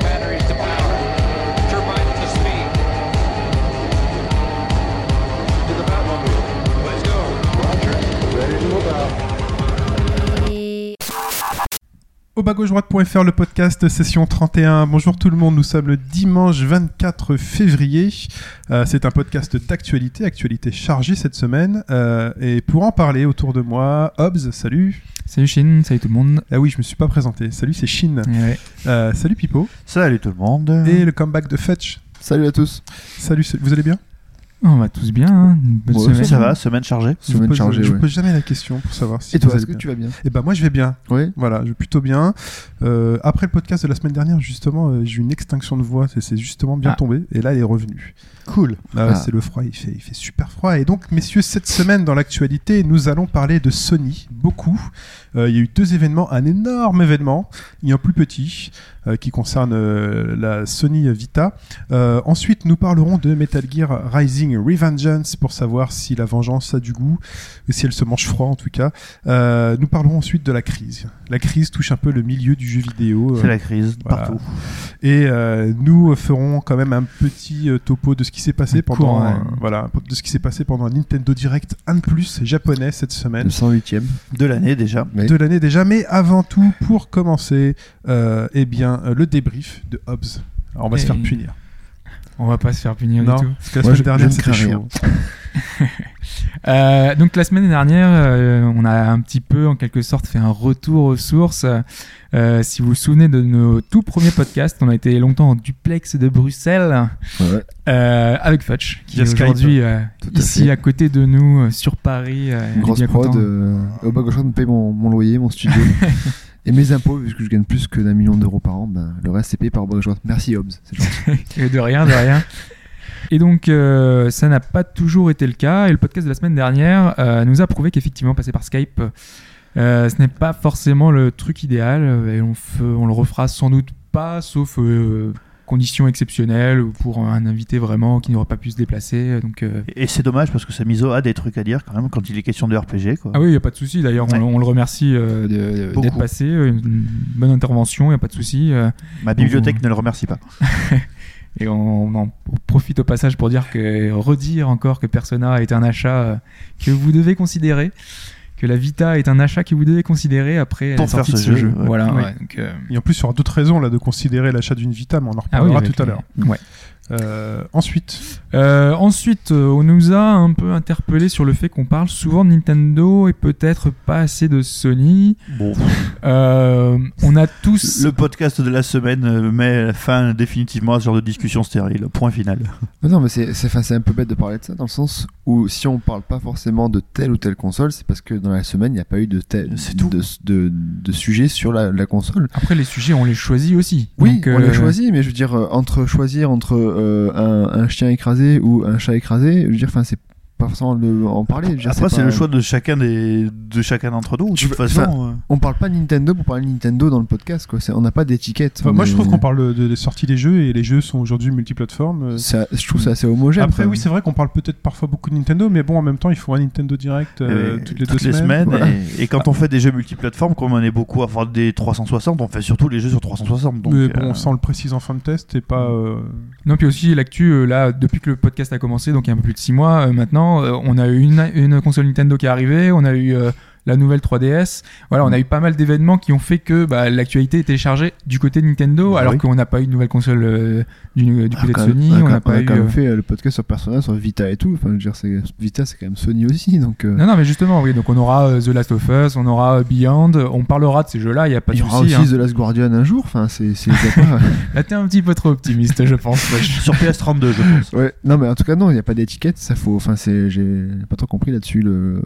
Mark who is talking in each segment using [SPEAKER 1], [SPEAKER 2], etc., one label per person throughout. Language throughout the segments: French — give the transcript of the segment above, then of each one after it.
[SPEAKER 1] batteries to power. Turbines to speed. To the Batmobile. Let's go.
[SPEAKER 2] Au bas gauche droite.fr, le podcast session 31. Bonjour tout le monde, nous sommes le dimanche 24 février. Euh, c'est un podcast d'actualité, actualité chargée cette semaine. Euh, et pour en parler autour de moi, Hobbs, salut.
[SPEAKER 3] Salut Chine, salut tout le monde.
[SPEAKER 2] Ah oui, je me suis pas présenté. Salut, c'est Shin. Euh, salut Pipo.
[SPEAKER 4] Salut tout le monde.
[SPEAKER 2] Et le comeback de Fetch.
[SPEAKER 5] Salut à tous.
[SPEAKER 2] Salut, salut. vous allez bien
[SPEAKER 3] On va tous bien, hein. Une bonne
[SPEAKER 4] Ouais,
[SPEAKER 3] semaine.
[SPEAKER 4] ça va, semaine chargée.
[SPEAKER 2] Je vous
[SPEAKER 5] Semaine
[SPEAKER 2] pose,
[SPEAKER 5] chargée,
[SPEAKER 2] je vous
[SPEAKER 5] ouais.
[SPEAKER 2] pose jamais la question pour savoir si
[SPEAKER 5] Et toi,
[SPEAKER 2] vous
[SPEAKER 5] est-ce
[SPEAKER 2] allez bien.
[SPEAKER 5] que tu vas bien
[SPEAKER 2] Eh ben moi je vais bien.
[SPEAKER 5] Oui.
[SPEAKER 2] Voilà, je vais plutôt bien. Euh, après le podcast de la semaine dernière, justement, euh, j'ai eu une extinction de voix, c'est- c'est justement bien
[SPEAKER 3] Ah.
[SPEAKER 2] tombé, et là elle est revenue.
[SPEAKER 5] Cool.
[SPEAKER 2] Là,
[SPEAKER 5] Ah.
[SPEAKER 2] c'est le froid, il fait, il fait super froid. Et donc, messieurs, cette semaine dans l'actualité, nous allons parler de Sony, beaucoup. Euh, il y a eu deux événements, un énorme événement, et un plus petit, euh, qui concerne euh, la Sony Vita. Euh, ensuite, nous parlerons de Metal Gear Rising Revengeance pour savoir si la vengeance a du goût, ou si elle se mange froid en tout cas. Euh, nous parlerons ensuite de la crise. La crise touche un peu le milieu du jeu vidéo.
[SPEAKER 4] C'est la crise
[SPEAKER 2] Voilà.
[SPEAKER 4] partout.
[SPEAKER 2] Et euh, nous ferons quand même un petit euh, topo de ce qui s'est passé
[SPEAKER 3] Un
[SPEAKER 2] pendant
[SPEAKER 3] court, ouais.
[SPEAKER 2] euh, voilà de ce qui s'est passé pendant un Nintendo Direct 1 de plus japonais cette semaine
[SPEAKER 5] 108 e
[SPEAKER 4] De l'année déjà.
[SPEAKER 5] Oui.
[SPEAKER 2] de l'année déjà. Mais avant tout, pour commencer, euh, eh bien euh, le débrief de Hobbs. Alors on va se
[SPEAKER 3] Et-
[SPEAKER 2] faire punir.
[SPEAKER 3] On va pas se faire punir
[SPEAKER 2] Non,
[SPEAKER 3] du tout.
[SPEAKER 2] parce que la
[SPEAKER 5] Moi,
[SPEAKER 2] semaine
[SPEAKER 5] je-
[SPEAKER 2] dernière
[SPEAKER 5] je ne
[SPEAKER 2] c'était
[SPEAKER 5] crains
[SPEAKER 2] chaud.
[SPEAKER 3] Euh, donc la semaine dernière, euh, on a un petit peu, en quelque sorte, fait un retour aux sources. Euh, si vous vous souvenez de nos tout premiers podcasts, on a été longtemps en duplex de Bruxelles
[SPEAKER 5] Ouais.
[SPEAKER 3] euh, avec Fudge, qui
[SPEAKER 2] Via
[SPEAKER 3] est
[SPEAKER 2] Skype.
[SPEAKER 3] aujourd'hui euh,
[SPEAKER 5] Tout à
[SPEAKER 3] ici
[SPEAKER 5] fait.
[SPEAKER 3] à côté de nous, euh, sur Paris. euh, il est
[SPEAKER 5] Une grosse
[SPEAKER 3] bien
[SPEAKER 5] prod.
[SPEAKER 3] content.
[SPEAKER 5] euh, au bas gauche, on me paye mon, mon loyer, mon studio. Et mes impôts, vu que je gagne plus que d'un million d'euros par an, ben, le reste c'est payé par au bas gauche. Merci Hobbs. C'est gentil.
[SPEAKER 3] Et de rien, de rien. Et donc, euh, ça n'a pas toujours été le cas. Et le podcast de la semaine dernière euh, nous a prouvé qu'effectivement, passer par Skype, euh, ce n'est pas forcément le truc idéal. Et on, fe- on le refera sans doute pas, sauf euh, conditions exceptionnelles ou pour un invité vraiment qui n'aurait pas pu se déplacer. Donc, euh,
[SPEAKER 4] Et c'est dommage parce que Samizo a des trucs à dire quand même quand il est question de RPG. Quoi.
[SPEAKER 3] Ah oui, il n'y a pas de souci. D'ailleurs, on,
[SPEAKER 4] Ouais.
[SPEAKER 3] on le remercie euh, de- de-
[SPEAKER 4] Beaucoup.
[SPEAKER 3] d'être passé. Une bonne intervention, il n'y a pas de souci. Euh,
[SPEAKER 4] Ma bibliothèque ne le remercie pas.
[SPEAKER 3] Et on, on en profite au passage pour dire que redire encore que Persona est un achat euh, que vous devez considérer, que la Vita est un achat que vous devez considérer après
[SPEAKER 4] Pour
[SPEAKER 3] la
[SPEAKER 4] faire
[SPEAKER 3] sortie
[SPEAKER 4] ce
[SPEAKER 3] de ce
[SPEAKER 4] jeu,
[SPEAKER 3] jeu.
[SPEAKER 4] ouais.
[SPEAKER 3] Voilà.
[SPEAKER 2] Oui.
[SPEAKER 3] ouais, donc, euh,
[SPEAKER 2] Et en plus, il y aura d'autres raisons là de considérer l'achat d'une Vita, mais on en
[SPEAKER 3] ah oui,
[SPEAKER 2] reparlera
[SPEAKER 3] avec-
[SPEAKER 2] tout à l'heure.
[SPEAKER 3] Ouais.
[SPEAKER 2] Euh, ensuite,
[SPEAKER 3] Euh, ensuite, euh, on nous a un peu interpellé sur le fait qu'on parle souvent de Nintendo et peut-être pas assez de Sony.
[SPEAKER 4] Bon.
[SPEAKER 3] Euh, on a tous.
[SPEAKER 4] Le podcast de la semaine euh, met fin définitivement à ce genre de discussion stérile. Point final.
[SPEAKER 5] Non, non, mais c'est c'est- enfin, c'est un peu bête de parler de ça dans le sens où si on parle pas forcément de telle ou telle console, c'est parce que dans la semaine il n'y a pas eu de tel
[SPEAKER 4] C'est
[SPEAKER 5] de,
[SPEAKER 4] tout.
[SPEAKER 5] de, de, sujet sur la, la console.
[SPEAKER 3] Après, les sujets, on les choisit aussi.
[SPEAKER 5] Oui,
[SPEAKER 3] Donc,
[SPEAKER 5] on les
[SPEAKER 3] euh,
[SPEAKER 5] choisit, mais je veux dire, euh, entre choisir entre euh, un, un chien écrasé ou un chat écrasé, je veux dire, enfin, c'est pas forcément de en parler. je veux dire,
[SPEAKER 4] Après, c'est
[SPEAKER 5] pas-
[SPEAKER 4] le choix de chacun des de chacun d'entre nous. De
[SPEAKER 5] Tu
[SPEAKER 4] toute
[SPEAKER 5] veux-
[SPEAKER 4] façon, euh,
[SPEAKER 5] On parle pas de Nintendo pour parler de Nintendo dans le podcast, quoi. C'est- On n'a pas d'étiquette.
[SPEAKER 2] enfin,
[SPEAKER 5] on
[SPEAKER 2] moi je
[SPEAKER 5] est-
[SPEAKER 2] trouve qu'on parle de, des sorties des jeux et les jeux sont aujourd'hui multiplateformes. euh,
[SPEAKER 5] C'est- Je trouve ça assez homogène.
[SPEAKER 2] Après,
[SPEAKER 5] quoi.
[SPEAKER 2] oui, c'est vrai qu'on parle peut-être parfois beaucoup de Nintendo, mais bon, en même temps, il faut un Nintendo Direct euh,
[SPEAKER 4] et-
[SPEAKER 2] toutes les deux semaines. Ah.
[SPEAKER 5] voilà.
[SPEAKER 4] et, et quand on fait des jeux multiplateformes, comme on est beaucoup à faire des 360, on fait surtout les jeux sur 360. Donc,
[SPEAKER 2] mais
[SPEAKER 4] euh,
[SPEAKER 2] bon, ça, on le précise en fin de test et pas. euh,
[SPEAKER 3] Non, puis aussi l'actu, euh, là, depuis que le podcast a commencé, donc il y a un peu plus de 6 mois euh, maintenant, euh, on a eu une, une console Nintendo qui est arrivée, on a eu euh, la nouvelle 3DS, voilà, on a eu pas mal d'événements qui ont fait que bah, l'actualité était chargée du côté de Nintendo,
[SPEAKER 4] Bah
[SPEAKER 3] alors
[SPEAKER 4] oui.
[SPEAKER 3] qu'on n'a pas eu de nouvelle console euh, du, du
[SPEAKER 5] Ah,
[SPEAKER 3] côté de
[SPEAKER 5] quand même-
[SPEAKER 3] Sony,
[SPEAKER 5] ah,
[SPEAKER 3] on
[SPEAKER 5] quand-
[SPEAKER 3] n'a pas eu...
[SPEAKER 5] quand même
[SPEAKER 3] euh,
[SPEAKER 5] fait euh, le podcast sur Persona, sur Vita et tout. Enfin, je veux dire, c'est- Vita, c'est quand même Sony aussi, donc. euh,
[SPEAKER 3] Non, non, mais justement, oui, donc on aura euh, The Last of Us, on aura euh, Beyond, on parlera de ces jeux-là, il n'y a pas
[SPEAKER 5] Il
[SPEAKER 3] de
[SPEAKER 5] y aura
[SPEAKER 3] souci.
[SPEAKER 5] aussi The Last Guardian un jour. Enfin, c'est. c'est- y a pas-
[SPEAKER 3] hein. Là, t'es un petit peu trop optimiste, je pense. Wesh.
[SPEAKER 4] sur PS32, je pense.
[SPEAKER 5] Ouais. Non, mais en tout cas, non, il n'y a pas d'étiquette. Ça faut. Enfin, c'est. J'ai pas trop compris là-dessus le.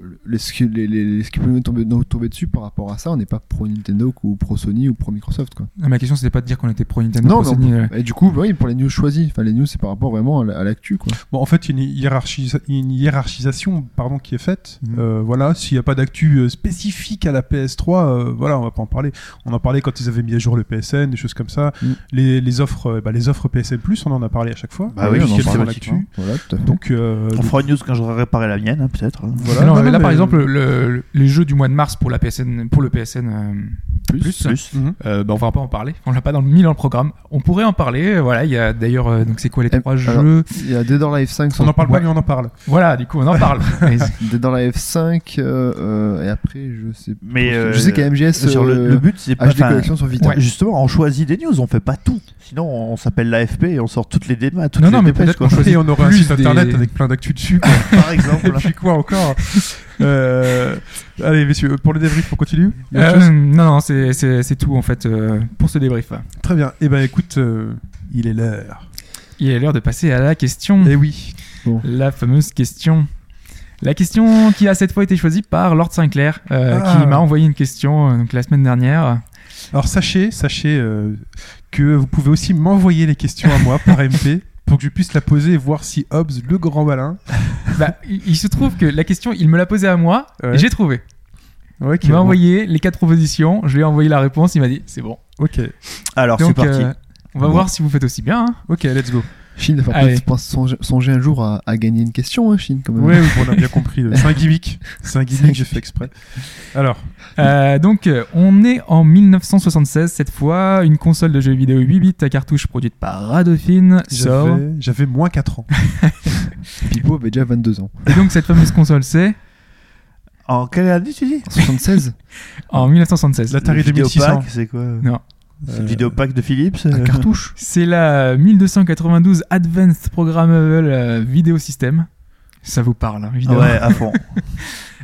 [SPEAKER 5] le- les- les- les, les, les- ce qui peut nous tomber, nous tomber dessus par rapport à ça, on n'est pas pro Nintendo ou pro Sony ou pro Microsoft. Quoi.
[SPEAKER 3] Ah, Ma question, c'était pas de dire qu'on était pro Nintendo.
[SPEAKER 5] Non,
[SPEAKER 3] pro
[SPEAKER 5] mais on
[SPEAKER 3] Sony, euh,
[SPEAKER 5] Et du coup, oui, pour les news choisies, enfin, les news c'est par rapport vraiment à la- à l'actu. quoi.
[SPEAKER 2] Bon, en fait, il y a une, hiérarchisa- une hiérarchisation pardon, qui est faite.
[SPEAKER 5] Mhm.
[SPEAKER 2] Euh, voilà, s'il n'y a pas d'actu euh, spécifique à la PS3, euh, voilà, on va pas en parler. On en parlait quand ils avaient mis à jour le PSN, des choses comme ça.
[SPEAKER 5] Mhm.
[SPEAKER 2] Les, les offres, euh, bah, les offres PSN on en a parlé à chaque fois.
[SPEAKER 4] Bah oui,
[SPEAKER 2] Euh,
[SPEAKER 4] on en
[SPEAKER 2] puisqu'il y a
[SPEAKER 4] parle
[SPEAKER 2] toujours l'actu.
[SPEAKER 4] pratiquement.
[SPEAKER 5] Voilà, tout à fait.
[SPEAKER 2] Donc, euh,
[SPEAKER 4] On
[SPEAKER 2] donc,
[SPEAKER 4] fera une news quand j'aurai réparé la mienne, hein, peut-être. hein.
[SPEAKER 2] voilà.
[SPEAKER 3] non,
[SPEAKER 2] Non, non,
[SPEAKER 3] euh, là, par
[SPEAKER 2] mais-
[SPEAKER 3] exemple, le- le- les jeux du mois de mars pour, la PSN, pour le PSN euh, Plus,
[SPEAKER 4] Plus.
[SPEAKER 2] Mhm.
[SPEAKER 3] euh, bah, on va pas en parler. On l'a pas dans le, mis dans le programme. On pourrait en parler. euh, Voilà, il y a d'ailleurs, euh, donc c'est quoi les
[SPEAKER 5] Eh,
[SPEAKER 3] trois
[SPEAKER 5] alors-
[SPEAKER 3] jeux
[SPEAKER 5] Il y a Dead or Life 5
[SPEAKER 2] on
[SPEAKER 5] sur
[SPEAKER 2] n'en parle
[SPEAKER 3] Ouais.
[SPEAKER 2] pas, mais on en parle.
[SPEAKER 3] Voilà, du coup, on en parle. Mais-
[SPEAKER 5] Dead or Life 5 euh, euh, et après, je sais pas.
[SPEAKER 4] Mais euh,
[SPEAKER 5] je sais qu'à MGS,
[SPEAKER 4] sur le,
[SPEAKER 5] euh,
[SPEAKER 4] le but, c'est pas.
[SPEAKER 5] HD
[SPEAKER 4] enfin,
[SPEAKER 5] Collection sur Vita.
[SPEAKER 4] ouais, Justement, on choisit des news, on fait pas tout. Sinon, on s'appelle l'AFP et on sort toutes les débats, toutes
[SPEAKER 3] Non,
[SPEAKER 4] les
[SPEAKER 3] non, mais
[SPEAKER 4] dépêches,
[SPEAKER 3] peut-être
[SPEAKER 4] quoi.
[SPEAKER 3] qu'on choisit-
[SPEAKER 2] Et on aura un
[SPEAKER 3] plus
[SPEAKER 2] site
[SPEAKER 3] des-
[SPEAKER 2] internet avec plein d'actu dessus. quoi.
[SPEAKER 4] Par
[SPEAKER 2] Et
[SPEAKER 4] exemple.
[SPEAKER 2] puis quoi encore Euh, Allez, messieurs, pour le débrief, on continue Il y a autre
[SPEAKER 3] Euh,
[SPEAKER 2] chose
[SPEAKER 3] non, non, c'est- c'est c'est tout en fait euh, pour ce débrief.
[SPEAKER 2] Très bien. Eh ben, écoute, euh, il est l'heure.
[SPEAKER 3] Il est l'heure de passer à la question.
[SPEAKER 2] Eh oui.
[SPEAKER 3] La fameuse question. La question qui a cette fois été choisie par Lord Sinclair, euh,
[SPEAKER 2] Ah.
[SPEAKER 3] qui m'a envoyé une question euh, donc, la semaine dernière.
[SPEAKER 2] Alors sachez, sachez euh, que vous pouvez aussi m'envoyer les questions à moi par MP pour que je puisse la poser et voir si Hobbs, le grand malin,
[SPEAKER 3] Bah, il, il se trouve que la question, il me l'a posée à moi,
[SPEAKER 2] Ouais.
[SPEAKER 3] et j'ai trouvé.
[SPEAKER 2] ouais, qui
[SPEAKER 3] Il m'a
[SPEAKER 2] va-
[SPEAKER 3] envoyé les quatre propositions, je lui ai envoyé la réponse, il m'a dit c'est bon.
[SPEAKER 2] Ok,
[SPEAKER 4] Alors, Ah, c'est
[SPEAKER 3] Donc,
[SPEAKER 4] parti.
[SPEAKER 3] euh, on va
[SPEAKER 4] Bon.
[SPEAKER 3] voir si vous faites aussi bien. hein.
[SPEAKER 2] ok, let's go.
[SPEAKER 5] Chine,
[SPEAKER 2] Ah
[SPEAKER 5] enfin,
[SPEAKER 3] Allez.
[SPEAKER 5] peut-être pense- songer, songer un jour à, à gagner une question, hein, Chine, quand même.
[SPEAKER 2] Ouais, on a bien compris. euh, C'est un gimmick. C'est un gimmick, j'ai fait exprès. Alors,
[SPEAKER 3] Euh, donc, euh, on est en 1976 cette fois. Une console de jeux vidéo 8 bits à cartouche produite par Radofin sort.
[SPEAKER 2] j'avais j'avais moins 4 ans.
[SPEAKER 5] Pipo avait déjà 22 ans.
[SPEAKER 3] Et donc, cette fameuse console, c'est
[SPEAKER 4] En quelle année tu dis
[SPEAKER 5] En 76
[SPEAKER 3] en 1976.
[SPEAKER 2] L'Atari
[SPEAKER 4] Le
[SPEAKER 2] 2600.
[SPEAKER 4] Vidéopack, c'est quoi
[SPEAKER 3] Non. Euh,
[SPEAKER 4] C'est le vidéopack de Philips
[SPEAKER 5] La
[SPEAKER 4] euh,
[SPEAKER 5] cartouche
[SPEAKER 3] C'est la 1292 Advanced Programmable euh, Video System. Ça vous parle, hein, évidemment.
[SPEAKER 4] Ah Ouais, à fond.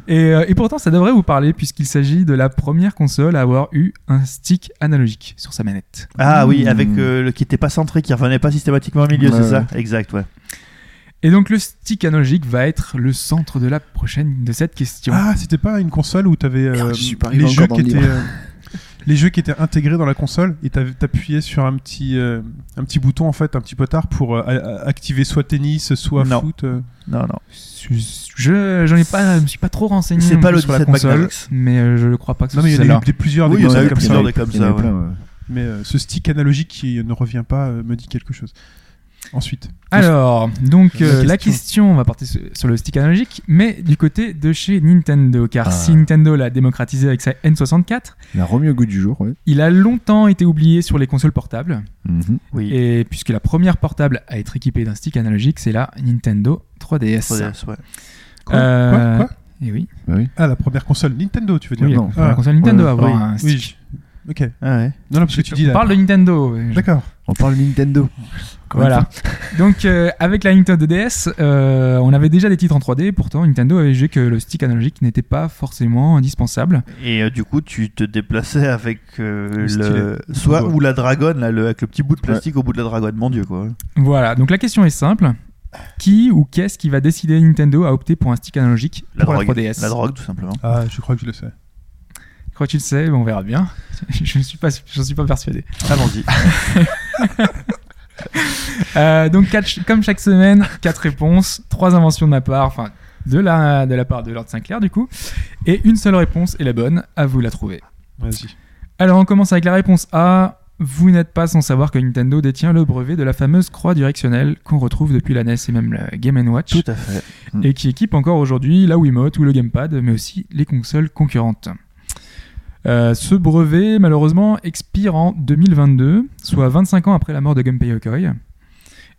[SPEAKER 3] Et, euh, et pourtant, ça devrait vous parler puisqu'il s'agit de la première console à avoir eu un stick analogique sur sa manette.
[SPEAKER 4] Ah oui,
[SPEAKER 5] Hmm.
[SPEAKER 4] avec euh, le qui était pas centré, qui revenait pas systématiquement au milieu,
[SPEAKER 5] Ouais,
[SPEAKER 4] c'est ça Exact, ouais.
[SPEAKER 3] Et donc, le stick analogique va être le centre de la prochaine de cette question.
[SPEAKER 2] Ah, c'était pas une console où t'avais euh,
[SPEAKER 4] Ah,
[SPEAKER 5] Merde, je Ah, suis pas arrivé
[SPEAKER 2] les
[SPEAKER 5] encore
[SPEAKER 2] jeux
[SPEAKER 5] dans
[SPEAKER 2] qui
[SPEAKER 5] le
[SPEAKER 2] étaient
[SPEAKER 5] livre.
[SPEAKER 2] euh, les jeux qui étaient intégrés dans la console et t'av- t'appuyais sur un petit euh, un petit bouton en fait, un petit potard pour euh, a- a- activer soit tennis, soit
[SPEAKER 4] Non.
[SPEAKER 2] foot. euh.
[SPEAKER 4] Non, non.
[SPEAKER 3] Je j'en ai pas, je me suis pas trop renseigné
[SPEAKER 4] C'est
[SPEAKER 3] non
[SPEAKER 4] pas
[SPEAKER 3] plus
[SPEAKER 4] le
[SPEAKER 3] sur la
[SPEAKER 4] 17
[SPEAKER 3] console,
[SPEAKER 4] Magnavox.
[SPEAKER 3] mais euh, je crois pas que ce
[SPEAKER 2] Non mais
[SPEAKER 3] soit
[SPEAKER 2] il y en a eu
[SPEAKER 3] celle-là.
[SPEAKER 2] des- plusieurs
[SPEAKER 4] Oui,
[SPEAKER 2] des
[SPEAKER 4] il y en a
[SPEAKER 2] consoles
[SPEAKER 4] eu
[SPEAKER 2] comme ça.
[SPEAKER 4] plusieurs
[SPEAKER 2] oui.
[SPEAKER 4] des comme
[SPEAKER 5] Il y en
[SPEAKER 4] ça,
[SPEAKER 5] avait
[SPEAKER 4] ouais.
[SPEAKER 5] plein, ouais.
[SPEAKER 2] Mais euh, ce stick analogique qui ne revient pas euh, me dit quelque chose. Ensuite,
[SPEAKER 3] Alors, donc
[SPEAKER 2] La
[SPEAKER 3] euh,
[SPEAKER 2] question.
[SPEAKER 3] la question, on va partir sur- sur le stick analogique, mais du côté de chez Nintendo, car
[SPEAKER 5] Ah.
[SPEAKER 3] si Nintendo l'a démocratisé avec sa N64,
[SPEAKER 5] La remis au goût du jour, ouais.
[SPEAKER 3] il a longtemps été oublié sur les consoles portables,
[SPEAKER 5] Mhm.
[SPEAKER 4] Oui.
[SPEAKER 3] et puisque la première portable à être équipée d'un stick analogique, c'est la Nintendo 3DS.
[SPEAKER 4] 3DS, ouais.
[SPEAKER 2] quoi,
[SPEAKER 3] Euh,
[SPEAKER 2] quoi, quoi
[SPEAKER 3] Et oui,
[SPEAKER 2] Ah, la première console Nintendo, tu veux dire
[SPEAKER 3] oui,
[SPEAKER 5] non.
[SPEAKER 3] la première
[SPEAKER 2] Ah.
[SPEAKER 3] console Nintendo à avoir
[SPEAKER 4] Oui,
[SPEAKER 3] un
[SPEAKER 2] Oui,
[SPEAKER 3] stick.
[SPEAKER 2] je- Ok.
[SPEAKER 4] Ah ouais.
[SPEAKER 2] Non, non, parce que tu dis
[SPEAKER 3] On
[SPEAKER 2] là.
[SPEAKER 3] parle de Nintendo. je-
[SPEAKER 2] D'accord.
[SPEAKER 5] On parle Nintendo. Encore une
[SPEAKER 3] Voilà.
[SPEAKER 5] fois.
[SPEAKER 3] Donc euh, avec la Nintendo DS, euh, on avait déjà des titres en 3D, pourtant Nintendo avait jugé que le stick analogique n'était pas forcément indispensable.
[SPEAKER 4] Et euh, du coup, tu te déplaçais avec euh,
[SPEAKER 2] Le
[SPEAKER 4] le. Soit
[SPEAKER 2] Ouais.
[SPEAKER 4] ou la dragonne, là, le- avec le petit bout de plastique au bout de la dragonne. Mon dieu, quoi.
[SPEAKER 3] Voilà, donc la question est simple. Qui ou qu'est-ce qui va décider Nintendo à opter pour un stick analogique
[SPEAKER 4] La
[SPEAKER 3] pour
[SPEAKER 4] drogue.
[SPEAKER 3] la 3DS
[SPEAKER 4] La drogue, tout simplement.
[SPEAKER 2] Ah, je crois que je le sais.
[SPEAKER 3] Crois tu le sais, on verra bien. Je ne suis pas, j'en suis pas persuadé.
[SPEAKER 4] Allons-y.
[SPEAKER 3] Euh, donc quatre- comme chaque semaine, quatre réponses, trois inventions de ma part, enfin de la de la part de Lord Sinclair du coup, et une seule réponse est la bonne. À vous de la trouver.
[SPEAKER 2] Vas-y.
[SPEAKER 3] Alors on commence avec la réponse A. Vous n'êtes pas sans savoir que Nintendo détient le brevet de la fameuse croix directionnelle qu'on retrouve depuis la NES et même le Game Watch
[SPEAKER 4] tout à fait.
[SPEAKER 5] Mm.
[SPEAKER 3] et qui équipe encore aujourd'hui la Wiimote ou le Gamepad, mais aussi les consoles concurrentes. Euh, ce brevet, malheureusement, expire en 2022, soit 25 ans après la mort de Gunpei Yokoi.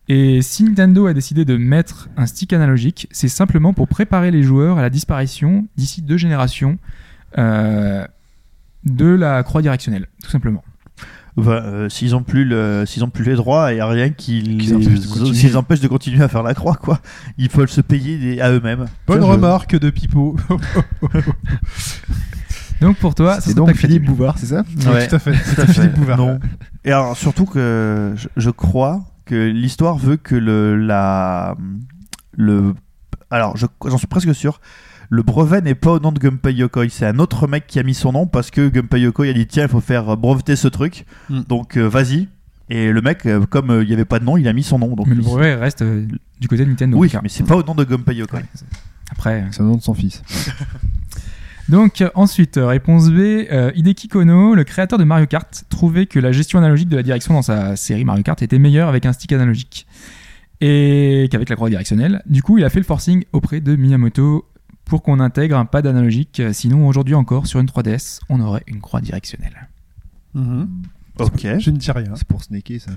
[SPEAKER 3] Et si Nintendo a décidé de mettre un stick analogique, c'est simplement pour préparer les joueurs à la disparition d'ici deux générations euh, de la croix directionnelle, tout simplement.
[SPEAKER 4] Enfin, euh, s'ils ont plus le, s'ils ont plus les droits, il n'y a rien qui
[SPEAKER 5] Qu'ils empêchent de continuer.
[SPEAKER 4] les s'ils empêchent de continuer à faire la croix, quoi. Ils peuvent se payer des- à eux-mêmes.
[SPEAKER 2] Bonne
[SPEAKER 4] Tiens, je-
[SPEAKER 2] remarque de Pipo.
[SPEAKER 3] Donc pour
[SPEAKER 2] Ah,
[SPEAKER 3] toi, ça
[SPEAKER 5] C'est
[SPEAKER 3] sera
[SPEAKER 5] donc
[SPEAKER 3] ta créative.
[SPEAKER 5] Philippe Bouvard, c'est ça
[SPEAKER 4] Ouais.
[SPEAKER 2] Tout à fait.
[SPEAKER 4] Tout à
[SPEAKER 2] C'était
[SPEAKER 4] fait.
[SPEAKER 2] Philippe Bouvard.
[SPEAKER 4] Non. Et alors, surtout que je, je crois que l'histoire veut que le. La, le alors, je- j'en suis presque sûr. Le brevet n'est pas au nom de Gunpei Yokoi. C'est un autre mec qui a mis son nom parce que Gunpei Yokoi a dit tiens, il faut faire breveter ce truc.
[SPEAKER 2] Mm.
[SPEAKER 4] Donc euh, vas-y. Et le mec, euh, comme euh, il n'y avait pas de nom, il a mis son nom. Donc,
[SPEAKER 3] Mais le
[SPEAKER 4] il-
[SPEAKER 3] brevet reste euh, du côté de Nintendo.
[SPEAKER 4] Oui,
[SPEAKER 3] en tout cas.
[SPEAKER 4] mais c'est pas au nom de Gunpei Yokoi.
[SPEAKER 3] Ouais. Après. euh,
[SPEAKER 5] C'est le nom de son fils.
[SPEAKER 3] Donc euh, ensuite, euh, réponse B, euh, Hideki Kono, le créateur de Mario Kart, trouvait que la gestion analogique de la direction dans sa série Mario Kart était meilleure avec un stick analogique et qu'avec la croix directionnelle. Du coup, il a fait le forcing auprès de Miyamoto pour qu'on intègre un pad analogique. Euh, Sinon, aujourd'hui encore, sur une 3DS, on aurait une croix directionnelle.
[SPEAKER 4] Ok.
[SPEAKER 2] Je ne dis
[SPEAKER 4] Ah.
[SPEAKER 2] rien.
[SPEAKER 5] C'est pour snaker ça.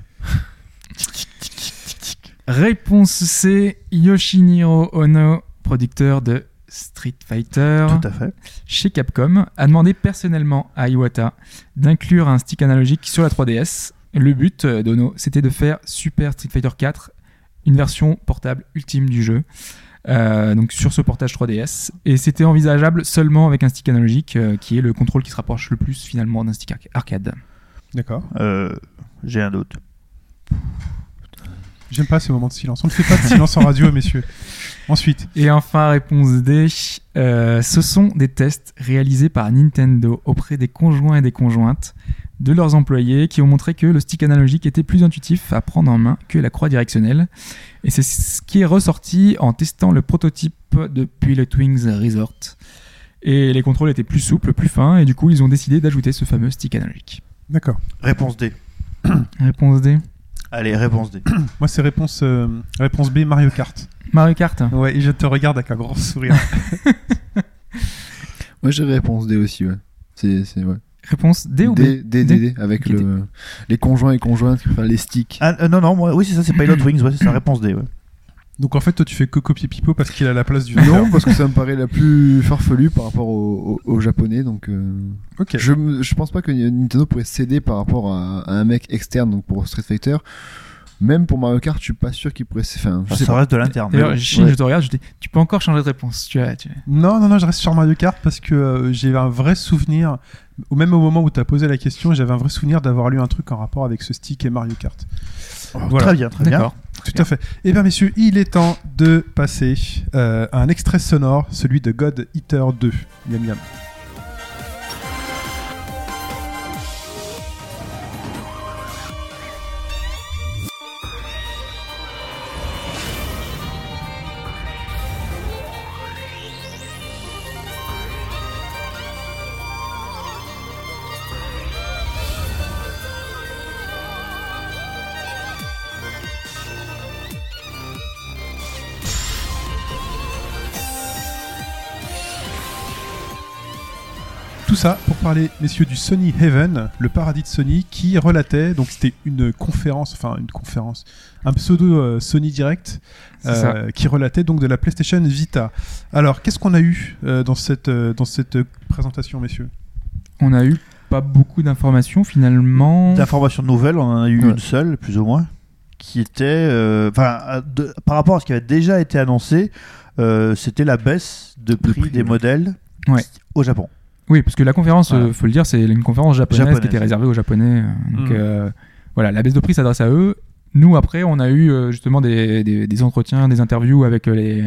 [SPEAKER 3] Réponse C, Yoshiniro Ono, producteur de Street Fighter.
[SPEAKER 4] Tout à fait.
[SPEAKER 3] chez Capcom a demandé personnellement à Iwata d'inclure un stick analogique sur la 3DS. Le but euh, d'Ono, c'était de faire Super Street Fighter 4, une version portable ultime du jeu, euh, donc sur ce portage 3DS. Et c'était envisageable seulement avec un stick analogique, euh, qui est le contrôle qui se rapproche le plus finalement d'un stick arc- arcade.
[SPEAKER 2] D'accord.
[SPEAKER 4] Euh, J'ai un doute.
[SPEAKER 2] J'aime pas ce moment de silence. On ne fait pas de silence en radio, messieurs. Ensuite,
[SPEAKER 3] Et enfin, réponse D, euh, ce sont des tests réalisés par Nintendo auprès des conjoints et des conjointes de leurs employés qui ont montré que le stick analogique était plus intuitif à prendre en main que la croix directionnelle. Et c'est ce qui est ressorti en testant le prototype de Pilot Wings Resort. Et les contrôles étaient plus souples, plus fins, et du coup ils ont décidé d'ajouter ce fameux stick analogique.
[SPEAKER 2] d'accord.
[SPEAKER 4] Réponse D.
[SPEAKER 3] Réponse D.
[SPEAKER 4] Allez, réponse D.
[SPEAKER 2] Moi, c'est réponse, euh, réponse B, Mario Kart.
[SPEAKER 3] Mario Kart.
[SPEAKER 2] Ouais, et je te regarde avec un grand sourire.
[SPEAKER 5] Moi j'ai réponse D aussi, ouais. C'est c'est ouais.
[SPEAKER 3] Réponse D ou B
[SPEAKER 5] D, D, D, D, avec
[SPEAKER 3] D.
[SPEAKER 5] le, les conjoints et conjointes, enfin les sticks.
[SPEAKER 4] Ah, euh, non, non, moi, oui, c'est ça, c'est Pilot Wings, ouais, c'est ça, réponse D. ouais.
[SPEAKER 2] Donc en fait, toi, tu fais que copier Pipo parce qu'il a la place du
[SPEAKER 5] Non, parce que ça me paraît la plus farfelue par rapport aux au, aux japonais, donc. euh,
[SPEAKER 2] Ok.
[SPEAKER 5] Je, me- je pense pas que Nintendo pourrait céder par rapport à, à un mec externe, donc pour Street Fighter. Même pour Mario Kart, je suis pas sûr qu'il pourrait. céder- Enfin, je
[SPEAKER 4] Enfin,
[SPEAKER 5] sais
[SPEAKER 4] Ah, ça
[SPEAKER 5] pas.
[SPEAKER 4] reste de l'interne. mais
[SPEAKER 3] D'ailleurs,
[SPEAKER 4] bon.
[SPEAKER 3] Chine,
[SPEAKER 5] Ouais.
[SPEAKER 3] je te regarde, je dis, tu peux encore changer de réponse. Tu as, tu-
[SPEAKER 2] Non, non, non, je reste sur Mario Kart parce que euh, j'ai un vrai souvenir. Au même au moment où tu as posé la question, j'avais un vrai souvenir d'avoir lu un truc en rapport avec ce stick et Mario Kart.
[SPEAKER 4] Oh,
[SPEAKER 2] Voilà.
[SPEAKER 4] Très bien, très bien.
[SPEAKER 3] D'accord.
[SPEAKER 2] Tout à fait. Eh bien, messieurs, il est temps de passer euh, à un extrait sonore, celui de God Eater 2. Miam miam. Tout ça pour parler, messieurs, du Sony Heaven, le paradis de Sony, qui relatait, donc c'était une conférence, enfin une conférence, un pseudo euh, Sony Direct,
[SPEAKER 3] C'est ça.
[SPEAKER 2] euh, qui relatait donc de la PlayStation Vita. Alors, qu'est-ce qu'on a eu euh, dans cette, euh, dans cette euh, présentation, messieurs
[SPEAKER 3] On a eu pas beaucoup d'informations finalement.
[SPEAKER 4] D'informations nouvelles, on en a eu
[SPEAKER 5] Ouais.
[SPEAKER 4] une seule, plus ou moins, qui était. euh, Enfin, à- de- par rapport à ce qui avait déjà été annoncé, euh, c'était la baisse de prix,
[SPEAKER 5] prix,
[SPEAKER 4] des
[SPEAKER 5] ouais.
[SPEAKER 4] modèles
[SPEAKER 3] Ouais.
[SPEAKER 4] au Japon.
[SPEAKER 3] Oui, parce que la conférence,
[SPEAKER 4] Voilà.
[SPEAKER 3] euh, faut le dire, c'est une conférence japonaise,
[SPEAKER 4] Japonaise.
[SPEAKER 3] qui était réservée aux Japonais. euh, Donc
[SPEAKER 2] Mm.
[SPEAKER 3] euh, voilà, la baisse de prix s'adresse à eux. Nous, après, on a eu euh, justement des, des- des entretiens, des interviews avec euh, les,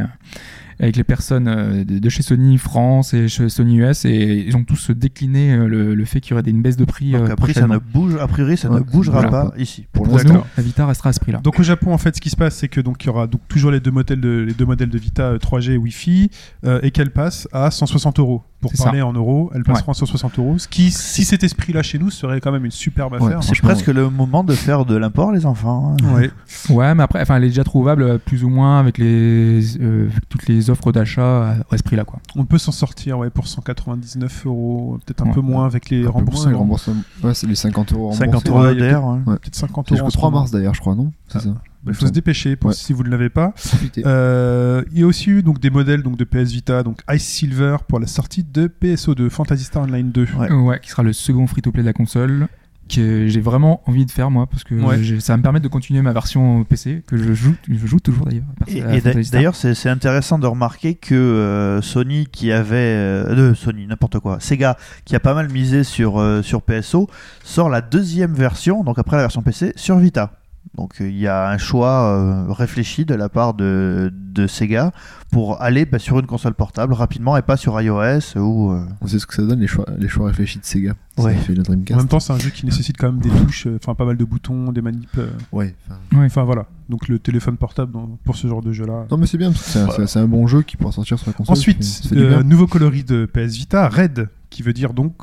[SPEAKER 3] avec les personnes euh, de, de chez Sony France et chez Sony US et ils ont tous décliné euh, le, le fait qu'il y aurait des- une baisse de prix.
[SPEAKER 4] Donc,
[SPEAKER 3] euh,
[SPEAKER 4] après, ça ne
[SPEAKER 3] prochainement.
[SPEAKER 4] bouge, a priori, ça
[SPEAKER 5] Ouais,
[SPEAKER 4] ne bougera
[SPEAKER 5] voilà.
[SPEAKER 4] pas ici. Pour
[SPEAKER 3] Pour
[SPEAKER 4] l'instant.
[SPEAKER 3] nous, la Vita restera à ce prix-là.
[SPEAKER 2] Donc au Japon, en fait, ce qui se passe, c'est que donc il y aura donc toujours les deux modèles de, les deux modèles de Vita euh, 3G et Wi-Fi, euh, et qu'elle passe à 160 euros. Pour
[SPEAKER 3] C'est
[SPEAKER 2] parler en euros, elle passera à 160 euros, ce qui, si cet esprit-là chez nous, serait quand même une superbe
[SPEAKER 5] Ouais,
[SPEAKER 2] affaire. hein.
[SPEAKER 4] C'est
[SPEAKER 5] Franchement,
[SPEAKER 4] presque le moment de faire de l'import, les enfants. hein.
[SPEAKER 2] Ouais.
[SPEAKER 3] Ouais, mais après, enfin, elle est déjà trouvable euh, plus ou moins avec, les, euh, avec toutes les offres d'achat à, à ce prix-là, quoi.
[SPEAKER 2] On peut s'en sortir ouais, pour 199 euros, peut-être un
[SPEAKER 3] Ouais.
[SPEAKER 2] peu moins avec les
[SPEAKER 5] Un peu moins,
[SPEAKER 2] remboursements.
[SPEAKER 5] les remboursements. Ouais, c'est les 50 euros remboursés.
[SPEAKER 4] 50 euros
[SPEAKER 2] ouais, il y a
[SPEAKER 4] d'air. ouais.
[SPEAKER 2] Peut-être 50
[SPEAKER 5] C'est
[SPEAKER 2] euros. en
[SPEAKER 5] jusqu'au
[SPEAKER 2] ce
[SPEAKER 5] 3
[SPEAKER 2] moment.
[SPEAKER 5] mars d'ailleurs, je crois, non C'est
[SPEAKER 2] Ah,
[SPEAKER 5] ça.
[SPEAKER 2] Il faut se dépêcher pour
[SPEAKER 5] Ouais.
[SPEAKER 2] si vous ne l'avez pas.
[SPEAKER 5] Profitez.
[SPEAKER 2] Euh, il y a aussi eu donc, des modèles donc, de PS Vita, donc Ice Silver pour la sortie de PSO2, Fantasy Star Online 2.
[SPEAKER 4] Ouais.
[SPEAKER 3] Euh, Ouais, qui sera le second free-to-play de la console que j'ai vraiment envie de faire moi parce que
[SPEAKER 2] Ouais.
[SPEAKER 3] j'ai- ça va me permettre de continuer ma version PC que je joue, je joue toujours d'ailleurs. à part-
[SPEAKER 4] Et,
[SPEAKER 3] à
[SPEAKER 4] et d'a-
[SPEAKER 3] Fantasy Star.
[SPEAKER 4] d'ailleurs, c'est c'est intéressant de remarquer que euh, Sony, qui avait. euh, euh, Sony, n'importe quoi. Sega, qui a pas mal misé sur, euh, sur PSO, sort la deuxième version, donc après la version PC, sur Vita. Donc euh, il y a un choix euh, réfléchi de la part de, de Sega pour aller bah, sur une console portable rapidement et pas sur iOS ou euh,
[SPEAKER 5] On sait ce que ça donne, les choix, les choix réfléchis de Sega.
[SPEAKER 4] Ouais.
[SPEAKER 5] Ça fait la
[SPEAKER 2] En
[SPEAKER 5] Dreamcast.
[SPEAKER 2] même temps, c'est un jeu qui nécessite quand même des touches, euh, enfin pas mal de boutons, des manips. euh,
[SPEAKER 5] Ouais, enfin,
[SPEAKER 2] Enfin voilà. Donc le téléphone portable dans- pour ce genre de jeu-là.
[SPEAKER 5] Non mais c'est bien parce que c'est un- c'est un, c'est un bon jeu qui pourra sortir sur la console. c'est-
[SPEAKER 2] Ensuite,
[SPEAKER 5] c'est du
[SPEAKER 2] euh,
[SPEAKER 5] bien.
[SPEAKER 2] nouveau coloris de PS Vita, Red, qui veut dire donc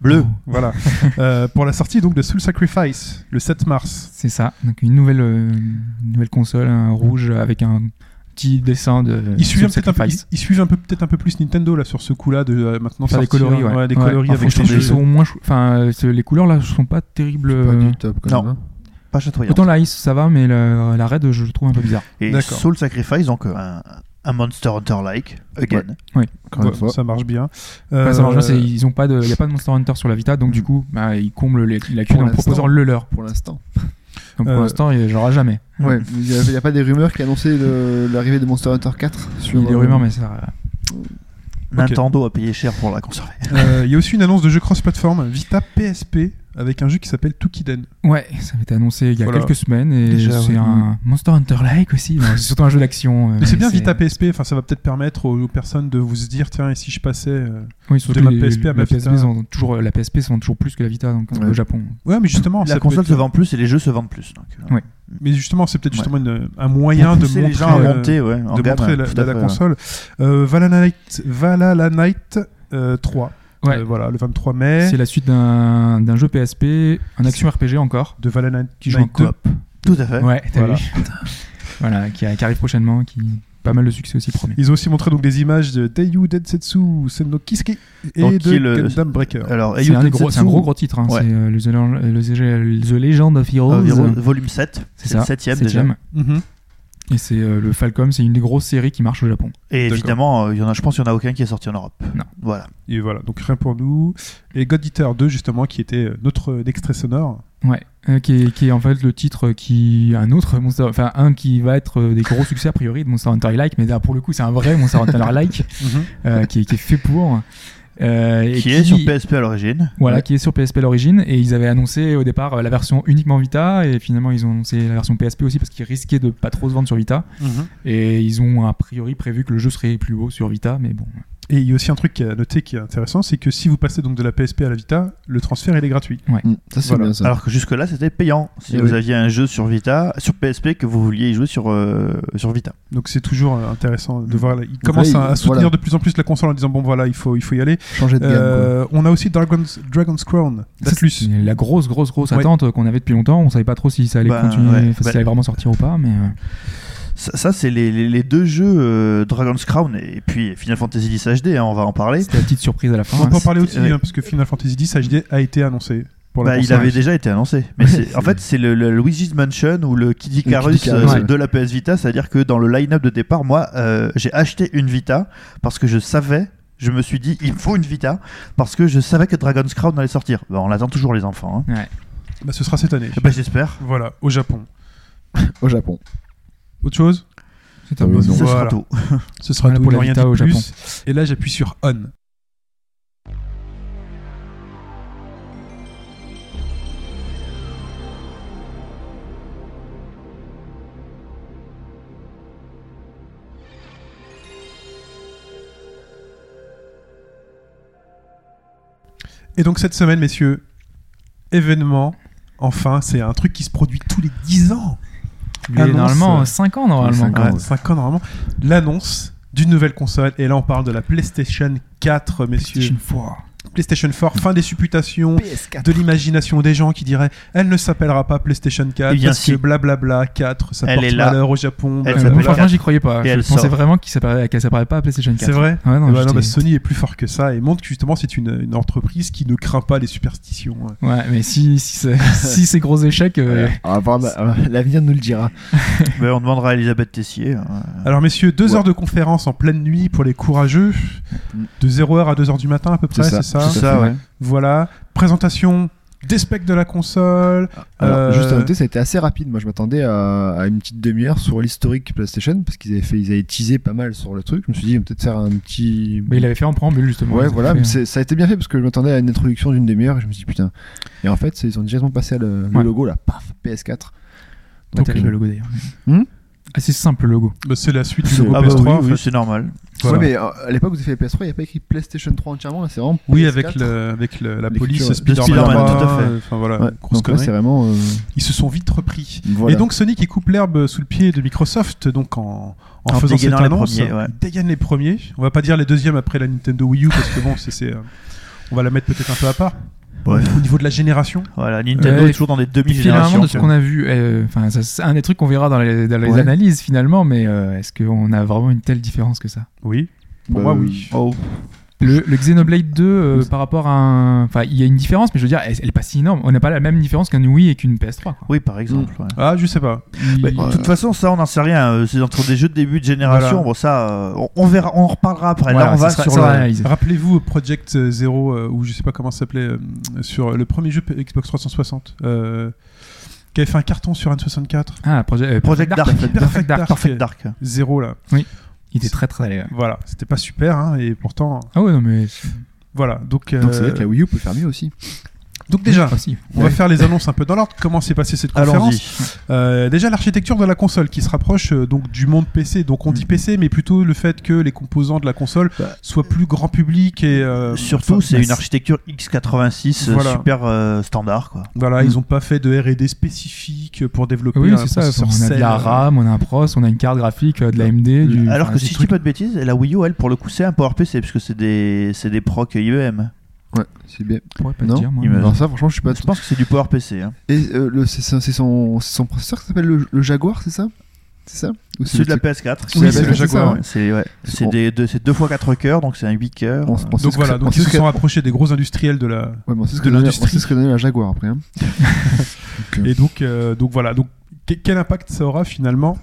[SPEAKER 2] bleu.
[SPEAKER 3] Oh.
[SPEAKER 2] Voilà. Euh, pour la sortie donc de Soul Sacrifice le 7 mars.
[SPEAKER 3] C'est ça. Donc une nouvelle, euh, une nouvelle console, un rouge avec un petit dessin de.
[SPEAKER 2] Ils suivent
[SPEAKER 3] Euh, Soul
[SPEAKER 2] peut-être un peu,
[SPEAKER 3] Sacrifice.
[SPEAKER 2] ils- ils suivent un peu peut-être un peu plus Nintendo là sur ce coup-là de euh, maintenant
[SPEAKER 3] Faire des
[SPEAKER 2] sortir,
[SPEAKER 3] coloris, ouais.
[SPEAKER 2] ouais, des
[SPEAKER 3] Ouais.
[SPEAKER 2] coloris
[SPEAKER 3] Enfin,
[SPEAKER 2] avec
[SPEAKER 3] je trouve
[SPEAKER 2] les
[SPEAKER 3] qu'ils
[SPEAKER 2] jeux.
[SPEAKER 3] sont moins. chou- Enfin, euh, c'est- les couleurs là sont pas terribles. euh,
[SPEAKER 5] Pas du top quand
[SPEAKER 4] non.
[SPEAKER 5] même. hein.
[SPEAKER 4] pas chatoyant.
[SPEAKER 3] Autant la Ice ça va, mais le- la Red je le trouve un peu bizarre.
[SPEAKER 4] Et
[SPEAKER 2] D'accord.
[SPEAKER 4] Soul Sacrifice, donc euh, un, un Monster Hunter-like, again.
[SPEAKER 5] Encore une
[SPEAKER 2] Ouais,
[SPEAKER 5] fois.
[SPEAKER 2] ça marche bien.
[SPEAKER 3] Enfin, ça marche
[SPEAKER 2] Euh,
[SPEAKER 3] bien,
[SPEAKER 2] hmm.
[SPEAKER 3] c'est- ils ont pas de, y a pas de Monster Hunter sur la Vita, donc du coup, bah, ils comblent les, la
[SPEAKER 5] Pour
[SPEAKER 3] en
[SPEAKER 5] l'instant.
[SPEAKER 3] proposant le leur.
[SPEAKER 5] Pour l'instant.
[SPEAKER 3] Donc
[SPEAKER 2] Euh,
[SPEAKER 3] pour l'instant, il- j'aurai jamais.
[SPEAKER 5] Ouais. Il n'y a, pas des rumeurs qui annonçaient le- l'arrivée de Monster Hunter 4
[SPEAKER 3] Il
[SPEAKER 5] sur.
[SPEAKER 3] y a des
[SPEAKER 5] euh,
[SPEAKER 3] rumeurs, mais ça.
[SPEAKER 4] Nintendo a payé cher pour la conserver.
[SPEAKER 2] Euh, Il y a aussi une annonce de jeu cross-platform Vita PSP avec un jeu qui s'appelle Tukiden.
[SPEAKER 3] euh, Ouais, ça avait été annoncé il y a
[SPEAKER 2] Voilà.
[SPEAKER 3] quelques semaines et
[SPEAKER 2] Déjà,
[SPEAKER 3] c'est
[SPEAKER 2] ouais.
[SPEAKER 3] un Monster Hunter like aussi. Non, c'est surtout un jeu d'action. euh,
[SPEAKER 2] Mais c'est bien Vita PSP, enfin ça va peut-être permettre aux, aux personnes de vous se dire tiens et si je passais euh,
[SPEAKER 3] Oui, surtout
[SPEAKER 2] de ma
[SPEAKER 3] les-
[SPEAKER 2] PSP à ma
[SPEAKER 3] la PSP,
[SPEAKER 2] Vita.
[SPEAKER 3] ils ont toujours, la PSP sont toujours plus que la Vita donc, euh,
[SPEAKER 5] Ouais.
[SPEAKER 3] au Japon.
[SPEAKER 2] Ouais, mais justement, ça
[SPEAKER 4] La
[SPEAKER 2] peut
[SPEAKER 4] console
[SPEAKER 2] être-
[SPEAKER 4] se vend plus et les jeux se vendent plus. Donc, euh,
[SPEAKER 3] Ouais.
[SPEAKER 2] Mais justement, c'est peut-être
[SPEAKER 4] Ouais.
[SPEAKER 2] justement une- un moyen de
[SPEAKER 4] pour pousser
[SPEAKER 2] montrer
[SPEAKER 4] les gens à
[SPEAKER 2] euh,
[SPEAKER 4] monter ouais, en
[SPEAKER 2] de
[SPEAKER 4] gamme,
[SPEAKER 2] montrer la,
[SPEAKER 4] tout à
[SPEAKER 2] la- la
[SPEAKER 4] fait, ouais.
[SPEAKER 2] console. Euh, Valhalla Knight, Valhalla Knight, euh, 3.
[SPEAKER 3] Ouais.
[SPEAKER 2] Euh, voilà, le 23 mai.
[SPEAKER 3] C'est la suite d'un d'un jeu PSP, un action RPG encore,
[SPEAKER 2] De Valhalla Knight
[SPEAKER 3] qui joue en
[SPEAKER 2] 2.
[SPEAKER 3] coop.
[SPEAKER 4] Tout à fait.
[SPEAKER 3] Ouais, t'as
[SPEAKER 2] Voilà.
[SPEAKER 3] vu Voilà, qui, a- qui arrive prochainement, qui pas mal de succès aussi promis.
[SPEAKER 2] Ils ont aussi montré donc des images de Teiyu Densetsu Senno Kisuke et
[SPEAKER 4] Donc, qui
[SPEAKER 2] de
[SPEAKER 4] est le- Euh.
[SPEAKER 2] Gundam Breaker.
[SPEAKER 4] Alors,
[SPEAKER 3] C'est
[SPEAKER 4] Eiyou
[SPEAKER 3] un, des gros- c'est un
[SPEAKER 4] Densetsu,
[SPEAKER 3] gros gros titre, hein.
[SPEAKER 4] Ouais.
[SPEAKER 3] c'est euh, le, The Legend- le The- The Legend of Heroes,
[SPEAKER 4] euh, Viro- volume 7,
[SPEAKER 3] c'est
[SPEAKER 4] c'est
[SPEAKER 3] ça,
[SPEAKER 4] le 7 déjà.
[SPEAKER 3] septième.
[SPEAKER 2] Mhm.
[SPEAKER 3] Et c'est euh, le Falcom, c'est une des grosses séries qui marche au Japon.
[SPEAKER 4] Et
[SPEAKER 2] D'accord.
[SPEAKER 4] évidemment, euh, il y en a, je pense qu'il n'y en a aucun qui est sorti en Europe.
[SPEAKER 3] Non.
[SPEAKER 4] Voilà.
[SPEAKER 2] Et voilà, donc rien pour nous. Et God Eater 2, justement, qui était euh, notre euh, extrait sonore.
[SPEAKER 3] Ouais, euh, qui, est, qui est en fait le titre qui un autre Monster, enfin un qui va être euh, des gros succès a priori de Monster Hunter like, mais là, pour le coup c'est un vrai Monster Hunter like euh, qui, est- qui est fait pour euh, et
[SPEAKER 4] Mhm. Qui, est sur PSP à l'origine.
[SPEAKER 3] Voilà, qui est sur PSP à l'origine et ils avaient annoncé au départ euh, la version uniquement Vita et finalement ils ont annoncé la version PSP aussi parce qu'ils risquaient de pas trop se vendre sur Vita et ils ont a priori prévu que le jeu serait plus beau sur Vita, mais bon.
[SPEAKER 2] Et il y a aussi un truc à noter qui est intéressant, c'est que si vous passez donc de la PSP à la Vita, le transfert il est gratuit.
[SPEAKER 5] mm, Ça c'est
[SPEAKER 2] Voilà.
[SPEAKER 5] bien ça.
[SPEAKER 4] Alors que jusque-là, c'était payant. Si
[SPEAKER 5] Eh
[SPEAKER 4] vous
[SPEAKER 5] oui.
[SPEAKER 4] aviez un jeu sur Vita, sur PSP, que vous vouliez y jouer sur, euh, sur Vita.
[SPEAKER 2] Donc c'est toujours euh, intéressant de voir. là, Ils
[SPEAKER 5] là,
[SPEAKER 2] commencent
[SPEAKER 5] il-
[SPEAKER 2] à- à soutenir
[SPEAKER 5] voilà.
[SPEAKER 2] de plus en plus la console en disant bon voilà, il faut, il faut y aller.
[SPEAKER 5] Changer de gamme. quoi.
[SPEAKER 2] Euh, on a aussi Dragon's, Dragon's Crown
[SPEAKER 3] C'est
[SPEAKER 2] d'Atlus.
[SPEAKER 3] la grosse, grosse, grosse
[SPEAKER 2] Ouais.
[SPEAKER 3] attente qu'on avait depuis longtemps. On savait pas trop si ça allait
[SPEAKER 4] Bah,
[SPEAKER 3] continuer,
[SPEAKER 4] ouais.
[SPEAKER 3] enfin, si
[SPEAKER 4] Bah-
[SPEAKER 3] ça allait vraiment sortir ou pas, mais. euh,
[SPEAKER 4] Ça, ça, c'est les, les- les deux jeux euh, Dragon's Crown et puis Final Fantasy X HD, hein, on va en parler.
[SPEAKER 3] C'était la petite surprise à la fin.
[SPEAKER 2] On peut en
[SPEAKER 3] hein.
[SPEAKER 2] parler aussi,
[SPEAKER 4] ouais.
[SPEAKER 2] hein, parce que Final Fantasy X HD a été annoncé pour la
[SPEAKER 4] Bah, il
[SPEAKER 3] hein.
[SPEAKER 2] console.
[SPEAKER 4] avait déjà été annoncé. Mais c'est- en fait, c'est le, le Luigi's Mansion ou le Kid Icarus,
[SPEAKER 5] Icarus,
[SPEAKER 4] euh,
[SPEAKER 3] ouais.
[SPEAKER 4] de la PS Vita. C'est-à-dire que dans le line-up de départ, moi, euh, j'ai acheté une Vita parce que je savais, je me suis dit, il me faut une Vita parce que je savais que Dragon's Crown allait sortir. Bah, on attend toujours les enfants. hein.
[SPEAKER 2] Bah, ce sera cette année.
[SPEAKER 4] Bah, j'espère.
[SPEAKER 2] Voilà, au Japon.
[SPEAKER 5] Au Japon.
[SPEAKER 2] Autre chose
[SPEAKER 3] C'est un
[SPEAKER 5] Euh,
[SPEAKER 3] bon
[SPEAKER 5] non.
[SPEAKER 4] Ce sera
[SPEAKER 2] Voilà.
[SPEAKER 4] tout.
[SPEAKER 2] Ce sera
[SPEAKER 3] Voilà
[SPEAKER 2] tout, ils
[SPEAKER 3] pour la
[SPEAKER 2] n'ont rien
[SPEAKER 3] Vita
[SPEAKER 2] dit
[SPEAKER 3] au
[SPEAKER 2] de plus.
[SPEAKER 3] Japon.
[SPEAKER 2] Et là, j'appuie sur On. Et donc cette semaine, messieurs, événement, enfin, c'est un truc qui se produit tous les 10 ans.
[SPEAKER 4] Ah,
[SPEAKER 3] Il est
[SPEAKER 2] annonce,
[SPEAKER 3] normalement
[SPEAKER 2] euh,
[SPEAKER 3] 5 ans, normalement.
[SPEAKER 5] cinq ans.
[SPEAKER 3] Ouais.
[SPEAKER 2] Ouais, 5 ans normalement. L'annonce d'une nouvelle console. Et là, on parle de la PlayStation 4, messieurs.
[SPEAKER 3] PlayStation 4.
[SPEAKER 2] PlayStation 4, fin des supputations,
[SPEAKER 5] PS4.
[SPEAKER 2] de l'imagination des gens qui diraient elle ne s'appellera pas Playstation 4
[SPEAKER 4] Eh bien,
[SPEAKER 2] parce
[SPEAKER 4] si.
[SPEAKER 2] que blablabla 4, ça
[SPEAKER 4] Elle
[SPEAKER 2] porte
[SPEAKER 4] est là.
[SPEAKER 2] malheur au Japon.
[SPEAKER 4] Elle
[SPEAKER 3] Euh,
[SPEAKER 2] blablabla.
[SPEAKER 4] s'appelle
[SPEAKER 3] franchement,
[SPEAKER 4] 4.
[SPEAKER 3] j'y croyais pas. je
[SPEAKER 4] Et elle
[SPEAKER 3] pensais
[SPEAKER 4] sort.
[SPEAKER 3] vraiment qu'il s'apparaît- qu'elle s'apparaît pas à PlayStation 4.
[SPEAKER 2] C'est vrai
[SPEAKER 3] Ouais, non,
[SPEAKER 2] Eh ben non,
[SPEAKER 3] j'étais-
[SPEAKER 2] mais Sony est plus fort que ça et montre que justement c'est une, une entreprise qui ne craint pas les superstitions.
[SPEAKER 3] Ouais, mais si, si, c'est- si c'est gros échec, euh,
[SPEAKER 5] On va voir, bah, L'avenir nous le dira.
[SPEAKER 4] Mais on demandera à Elisabeth Tessier. hein.
[SPEAKER 2] Alors messieurs, deux
[SPEAKER 5] Ouais.
[SPEAKER 2] heures de conférence en pleine nuit pour les courageux,
[SPEAKER 5] Mm.
[SPEAKER 2] de 0h à 2h du matin à peu près, c'est ça,
[SPEAKER 5] Tout à
[SPEAKER 4] Ça,
[SPEAKER 5] fait.
[SPEAKER 4] ouais.
[SPEAKER 2] Voilà, présentation des specs de la console.
[SPEAKER 5] Alors,
[SPEAKER 2] Euh,
[SPEAKER 5] juste à noter, ça a été assez rapide. Moi, je m'attendais à, à une petite demi-heure sur l'historique PlayStation parce qu'ils avaient fait, ils avaient teasé pas mal sur le truc. Je me suis dit, ils vont peut-être faire un petit.
[SPEAKER 3] mais il avait fait en préambule justement.
[SPEAKER 5] ouais,
[SPEAKER 3] Ils ont
[SPEAKER 5] voilà.
[SPEAKER 3] fait,
[SPEAKER 5] mais
[SPEAKER 3] euh,
[SPEAKER 5] c'est- ça a été bien fait parce que je m'attendais à une introduction d'une demi-heure et je me suis dit, putain. Et en fait, c'est- ils ont directement passé à le, le
[SPEAKER 3] Ouais.
[SPEAKER 5] logo là, paf, PS4.
[SPEAKER 3] Pas
[SPEAKER 5] Donc,
[SPEAKER 3] terrible
[SPEAKER 5] euh,
[SPEAKER 3] le logo d'ailleurs.
[SPEAKER 5] Hmm
[SPEAKER 3] Assez Ah, simple le logo.
[SPEAKER 2] Bah, c'est la suite
[SPEAKER 5] C'est-
[SPEAKER 2] du logo
[SPEAKER 4] Ah bah
[SPEAKER 2] PS3. en
[SPEAKER 4] oui,
[SPEAKER 2] fait.
[SPEAKER 4] oui, c'est normal.
[SPEAKER 2] Voilà.
[SPEAKER 5] Ouais, mais euh, à l'époque, vous avez fait PS3, il n'y a pas écrit PlayStation 3 entièrement, là, c'est vraiment.
[SPEAKER 2] Oui,
[SPEAKER 5] PS4.
[SPEAKER 2] avec, le, avec le- la
[SPEAKER 5] Les
[SPEAKER 2] police
[SPEAKER 5] cultures-
[SPEAKER 2] Spider-Man,
[SPEAKER 4] Spider-Man,
[SPEAKER 2] 3,
[SPEAKER 4] tout à fait.
[SPEAKER 2] euh, Enfin voilà,
[SPEAKER 5] Ouais,
[SPEAKER 2] grosse
[SPEAKER 5] donc là,
[SPEAKER 2] connerie.
[SPEAKER 5] c'est vraiment. euh,
[SPEAKER 2] Ils se sont vite repris.
[SPEAKER 5] voilà.
[SPEAKER 2] Et donc Sony qui coupe l'herbe sous le pied de Microsoft, donc en, en,
[SPEAKER 4] En
[SPEAKER 2] faisant cette
[SPEAKER 4] dégainant les
[SPEAKER 2] annonce,
[SPEAKER 4] premiers, ouais.
[SPEAKER 2] il dégaine les premiers. On va pas dire les deuxièmes après la Nintendo Wii U parce que bon, c'est, c'est, euh, on va la mettre peut-être un peu à part
[SPEAKER 4] Ouais.
[SPEAKER 2] au niveau de la génération.
[SPEAKER 4] Voilà, Nintendo
[SPEAKER 3] Ouais.
[SPEAKER 4] est toujours dans des
[SPEAKER 3] Puis Finalement,
[SPEAKER 4] demi-générations.
[SPEAKER 3] de ce qu'on a vu, euh, enfin, ça, c'est un des trucs qu'on verra dans les, dans les
[SPEAKER 5] Ouais.
[SPEAKER 3] analyses finalement, mais euh, est-ce qu'on a vraiment une telle différence que ça
[SPEAKER 2] Oui. Pour
[SPEAKER 5] Bah,
[SPEAKER 2] moi, oui.
[SPEAKER 4] Oh.
[SPEAKER 3] le, le Xenoblade 2, euh, par rapport à un. Enfin, il y a une différence, mais je veux dire, elle, elle est pas si énorme. On n'a pas la même différence qu'un Wii et qu'une PS3. Quoi.
[SPEAKER 4] Oui, par exemple. ouais.
[SPEAKER 2] Ah, je sais pas.
[SPEAKER 3] Il-
[SPEAKER 4] Mais De toute façon, ça, on n'en sait rien. euh, C'est entre des jeux de début de génération.
[SPEAKER 2] Voilà.
[SPEAKER 4] Bon, ça, euh, on, on verra, on en reparlera après.
[SPEAKER 3] Voilà,
[SPEAKER 4] Là, on
[SPEAKER 3] ça
[SPEAKER 4] va
[SPEAKER 3] sera-
[SPEAKER 4] sur
[SPEAKER 3] ça
[SPEAKER 4] le-
[SPEAKER 3] sera réalisé.
[SPEAKER 2] Rappelez-vous Project Zero euh, ou je sais pas comment ça s'appelait euh, sur le premier jeu Xbox 360 euh, qui avait fait un carton sur N64.
[SPEAKER 3] Ah, Proje- euh,
[SPEAKER 4] Project Dark.
[SPEAKER 2] Perfect Dark.
[SPEAKER 4] Perfect Dark.
[SPEAKER 2] Zéro là.
[SPEAKER 3] Il était très très. euh,
[SPEAKER 2] Voilà, c'était pas super hein, et pourtant
[SPEAKER 3] Ah ouais, non, mais.
[SPEAKER 2] voilà. Donc,
[SPEAKER 5] Donc,
[SPEAKER 2] euh,
[SPEAKER 5] c'est vrai que la Wii U peut faire mieux aussi.
[SPEAKER 2] donc déjà,
[SPEAKER 3] Aussi.
[SPEAKER 2] On va faire les annonces un peu dans l'ordre. Comment s'est passée cette conférence
[SPEAKER 4] Allons-y.
[SPEAKER 2] Euh, Déjà l'architecture de la console qui se rapproche euh, donc du monde PC. Donc on dit PC, mais plutôt le fait que les composants de la console
[SPEAKER 5] Bah.
[SPEAKER 2] soient plus grand public et euh,
[SPEAKER 4] Surtout,
[SPEAKER 2] enfin,
[SPEAKER 4] c'est
[SPEAKER 2] bah,
[SPEAKER 4] une architecture x86 euh,
[SPEAKER 2] Voilà.
[SPEAKER 4] super euh, standard. Quoi.
[SPEAKER 2] Voilà,
[SPEAKER 3] Mm.
[SPEAKER 2] ils ont pas fait de R&D spécifique pour développer
[SPEAKER 3] Oui,
[SPEAKER 2] un
[SPEAKER 3] c'est ça.
[SPEAKER 2] processeur
[SPEAKER 3] On a de
[SPEAKER 2] Cell.
[SPEAKER 3] la RAM, on a un PROS, on a une carte graphique, euh, de la MD. Du...
[SPEAKER 4] euh. Bah, Alors
[SPEAKER 3] enfin,
[SPEAKER 4] que
[SPEAKER 3] des
[SPEAKER 4] si je dis
[SPEAKER 3] trucs-
[SPEAKER 4] pas de bêtises, la Wii U, elle, pour le coup, c'est un PowerPC, puisque c'est des, c'est des procs E IEM.
[SPEAKER 5] Ouais, c'est bien.
[SPEAKER 3] Je pourrais pas te
[SPEAKER 5] Non,
[SPEAKER 3] dire, moi.
[SPEAKER 4] il me- Euh,
[SPEAKER 5] Alors, ça, franchement, je suis pas.
[SPEAKER 4] Je pense que c'est du PowerPC. Hein.
[SPEAKER 5] Et euh, le- c'est son, c'est son, c'est son processeur qui s'appelle le, le Jaguar, c'est ça C'est ça Ou
[SPEAKER 4] Celui
[SPEAKER 5] le
[SPEAKER 4] de la
[SPEAKER 5] truc-
[SPEAKER 4] PS4.
[SPEAKER 5] Oui,
[SPEAKER 4] la
[SPEAKER 5] c'est le
[SPEAKER 4] PS4,
[SPEAKER 5] Jaguar,
[SPEAKER 4] ouais.
[SPEAKER 5] ouais.
[SPEAKER 4] C'est ouais. C'est
[SPEAKER 5] On-
[SPEAKER 4] des- deux- c'est deux fois 4 cœurs, donc c'est un 8 cœurs.
[SPEAKER 5] on, s- on
[SPEAKER 2] Donc
[SPEAKER 5] sait ce que
[SPEAKER 2] voilà,
[SPEAKER 5] ça-
[SPEAKER 2] donc
[SPEAKER 5] on sait
[SPEAKER 2] ils
[SPEAKER 5] ce
[SPEAKER 2] se
[SPEAKER 5] que-
[SPEAKER 2] sont rapprochés des gros industriels de la
[SPEAKER 5] Ouais, mais on sait ce
[SPEAKER 2] de
[SPEAKER 5] que donnait-
[SPEAKER 2] l'industrie.
[SPEAKER 5] On sait ce que donnait la Jaguar après. hein.
[SPEAKER 2] et donc euh, donc voilà donc que- quel impact ça aura finalement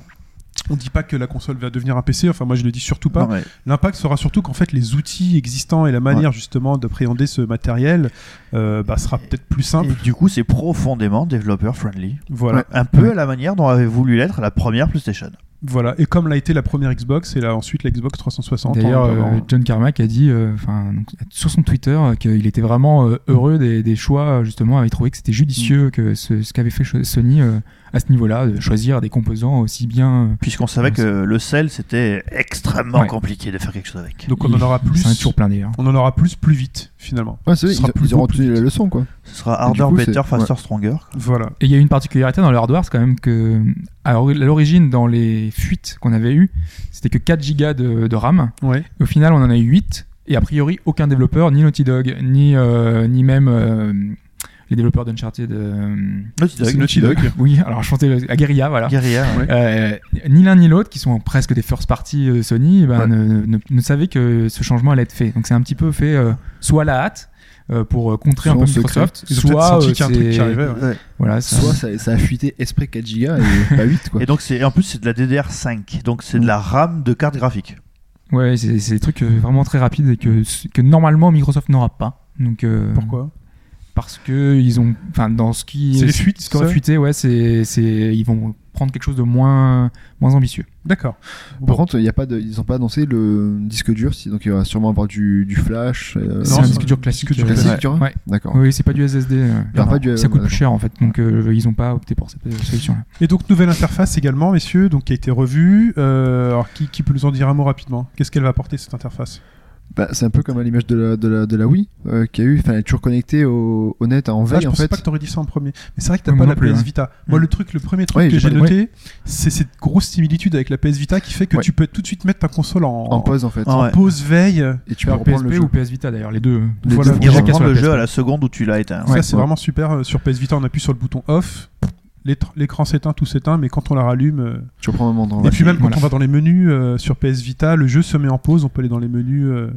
[SPEAKER 2] on dit pas que la console va devenir un PC, enfin moi je le dis surtout pas.
[SPEAKER 4] Non, mais-
[SPEAKER 2] L'impact sera surtout qu'en fait les outils existants et la manière justement d'appréhender ce matériel euh, bah, sera peut-être plus simple.
[SPEAKER 4] Et du coup, c'est profondément développeur friendly.
[SPEAKER 2] Voilà.
[SPEAKER 5] Ouais.
[SPEAKER 4] Un peu à la manière dont avait voulu l'être la première PlayStation.
[SPEAKER 2] voilà. Et comme l'a été la première Xbox et là ensuite la Xbox 360.
[SPEAKER 3] D'ailleurs,
[SPEAKER 2] en- en-
[SPEAKER 3] euh, John Carmack a dit, euh, enfin, donc, sur son Twitter, euh, qu'il était vraiment euh, heureux des, des choix. euh, Justement, avait trouvé que c'était judicieux que ce, ce qu'avait fait cho- Sony euh, à ce niveau-là, de choisir des composants aussi bien. euh,
[SPEAKER 4] Puisqu'on savait
[SPEAKER 3] Ouais,
[SPEAKER 4] que le sel, c'était extrêmement
[SPEAKER 3] Ouais.
[SPEAKER 4] compliqué de faire quelque chose avec.
[SPEAKER 2] donc on en aura
[SPEAKER 3] C'est un
[SPEAKER 2] plus.
[SPEAKER 3] toujours plein d'ailleurs.
[SPEAKER 2] On en aura plus plus vite finalement.
[SPEAKER 5] Ouais, c'est vrai,
[SPEAKER 2] Ce sera
[SPEAKER 5] ils-
[SPEAKER 2] plus
[SPEAKER 5] ils auront
[SPEAKER 2] beau, plus
[SPEAKER 5] retenu la
[SPEAKER 2] vite.
[SPEAKER 5] leçon, quoi.
[SPEAKER 4] Ce sera
[SPEAKER 5] Et du
[SPEAKER 4] harder,
[SPEAKER 5] coup,
[SPEAKER 4] better,
[SPEAKER 5] c'est-
[SPEAKER 4] faster, stronger. quoi.
[SPEAKER 2] Voilà.
[SPEAKER 3] Et il y a une particularité dans le hardware, c'est quand même que à l'ori- à l'origine, dans les fuites qu'on avait eues, c'était que 4 gigas de, de RAM.
[SPEAKER 2] Ouais.
[SPEAKER 3] Au final, on en a eu 8. Et a priori, aucun développeur, ni Naughty Dog, ni, euh, ni même euh, les développeurs d'Uncharted. euh,
[SPEAKER 4] Naughty Dog.
[SPEAKER 2] Naughty Dog.
[SPEAKER 3] oui, alors je chantais à Guerilla, voilà.
[SPEAKER 4] Guerrilla, ouais.
[SPEAKER 3] Euh, ni l'un ni l'autre, qui sont presque des first party euh, Sony, eh ben,
[SPEAKER 5] Ouais.
[SPEAKER 3] ne, ne- ne savaient que ce changement allait être fait. Donc c'est un petit peu fait euh, soit à la hâte euh, pour euh, contrer un peu
[SPEAKER 5] Soit en secret.
[SPEAKER 3] Microsoft,
[SPEAKER 2] Ils ont peut-être
[SPEAKER 3] soit
[SPEAKER 2] senti
[SPEAKER 3] euh,
[SPEAKER 2] qu'il y a un truc qui
[SPEAKER 3] c'est-
[SPEAKER 2] arrivait. ouais.
[SPEAKER 3] voilà, ça-
[SPEAKER 5] Soit ça, ça a fuité esprit 4 Go et pas 8, quoi.
[SPEAKER 4] Et donc c'est en plus c'est de la DDR5, donc c'est de la RAM de carte graphique.
[SPEAKER 3] ouais, c'est c'est des trucs euh, vraiment très rapides et que, que normalement Microsoft n'aura pas. Donc euh,
[SPEAKER 2] Pourquoi
[SPEAKER 3] Parce que ils ont, enfin dans ce qui
[SPEAKER 2] C'est les fuites,
[SPEAKER 3] ce qui aurait
[SPEAKER 2] ça
[SPEAKER 3] fuité, ouais, c'est c'est ils vont prendre quelque chose de moins moins ambitieux.
[SPEAKER 2] D'accord.
[SPEAKER 5] Par contre, il y a pas de, ils ont pas annoncé le disque dur, si- donc il va sûrement avoir du, du flash. euh,
[SPEAKER 3] C'est
[SPEAKER 2] Non,
[SPEAKER 3] un
[SPEAKER 2] c'est
[SPEAKER 3] disque dur classique.
[SPEAKER 2] disque dur
[SPEAKER 3] euh,
[SPEAKER 5] classique,
[SPEAKER 3] ouais.
[SPEAKER 5] tu vois
[SPEAKER 3] Ouais.
[SPEAKER 5] D'accord.
[SPEAKER 3] Oui, c'est pas du SSD. euh,
[SPEAKER 5] Il y aura pas du-
[SPEAKER 3] ça coûte
[SPEAKER 5] d'accord.
[SPEAKER 3] plus cher en fait, donc euh, ils ont pas opté pour cette euh, solution-là.
[SPEAKER 2] Et donc nouvelle interface également, messieurs, donc qui a été revue. Euh, alors qui, qui peut nous en dire un mot rapidement Qu'est-ce qu'elle va apporter cette interface
[SPEAKER 5] Bah, c'est un peu comme à l'image de la, de la, de la Wii, euh, qui a eu, enfin, elle est toujours connectée au, au net, hein, en
[SPEAKER 2] Ah,
[SPEAKER 5] veille,
[SPEAKER 2] je
[SPEAKER 5] en
[SPEAKER 2] pensais
[SPEAKER 5] fait.
[SPEAKER 2] pas que t'aurais dit ça en premier. Mais c'est vrai que t'as
[SPEAKER 3] Oui,
[SPEAKER 2] pas
[SPEAKER 3] moi
[SPEAKER 2] la
[SPEAKER 3] non plus,
[SPEAKER 2] PS
[SPEAKER 3] hein.
[SPEAKER 2] Vita. Moi, le truc, le premier truc
[SPEAKER 5] Ouais,
[SPEAKER 2] que
[SPEAKER 5] j'ai
[SPEAKER 2] j'ai
[SPEAKER 5] pas-
[SPEAKER 2] noté, c'est cette grosse similitude avec la PS Vita qui fait que
[SPEAKER 5] Ouais.
[SPEAKER 2] tu peux tout de suite mettre ta console en,
[SPEAKER 5] En pause, en fait.
[SPEAKER 4] Ah
[SPEAKER 2] en
[SPEAKER 4] ouais.
[SPEAKER 2] pause veille.
[SPEAKER 5] Et tu peux
[SPEAKER 3] Alors
[SPEAKER 5] reprendre
[SPEAKER 3] PSP
[SPEAKER 5] le jeu.
[SPEAKER 3] ou PS Vita d'ailleurs, les deux.
[SPEAKER 2] Les
[SPEAKER 3] Voilà,
[SPEAKER 2] deux
[SPEAKER 3] faut
[SPEAKER 4] Il
[SPEAKER 2] Ils
[SPEAKER 3] chacun
[SPEAKER 4] reprend
[SPEAKER 3] sur la
[SPEAKER 4] le
[SPEAKER 3] PSP.
[SPEAKER 4] jeu à la seconde où tu l'as éteint.
[SPEAKER 2] ça,
[SPEAKER 3] Ouais,
[SPEAKER 2] c'est
[SPEAKER 5] ouais.
[SPEAKER 2] vraiment super. Euh, Sur PS Vita, on appuie sur le bouton off. l'étr- L'écran s'éteint, tout s'éteint, mais quand on la rallume. euh,
[SPEAKER 5] Tu reprends un moment
[SPEAKER 2] Et puis, même quand
[SPEAKER 3] voilà.
[SPEAKER 2] on va dans les menus euh, sur PS Vita, le jeu se met en pause, on peut aller dans les menus. euh,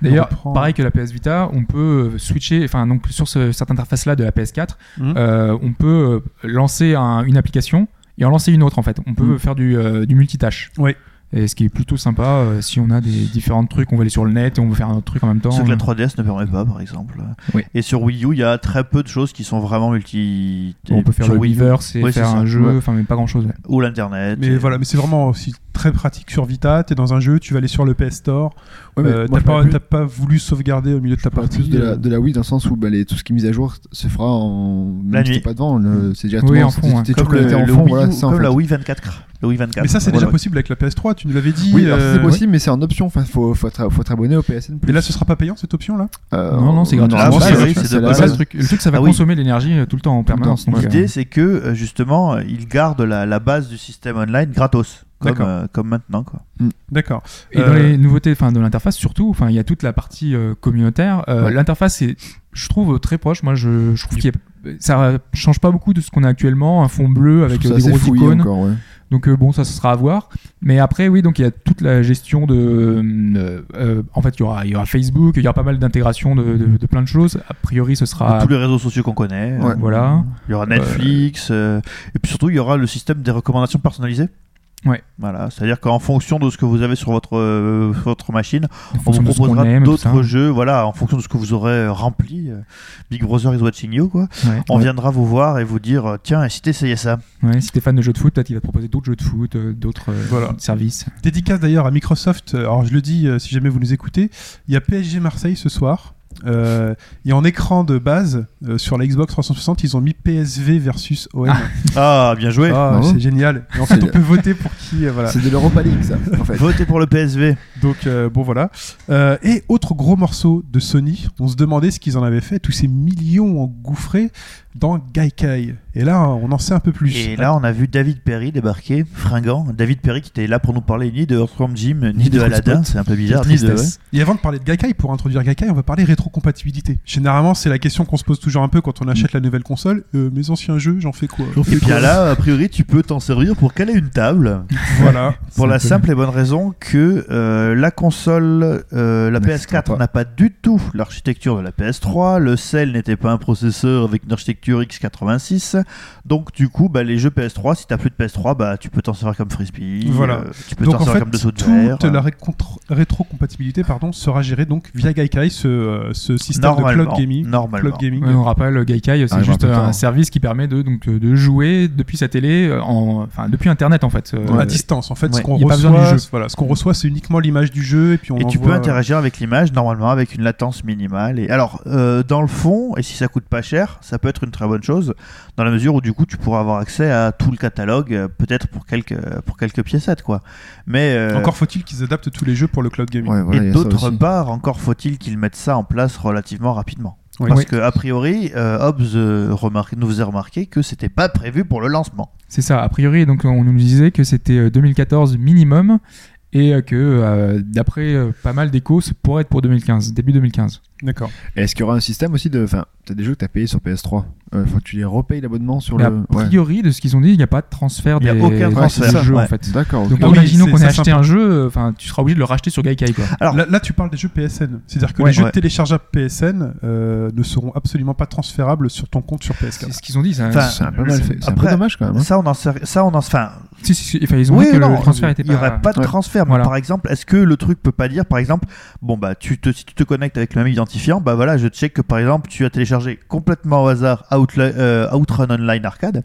[SPEAKER 3] D'ailleurs,
[SPEAKER 2] on reprend.
[SPEAKER 3] pareil que la PS Vita, on peut euh, switcher, enfin donc sur ce- cette interface-là de la PS4,
[SPEAKER 2] Mhm.
[SPEAKER 3] euh, on peut euh, lancer un- une application et en lancer une autre en fait. On peut
[SPEAKER 5] Mhm.
[SPEAKER 3] faire du, euh, du multitâche.
[SPEAKER 2] Ouais.
[SPEAKER 3] Et ce qui est plutôt sympa, euh, si on a des différents trucs, on va aller sur le net et on veut faire un autre truc en même temps.
[SPEAKER 4] Ce que la 3DS ne permet pas, par exemple.
[SPEAKER 3] Oui.
[SPEAKER 4] Et sur Wii U, il y a très peu de choses qui sont vraiment multi.
[SPEAKER 3] on peut faire
[SPEAKER 4] sur
[SPEAKER 3] le
[SPEAKER 4] Wii U
[SPEAKER 3] Weverse et
[SPEAKER 4] Oui, c'est
[SPEAKER 3] faire
[SPEAKER 4] ça.
[SPEAKER 3] un jeu,
[SPEAKER 4] Ouais.
[SPEAKER 3] enfin, mais pas grand chose.
[SPEAKER 4] ou l'internet.
[SPEAKER 2] Mais
[SPEAKER 4] Et-
[SPEAKER 2] voilà, mais c'est vraiment aussi très pratique sur Vita. T'es dans un jeu, tu vas aller sur le PS Store.
[SPEAKER 5] Ouais, mais
[SPEAKER 2] Euh, t'as
[SPEAKER 5] moi, je parle
[SPEAKER 2] pas,
[SPEAKER 5] plus-
[SPEAKER 2] t'as pas voulu sauvegarder au milieu de ta
[SPEAKER 5] je parle
[SPEAKER 2] partie.
[SPEAKER 5] plus de la,
[SPEAKER 2] euh,
[SPEAKER 5] de la Wii dans le sens où bah, les- tout ce qui est mise à jour se fera en.
[SPEAKER 4] La
[SPEAKER 5] même si
[SPEAKER 4] nuit.
[SPEAKER 5] t'es pas devant, le- c'est directement.
[SPEAKER 3] Oui, en
[SPEAKER 5] c'est-
[SPEAKER 3] fond, hein.
[SPEAKER 5] t'es toujours
[SPEAKER 4] Comme, le,
[SPEAKER 5] connecté en
[SPEAKER 4] le
[SPEAKER 5] fond,
[SPEAKER 4] Wii U,
[SPEAKER 5] voilà, c'est ça, en
[SPEAKER 4] comme la
[SPEAKER 5] fait.
[SPEAKER 4] Wii 24. Le Wii 24.
[SPEAKER 2] Mais ça, c'est
[SPEAKER 4] Voilà.
[SPEAKER 2] déjà possible avec la PS3. Tu nous l'avais dit.
[SPEAKER 5] Oui, alors, c'est
[SPEAKER 2] euh,
[SPEAKER 5] possible, mais c'est en option. Enfin, faut, faut être, faut être abonné au PSN.
[SPEAKER 2] Et là, ce sera pas payant cette option là
[SPEAKER 5] Euh,
[SPEAKER 3] Non, non, c'est gratuit.
[SPEAKER 4] Ah,
[SPEAKER 5] c'est
[SPEAKER 4] c'est
[SPEAKER 5] gratuit,
[SPEAKER 4] vrai, c'est
[SPEAKER 5] c'est
[SPEAKER 4] de
[SPEAKER 5] la
[SPEAKER 4] Ah,
[SPEAKER 3] C'est ça,
[SPEAKER 4] base. ouais.
[SPEAKER 3] le
[SPEAKER 5] base.
[SPEAKER 3] truc. Le truc, ça va
[SPEAKER 4] Ah oui.
[SPEAKER 3] consommer de l'énergie euh, tout le temps en permanence.
[SPEAKER 5] bah, temps.
[SPEAKER 3] donc, euh,
[SPEAKER 4] L'idée, c'est que euh, justement, euh, ils gardent la, la base du système online gratos, comme,
[SPEAKER 2] D'accord.
[SPEAKER 4] euh, comme maintenant. Quoi.
[SPEAKER 2] D'accord.
[SPEAKER 3] Et dans
[SPEAKER 2] Euh,
[SPEAKER 3] les nouveautés enfin, de l'interface, surtout, enfin, il y a toute la partie euh, communautaire. Euh,
[SPEAKER 5] Ouais.
[SPEAKER 3] L'interface est, je trouve, très proche. Moi, je, je trouve qu'il y a- ça change pas beaucoup de ce qu'on a actuellement, un fond bleu avec
[SPEAKER 5] Je
[SPEAKER 3] euh,
[SPEAKER 5] trouve
[SPEAKER 3] des
[SPEAKER 5] ça assez
[SPEAKER 3] gros
[SPEAKER 5] fouillé
[SPEAKER 3] icônes.
[SPEAKER 5] encore, ouais.
[SPEAKER 3] Donc euh, bon, ça, ce sera à voir. Mais après, oui, donc il y a toute la gestion de. euh, euh, en fait, il y aura, il y aura Facebook, il y aura pas mal d'intégration de, de- de plein de choses. A priori, ce
[SPEAKER 4] De
[SPEAKER 3] sera.
[SPEAKER 4] tous les réseaux sociaux qu'on connaît. euh,
[SPEAKER 5] Ouais.
[SPEAKER 3] Ah. Voilà.
[SPEAKER 4] Il y aura Netflix. euh, et puis surtout, il y aura le système des recommandations personnalisées.
[SPEAKER 3] Ouais.
[SPEAKER 4] Voilà, c'est-à-dire qu'en fonction de ce que vous avez sur votre, euh, votre machine,
[SPEAKER 3] en
[SPEAKER 4] on vous
[SPEAKER 3] fonction de ce qu'on
[SPEAKER 4] proposera
[SPEAKER 3] aime et tout ça.
[SPEAKER 4] d'autres jeux, voilà, en fonction de ce que vous aurez euh, rempli. euh, Big Brother is watching you, quoi.
[SPEAKER 3] Ouais.
[SPEAKER 4] On
[SPEAKER 5] Ouais.
[SPEAKER 4] viendra vous voir et vous dire, euh, tiens, et si t'essayais ça
[SPEAKER 3] Ouais, si t'es fan de jeux de foot, peut-être il va te proposer d'autres jeux de foot, euh, d'autres euh,
[SPEAKER 2] Voilà.
[SPEAKER 3] services.
[SPEAKER 2] Dédicace d'ailleurs à Microsoft. Euh, Alors je le dis euh, si jamais vous nous écoutez, il y a PSG Marseille ce soir. Euh, et en écran de base euh, sur la Xbox 360, ils ont mis PSV versus OM. Ah,
[SPEAKER 4] Ah, bien joué.
[SPEAKER 5] bravo.
[SPEAKER 2] c'est génial. Et en fait,
[SPEAKER 5] C'est-
[SPEAKER 2] on peut voter pour qui. euh, voilà.
[SPEAKER 5] C'est de l'Europa League, ça, en fait.
[SPEAKER 4] Votez pour le PSV.
[SPEAKER 2] Donc euh, bon voilà. Euh, et autre gros morceau de Sony. On se demandait ce qu'ils en avaient fait. Tous ces millions engouffrés dans Gaikai. Et là, hein, on en sait un peu plus.
[SPEAKER 4] Et là, on a vu David Perry débarquer, fringant. David Perry qui était là pour nous parler ni de Earthworm Jim, ni de
[SPEAKER 2] de
[SPEAKER 4] Aladdin,
[SPEAKER 2] Hotspot.
[SPEAKER 4] c'est un peu
[SPEAKER 2] Quelle
[SPEAKER 4] bizarre, ni de.
[SPEAKER 2] tristesse. Et avant de parler de Gaikai, pour introduire Gaikai, on va parler rétrocompatibilité. Généralement, c'est la question qu'on se pose toujours un peu quand on achète la nouvelle console. Euh, mes anciens jeux, j'en fais quoi
[SPEAKER 4] Et bien là, a priori, tu peux t'en servir pour caler une table,
[SPEAKER 2] Voilà.
[SPEAKER 4] pour
[SPEAKER 3] C'est
[SPEAKER 4] la
[SPEAKER 3] un peu-
[SPEAKER 4] simple et bonne raison que euh, la console, euh, la
[SPEAKER 5] N'existera
[SPEAKER 4] PS4
[SPEAKER 5] pas.
[SPEAKER 4] n'a pas du tout l'architecture de la PS3, le Cell n'était pas un processeur avec une architecture x86, donc du coup, bah, les jeux PS3, si t'as plus de PS3, bah, tu peux t'en servir comme frisbee,
[SPEAKER 2] Voilà.
[SPEAKER 4] euh, tu peux
[SPEAKER 2] Donc
[SPEAKER 4] t'en
[SPEAKER 2] en
[SPEAKER 4] servir
[SPEAKER 2] fait,
[SPEAKER 4] comme dessous de verre. hein.
[SPEAKER 2] toute la récontr- rétrocompatibilité pardon, sera gérée donc via Gaikai, ce, euh, ce système de cloud
[SPEAKER 4] Normalement,
[SPEAKER 2] gaming.
[SPEAKER 4] normalement.
[SPEAKER 2] Cloud gaming.
[SPEAKER 3] Ouais, on rappelle, Gaikai, c'est
[SPEAKER 5] Arrive
[SPEAKER 3] juste
[SPEAKER 5] un peu
[SPEAKER 3] euh, un
[SPEAKER 5] tard.
[SPEAKER 3] service qui permet de, donc, euh, de jouer depuis sa télé, euh, en, enfin depuis Internet en fait. Euh,
[SPEAKER 2] à distance en fait
[SPEAKER 4] Ouais,
[SPEAKER 2] ce qu'on
[SPEAKER 3] y a pas besoin
[SPEAKER 2] reçoit
[SPEAKER 3] du jeu.
[SPEAKER 2] voilà ce qu'on reçoit c'est uniquement l'image du jeu et puis on
[SPEAKER 4] Et tu
[SPEAKER 2] envoie- euh,
[SPEAKER 4] peux interagir avec l'image normalement avec une latence minimale. Et alors, euh, dans le fond, et si ça coûte pas cher, ça peut être une très bonne chose, dans la mesure où du coup tu pourras avoir accès à tout le catalogue, euh, peut-être pour quelques pour quelques piécettes quoi. Mais euh,
[SPEAKER 2] encore faut-il qu'ils adaptent tous les jeux pour le cloud gaming
[SPEAKER 5] Ouais, voilà, il
[SPEAKER 4] et
[SPEAKER 5] y a ça
[SPEAKER 4] d'autre
[SPEAKER 5] aussi.
[SPEAKER 4] part, encore faut-il qu'ils mettent ça en place relativement rapidement.
[SPEAKER 2] Oui.
[SPEAKER 4] Parce
[SPEAKER 3] Oui.
[SPEAKER 4] que a priori, euh, Hobbs euh, remarque- nous faisait remarquer que c'était pas prévu pour le lancement.
[SPEAKER 3] C'est ça, a priori, donc on nous disait que c'était euh, 2014 minimum et euh, que euh, d'après euh, pas mal d'échos, ça pourrait être pour 2015, début 2015.
[SPEAKER 2] d'accord
[SPEAKER 5] Et Est-ce qu'il y aura un système aussi de. Enfin, t'as des jeux que t'as payé sur PS3. Euh, faut que tu les repayes l'abonnement sur
[SPEAKER 3] Mais a
[SPEAKER 5] le. Ouais.
[SPEAKER 3] priori, de ce qu'ils ont dit, il n'y a pas de transfert
[SPEAKER 4] Il y
[SPEAKER 3] des,
[SPEAKER 4] a aucun
[SPEAKER 3] des
[SPEAKER 4] transfert,
[SPEAKER 3] jeux
[SPEAKER 4] ouais.
[SPEAKER 3] en fait.
[SPEAKER 5] D'accord. ok.
[SPEAKER 3] Donc
[SPEAKER 2] Ah oui,
[SPEAKER 3] imaginons
[SPEAKER 2] c'est-
[SPEAKER 3] qu'on ait
[SPEAKER 2] ça,
[SPEAKER 3] acheté
[SPEAKER 2] c'est
[SPEAKER 3] un jeu, euh, enfin tu seras obligé de le racheter sur Gaikai quoi.
[SPEAKER 4] Alors-
[SPEAKER 2] là, là, tu parles des jeux PSN c'est à dire que
[SPEAKER 3] Ouais.
[SPEAKER 2] les jeux
[SPEAKER 4] Ouais.
[SPEAKER 2] téléchargeables PSN euh, ne seront absolument pas transférables sur ton compte sur PS4
[SPEAKER 3] C'est ce qu'ils ont dit. Ça.
[SPEAKER 4] Enfin,
[SPEAKER 5] C'est un peu mal fait. C'est un
[SPEAKER 4] Après-
[SPEAKER 5] peu dommage quand même. hein.
[SPEAKER 4] Ça on en sait- ça on en enfin
[SPEAKER 3] Si, si, si, enfin, ils ont
[SPEAKER 4] Oui,
[SPEAKER 3] dit que
[SPEAKER 4] non,
[SPEAKER 3] le transfert était
[SPEAKER 4] Il n'y aurait pas de
[SPEAKER 5] Ouais.
[SPEAKER 4] transfert. Mais
[SPEAKER 3] Voilà.
[SPEAKER 4] par exemple, est-ce que le truc peut pas dire, par exemple, bon bah tu te, si tu te connectes avec le même identifiant, bah voilà, je check que par exemple tu as téléchargé complètement au hasard Outla- euh, Outrun Online Arcade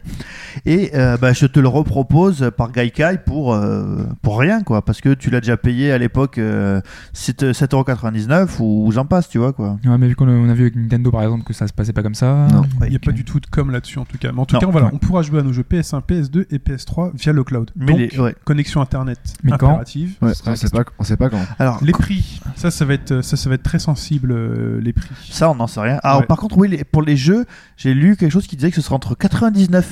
[SPEAKER 4] et euh, bah je te le repropose par Gaikai pour euh, pour rien quoi, parce que tu l'as déjà payé à l'époque euh, 7- 7,99€ ou, ou j'en passe, tu vois quoi.
[SPEAKER 3] Ouais, mais vu qu'on a, on a vu avec Nintendo par exemple que ça se passait pas comme ça.
[SPEAKER 5] Non.
[SPEAKER 2] Ah, Il n'y a
[SPEAKER 3] Ok.
[SPEAKER 2] pas du tout de com là-dessus en tout cas. Mais en tout
[SPEAKER 4] Non.
[SPEAKER 2] cas, voilà,
[SPEAKER 3] Ouais.
[SPEAKER 2] on pourra jouer à nos jeux PS1, PS2 et PS3 via le cloud.
[SPEAKER 4] Mais
[SPEAKER 2] Donc,
[SPEAKER 4] les- ouais.
[SPEAKER 2] connexion internet
[SPEAKER 3] Mais quand
[SPEAKER 2] impérative.
[SPEAKER 5] Ouais,
[SPEAKER 3] ça sera
[SPEAKER 5] on
[SPEAKER 3] la
[SPEAKER 5] sait pas, on sait pas quand.
[SPEAKER 4] Alors
[SPEAKER 2] Les prix, ça, ça va être, ça, ça va être très sensible euh, les prix.
[SPEAKER 4] Ça, on n'en sait rien. Alors,
[SPEAKER 2] Ouais.
[SPEAKER 4] par contre, oui, les- pour les jeux, j'ai lu quelque chose qui disait que ce serait entre 99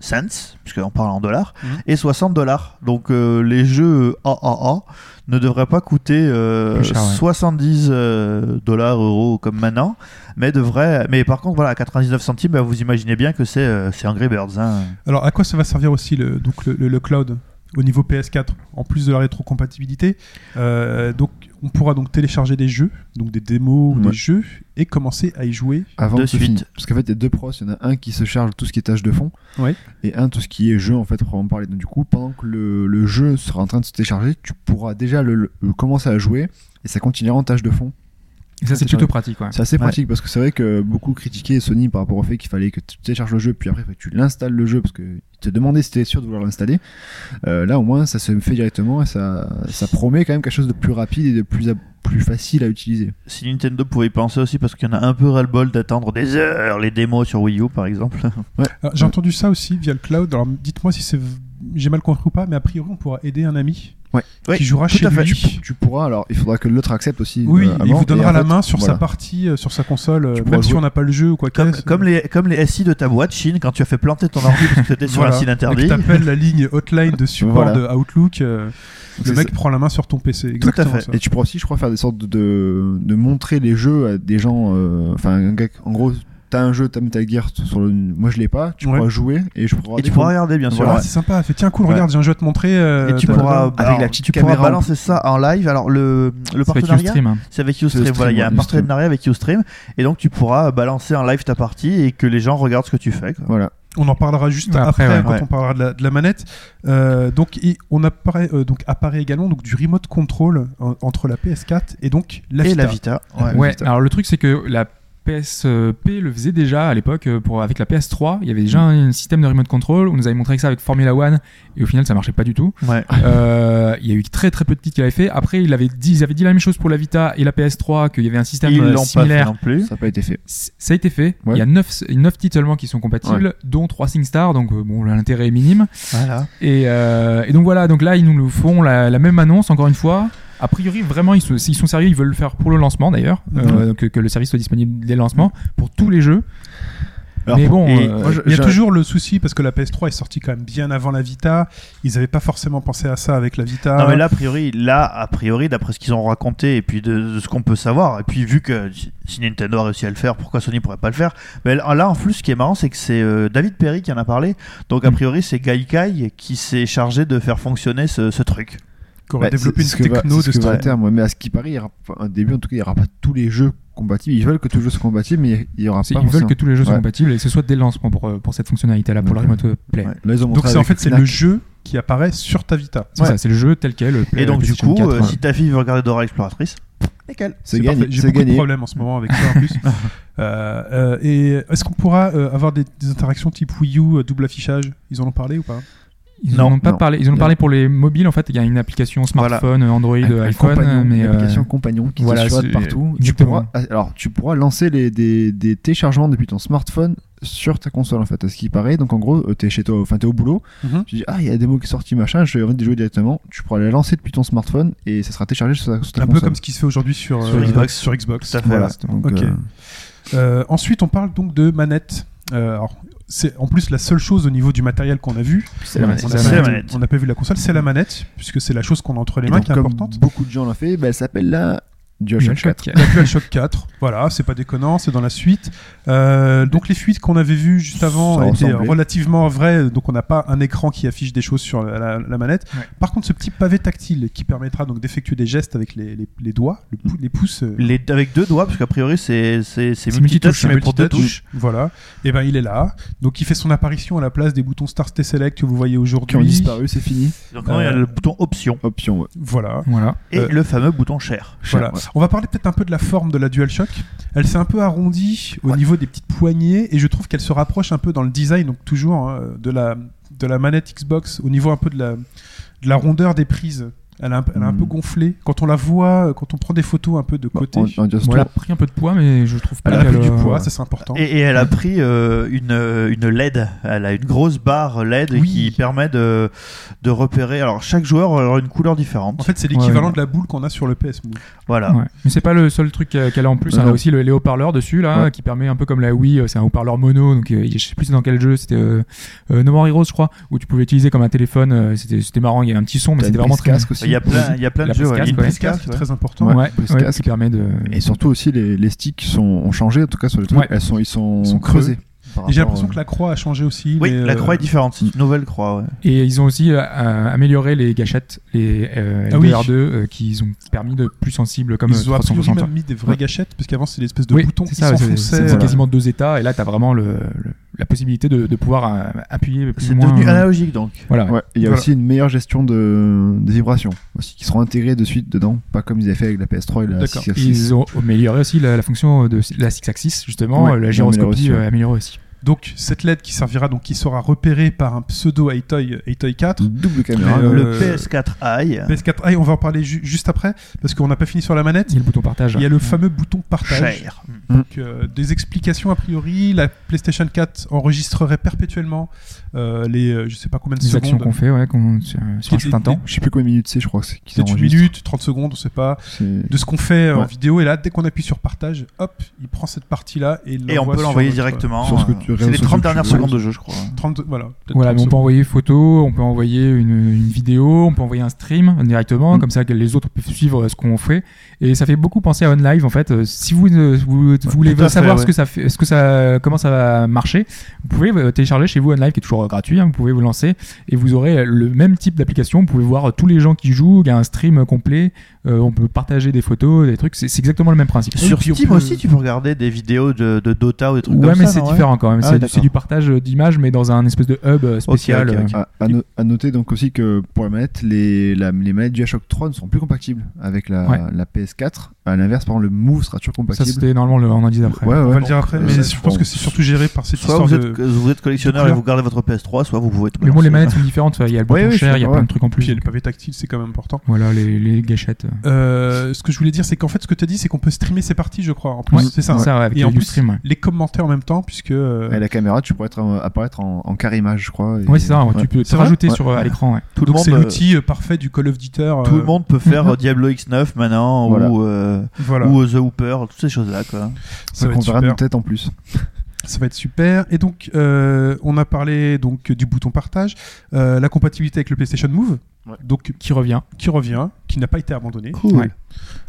[SPEAKER 4] cents, puisqu'on parle en dollars,
[SPEAKER 2] Mhm.
[SPEAKER 4] et 60 dollars. Donc, euh, les jeux AAA ne devraient pas coûter euh,
[SPEAKER 3] Plus cher, ouais.
[SPEAKER 4] 70 euh, dollars, euros comme maintenant, mais devraient. Mais par contre, voilà, à 99 centimes, bah, vous imaginez bien que c'est euh, c'est Angry Birds. hein.
[SPEAKER 2] Alors, à quoi ça va servir aussi le, donc le, le- le cloud au niveau PS4, en plus de la rétrocompatibilité. Euh, donc, on pourra donc télécharger des jeux, donc des démos ou
[SPEAKER 5] Ouais.
[SPEAKER 2] des jeux, et commencer à y jouer.
[SPEAKER 5] avant
[SPEAKER 4] De
[SPEAKER 5] que ce
[SPEAKER 4] suite.
[SPEAKER 5] finisse. Parce qu'en fait, il y a deux pros. Il y en a un qui se charge tout ce qui est tâche de fond,
[SPEAKER 2] Ouais.
[SPEAKER 5] et un tout ce qui est jeu, en fait, proprement parler. Donc, du coup, pendant que le, le jeu sera en train de se télécharger, tu pourras déjà le, le- le commencer à jouer, et ça continuera en tâche de fond.
[SPEAKER 3] Et ça, c'est
[SPEAKER 5] c'est
[SPEAKER 3] plutôt
[SPEAKER 5] vrai.
[SPEAKER 3] pratique. Ouais.
[SPEAKER 5] C'est assez
[SPEAKER 4] Ouais.
[SPEAKER 5] pratique parce que c'est vrai que beaucoup critiquaient Sony par rapport au fait qu'il fallait que tu télécharges le jeu, puis après, il fallait que tu l'installes le jeu, parce que ils te demandaient si tu sûr de vouloir l'installer. Euh, là, au moins, ça se fait directement, et ça, ça promet quand même quelque chose de plus rapide et de plus, ab- plus facile à utiliser.
[SPEAKER 4] Si Nintendo pouvait y penser aussi, parce qu'il y en a un peu ras-le-bol d'attendre des heures les démos sur Wii U par exemple.
[SPEAKER 2] Alors, J'ai entendu ça aussi via le cloud. Alors, dites-moi si c'est v- j'ai mal compris ou pas, mais a priori, on pourra aider un ami
[SPEAKER 5] Ouais.
[SPEAKER 4] Ouais,
[SPEAKER 2] qui jouera
[SPEAKER 4] tout
[SPEAKER 2] chez
[SPEAKER 4] à fait.
[SPEAKER 2] lui.
[SPEAKER 4] Tu-
[SPEAKER 5] Ah, Tu pourras, alors, il faudra que l'autre accepte aussi.
[SPEAKER 2] Oui,
[SPEAKER 5] euh,
[SPEAKER 2] il
[SPEAKER 5] avant,
[SPEAKER 2] vous donnera
[SPEAKER 5] et en
[SPEAKER 2] la
[SPEAKER 5] fait,
[SPEAKER 2] main sur
[SPEAKER 5] voilà.
[SPEAKER 2] sa partie, euh, sur sa console, euh,
[SPEAKER 5] pourras
[SPEAKER 2] même si
[SPEAKER 5] jouer.
[SPEAKER 2] on n'a pas le jeu ou quoi
[SPEAKER 4] Comme,
[SPEAKER 2] que ce soit.
[SPEAKER 4] comme, les, comme les SI de ta boîte, Chine, quand tu as fait planter ton ordi parce que t'étais sur
[SPEAKER 2] Voilà.
[SPEAKER 4] un site
[SPEAKER 2] Et que
[SPEAKER 4] interdit.
[SPEAKER 2] t'appelles la ligne hotline de support
[SPEAKER 5] Voilà.
[SPEAKER 2] de Outlook, euh, le
[SPEAKER 5] C'est
[SPEAKER 2] mec euh, prend la main sur ton PC.
[SPEAKER 4] Tout à
[SPEAKER 2] Exactement
[SPEAKER 4] fait.
[SPEAKER 2] ça.
[SPEAKER 5] Et tu pourras aussi, je crois, faire des sortes de, de, de montrer les jeux à des gens. euh, Enfin, un gars- en gros, t'as un jeu, t'as Metal Gear sur le. Moi, je l'ai pas. Tu
[SPEAKER 2] Ouais.
[SPEAKER 5] pourras jouer et je pourras.
[SPEAKER 4] Et tu pourras regarder bien sûr.
[SPEAKER 2] Voilà,
[SPEAKER 4] ouais.
[SPEAKER 2] c'est sympa. Fait, tiens, cool,
[SPEAKER 4] Ouais.
[SPEAKER 2] regarde, j'ai un jeu à te montrer. euh,
[SPEAKER 4] Et tu
[SPEAKER 2] t'as-
[SPEAKER 4] pourras,
[SPEAKER 5] Avec
[SPEAKER 4] alors,
[SPEAKER 5] la petite
[SPEAKER 4] tu
[SPEAKER 5] hein,
[SPEAKER 4] pourras
[SPEAKER 5] caméra en-
[SPEAKER 4] balancer ça en live. Alors le, le
[SPEAKER 3] Ça fait
[SPEAKER 4] partenariat,
[SPEAKER 3] Ustream, hein.
[SPEAKER 4] c'est avec Ustream.
[SPEAKER 5] Ustream,
[SPEAKER 4] Voilà, il y a un
[SPEAKER 5] ouais, Ustream.
[SPEAKER 4] partenariat avec Ustream, et donc tu pourras balancer en live ta partie et que les gens regardent ce que tu fais. quoi.
[SPEAKER 5] Voilà.
[SPEAKER 2] On en parlera juste
[SPEAKER 3] Ouais,
[SPEAKER 2] après,
[SPEAKER 3] après, ouais,
[SPEAKER 2] quand
[SPEAKER 4] ouais.
[SPEAKER 2] on parlera de la, de la manette. Euh, donc, et on apparaît, euh, donc apparaît également donc du remote control en- entre la PS4 et donc la
[SPEAKER 4] et
[SPEAKER 2] Vita.
[SPEAKER 4] la Vita. ouais.
[SPEAKER 3] Ouais,
[SPEAKER 5] putain.
[SPEAKER 3] alors le truc c'est que la PSP le faisait déjà à l'époque euh, pour avec la PS3, il y avait déjà
[SPEAKER 4] Mm.
[SPEAKER 3] un, un système de remote control, on nous avait montré que ça avec Formula One et au final ça marchait pas du tout.
[SPEAKER 4] Ouais.
[SPEAKER 3] Euh, il y a eu très très peu de titres qu'il avait fait. Après il avait dit ils avaient dit la même chose pour la Vita et la PS3 qu'il y avait un système
[SPEAKER 4] Ils
[SPEAKER 3] euh,
[SPEAKER 4] l'ont pas fait
[SPEAKER 3] similaire.
[SPEAKER 4] non plus.
[SPEAKER 5] Ça n'a pas été fait.
[SPEAKER 3] C- Ça a été fait.
[SPEAKER 5] Ouais.
[SPEAKER 3] Il y a 9, titres seulement qui sont compatibles, dont 3 SingStar, donc euh, bon, l'intérêt est minime.
[SPEAKER 4] Voilà.
[SPEAKER 3] Et, euh, et donc voilà, donc là ils nous le font la, la même annonce encore une fois. A priori, vraiment, ils, se- ils sont sérieux, ils veulent le faire pour le lancement d'ailleurs, euh, que, que le service soit disponible dès le lancement pour tous les jeux.
[SPEAKER 4] Alors,
[SPEAKER 3] Mais bon,
[SPEAKER 4] pour- et-
[SPEAKER 3] euh,
[SPEAKER 5] Moi, je-
[SPEAKER 2] Il y a
[SPEAKER 5] j'ai-
[SPEAKER 2] toujours le souci parce que la PS3 est sortie quand même bien avant la Vita. Ils n'avaient pas forcément pensé à ça avec la Vita.
[SPEAKER 4] Non mais là a priori, là a priori d'après ce qu'ils ont raconté et puis de, de ce qu'on peut savoir et puis vu que si- si Nintendo a réussi à le faire, pourquoi Sony pourrait pas le faire Mais là là, en plus ce qui est marrant c'est que c'est euh, David Perry qui en a parlé. Donc a
[SPEAKER 3] Mm.
[SPEAKER 4] priori c'est Gaikai qui s'est chargé de faire fonctionner ce, ce truc.
[SPEAKER 2] qui aurait
[SPEAKER 5] Bah,
[SPEAKER 2] développé une
[SPEAKER 5] c'est ce que va-
[SPEAKER 2] techno
[SPEAKER 5] c'est ce
[SPEAKER 2] de
[SPEAKER 5] que va
[SPEAKER 2] stream.
[SPEAKER 5] à terme, ouais. Mais à ce qui paraît, il y aura pas- un début, en tout cas, il n'y aura pas tous les jeux compatibles. Ils veulent que tout le jeu soit compatible, mais il y aura pas.
[SPEAKER 3] C'est- Ils veulent
[SPEAKER 5] forcément.
[SPEAKER 3] que tous les jeux soient
[SPEAKER 5] Ouais.
[SPEAKER 3] compatibles et que ce soit dès le lancement pour, euh, pour cette fonctionnalité-là, pour le
[SPEAKER 5] D'accord.
[SPEAKER 3] remote play.
[SPEAKER 4] Ouais.
[SPEAKER 5] Là, ils ont
[SPEAKER 2] Donc
[SPEAKER 5] montré
[SPEAKER 2] c'est en
[SPEAKER 5] avec
[SPEAKER 2] fait c'est
[SPEAKER 5] Fnac.
[SPEAKER 2] le jeu qui apparaît sur ta Vita.
[SPEAKER 3] C'est
[SPEAKER 2] Ouais.
[SPEAKER 3] ça, c'est le jeu tel quel. le play,
[SPEAKER 4] et donc
[SPEAKER 3] la
[SPEAKER 4] du
[SPEAKER 3] PlayStation
[SPEAKER 4] coup,
[SPEAKER 3] 4,
[SPEAKER 4] euh,
[SPEAKER 3] ouais.
[SPEAKER 4] si ta fille veut regarder Dora Exploratrice, nickel.
[SPEAKER 5] C'est
[SPEAKER 2] parfait.
[SPEAKER 5] gagné.
[SPEAKER 2] J'ai
[SPEAKER 5] C'est
[SPEAKER 2] beaucoup de
[SPEAKER 5] gagné.
[SPEAKER 2] problèmes en ce moment avec ça en plus. Euh, euh, et est-ce qu'on pourra euh, avoir des, des interactions type Wii U, euh, double affichage Ils en ont parlé ou pas
[SPEAKER 3] Ils
[SPEAKER 4] Non,
[SPEAKER 3] n'en ont pas
[SPEAKER 5] non.
[SPEAKER 3] parlé. Ils en ont parlé pour les mobiles en fait. Il y a une application
[SPEAKER 4] Voilà.
[SPEAKER 3] smartphone, Android,
[SPEAKER 5] Un- un
[SPEAKER 3] iPhone,
[SPEAKER 5] compagnon,
[SPEAKER 3] mais
[SPEAKER 5] une
[SPEAKER 3] euh,
[SPEAKER 5] application compagnon qui
[SPEAKER 3] voilà,
[SPEAKER 5] te suivra de
[SPEAKER 3] c'est-
[SPEAKER 5] partout. Tu
[SPEAKER 3] exactement.
[SPEAKER 5] pourras, ah, alors, tu pourras lancer les, des, des téléchargements depuis ton smartphone sur ta console, en fait, à ce qui paraît. Donc, en gros, euh, t'es chez toi, enfin, t'es au boulot.
[SPEAKER 2] Mhm.
[SPEAKER 5] Tu dis, ah, il y a des mots qui sont sortis, machin, j'ai envie de jouer directement. Tu pourras les lancer depuis ton smartphone et ça sera téléchargé sur ta, sur ta
[SPEAKER 2] Un peu
[SPEAKER 5] console.
[SPEAKER 2] comme ce qui se fait aujourd'hui sur,
[SPEAKER 4] Sur
[SPEAKER 2] euh,
[SPEAKER 4] Xbox.
[SPEAKER 2] sur Xbox.
[SPEAKER 4] Tout à fait.
[SPEAKER 5] Voilà.
[SPEAKER 4] ouais.
[SPEAKER 5] Donc,
[SPEAKER 2] Ok.
[SPEAKER 5] euh,
[SPEAKER 2] Euh, ensuite, on parle donc de manette. Euh, alors, c'est en plus la seule chose au niveau du matériel qu'on a vu.
[SPEAKER 5] c'est la
[SPEAKER 3] Ouais,
[SPEAKER 5] manette.
[SPEAKER 2] On
[SPEAKER 4] C'est
[SPEAKER 2] a
[SPEAKER 4] la
[SPEAKER 2] pas vu-
[SPEAKER 4] manette.
[SPEAKER 2] on n'a pas vu la console, c'est la manette, puisque c'est la chose qu'on a entre les
[SPEAKER 5] Et
[SPEAKER 2] mains
[SPEAKER 5] donc,
[SPEAKER 2] qui est
[SPEAKER 5] comme
[SPEAKER 2] importante.
[SPEAKER 5] beaucoup de gens l'ont fait, bah, elle s'appelle la
[SPEAKER 3] euh,
[SPEAKER 5] DualShock 4.
[SPEAKER 2] La DualShock 4, voilà, c'est pas déconnant, c'est dans la suite. Euh, donc les fuites qu'on avait vues juste avant
[SPEAKER 5] Ça
[SPEAKER 2] étaient
[SPEAKER 5] ressemblait.
[SPEAKER 2] relativement vraies, donc on n'a pas un écran qui affiche des choses sur la, la- la manette.
[SPEAKER 3] Ouais.
[SPEAKER 2] Par contre, ce petit pavé tactile qui permettra donc d'effectuer des gestes avec les, les- les doigts, le pou- les pouces, euh,
[SPEAKER 4] Les, avec deux doigts parce qu'a priori c'est c'est c'est
[SPEAKER 3] C'est
[SPEAKER 4] multitouch
[SPEAKER 3] multitouch,
[SPEAKER 4] mais pour deux
[SPEAKER 2] multitouch.
[SPEAKER 4] touches.
[SPEAKER 2] Voilà. Et ben il est là. Donc il fait son apparition à la place des boutons Start et Select que vous voyez aujourd'hui.
[SPEAKER 5] Qui ont disparu, c'est fini.
[SPEAKER 4] Donc maintenant, il y a
[SPEAKER 2] Euh,
[SPEAKER 4] le bouton option
[SPEAKER 5] Option, ouais.
[SPEAKER 2] Voilà.
[SPEAKER 3] Voilà.
[SPEAKER 4] et
[SPEAKER 2] euh,
[SPEAKER 4] le fameux bouton share.
[SPEAKER 2] Voilà.
[SPEAKER 5] Ouais.
[SPEAKER 2] On va parler peut-être un peu de la forme de la DualShock. Elle s'est un peu arrondie au niveau des petites poignées et je trouve qu'elle se rapproche un peu dans le design, donc toujours hein, de la de la manette Xbox au niveau un peu de la de la rondeur des prises. Elle a, un, elle a un
[SPEAKER 5] Mm.
[SPEAKER 3] Hmm.
[SPEAKER 2] peu gonflé. Quand on la voit, euh, quand on prend des photos un peu de
[SPEAKER 5] Bah,
[SPEAKER 2] côté,
[SPEAKER 5] on- on dirait
[SPEAKER 3] Bon, elle a
[SPEAKER 5] surtout-
[SPEAKER 3] pris un peu de poids, mais je trouve pas
[SPEAKER 2] elle a pris
[SPEAKER 3] qu'elle,
[SPEAKER 2] du
[SPEAKER 3] euh,
[SPEAKER 2] poids, ça c'est important.
[SPEAKER 4] Et, et elle a pris euh, une, euh, une LED, elle a une grosse barre LED
[SPEAKER 2] Oui.
[SPEAKER 4] qui permet de, de repérer. Alors chaque joueur aura une couleur différente.
[SPEAKER 2] En fait, c'est
[SPEAKER 3] Ouais,
[SPEAKER 2] l'équivalent
[SPEAKER 3] ouais. Ah,
[SPEAKER 2] de la boule qu'on a sur le PS Move.
[SPEAKER 4] voilà.
[SPEAKER 3] Ouais. Mais c'est pas le seul truc euh, qu'elle a en plus.
[SPEAKER 5] Ah. Non,
[SPEAKER 3] Elle a
[SPEAKER 5] non.
[SPEAKER 3] aussi le, les haut-parleurs dessus là,
[SPEAKER 5] Ouais.
[SPEAKER 3] qui permet un peu comme la Wii, euh, c'est un haut-parleur mono. Donc euh, je sais plus dans quel jeu, c'était euh, euh, No More Heroes, je crois, où tu pouvais utiliser comme un téléphone. euh, c'était c'était marrant, il y avait un petit son, mais
[SPEAKER 5] t'as une
[SPEAKER 3] c'était vraiment
[SPEAKER 5] prise
[SPEAKER 3] très.
[SPEAKER 5] casque aussi.
[SPEAKER 4] Il y a plein, il y a plein
[SPEAKER 3] La
[SPEAKER 4] de jeux.
[SPEAKER 3] prise
[SPEAKER 4] ouais.
[SPEAKER 3] casque,
[SPEAKER 4] Il y a une prise
[SPEAKER 2] C'est
[SPEAKER 4] casque, ouais.
[SPEAKER 2] très important.
[SPEAKER 3] Ouais,
[SPEAKER 5] Ouais, prise
[SPEAKER 3] ouais,
[SPEAKER 5] casque.
[SPEAKER 3] qui permet de.
[SPEAKER 5] Et surtout aussi, les, les sticks sont, ont changé, en tout cas sur les trucs,
[SPEAKER 3] Ouais.
[SPEAKER 5] elles sont, ils sont,
[SPEAKER 2] Ils sont creux.
[SPEAKER 5] creusés. par
[SPEAKER 2] Et j'ai
[SPEAKER 5] rapport,
[SPEAKER 2] l'impression
[SPEAKER 5] euh,
[SPEAKER 2] que la croix a changé aussi.
[SPEAKER 4] Oui,
[SPEAKER 2] mais,
[SPEAKER 4] la
[SPEAKER 2] euh,
[SPEAKER 4] croix est différente, c'est une nouvelle croix. ouais.
[SPEAKER 3] Et ils ont aussi euh, amélioré les gâchettes, les euh,
[SPEAKER 2] Ah oui.
[SPEAKER 3] LDR2, euh, qu'ils ont permis de plus sensibles comme euh,
[SPEAKER 2] Ils ont a priori
[SPEAKER 3] 360.
[SPEAKER 2] même mis des vraies
[SPEAKER 3] Ouais.
[SPEAKER 2] gâchettes, parce qu'avant c'était l'espèce de
[SPEAKER 3] oui,
[SPEAKER 2] bouton
[SPEAKER 3] c'est
[SPEAKER 2] qui
[SPEAKER 3] ça, c'est- c'est
[SPEAKER 2] s'enfonçait.
[SPEAKER 3] c'est
[SPEAKER 2] euh,
[SPEAKER 3] quasiment deux états, et là, tu as vraiment le, le- la possibilité de, de pouvoir euh, appuyer plus
[SPEAKER 4] C'est
[SPEAKER 3] ou moins.
[SPEAKER 4] devenu
[SPEAKER 3] euh,
[SPEAKER 4] analogique donc.
[SPEAKER 3] voilà.
[SPEAKER 5] E. Ouais, il y a
[SPEAKER 3] Voilà.
[SPEAKER 5] aussi une meilleure gestion de, des vibrations aussi, qui seront intégrées de suite dedans, pas comme ils avaient fait avec la PS3 et la
[SPEAKER 2] D'accord.
[SPEAKER 5] 6
[SPEAKER 3] Ils ont amélioré aussi la, la fonction de la six axis justement,
[SPEAKER 5] Ouais,
[SPEAKER 3] euh, la
[SPEAKER 5] ils ont amélioré
[SPEAKER 3] gyroscopie
[SPEAKER 5] aussi, ouais.
[SPEAKER 3] euh, améliorée aussi.
[SPEAKER 2] Donc cette LED qui servira, donc qui sera repérée par un pseudo Aitoy, Aitoy 4.
[SPEAKER 5] Double
[SPEAKER 2] Mais,
[SPEAKER 5] caméra.
[SPEAKER 2] euh,
[SPEAKER 4] Le PS4 i
[SPEAKER 2] PS4, ah, et on va en parler ju- juste après, parce qu'on n'a pas fini sur la manette.
[SPEAKER 3] Il y a le bouton partage.
[SPEAKER 2] Il y a le fameux bouton partage.
[SPEAKER 4] cher.
[SPEAKER 2] Donc, euh, des explications a priori, la PlayStation 4 enregistrerait perpétuellement euh, les, euh, je sais pas combien de
[SPEAKER 3] les actions
[SPEAKER 2] secondes.
[SPEAKER 3] qu'on fait ouais, qu'on- sur sur un
[SPEAKER 2] Qui-
[SPEAKER 3] certain temps.
[SPEAKER 5] Je sais plus combien de minutes c'est, je crois que c'est qu'ils
[SPEAKER 2] C'est une
[SPEAKER 5] enregistrent.
[SPEAKER 2] minute, 30 secondes, on sait pas,
[SPEAKER 5] C'est-
[SPEAKER 2] de ce qu'on fait euh, en
[SPEAKER 5] Ouais.
[SPEAKER 2] vidéo. Et là, dès qu'on appuie sur partage, hop, il prend cette partie-là et, il
[SPEAKER 4] Et on
[SPEAKER 2] l'envoie
[SPEAKER 4] peut
[SPEAKER 2] sur
[SPEAKER 4] l'envoyer
[SPEAKER 2] notre-
[SPEAKER 4] directement.
[SPEAKER 5] sur ce que
[SPEAKER 4] euh,
[SPEAKER 5] tu-
[SPEAKER 4] C'est
[SPEAKER 5] réseaux
[SPEAKER 4] les
[SPEAKER 5] sociaux
[SPEAKER 4] 30
[SPEAKER 5] que tu
[SPEAKER 4] dernières
[SPEAKER 5] veux.
[SPEAKER 4] secondes de jeu, je crois.
[SPEAKER 2] 30, voilà, peut-être
[SPEAKER 3] Voilà,
[SPEAKER 2] 30
[SPEAKER 3] mais on peut
[SPEAKER 2] secondes.
[SPEAKER 3] envoyer photo, on peut envoyer une, une vidéo, on peut envoyer un stream directement,
[SPEAKER 5] Mm.
[SPEAKER 3] comme ça que les autres peuvent suivre euh, ce qu'on fait. Et ça fait beaucoup penser à OnLive en fait. Euh, Si vous, euh, vous voulez
[SPEAKER 4] tout à fait,
[SPEAKER 3] savoir
[SPEAKER 4] ouais.
[SPEAKER 3] ce que ça fait, ce que ça, comment ça va marcher, vous pouvez euh, télécharger chez vous OnLive qui est toujours euh, gratuit. hein. vous pouvez vous lancer et vous aurez euh, le même type d'application. Vous pouvez voir euh, tous les gens qui jouent, il y a un stream euh, complet. Euh, on peut partager des photos, des trucs. C'est c'est exactement le même principe.
[SPEAKER 4] Sur
[SPEAKER 2] puis on
[SPEAKER 4] Steam
[SPEAKER 2] peut-
[SPEAKER 4] aussi, tu peux regarder des vidéos de, de Dota ou des trucs
[SPEAKER 3] Ouais,
[SPEAKER 4] comme ça.
[SPEAKER 3] mais c'est
[SPEAKER 4] non,
[SPEAKER 3] différent quand même.
[SPEAKER 4] Ah
[SPEAKER 3] C'est
[SPEAKER 4] ouais,
[SPEAKER 3] du-
[SPEAKER 4] d'accord.
[SPEAKER 3] c'est du partage euh, d'images, mais dans un espèce de hub euh, spécial.
[SPEAKER 4] ok,
[SPEAKER 3] euh,
[SPEAKER 4] ok.
[SPEAKER 5] À, à no- à noter donc aussi que pour la manette, les, la- les manettes DualShock 3 ne seront plus compatibles avec la,
[SPEAKER 3] Ouais.
[SPEAKER 5] la PS4. À l'inverse, par exemple, le Move sera toujours
[SPEAKER 3] Ça,
[SPEAKER 5] compatible.
[SPEAKER 3] c'était normalement le, on en disait après.
[SPEAKER 5] ouais,
[SPEAKER 2] On
[SPEAKER 5] ouais.
[SPEAKER 2] va le dire après,
[SPEAKER 5] Euh,
[SPEAKER 2] mais
[SPEAKER 5] ça,
[SPEAKER 2] je pense
[SPEAKER 5] bon.
[SPEAKER 2] que c'est surtout géré par cette
[SPEAKER 4] Soit
[SPEAKER 2] histoire
[SPEAKER 4] vous
[SPEAKER 2] de.
[SPEAKER 4] êtes, vous êtes collectionneur
[SPEAKER 2] de
[SPEAKER 4] et
[SPEAKER 2] couleur.
[SPEAKER 4] vous gardez votre PS3, soit vous pouvez tout
[SPEAKER 3] Mais bon, les
[SPEAKER 4] balancer.
[SPEAKER 3] manettes sont différentes. Il y a le
[SPEAKER 5] Ouais,
[SPEAKER 3] bouton
[SPEAKER 5] ouais,
[SPEAKER 3] cher, il y a
[SPEAKER 5] je-
[SPEAKER 3] plein
[SPEAKER 5] ouais.
[SPEAKER 3] de trucs en plus.
[SPEAKER 2] Puis il y a le pavé tactile, c'est quand même important.
[SPEAKER 3] Voilà, les, les gâchettes. euh.
[SPEAKER 2] Euh, ce que je voulais dire, c'est qu'en fait, ce que tu as dit, c'est qu'on peut streamer ses parties, je crois. En plus,
[SPEAKER 3] Ouais,
[SPEAKER 2] c'est ça. hein.
[SPEAKER 3] ouais, avec
[SPEAKER 2] Et
[SPEAKER 3] le
[SPEAKER 2] en
[SPEAKER 3] du
[SPEAKER 2] plus-
[SPEAKER 3] stream. Ouais,
[SPEAKER 2] Les commenter en même temps, puisque. euh,
[SPEAKER 5] Et la caméra, tu pourrais être en- apparaître en, en carré image, je crois. et-
[SPEAKER 3] Ouais, c'est ça. ouais,
[SPEAKER 5] ouais.
[SPEAKER 3] Tu peux te
[SPEAKER 2] C'est vrai
[SPEAKER 3] rajouter
[SPEAKER 5] Ouais.
[SPEAKER 3] sur, euh, à l'écran. ouais.
[SPEAKER 4] Tout le
[SPEAKER 2] donc
[SPEAKER 4] monde,
[SPEAKER 2] c'est
[SPEAKER 4] euh,
[SPEAKER 2] l'outil euh, parfait du Call of Duty.
[SPEAKER 4] tout le monde peut faire euh, Diablo X9 maintenant
[SPEAKER 5] Voilà.
[SPEAKER 4] ou, euh,
[SPEAKER 2] Voilà.
[SPEAKER 4] ou euh, The Hooper, toutes ces choses-là. quoi.
[SPEAKER 2] ça, va
[SPEAKER 5] qu'on
[SPEAKER 2] être
[SPEAKER 5] verra
[SPEAKER 2] super.
[SPEAKER 5] nos têtes en plus.
[SPEAKER 2] ça va être super. Et donc, euh, on a parlé donc du bouton partage, euh, la compatibilité avec le PlayStation Move,
[SPEAKER 5] Ouais.
[SPEAKER 2] donc
[SPEAKER 3] Qui revient.
[SPEAKER 2] qui revient, qui n'a pas été abandonné.
[SPEAKER 3] Ouais.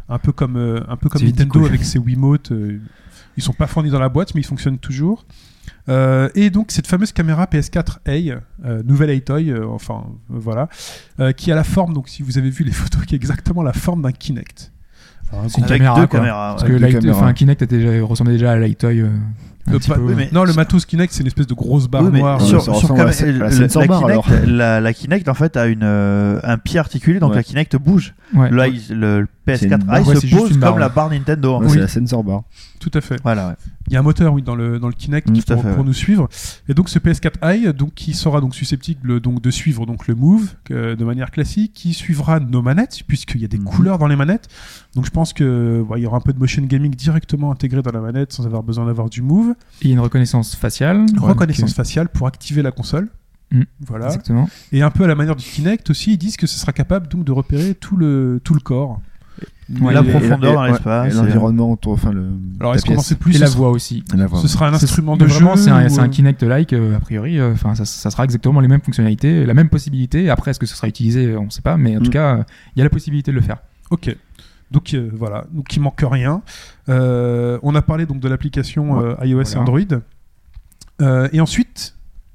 [SPEAKER 2] Un peu comme euh, un peu comme
[SPEAKER 3] C'est
[SPEAKER 2] Nintendo
[SPEAKER 3] cool.
[SPEAKER 2] avec ses Wiimotes. euh, ils sont pas fournis dans la boîte, mais ils fonctionnent toujours. Euh, et donc cette fameuse caméra PS4A, euh, nouvelle Atoy, euh, enfin euh, voilà, euh, qui a la forme. Donc si vous avez vu les photos, qui a exactement la forme d'un Kinect. Enfin, un
[SPEAKER 3] C'est une
[SPEAKER 4] Avec
[SPEAKER 3] caméra.
[SPEAKER 4] deux
[SPEAKER 3] quoi.
[SPEAKER 4] caméras.
[SPEAKER 3] Parce
[SPEAKER 4] ouais.
[SPEAKER 3] que
[SPEAKER 5] Avec deux
[SPEAKER 3] Light-
[SPEAKER 5] caméras.
[SPEAKER 3] enfin, Kinect a déjà- ressemblait déjà à Lighttoy. euh, un
[SPEAKER 2] Euh,
[SPEAKER 3] petit
[SPEAKER 2] pas-
[SPEAKER 3] peu.
[SPEAKER 4] oui, mais-
[SPEAKER 2] Non, le matos Kinect, c'est une espèce de grosse barre
[SPEAKER 4] Oui, mais
[SPEAKER 2] noire.
[SPEAKER 4] sur,
[SPEAKER 2] euh,
[SPEAKER 5] ça
[SPEAKER 4] sur
[SPEAKER 5] ressemble
[SPEAKER 4] cam-
[SPEAKER 5] à la- à la
[SPEAKER 4] le- la,
[SPEAKER 5] Sensor Bar, alors.
[SPEAKER 4] Kinect, la- la Kinect, en fait a une, euh, un pied articulé donc
[SPEAKER 5] Ouais.
[SPEAKER 4] la Kinect bouge.
[SPEAKER 3] Ouais.
[SPEAKER 4] Là, il- le PS4
[SPEAKER 5] C'est une barre.
[SPEAKER 4] i
[SPEAKER 3] Ouais, c'est
[SPEAKER 4] se
[SPEAKER 3] juste
[SPEAKER 4] pose
[SPEAKER 3] une barre,
[SPEAKER 4] comme la
[SPEAKER 3] ouais.
[SPEAKER 4] barre Nintendo. en
[SPEAKER 5] Ouais,
[SPEAKER 4] fait.
[SPEAKER 5] C'est la sensor bar.
[SPEAKER 2] Tout à fait.
[SPEAKER 4] Voilà. ouais.
[SPEAKER 2] Il y a un moteur oui dans le dans le Kinect
[SPEAKER 4] Mm,
[SPEAKER 2] qui-
[SPEAKER 4] tout à
[SPEAKER 2] pour,
[SPEAKER 4] fait,
[SPEAKER 2] pour
[SPEAKER 4] ouais.
[SPEAKER 2] nous suivre. Et donc ce PS4i donc qui sera donc susceptible donc de suivre donc le Move euh, de manière classique, qui suivra nos manettes puisqu'il y a des
[SPEAKER 4] Mhm.
[SPEAKER 2] couleurs dans les manettes. Donc je pense que ouais, il y aura un peu de motion gaming directement intégré dans la manette sans avoir besoin d'avoir du Move.
[SPEAKER 3] Et une reconnaissance faciale.
[SPEAKER 2] Reconnaissance
[SPEAKER 3] Ouais,
[SPEAKER 2] faciale pour activer la console.
[SPEAKER 3] Mm. donc, euh,
[SPEAKER 2] Voilà.
[SPEAKER 3] Exactement.
[SPEAKER 2] Et un peu à la manière du Kinect aussi, ils disent que ce sera capable donc de repérer tout le tout le corps.
[SPEAKER 3] Ouais,
[SPEAKER 4] la
[SPEAKER 3] et-
[SPEAKER 4] profondeur
[SPEAKER 5] et-
[SPEAKER 4] dans
[SPEAKER 5] ouais,
[SPEAKER 4] l'espace.
[SPEAKER 5] et
[SPEAKER 4] et-
[SPEAKER 5] L'environnement autour, enfin le.
[SPEAKER 2] Alors
[SPEAKER 5] la
[SPEAKER 2] est-ce qu'on en
[SPEAKER 5] pièce.
[SPEAKER 2] sait plus
[SPEAKER 3] Et la
[SPEAKER 2] ce sera-
[SPEAKER 3] voix aussi.
[SPEAKER 5] Et la voix,
[SPEAKER 2] Ce sera un
[SPEAKER 3] Ce-
[SPEAKER 2] instrument de
[SPEAKER 3] vraiment,
[SPEAKER 2] jeu
[SPEAKER 3] c'est un,
[SPEAKER 2] ou,
[SPEAKER 3] c'est un
[SPEAKER 2] euh,
[SPEAKER 3] Kinect-like, euh, a priori. euh, Enfin, ça, ça sera exactement les mêmes fonctionnalités, la même possibilité. Après, est-ce que ce sera utilisé euh, On ne sait pas. Mais en
[SPEAKER 5] Mm.
[SPEAKER 3] tout cas, euh, il y a la possibilité de le faire.
[SPEAKER 2] Ok. Donc euh, voilà, donc il manque rien. Euh, on a parlé donc de l'application euh, iOS et
[SPEAKER 3] Voilà.
[SPEAKER 2] Android. Euh, et ensuite,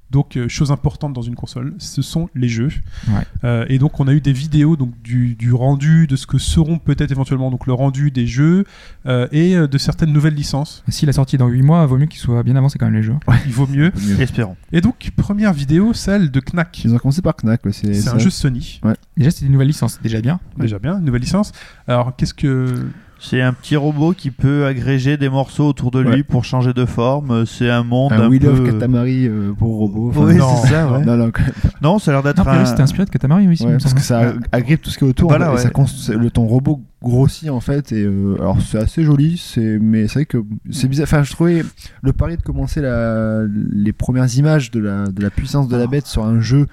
[SPEAKER 2] donc euh, chose importante dans une console, ce sont les jeux.
[SPEAKER 3] Ouais.
[SPEAKER 2] Euh, et donc on a eu des vidéos donc du, du rendu de ce que seront peut-être éventuellement donc le rendu des jeux euh, et euh, de certaines nouvelles licences.
[SPEAKER 3] Si la sortie est dans 8 mois, vaut mieux qu'il soit bien avancé quand même les jeux.
[SPEAKER 2] Il vaut mieux.
[SPEAKER 5] euh, mieux.
[SPEAKER 4] Espérons.
[SPEAKER 2] Et donc première vidéo, celle de Knack.
[SPEAKER 5] Ils ont commencé par Knack, ouais, c'est
[SPEAKER 2] C'est un
[SPEAKER 5] ça.
[SPEAKER 2] jeu Sony,
[SPEAKER 3] Déjà, c'est une nouvelle licence, déjà bien.
[SPEAKER 2] déjà bien, une nouvelle licence. Alors qu'est-ce que
[SPEAKER 4] C'est un petit robot qui peut agréger des morceaux autour de lui
[SPEAKER 5] Ouais.
[SPEAKER 4] pour changer de forme. C'est un monde
[SPEAKER 5] un
[SPEAKER 4] un
[SPEAKER 5] Wheel of
[SPEAKER 4] peu.
[SPEAKER 5] Katamari euh, pour robot. enfin,
[SPEAKER 4] Oui,
[SPEAKER 2] Non.
[SPEAKER 4] c'est ça. ouais.
[SPEAKER 5] Non, non, quand même.
[SPEAKER 4] Non, ça a l'air
[SPEAKER 3] Non,
[SPEAKER 4] d'être
[SPEAKER 3] priori,
[SPEAKER 4] un.
[SPEAKER 3] c'était inspiré de Katamari aussi. il
[SPEAKER 5] Ouais,
[SPEAKER 3] me
[SPEAKER 5] parce
[SPEAKER 3] semble.
[SPEAKER 5] que ça agrippe tout ce qui est autour.
[SPEAKER 4] Voilà,
[SPEAKER 5] et
[SPEAKER 4] ouais.
[SPEAKER 5] ça cons- c'est- le ton robot grossit en fait. Et euh, alors c'est assez joli, c'est mais c'est vrai que c'est bizarre. Enfin, je trouvais le pari de commencer la... les premières images de la... de la puissance de la bête sur un jeu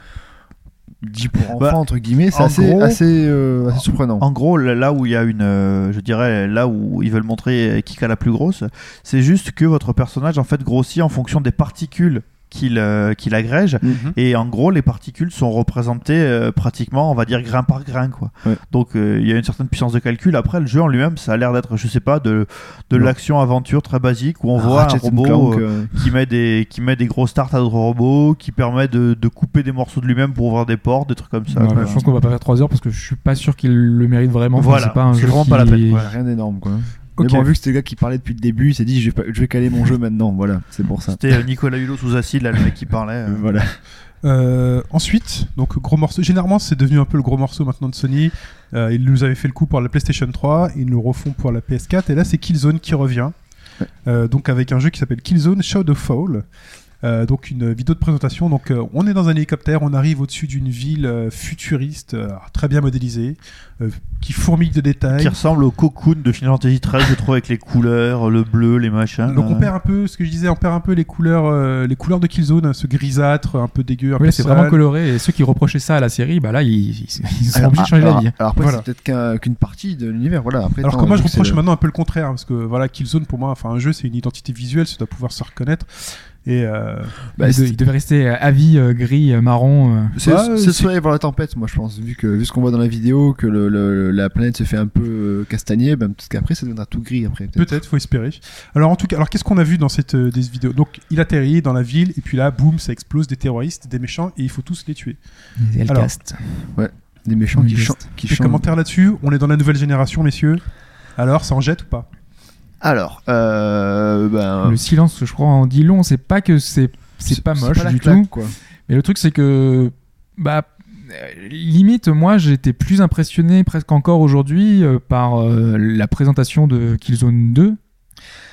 [SPEAKER 5] dit pour enfants
[SPEAKER 4] Bah,
[SPEAKER 5] entre guillemets, c'est
[SPEAKER 4] en
[SPEAKER 5] assez
[SPEAKER 4] gros-
[SPEAKER 5] assez, euh, assez surprenant.
[SPEAKER 4] En gros, là- là où il y a une, euh, je dirais, là où ils veulent montrer euh, qui a la plus grosse, c'est juste que votre personnage en fait grossit en fonction des particules qu'il euh, qu'il agrège.
[SPEAKER 5] Mhm.
[SPEAKER 4] Et en gros, les particules sont représentées euh, pratiquement, on va dire, grain par grain. Quoi.
[SPEAKER 5] Ouais.
[SPEAKER 4] Donc euh, il y a une certaine puissance de calcul. Après, le jeu en lui-même, ça a l'air d'être, je sais pas, de, de
[SPEAKER 5] Ouais.
[SPEAKER 4] l'action-aventure très basique où on voit un
[SPEAKER 5] Ratchet and
[SPEAKER 4] robot
[SPEAKER 5] Clank,
[SPEAKER 4] euh,
[SPEAKER 5] euh,
[SPEAKER 4] qui, met des, qui met des grosses tartes à d'autres robots, qui permet de, de couper des morceaux de lui-même pour ouvrir des portes, des trucs comme ça.
[SPEAKER 3] Voilà,
[SPEAKER 4] quoi.
[SPEAKER 3] je pense qu'on va pas faire 3 heures parce que je suis pas sûr qu'il le mérite vraiment. Enfin,
[SPEAKER 4] Voilà,
[SPEAKER 3] c'est pas un
[SPEAKER 4] c'est
[SPEAKER 3] jeu
[SPEAKER 4] vraiment
[SPEAKER 3] qui-
[SPEAKER 4] pas la peine, ouais.
[SPEAKER 5] rien d'énorme quoi.
[SPEAKER 3] Ok.
[SPEAKER 5] Mais bon, vu que c'était le gars qui parlait depuis le début, il s'est dit je vais, pas- je vais caler mon jeu maintenant. Voilà, c'est pour ça.
[SPEAKER 4] C'était euh, Nicolas Hulot sous acide, là, le mec qui parlait. euh.
[SPEAKER 5] Voilà.
[SPEAKER 2] Euh, ensuite, donc gros morceau. Généralement, c'est devenu un peu le gros morceau maintenant de Sony. Euh, ils nous avaient fait le coup pour la PlayStation 3, ils nous refont pour la PS4, et là c'est Killzone qui revient.
[SPEAKER 5] Ouais.
[SPEAKER 2] Euh, donc avec un jeu qui s'appelle Killzone Shadowfall. Euh, donc une vidéo de présentation. Donc euh, on est dans un hélicoptère, on arrive au-dessus d'une ville euh, futuriste, euh, très bien modélisée, euh, qui fourmille de détails.
[SPEAKER 4] Qui ressemble au cocoon de Final Fantasy XIII, je trouve, avec les couleurs, le bleu, les machins.
[SPEAKER 2] Donc
[SPEAKER 4] là.
[SPEAKER 2] on perd un peu, ce que je disais, on perd un peu les couleurs, euh, les couleurs de Killzone, hein, ce grisâtre, un peu dégueu, un
[SPEAKER 3] Oui,
[SPEAKER 2] peu
[SPEAKER 3] là, c'est vraiment
[SPEAKER 2] sale.
[SPEAKER 3] coloré et ceux qui reprochaient ça à la série, bah là, ils, ils- ils sont obligés de changer
[SPEAKER 5] alors,
[SPEAKER 3] d'avis. hein.
[SPEAKER 5] alors après,
[SPEAKER 2] Voilà.
[SPEAKER 5] c'est peut-être qu'un- qu'une partie de l'univers. Voilà. Après,
[SPEAKER 2] Alors
[SPEAKER 5] tant,
[SPEAKER 2] que moi, je
[SPEAKER 5] vu hein, c'est
[SPEAKER 2] reproche
[SPEAKER 5] le-
[SPEAKER 2] maintenant un peu le contraire, parce que voilà, Killzone pour moi, enfin un jeu, c'est une identité visuelle, ça doit pouvoir se reconnaître. Et euh,
[SPEAKER 3] il,
[SPEAKER 5] bah,
[SPEAKER 3] de-
[SPEAKER 5] c'est-
[SPEAKER 3] il devait rester euh, avis euh, gris, euh, marron. euh.
[SPEAKER 5] C'est
[SPEAKER 2] Ouais,
[SPEAKER 5] c'est
[SPEAKER 2] c'est-
[SPEAKER 5] soleil voir la tempête, moi je pense, vu que vu ce qu'on voit dans la vidéo, que le, le- la planète se fait un peu euh, castagner, ben, peut-être qu'après ça deviendra tout gris après. peut-être.
[SPEAKER 2] peut-être, faut espérer. Alors en tout cas, alors qu'est-ce qu'on a vu dans cette euh, des vidéos Donc il atterrit dans la ville, et puis là, boum, ça explose, des terroristes, des méchants, et il faut tous les tuer.
[SPEAKER 3] Et
[SPEAKER 2] Alors,
[SPEAKER 3] Hellcast.
[SPEAKER 5] Des méchants qui,
[SPEAKER 3] Oui,
[SPEAKER 5] chan- qui
[SPEAKER 2] Des
[SPEAKER 5] chantent.
[SPEAKER 2] commentaires là-dessus On est dans la nouvelle génération, messieurs. Alors, ça en jette ou pas
[SPEAKER 5] Alors, euh, ben,
[SPEAKER 3] Le silence, je crois, en dit long. C'est pas que c'est c'est pas moche
[SPEAKER 5] la
[SPEAKER 3] du
[SPEAKER 5] claque,
[SPEAKER 3] tout.
[SPEAKER 5] Quoi.
[SPEAKER 3] Mais le truc, c'est que, bah, euh, limite, moi, j'étais plus impressionné presque encore aujourd'hui euh, par euh, la présentation de Killzone 2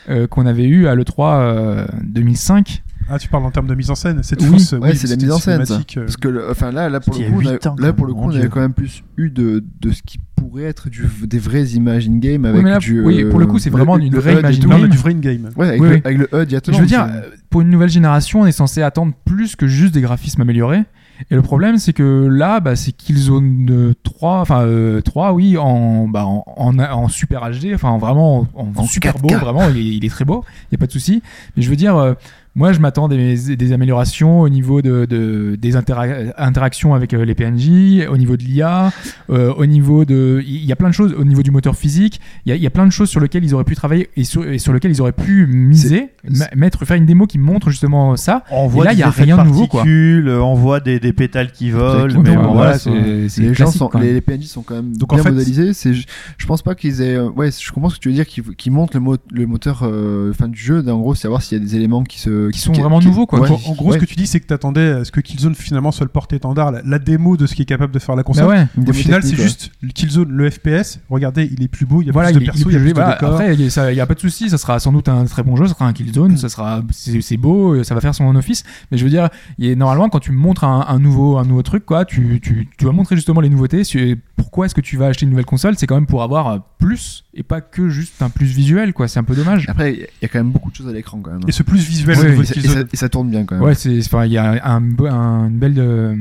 [SPEAKER 3] euh, qu'on avait eu à l'E3 euh, 2005.
[SPEAKER 2] Ah, tu parles en termes de mise en scène, cette
[SPEAKER 3] Oui,
[SPEAKER 2] fausse.
[SPEAKER 5] ouais, c'est la mise en scène, ça.
[SPEAKER 2] cinématique, euh,
[SPEAKER 5] Parce que, le- enfin là, là pour
[SPEAKER 4] C'était il y a
[SPEAKER 5] le coup, on
[SPEAKER 4] huit
[SPEAKER 5] avait-
[SPEAKER 4] ans,
[SPEAKER 5] là
[SPEAKER 4] quand
[SPEAKER 5] pour le
[SPEAKER 4] même, mon
[SPEAKER 5] coup, on avait
[SPEAKER 4] Dieu.
[SPEAKER 5] quand même plus eu de, de ce qui pourrait être du, des vraies images in game avec
[SPEAKER 3] Oui, mais là,
[SPEAKER 5] du.
[SPEAKER 3] oui,
[SPEAKER 5] euh,
[SPEAKER 3] pour le coup, c'est vraiment une
[SPEAKER 5] HUD
[SPEAKER 3] vraie
[SPEAKER 5] et
[SPEAKER 3] image in
[SPEAKER 5] tout.
[SPEAKER 2] Non,
[SPEAKER 3] game.
[SPEAKER 2] mais du vrai in-game.
[SPEAKER 5] Ouais, avec,
[SPEAKER 3] Oui,
[SPEAKER 5] le,
[SPEAKER 3] oui.
[SPEAKER 5] avec le HUD, il y a tout.
[SPEAKER 3] Je veux dire, euh, pour une nouvelle génération, on est censé attendre plus que juste des graphismes améliorés. Et le problème, c'est que là, bah, c'est Killzone euh, 3, enfin euh, 3, oui, en, bah, en, en- en super HD, enfin en vraiment en, en
[SPEAKER 5] En
[SPEAKER 3] super
[SPEAKER 5] 4K.
[SPEAKER 3] beau, vraiment, il est, il est très beau, il n'y a pas de souci. Mais je veux dire, euh, moi, je m'attends des, des améliorations au niveau de, de- des intera- interactions avec euh, les PNJ, au niveau de l'IA, euh, au niveau de, il y a plein de choses, au niveau du moteur physique. Il y, a- il y a plein de choses sur lesquelles ils auraient pu travailler et sur, et sur lesquelles ils auraient pu miser, ma- mettre, faire une démo qui montre justement ça.
[SPEAKER 4] On voit
[SPEAKER 3] là,
[SPEAKER 4] des
[SPEAKER 3] y a
[SPEAKER 4] effets
[SPEAKER 3] rien
[SPEAKER 4] de
[SPEAKER 3] de nouveau, quoi.
[SPEAKER 4] particules, euh, on voit des, des pétales qui volent,
[SPEAKER 5] Ouais,
[SPEAKER 4] mais
[SPEAKER 5] ouais,
[SPEAKER 4] bon,
[SPEAKER 5] ouais,
[SPEAKER 4] voilà.
[SPEAKER 5] c'est-
[SPEAKER 4] quoi.
[SPEAKER 5] les gens
[SPEAKER 3] classique,
[SPEAKER 5] sont,
[SPEAKER 3] quoi.
[SPEAKER 5] les, les PNJ sont quand même
[SPEAKER 2] Donc, en
[SPEAKER 5] bien
[SPEAKER 2] fait,
[SPEAKER 5] modélisés. C'est, ju- je pense pas qu'ils aient. euh, Ouais, je comprends ce que tu veux dire, qu'ils, qu'ils montent le, mo- le moteur euh, fin du jeu, en gros, savoir s'il y a des éléments qui se.
[SPEAKER 3] Qui sont vraiment nouveaux, quoi.
[SPEAKER 5] ouais,
[SPEAKER 2] En- en gros,
[SPEAKER 5] ouais.
[SPEAKER 2] ce que tu dis, c'est que tu attendais à ce que Killzone finalement soit le porte-étendard, la, la démo de ce qui est capable de faire la console.
[SPEAKER 3] Bah ouais.
[SPEAKER 5] Une
[SPEAKER 2] Au
[SPEAKER 5] démo
[SPEAKER 2] final, c'est
[SPEAKER 5] technique,
[SPEAKER 2] juste le Killzone, le FPS. Regardez, il est plus beau, il y a
[SPEAKER 3] Voilà,
[SPEAKER 2] plus
[SPEAKER 3] il
[SPEAKER 2] de
[SPEAKER 3] est-
[SPEAKER 2] persos, il
[SPEAKER 3] il
[SPEAKER 2] y a
[SPEAKER 3] est-
[SPEAKER 2] plus
[SPEAKER 3] voilà,
[SPEAKER 2] de décors.
[SPEAKER 3] Après, il n'y a pas de souci, ça sera sans doute un très bon jeu, ça sera un Killzone, ça sera, c'est c'est beau, euh, ça va faire son office. Mais je veux dire, il est, normalement, quand tu montres un, un nouveau, un nouveau truc, quoi, tu, tu, tu vas montrer justement les nouveautés. sur- Pourquoi est-ce que tu vas acheter une nouvelle console C'est quand même pour avoir euh, plus et pas que juste un plus visuel, quoi. C'est un peu dommage.
[SPEAKER 2] Euh,
[SPEAKER 5] Après, il y a quand même beaucoup de choses à l'écran quand même.
[SPEAKER 2] Et ce plus visuel au
[SPEAKER 3] Oui,
[SPEAKER 2] niveau
[SPEAKER 5] Et
[SPEAKER 2] de
[SPEAKER 5] ça, et
[SPEAKER 2] Killzone.
[SPEAKER 5] ça- et ça tourne bien quand même.
[SPEAKER 3] Ouais, c'est, enfin, il y a un, be- un- une belle. euh,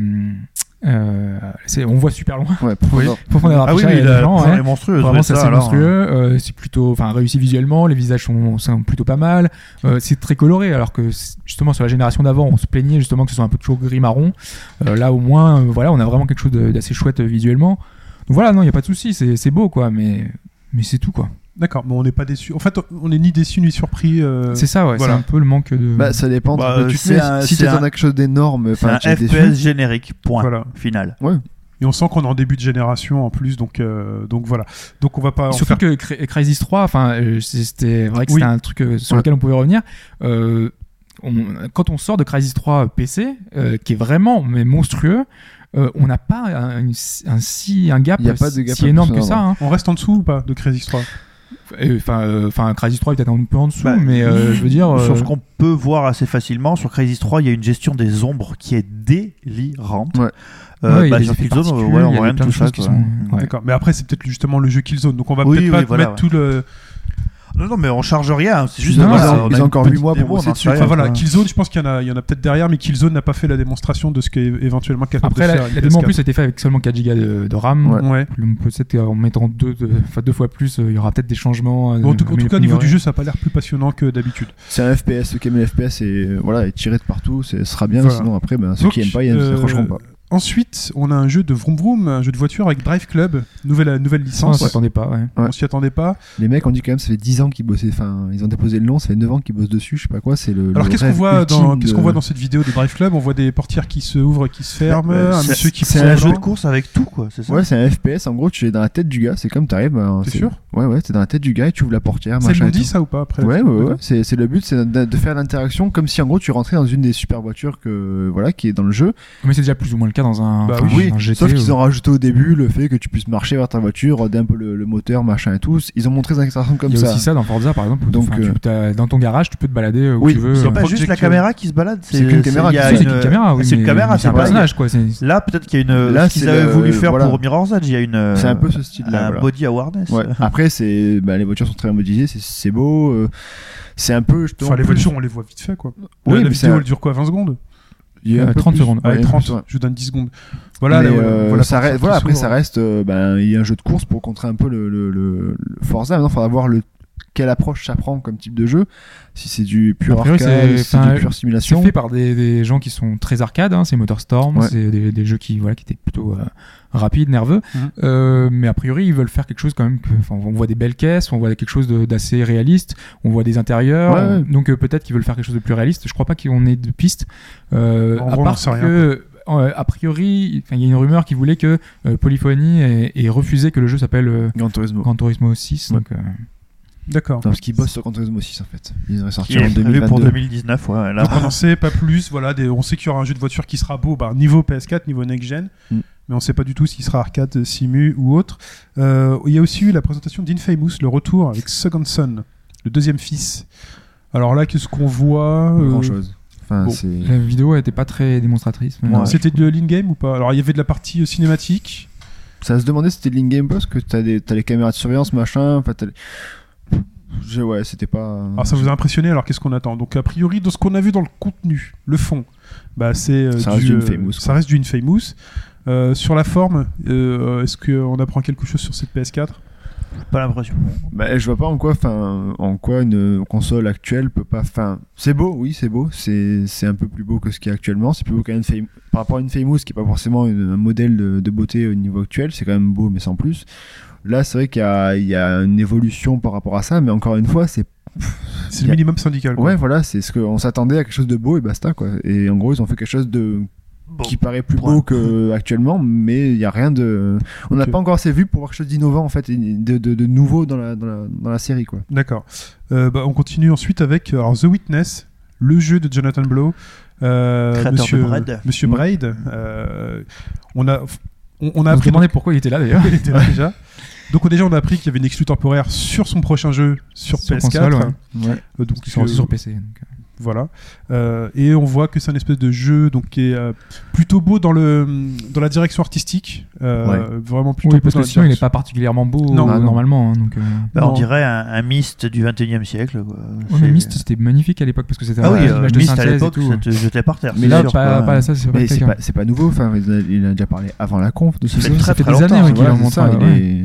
[SPEAKER 3] euh, c'est, on voit super loin.
[SPEAKER 5] Ouais, pour-
[SPEAKER 4] Oui.
[SPEAKER 5] non.
[SPEAKER 3] Profondeur
[SPEAKER 4] Ah oui,
[SPEAKER 3] d'affichage,
[SPEAKER 4] oui,
[SPEAKER 3] il y a
[SPEAKER 4] la
[SPEAKER 3] des gens, hein.
[SPEAKER 4] première
[SPEAKER 3] ouais.
[SPEAKER 4] est monstrueuse.
[SPEAKER 3] Vraiment,
[SPEAKER 4] ouais,
[SPEAKER 3] c'est
[SPEAKER 4] ça,
[SPEAKER 3] assez
[SPEAKER 4] alors,
[SPEAKER 3] monstrueux. euh, c'est plutôt, enfin, réussi visuellement. Les visages sont, sont plutôt pas mal. euh, c'est très coloré. Alors que c'est- justement sur la génération d'avant, on se plaignait justement que ce soit un peu toujours gris marron. Euh, là, au moins, euh, voilà, on a vraiment quelque chose de- d'assez chouette euh, visuellement. Donc voilà, non, il y a pas de souci. C'est, c'est beau, quoi. Mais, mais c'est tout, quoi.
[SPEAKER 2] D'accord, mais on n'est pas déçu. En fait, on n'est ni déçu ni surpris. euh,
[SPEAKER 3] c'est ça, ouais.
[SPEAKER 2] voilà.
[SPEAKER 3] C'est un peu le manque de.
[SPEAKER 2] Hmm.
[SPEAKER 5] Bah, ça dépend. de
[SPEAKER 4] Bah,
[SPEAKER 5] où tu te
[SPEAKER 4] c'est
[SPEAKER 5] mets.
[SPEAKER 4] un-
[SPEAKER 5] si
[SPEAKER 4] c'est
[SPEAKER 5] t'attends
[SPEAKER 4] un-
[SPEAKER 5] à quelque chose d'énorme,
[SPEAKER 4] C'est
[SPEAKER 5] enfin,
[SPEAKER 4] un
[SPEAKER 5] tu es déçu.
[SPEAKER 4] FPS générique, point.
[SPEAKER 2] Voilà.
[SPEAKER 4] Final.
[SPEAKER 2] Et on sent qu'on est en début de génération en plus, donc euh, donc voilà. Donc Ah, on va pas. en
[SPEAKER 3] Surtout
[SPEAKER 2] faire-
[SPEAKER 3] que Cra- Crysis 3, enfin, euh, c'est- c'était vrai que
[SPEAKER 2] Oui.
[SPEAKER 3] c'était un truc euh, sur
[SPEAKER 5] Ouais.
[SPEAKER 3] lequel on pouvait revenir. Euh, on- quand on sort de Crysis 3 PC, euh, qui est vraiment mais monstrueux, euh, on n'a pas un, une- un si un gap,
[SPEAKER 5] Il y a pas de gap
[SPEAKER 3] si énorme que
[SPEAKER 5] impressionnant,
[SPEAKER 3] ça. hein.
[SPEAKER 2] On reste en dessous ou pas de Crazy 3
[SPEAKER 3] Et, Enfin, euh, enfin, Crysis 3 est peut-être un peu en dessous,
[SPEAKER 4] Bah,
[SPEAKER 3] mais euh, je veux dire, euh,
[SPEAKER 4] Sur ce qu'on peut voir assez facilement, sur Crysis 3, il y a une gestion des ombres qui est délirante.
[SPEAKER 5] Ouais.
[SPEAKER 4] Euh,
[SPEAKER 3] Ouais, il y a
[SPEAKER 4] bah,
[SPEAKER 3] des
[SPEAKER 4] sur
[SPEAKER 3] effets de
[SPEAKER 4] Killzone,
[SPEAKER 3] particules,
[SPEAKER 4] ouais, on
[SPEAKER 3] il y a
[SPEAKER 4] voit rien de
[SPEAKER 3] plein de
[SPEAKER 4] tout ça.
[SPEAKER 3] choses qui
[SPEAKER 4] quoi.
[SPEAKER 3] sont- ouais.
[SPEAKER 2] D'accord. Mais après, c'est peut-être justement le jeu Killzone, donc on va
[SPEAKER 4] Oui,
[SPEAKER 2] peut-être
[SPEAKER 4] oui,
[SPEAKER 2] pas
[SPEAKER 4] voilà,
[SPEAKER 2] mettre tout le.
[SPEAKER 4] Non, non, mais on charge rien. C'est juste
[SPEAKER 5] Ils ont-
[SPEAKER 4] voilà,
[SPEAKER 5] ils ont-
[SPEAKER 4] on a
[SPEAKER 5] ils ont
[SPEAKER 4] une
[SPEAKER 5] encore
[SPEAKER 4] petite
[SPEAKER 5] huit mois pour
[SPEAKER 4] démo, on
[SPEAKER 5] bosser
[SPEAKER 4] en
[SPEAKER 5] dessus,
[SPEAKER 4] sait
[SPEAKER 2] Enfin
[SPEAKER 4] rien.
[SPEAKER 2] voilà, Killzone, je pense qu'il y en a, il y en a peut-être derrière, mais Killzone n'a pas fait la démonstration de ce qu'est éventuellement capable de
[SPEAKER 3] Après, la,
[SPEAKER 2] faire. une
[SPEAKER 3] la démo en
[SPEAKER 2] PS4.
[SPEAKER 3] plus a été faite avec seulement 4 Go de, de RAM.
[SPEAKER 5] Ouais.
[SPEAKER 2] Ouais.
[SPEAKER 3] Donc peut-être qu'en mettant deux, deux, enfin, deux fois plus, euh, il y aura peut-être des changements. euh,
[SPEAKER 2] Bon, en tout, en tout
[SPEAKER 3] mais-
[SPEAKER 2] cas, au niveau du jeu, ça n'a pas l'air plus passionnant que d'habitude.
[SPEAKER 5] C'est un FPS, ceux qui aiment les FPS et euh, voilà, et tirer de partout, c'est- ce sera bien.
[SPEAKER 2] Voilà.
[SPEAKER 5] Sinon après, ben, ceux
[SPEAKER 2] Donc,
[SPEAKER 5] qui aiment pas, ils ne
[SPEAKER 2] euh,
[SPEAKER 5] s'accrocheront pas.
[SPEAKER 2] Ensuite, on a un jeu de Vroom Vroom, un jeu de voiture avec Drive Club, nouvelle, euh, nouvelle
[SPEAKER 3] Ah, On
[SPEAKER 2] licence.
[SPEAKER 3] s'attendait pas, ouais.
[SPEAKER 2] On s'y attendait pas.
[SPEAKER 5] Les mecs ont dit quand même, ça fait 10 ans qu'ils bossaient. Enfin, ils ont déposé le nom, ça fait 9 ans qu'ils bossent dessus. Je sais pas quoi. C'est le.
[SPEAKER 2] Alors
[SPEAKER 5] le
[SPEAKER 2] qu'est-ce qu'on
[SPEAKER 5] rêve
[SPEAKER 2] voit dans
[SPEAKER 5] ultime
[SPEAKER 2] qu'est-ce
[SPEAKER 5] de-
[SPEAKER 2] qu'on voit dans cette vidéo de Drive Club On voit des portières qui se ouvrent, qui se ferment,
[SPEAKER 4] Euh,
[SPEAKER 2] un
[SPEAKER 4] c'est-
[SPEAKER 2] monsieur qui
[SPEAKER 4] C'est
[SPEAKER 2] prend
[SPEAKER 4] un
[SPEAKER 2] le
[SPEAKER 4] jeu de
[SPEAKER 2] volant.
[SPEAKER 4] course avec tout, quoi. C'est ça
[SPEAKER 5] Ouais, c'est un FPS. En gros, tu es dans la tête du gars. C'est comme t'arrives. ben,
[SPEAKER 2] T'es
[SPEAKER 5] c'est-
[SPEAKER 2] sûr
[SPEAKER 5] Ouais, ouais. T'es dans la tête du gars et tu ouvres la portière.
[SPEAKER 2] C'est le
[SPEAKER 5] machin
[SPEAKER 2] monde
[SPEAKER 5] et tout.
[SPEAKER 2] dit ça ou pas après
[SPEAKER 5] Ouais, ouais, ouais.
[SPEAKER 2] D'accord.
[SPEAKER 5] C'est c'est le but, c'est de, de faire l'interaction comme si en gros tu rentrais dans une des super voitures que voilà qui est dans le jeu.
[SPEAKER 3] Mais c'est déjà plus ou moins le cas dans un,
[SPEAKER 2] Bah
[SPEAKER 3] enfin,
[SPEAKER 5] oui,
[SPEAKER 3] un euh, GT.
[SPEAKER 5] sauf
[SPEAKER 3] ou-
[SPEAKER 5] qu'ils ont rajouté au début le fait que tu puisses marcher vers ta voiture, roder un peu le, le moteur, machin et tout. Ils ont montré des interactions comme
[SPEAKER 3] Il y a
[SPEAKER 5] ça.
[SPEAKER 3] aussi ça dans Forza par exemple. où
[SPEAKER 5] Donc,
[SPEAKER 3] enfin,
[SPEAKER 5] euh,
[SPEAKER 3] tu- t'as- dans ton garage, tu peux te balader où
[SPEAKER 4] Oui,
[SPEAKER 3] tu veux.
[SPEAKER 4] c'est
[SPEAKER 3] euh, Ah,
[SPEAKER 4] pas juste la
[SPEAKER 2] projecteur.
[SPEAKER 4] caméra qui se balade,
[SPEAKER 5] C'est qu'une caméra
[SPEAKER 4] il y a
[SPEAKER 5] qui se
[SPEAKER 3] c'est
[SPEAKER 5] balade.
[SPEAKER 3] une caméra, oui,
[SPEAKER 4] C'est une
[SPEAKER 3] mais-
[SPEAKER 4] caméra,
[SPEAKER 3] mais
[SPEAKER 4] c'est
[SPEAKER 3] c'est un
[SPEAKER 4] pas-
[SPEAKER 3] personnage quoi. c'est-
[SPEAKER 4] Là, peut-être qu'il y a une.
[SPEAKER 5] Là,
[SPEAKER 4] ce qu'ils
[SPEAKER 5] c'est
[SPEAKER 4] avaient
[SPEAKER 5] le-
[SPEAKER 4] voulu faire
[SPEAKER 5] voilà.
[SPEAKER 4] pour Mirror's Edge, il y a une.
[SPEAKER 5] C'est un peu ce style-là,
[SPEAKER 4] Un
[SPEAKER 5] voilà.
[SPEAKER 4] body awareness.
[SPEAKER 5] Ouais. Après, c'est bah, les voitures sont très bien modélisées, c'est- c'est beau, euh, c'est un peu. justement,
[SPEAKER 2] Enfin, les
[SPEAKER 5] plus-
[SPEAKER 2] voitures, on les voit vite fait quoi.
[SPEAKER 5] Oui,
[SPEAKER 2] la
[SPEAKER 5] mais
[SPEAKER 2] la vidéo,
[SPEAKER 5] c'est-
[SPEAKER 2] elle dure quoi 20 secondes
[SPEAKER 5] il y a un
[SPEAKER 3] Euh,
[SPEAKER 5] peu
[SPEAKER 3] 30
[SPEAKER 5] plus.
[SPEAKER 3] secondes.
[SPEAKER 5] Ouais,
[SPEAKER 2] Allez,
[SPEAKER 5] un peu
[SPEAKER 2] 30,
[SPEAKER 5] plus, ouais.
[SPEAKER 2] je vous donne 10 secondes. Voilà,
[SPEAKER 5] Mais,
[SPEAKER 2] là,
[SPEAKER 5] euh,
[SPEAKER 2] voilà,
[SPEAKER 5] ça
[SPEAKER 2] portière
[SPEAKER 5] reste-
[SPEAKER 2] qui
[SPEAKER 5] voilà, après
[SPEAKER 2] s'ouvre.
[SPEAKER 5] ça reste, euh, ben, il y a un jeu de course pour contrer un peu le, le, le, le Forza. Maintenant, faudra voir le quelle approche ça prend comme type de jeu. Si c'est du
[SPEAKER 3] A
[SPEAKER 5] pur
[SPEAKER 3] priori, c'est-
[SPEAKER 5] arcade, si c'est
[SPEAKER 3] enfin,
[SPEAKER 5] du pur
[SPEAKER 3] C'est
[SPEAKER 5] simulation.
[SPEAKER 3] fait par des, des gens qui sont très arcades, hein, c'est MotorStorm,
[SPEAKER 5] Ouais.
[SPEAKER 3] c'est des, des jeux qui, voilà, qui étaient plutôt euh, rapides, nerveux.
[SPEAKER 2] Mhm.
[SPEAKER 3] Euh, mais a priori, ils veulent faire quelque chose quand même. Que, enfin, on voit des belles caisses, on voit quelque chose de- d'assez réaliste, on voit des intérieurs.
[SPEAKER 5] Ouais, ouais.
[SPEAKER 3] on- donc euh, peut-être qu'ils veulent faire quelque chose de plus réaliste. Je crois pas qu'on ait de piste. Euh,
[SPEAKER 2] En
[SPEAKER 3] à
[SPEAKER 2] gros, on
[SPEAKER 3] part
[SPEAKER 2] sait rien,
[SPEAKER 3] que, euh, a priori, enfin, il y a une rumeur qui voulait que euh, Polyphony ait, ait refusé que le jeu s'appelle euh,
[SPEAKER 5] Gran Turismo.
[SPEAKER 3] Gran Turismo 6.
[SPEAKER 5] Ouais.
[SPEAKER 3] Donc, euh,
[SPEAKER 2] D'accord.
[SPEAKER 5] Non, parce qu'ils bossent sur Gran Turismo 6 en fait. Ils auraient sorti
[SPEAKER 4] Qui
[SPEAKER 5] en
[SPEAKER 4] est prévu pour
[SPEAKER 5] 2022.
[SPEAKER 4] 2019, ouais. Là,
[SPEAKER 2] Donc on n'en sait pas plus. Voilà, des- on sait qu'il y aura un jeu de voiture qui sera beau, bah, niveau PS4, niveau next gen,
[SPEAKER 5] Mm.
[SPEAKER 2] mais on sait pas du tout s'il sera arcade, simu ou autre. Euh, Il y a aussi eu la présentation d'Infamous, le retour avec Second Son, le deuxième fils. Alors là, qu'est-ce qu'on voit
[SPEAKER 5] Pas
[SPEAKER 2] euh,
[SPEAKER 5] grand chose. Enfin,
[SPEAKER 2] bon.
[SPEAKER 5] c'est.
[SPEAKER 3] la vidéo n'était pas très démonstratrice. mais- euh,
[SPEAKER 4] Ouais.
[SPEAKER 2] C'était de l'in-game ou pas Alors il y avait de la partie euh, cinématique.
[SPEAKER 5] Ça se demandait si c'était de l'in-game parce que t'as des- t'as les caméras de surveillance, machin. Enfin, t'as les- Je- ouais, c'était pas.
[SPEAKER 4] Ah,
[SPEAKER 2] Alors Ah, ça vous a impressionné, alors qu'est-ce qu'on attend Donc a priori, de ce qu'on a vu dans le contenu, le fond, bah, c'est euh,
[SPEAKER 5] Ça reste
[SPEAKER 2] du,
[SPEAKER 5] du
[SPEAKER 2] euh,
[SPEAKER 5] Infamous,
[SPEAKER 2] ça
[SPEAKER 5] quoi.
[SPEAKER 2] reste du Infamous. Euh, sur la forme, euh, est-ce qu'on apprend quelque chose sur cette PS4
[SPEAKER 4] pas l'impression.
[SPEAKER 5] Bah, je vois pas en quoi, enfin, en quoi une console actuelle peut pas. Enfin, c'est beau, oui, c'est beau. C'est, c'est un peu plus beau que ce qu'il y a actuellement. C'est plus beau qu'un Infam- par rapport à une Famous qui est pas forcément une- un modèle de, de beauté au niveau actuel. C'est quand même beau, mais sans plus. Là, c'est vrai qu'il y a, il y a une évolution par rapport à ça, mais encore une fois, c'est
[SPEAKER 2] C'est le
[SPEAKER 5] Y a-
[SPEAKER 2] minimum syndical. quoi.
[SPEAKER 5] ouais, voilà, c'est ce qu'on s'attendait à quelque chose de beau et basta quoi. Et en gros, ils ont fait quelque chose de
[SPEAKER 4] Bon.
[SPEAKER 5] qui paraît plus
[SPEAKER 4] Point.
[SPEAKER 5] beau que euh, actuellement, mais il y a rien de. On n'a
[SPEAKER 2] Ok.
[SPEAKER 5] pas encore assez vu pour voir quelque chose d'innovant en fait, et de, de, de nouveau dans la, dans la dans la série quoi.
[SPEAKER 2] D'accord. Euh, bah, on continue ensuite avec euh, alors, The Witness, le jeu de Jonathan Blow. Euh,
[SPEAKER 4] Créateur de
[SPEAKER 2] monsieur
[SPEAKER 4] Braid.
[SPEAKER 2] Monsieur
[SPEAKER 5] Mm.
[SPEAKER 2] Braid. euh, on a, on, on a
[SPEAKER 3] On se
[SPEAKER 2] appris
[SPEAKER 3] demandait pourquoi il était là d'ailleurs.
[SPEAKER 2] qu'il était là déjà. Donc on- déjà on a appris qu'il y avait une exclu temporaire sur son prochain jeu sur,
[SPEAKER 3] Sur
[SPEAKER 2] PS4.
[SPEAKER 3] console, ouais.
[SPEAKER 5] Ouais.
[SPEAKER 2] Euh, donc
[SPEAKER 3] Parce qu'ils sont aussi
[SPEAKER 2] euh,
[SPEAKER 3] sur PC. donc, euh.
[SPEAKER 2] voilà. Euh, et on voit que c'est un espèce de jeu donc qui est euh, plutôt beau dans le dans la direction artistique. Euh, Vraiment plutôt
[SPEAKER 3] Oui,
[SPEAKER 2] beau
[SPEAKER 3] parce
[SPEAKER 2] dans
[SPEAKER 3] que
[SPEAKER 2] la
[SPEAKER 3] sinon, il n'est
[SPEAKER 2] direction-
[SPEAKER 3] pas particulièrement beau
[SPEAKER 2] Non,
[SPEAKER 3] euh,
[SPEAKER 5] non.
[SPEAKER 3] normalement. hein, donc, euh.
[SPEAKER 4] Bah,
[SPEAKER 2] Non.
[SPEAKER 4] on dirait un, un mist du 21 e siècle. Quoi.
[SPEAKER 3] Ouais, mais
[SPEAKER 4] C'est- euh,
[SPEAKER 3] Myst, c'était magnifique à l'époque parce que c'était
[SPEAKER 4] Ah
[SPEAKER 3] un
[SPEAKER 4] oui, euh,
[SPEAKER 3] image de
[SPEAKER 4] mist à
[SPEAKER 3] synthèse et
[SPEAKER 4] l'époque,
[SPEAKER 3] tout.
[SPEAKER 4] ça te jetait par terre.
[SPEAKER 5] Mais
[SPEAKER 4] c'est
[SPEAKER 3] là,
[SPEAKER 4] sûr,
[SPEAKER 3] pas,
[SPEAKER 4] quoi.
[SPEAKER 3] pas ça, c'est pas
[SPEAKER 5] Mais
[SPEAKER 3] le
[SPEAKER 5] c'est
[SPEAKER 3] cas.
[SPEAKER 5] pas, c'est pas nouveau, enfin, il en a- il en a déjà parlé avant la conf de ce
[SPEAKER 4] Ça fait
[SPEAKER 5] jeu.
[SPEAKER 4] très,
[SPEAKER 3] Ça fait
[SPEAKER 4] très
[SPEAKER 3] des
[SPEAKER 4] longtemps,
[SPEAKER 3] années ouais,
[SPEAKER 4] ça,
[SPEAKER 3] qu'il
[SPEAKER 5] Voilà,
[SPEAKER 3] en
[SPEAKER 5] c'est
[SPEAKER 3] montre.
[SPEAKER 5] ça,
[SPEAKER 3] un,
[SPEAKER 5] hein, il
[SPEAKER 3] ouais.
[SPEAKER 5] est-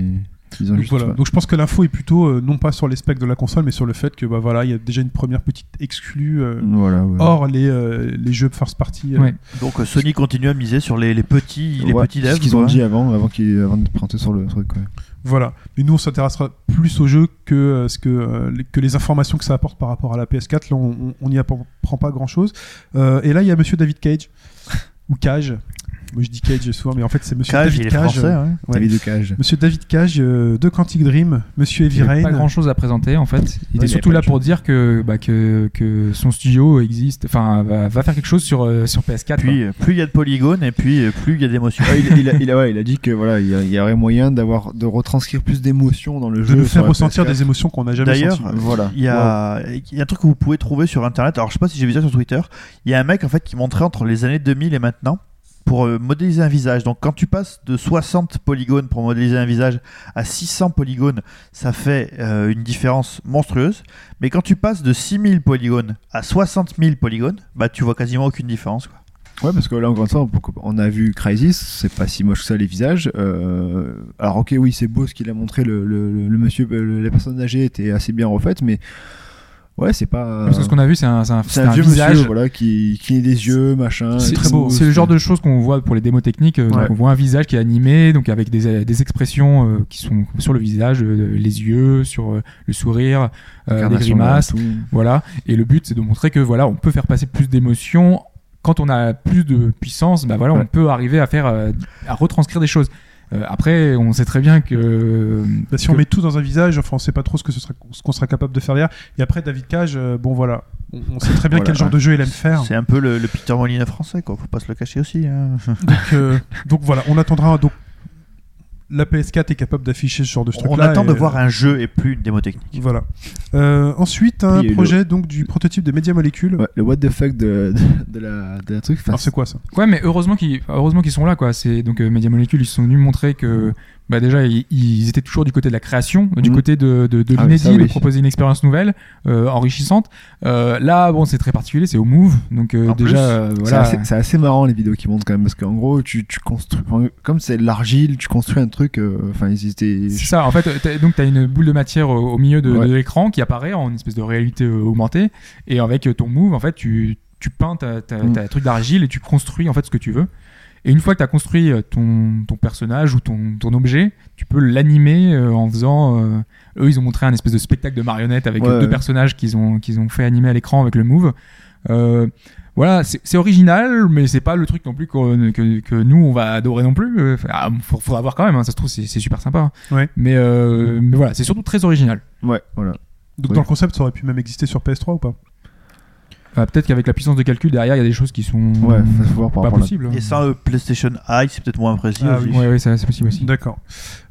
[SPEAKER 5] ils
[SPEAKER 2] hein.
[SPEAKER 5] ont
[SPEAKER 2] Donc,
[SPEAKER 5] juste,
[SPEAKER 2] voilà.
[SPEAKER 5] voilà.
[SPEAKER 2] Donc je pense que l'info est plutôt euh, non pas sur les specs de la console, mais sur le fait que bah voilà, il y a déjà une première petite exclue euh,
[SPEAKER 5] Voilà, ouais.
[SPEAKER 2] hors les, euh, les jeux first party. euh.
[SPEAKER 3] Ouais.
[SPEAKER 4] Donc euh, Sony continue à miser sur les, les petits, les
[SPEAKER 5] Ouais,
[SPEAKER 4] petits devs.
[SPEAKER 5] C'est ce qu'ils ont
[SPEAKER 4] quoi.
[SPEAKER 5] dit avant, avant, qu'ils- avant de présenter sur le truc. quoi.
[SPEAKER 2] Voilà. Mais nous on s'intéressera plus au jeu que euh, ce que euh, les- que les informations que ça apporte par rapport à la PS4. Là on on n'y apprend pas grand chose. et là il y a Monsieur David Cage ou Cage. Moi je dis Cage souvent, mais en fait c'est Monsieur
[SPEAKER 4] Cage, il
[SPEAKER 2] David
[SPEAKER 4] est
[SPEAKER 2] Cage.
[SPEAKER 4] français.
[SPEAKER 5] euh,
[SPEAKER 4] hein.
[SPEAKER 2] Ouais.
[SPEAKER 5] David de Cage.
[SPEAKER 2] Monsieur David Cage euh, de Quantic Dream, Monsieur
[SPEAKER 3] Il
[SPEAKER 2] Heavy
[SPEAKER 3] avait
[SPEAKER 2] Rain.
[SPEAKER 3] pas grand chose à présenter en fait. Il
[SPEAKER 5] Ouais, il
[SPEAKER 3] était
[SPEAKER 5] avait
[SPEAKER 3] surtout
[SPEAKER 5] pas
[SPEAKER 3] là
[SPEAKER 5] de
[SPEAKER 3] pour dire que, bah, que, que son studio existe, enfin va, va faire quelque chose sur, euh, sur PS4. quoi.
[SPEAKER 4] Puis euh, plus il y a de polygones et puis euh, plus il y a d'émotions.
[SPEAKER 5] Ouais, il, il a, il a- ouais, il a dit que voilà, il y, a- il y aurait moyen d'avoir de retranscrire plus d'émotions dans le
[SPEAKER 2] de
[SPEAKER 5] jeu.
[SPEAKER 2] nous
[SPEAKER 5] sur
[SPEAKER 2] faire
[SPEAKER 5] la
[SPEAKER 2] ressentir
[SPEAKER 5] PS4.
[SPEAKER 2] des émotions qu'on n'a jamais
[SPEAKER 4] D'ailleurs,
[SPEAKER 2] senties.
[SPEAKER 5] Voilà.
[SPEAKER 4] Il y, a, il y a un truc que vous pouvez trouver sur internet. Alors, je sais pas si j'ai vu ça sur Twitter. Il y a un mec en fait qui montrait entre les années 2000 et maintenant pour euh, modéliser un visage. Donc quand tu passes de 60 polygones pour modéliser un visage à 600 polygones, ça fait euh, une différence monstrueuse. Mais quand tu passes de 6000 polygones à 60 000 polygones, bah tu vois quasiment aucune différence. Quoi.
[SPEAKER 5] Ouais, parce que là, encore une fois, on- on a vu Crisis, c'est pas si moche que ça les visages. Euh, alors, ok, oui, c'est beau ce qu'il a montré, le, le- le- le monsieur, le- la personne âgée était assez bien refaite, mais ouais, c'est pas.
[SPEAKER 3] Parce que ce qu'on a vu, c'est un, c'est un-
[SPEAKER 5] euh, c'est
[SPEAKER 3] c'est
[SPEAKER 5] un
[SPEAKER 3] un
[SPEAKER 5] vieux
[SPEAKER 3] visage.
[SPEAKER 5] monsieur voilà, qui, qui a des yeux, machin.
[SPEAKER 3] C'est
[SPEAKER 5] très
[SPEAKER 3] c'est-
[SPEAKER 5] beau,
[SPEAKER 3] c'est le genre de choses qu'on voit pour les démos techniques. euh, donc
[SPEAKER 5] Ouais.
[SPEAKER 3] on voit un visage qui est animé, donc avec des, des expressions euh, qui sont sur le visage, euh, les yeux, sur euh, le sourire, euh, des
[SPEAKER 5] Incarnation,
[SPEAKER 3] grimaces.
[SPEAKER 5] tout.
[SPEAKER 3] Voilà. Et le but, c'est de montrer que voilà, on peut faire passer plus d'émotions. Quand on a plus de puissance, bah voilà,
[SPEAKER 5] Ouais.
[SPEAKER 3] on peut arriver à faire, euh, à retranscrire des choses. Euh, après, on sait très bien que. euh,
[SPEAKER 2] Bah, si on met tout dans un visage, enfin, on sait pas trop ce que ce sera, ce qu'on sera capable de faire derrière. Et après, David Cage, euh, bon voilà, on, on sait très bien
[SPEAKER 5] Voilà.
[SPEAKER 2] quel genre de jeu il aime faire.
[SPEAKER 4] C'est un peu le, le Peter Molyneux français, quoi. Faut pas se le cacher aussi. hein.
[SPEAKER 2] Donc, euh, donc voilà, on attendra. Donc, la PS4 est capable d'afficher ce genre de truc-là. euh,
[SPEAKER 4] On attend de
[SPEAKER 2] et-
[SPEAKER 4] voir un jeu et plus une démo technique.
[SPEAKER 2] Voilà. Euh, ensuite, un
[SPEAKER 5] Et le-
[SPEAKER 2] projet donc du prototype de Media Molecule.
[SPEAKER 5] Ouais, le what the fuck de, de, de la, de la truc. Enfin,
[SPEAKER 2] Alors c'est quoi ça
[SPEAKER 3] Ouais, mais heureusement qu'ils, heureusement qu'ils sont là, quoi. C'est donc euh, Media Molecule, ils sont venus montrer que, bah déjà, ils, ils étaient toujours du côté de la création, du
[SPEAKER 5] Mhm.
[SPEAKER 3] côté de, de, de
[SPEAKER 5] Ah,
[SPEAKER 3] l'inédit,
[SPEAKER 5] ça, oui.
[SPEAKER 3] de proposer une expérience nouvelle, euh, enrichissante. Euh, là, bon, c'est très particulier, c'est au Move, donc euh,
[SPEAKER 4] En plus,
[SPEAKER 3] déjà, euh,
[SPEAKER 5] C'est
[SPEAKER 3] voilà.
[SPEAKER 5] assez, c'est assez marrant les vidéos qui montent quand même parce qu'en gros tu, tu construis enfin, comme c'est de l'argile tu construis un truc euh, enfin ils étaient
[SPEAKER 3] C'est ça, en fait, t'as- donc tu as une boule de matière au, au milieu de,
[SPEAKER 5] Ouais.
[SPEAKER 3] de l'écran qui apparaît en une espèce de réalité euh, augmentée, et avec euh, ton move, en fait, tu, tu peins ta, ta,
[SPEAKER 5] Mm.
[SPEAKER 3] ta truc d'argile et tu construis en fait ce que tu veux. Et une fois que tu as construit euh, ton, ton personnage ou ton, ton objet, tu peux l'animer euh, en faisant. euh, eux, ils ont montré un espèce de spectacle de marionnettes avec
[SPEAKER 5] Ouais,
[SPEAKER 3] euh, deux
[SPEAKER 5] ouais.
[SPEAKER 3] personnages qu'ils ont, qu'ils ont fait animer à l'écran avec le move. Euh, voilà, c'est c'est original, mais c'est pas le truc non plus qu'on- que, que nous on va adorer non plus. Euh, Ah, faut- faudra voir quand même, hein, ça se trouve c'est c'est super sympa. hein.
[SPEAKER 2] Ouais.
[SPEAKER 3] Mais, euh, mais voilà, c'est surtout très original.
[SPEAKER 5] ouais voilà
[SPEAKER 2] Donc
[SPEAKER 5] Oui.
[SPEAKER 2] dans le concept, ça aurait pu même exister sur PS3 ou pas
[SPEAKER 3] Ah, Peut-être qu'avec la puissance de calcul derrière, il y a des choses qui sont
[SPEAKER 5] ouais faut faut voir par
[SPEAKER 3] pas
[SPEAKER 5] rapport à la-
[SPEAKER 3] possibles.
[SPEAKER 4] Et sans euh, PlayStation High, c'est peut-être moins précis.
[SPEAKER 2] Mm. Ah
[SPEAKER 4] aussi.
[SPEAKER 2] oui.
[SPEAKER 3] Ouais, ouais, ça, c'est possible aussi.
[SPEAKER 2] D'accord.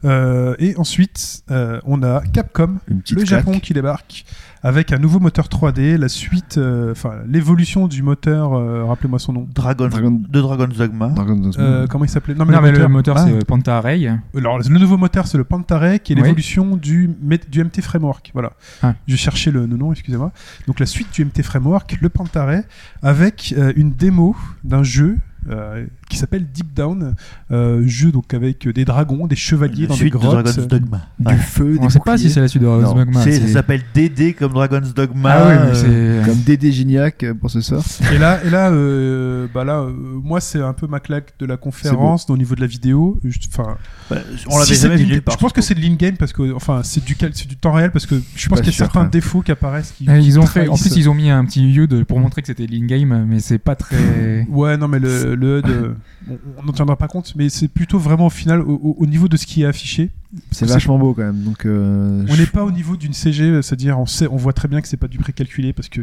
[SPEAKER 2] Euh, et ensuite, euh, on a Capcom,
[SPEAKER 5] une petite
[SPEAKER 2] le
[SPEAKER 5] claque.
[SPEAKER 2] Japon qui débarque avec un nouveau moteur 3D, la suite, euh, enfin l'évolution du moteur, euh, rappelez-moi son nom.
[SPEAKER 4] Dragon,
[SPEAKER 5] Dragon-
[SPEAKER 4] de Dragon's Dogma.
[SPEAKER 5] Dragon Dogma.
[SPEAKER 4] Mm.
[SPEAKER 2] Euh, comment il s'appelait
[SPEAKER 3] Non, mais le
[SPEAKER 2] moteur-
[SPEAKER 3] moteur,
[SPEAKER 2] Ah.
[SPEAKER 3] c'est euh, Panta Array.
[SPEAKER 2] Alors, le nouveau moteur, c'est le Pantarei, qui est
[SPEAKER 3] Oui.
[SPEAKER 2] l'évolution du, met- du MT Framework. Voilà.
[SPEAKER 3] Ah.
[SPEAKER 2] Je cherchais le le nom, excusez-moi. Donc, la suite du MT Framework, le Pantarei, avec euh, une démo d'un jeu. euh, qui s'appelle Deep Down, euh, jeu donc avec des dragons, des chevaliers
[SPEAKER 4] La
[SPEAKER 2] dans des
[SPEAKER 4] suite de
[SPEAKER 2] grottes. euh,
[SPEAKER 4] Dragon's Dogma.
[SPEAKER 5] du feu
[SPEAKER 3] On
[SPEAKER 5] des
[SPEAKER 3] sait pas si
[SPEAKER 5] boucliers,
[SPEAKER 3] c'est la suite de
[SPEAKER 4] Non,
[SPEAKER 3] Dogma.
[SPEAKER 4] c'est-
[SPEAKER 3] c'est-
[SPEAKER 4] Ça s'appelle DD comme Dragon's Dogma.
[SPEAKER 3] Ah oui, mais
[SPEAKER 4] euh,
[SPEAKER 3] c'est.
[SPEAKER 5] comme Dédé Gignac euh, pour ce soir
[SPEAKER 2] Et là, et là, euh, bah là, euh, moi c'est un peu ma claque de la conférence au niveau de la vidéo. Je- Enfin,
[SPEAKER 4] bah, on l'avait
[SPEAKER 2] si c'est
[SPEAKER 4] jamais
[SPEAKER 2] de
[SPEAKER 4] vu
[SPEAKER 2] l'in-
[SPEAKER 4] nulle part.
[SPEAKER 2] Je pense que c'est de l'in-game parce que, enfin, c'est du, cal- c'est du temps réel parce que je pense
[SPEAKER 5] pas
[SPEAKER 2] qu'il y a
[SPEAKER 5] sûr,
[SPEAKER 2] certains
[SPEAKER 5] quand même.
[SPEAKER 2] défauts qui apparaissent. Qui,
[SPEAKER 3] Eh, Ils ont
[SPEAKER 2] qui
[SPEAKER 3] fait, en
[SPEAKER 2] trahissent.
[SPEAKER 3] plus, ils ont mis un petit HUD pour montrer que c'était de l'in-game, mais c'est pas très.
[SPEAKER 2] Ouais, non, mais le, le HUD, euh, on- on n'en tiendra pas compte, mais c'est plutôt vraiment au final au, au- au niveau de ce qui est affiché.
[SPEAKER 5] c'est
[SPEAKER 2] C'est-
[SPEAKER 5] vachement beau quand même donc euh,
[SPEAKER 2] On
[SPEAKER 5] je-
[SPEAKER 2] n'est pas au niveau d'une CG, c'est-à-dire on sait, on voit très bien que c'est pas du précalculé parce que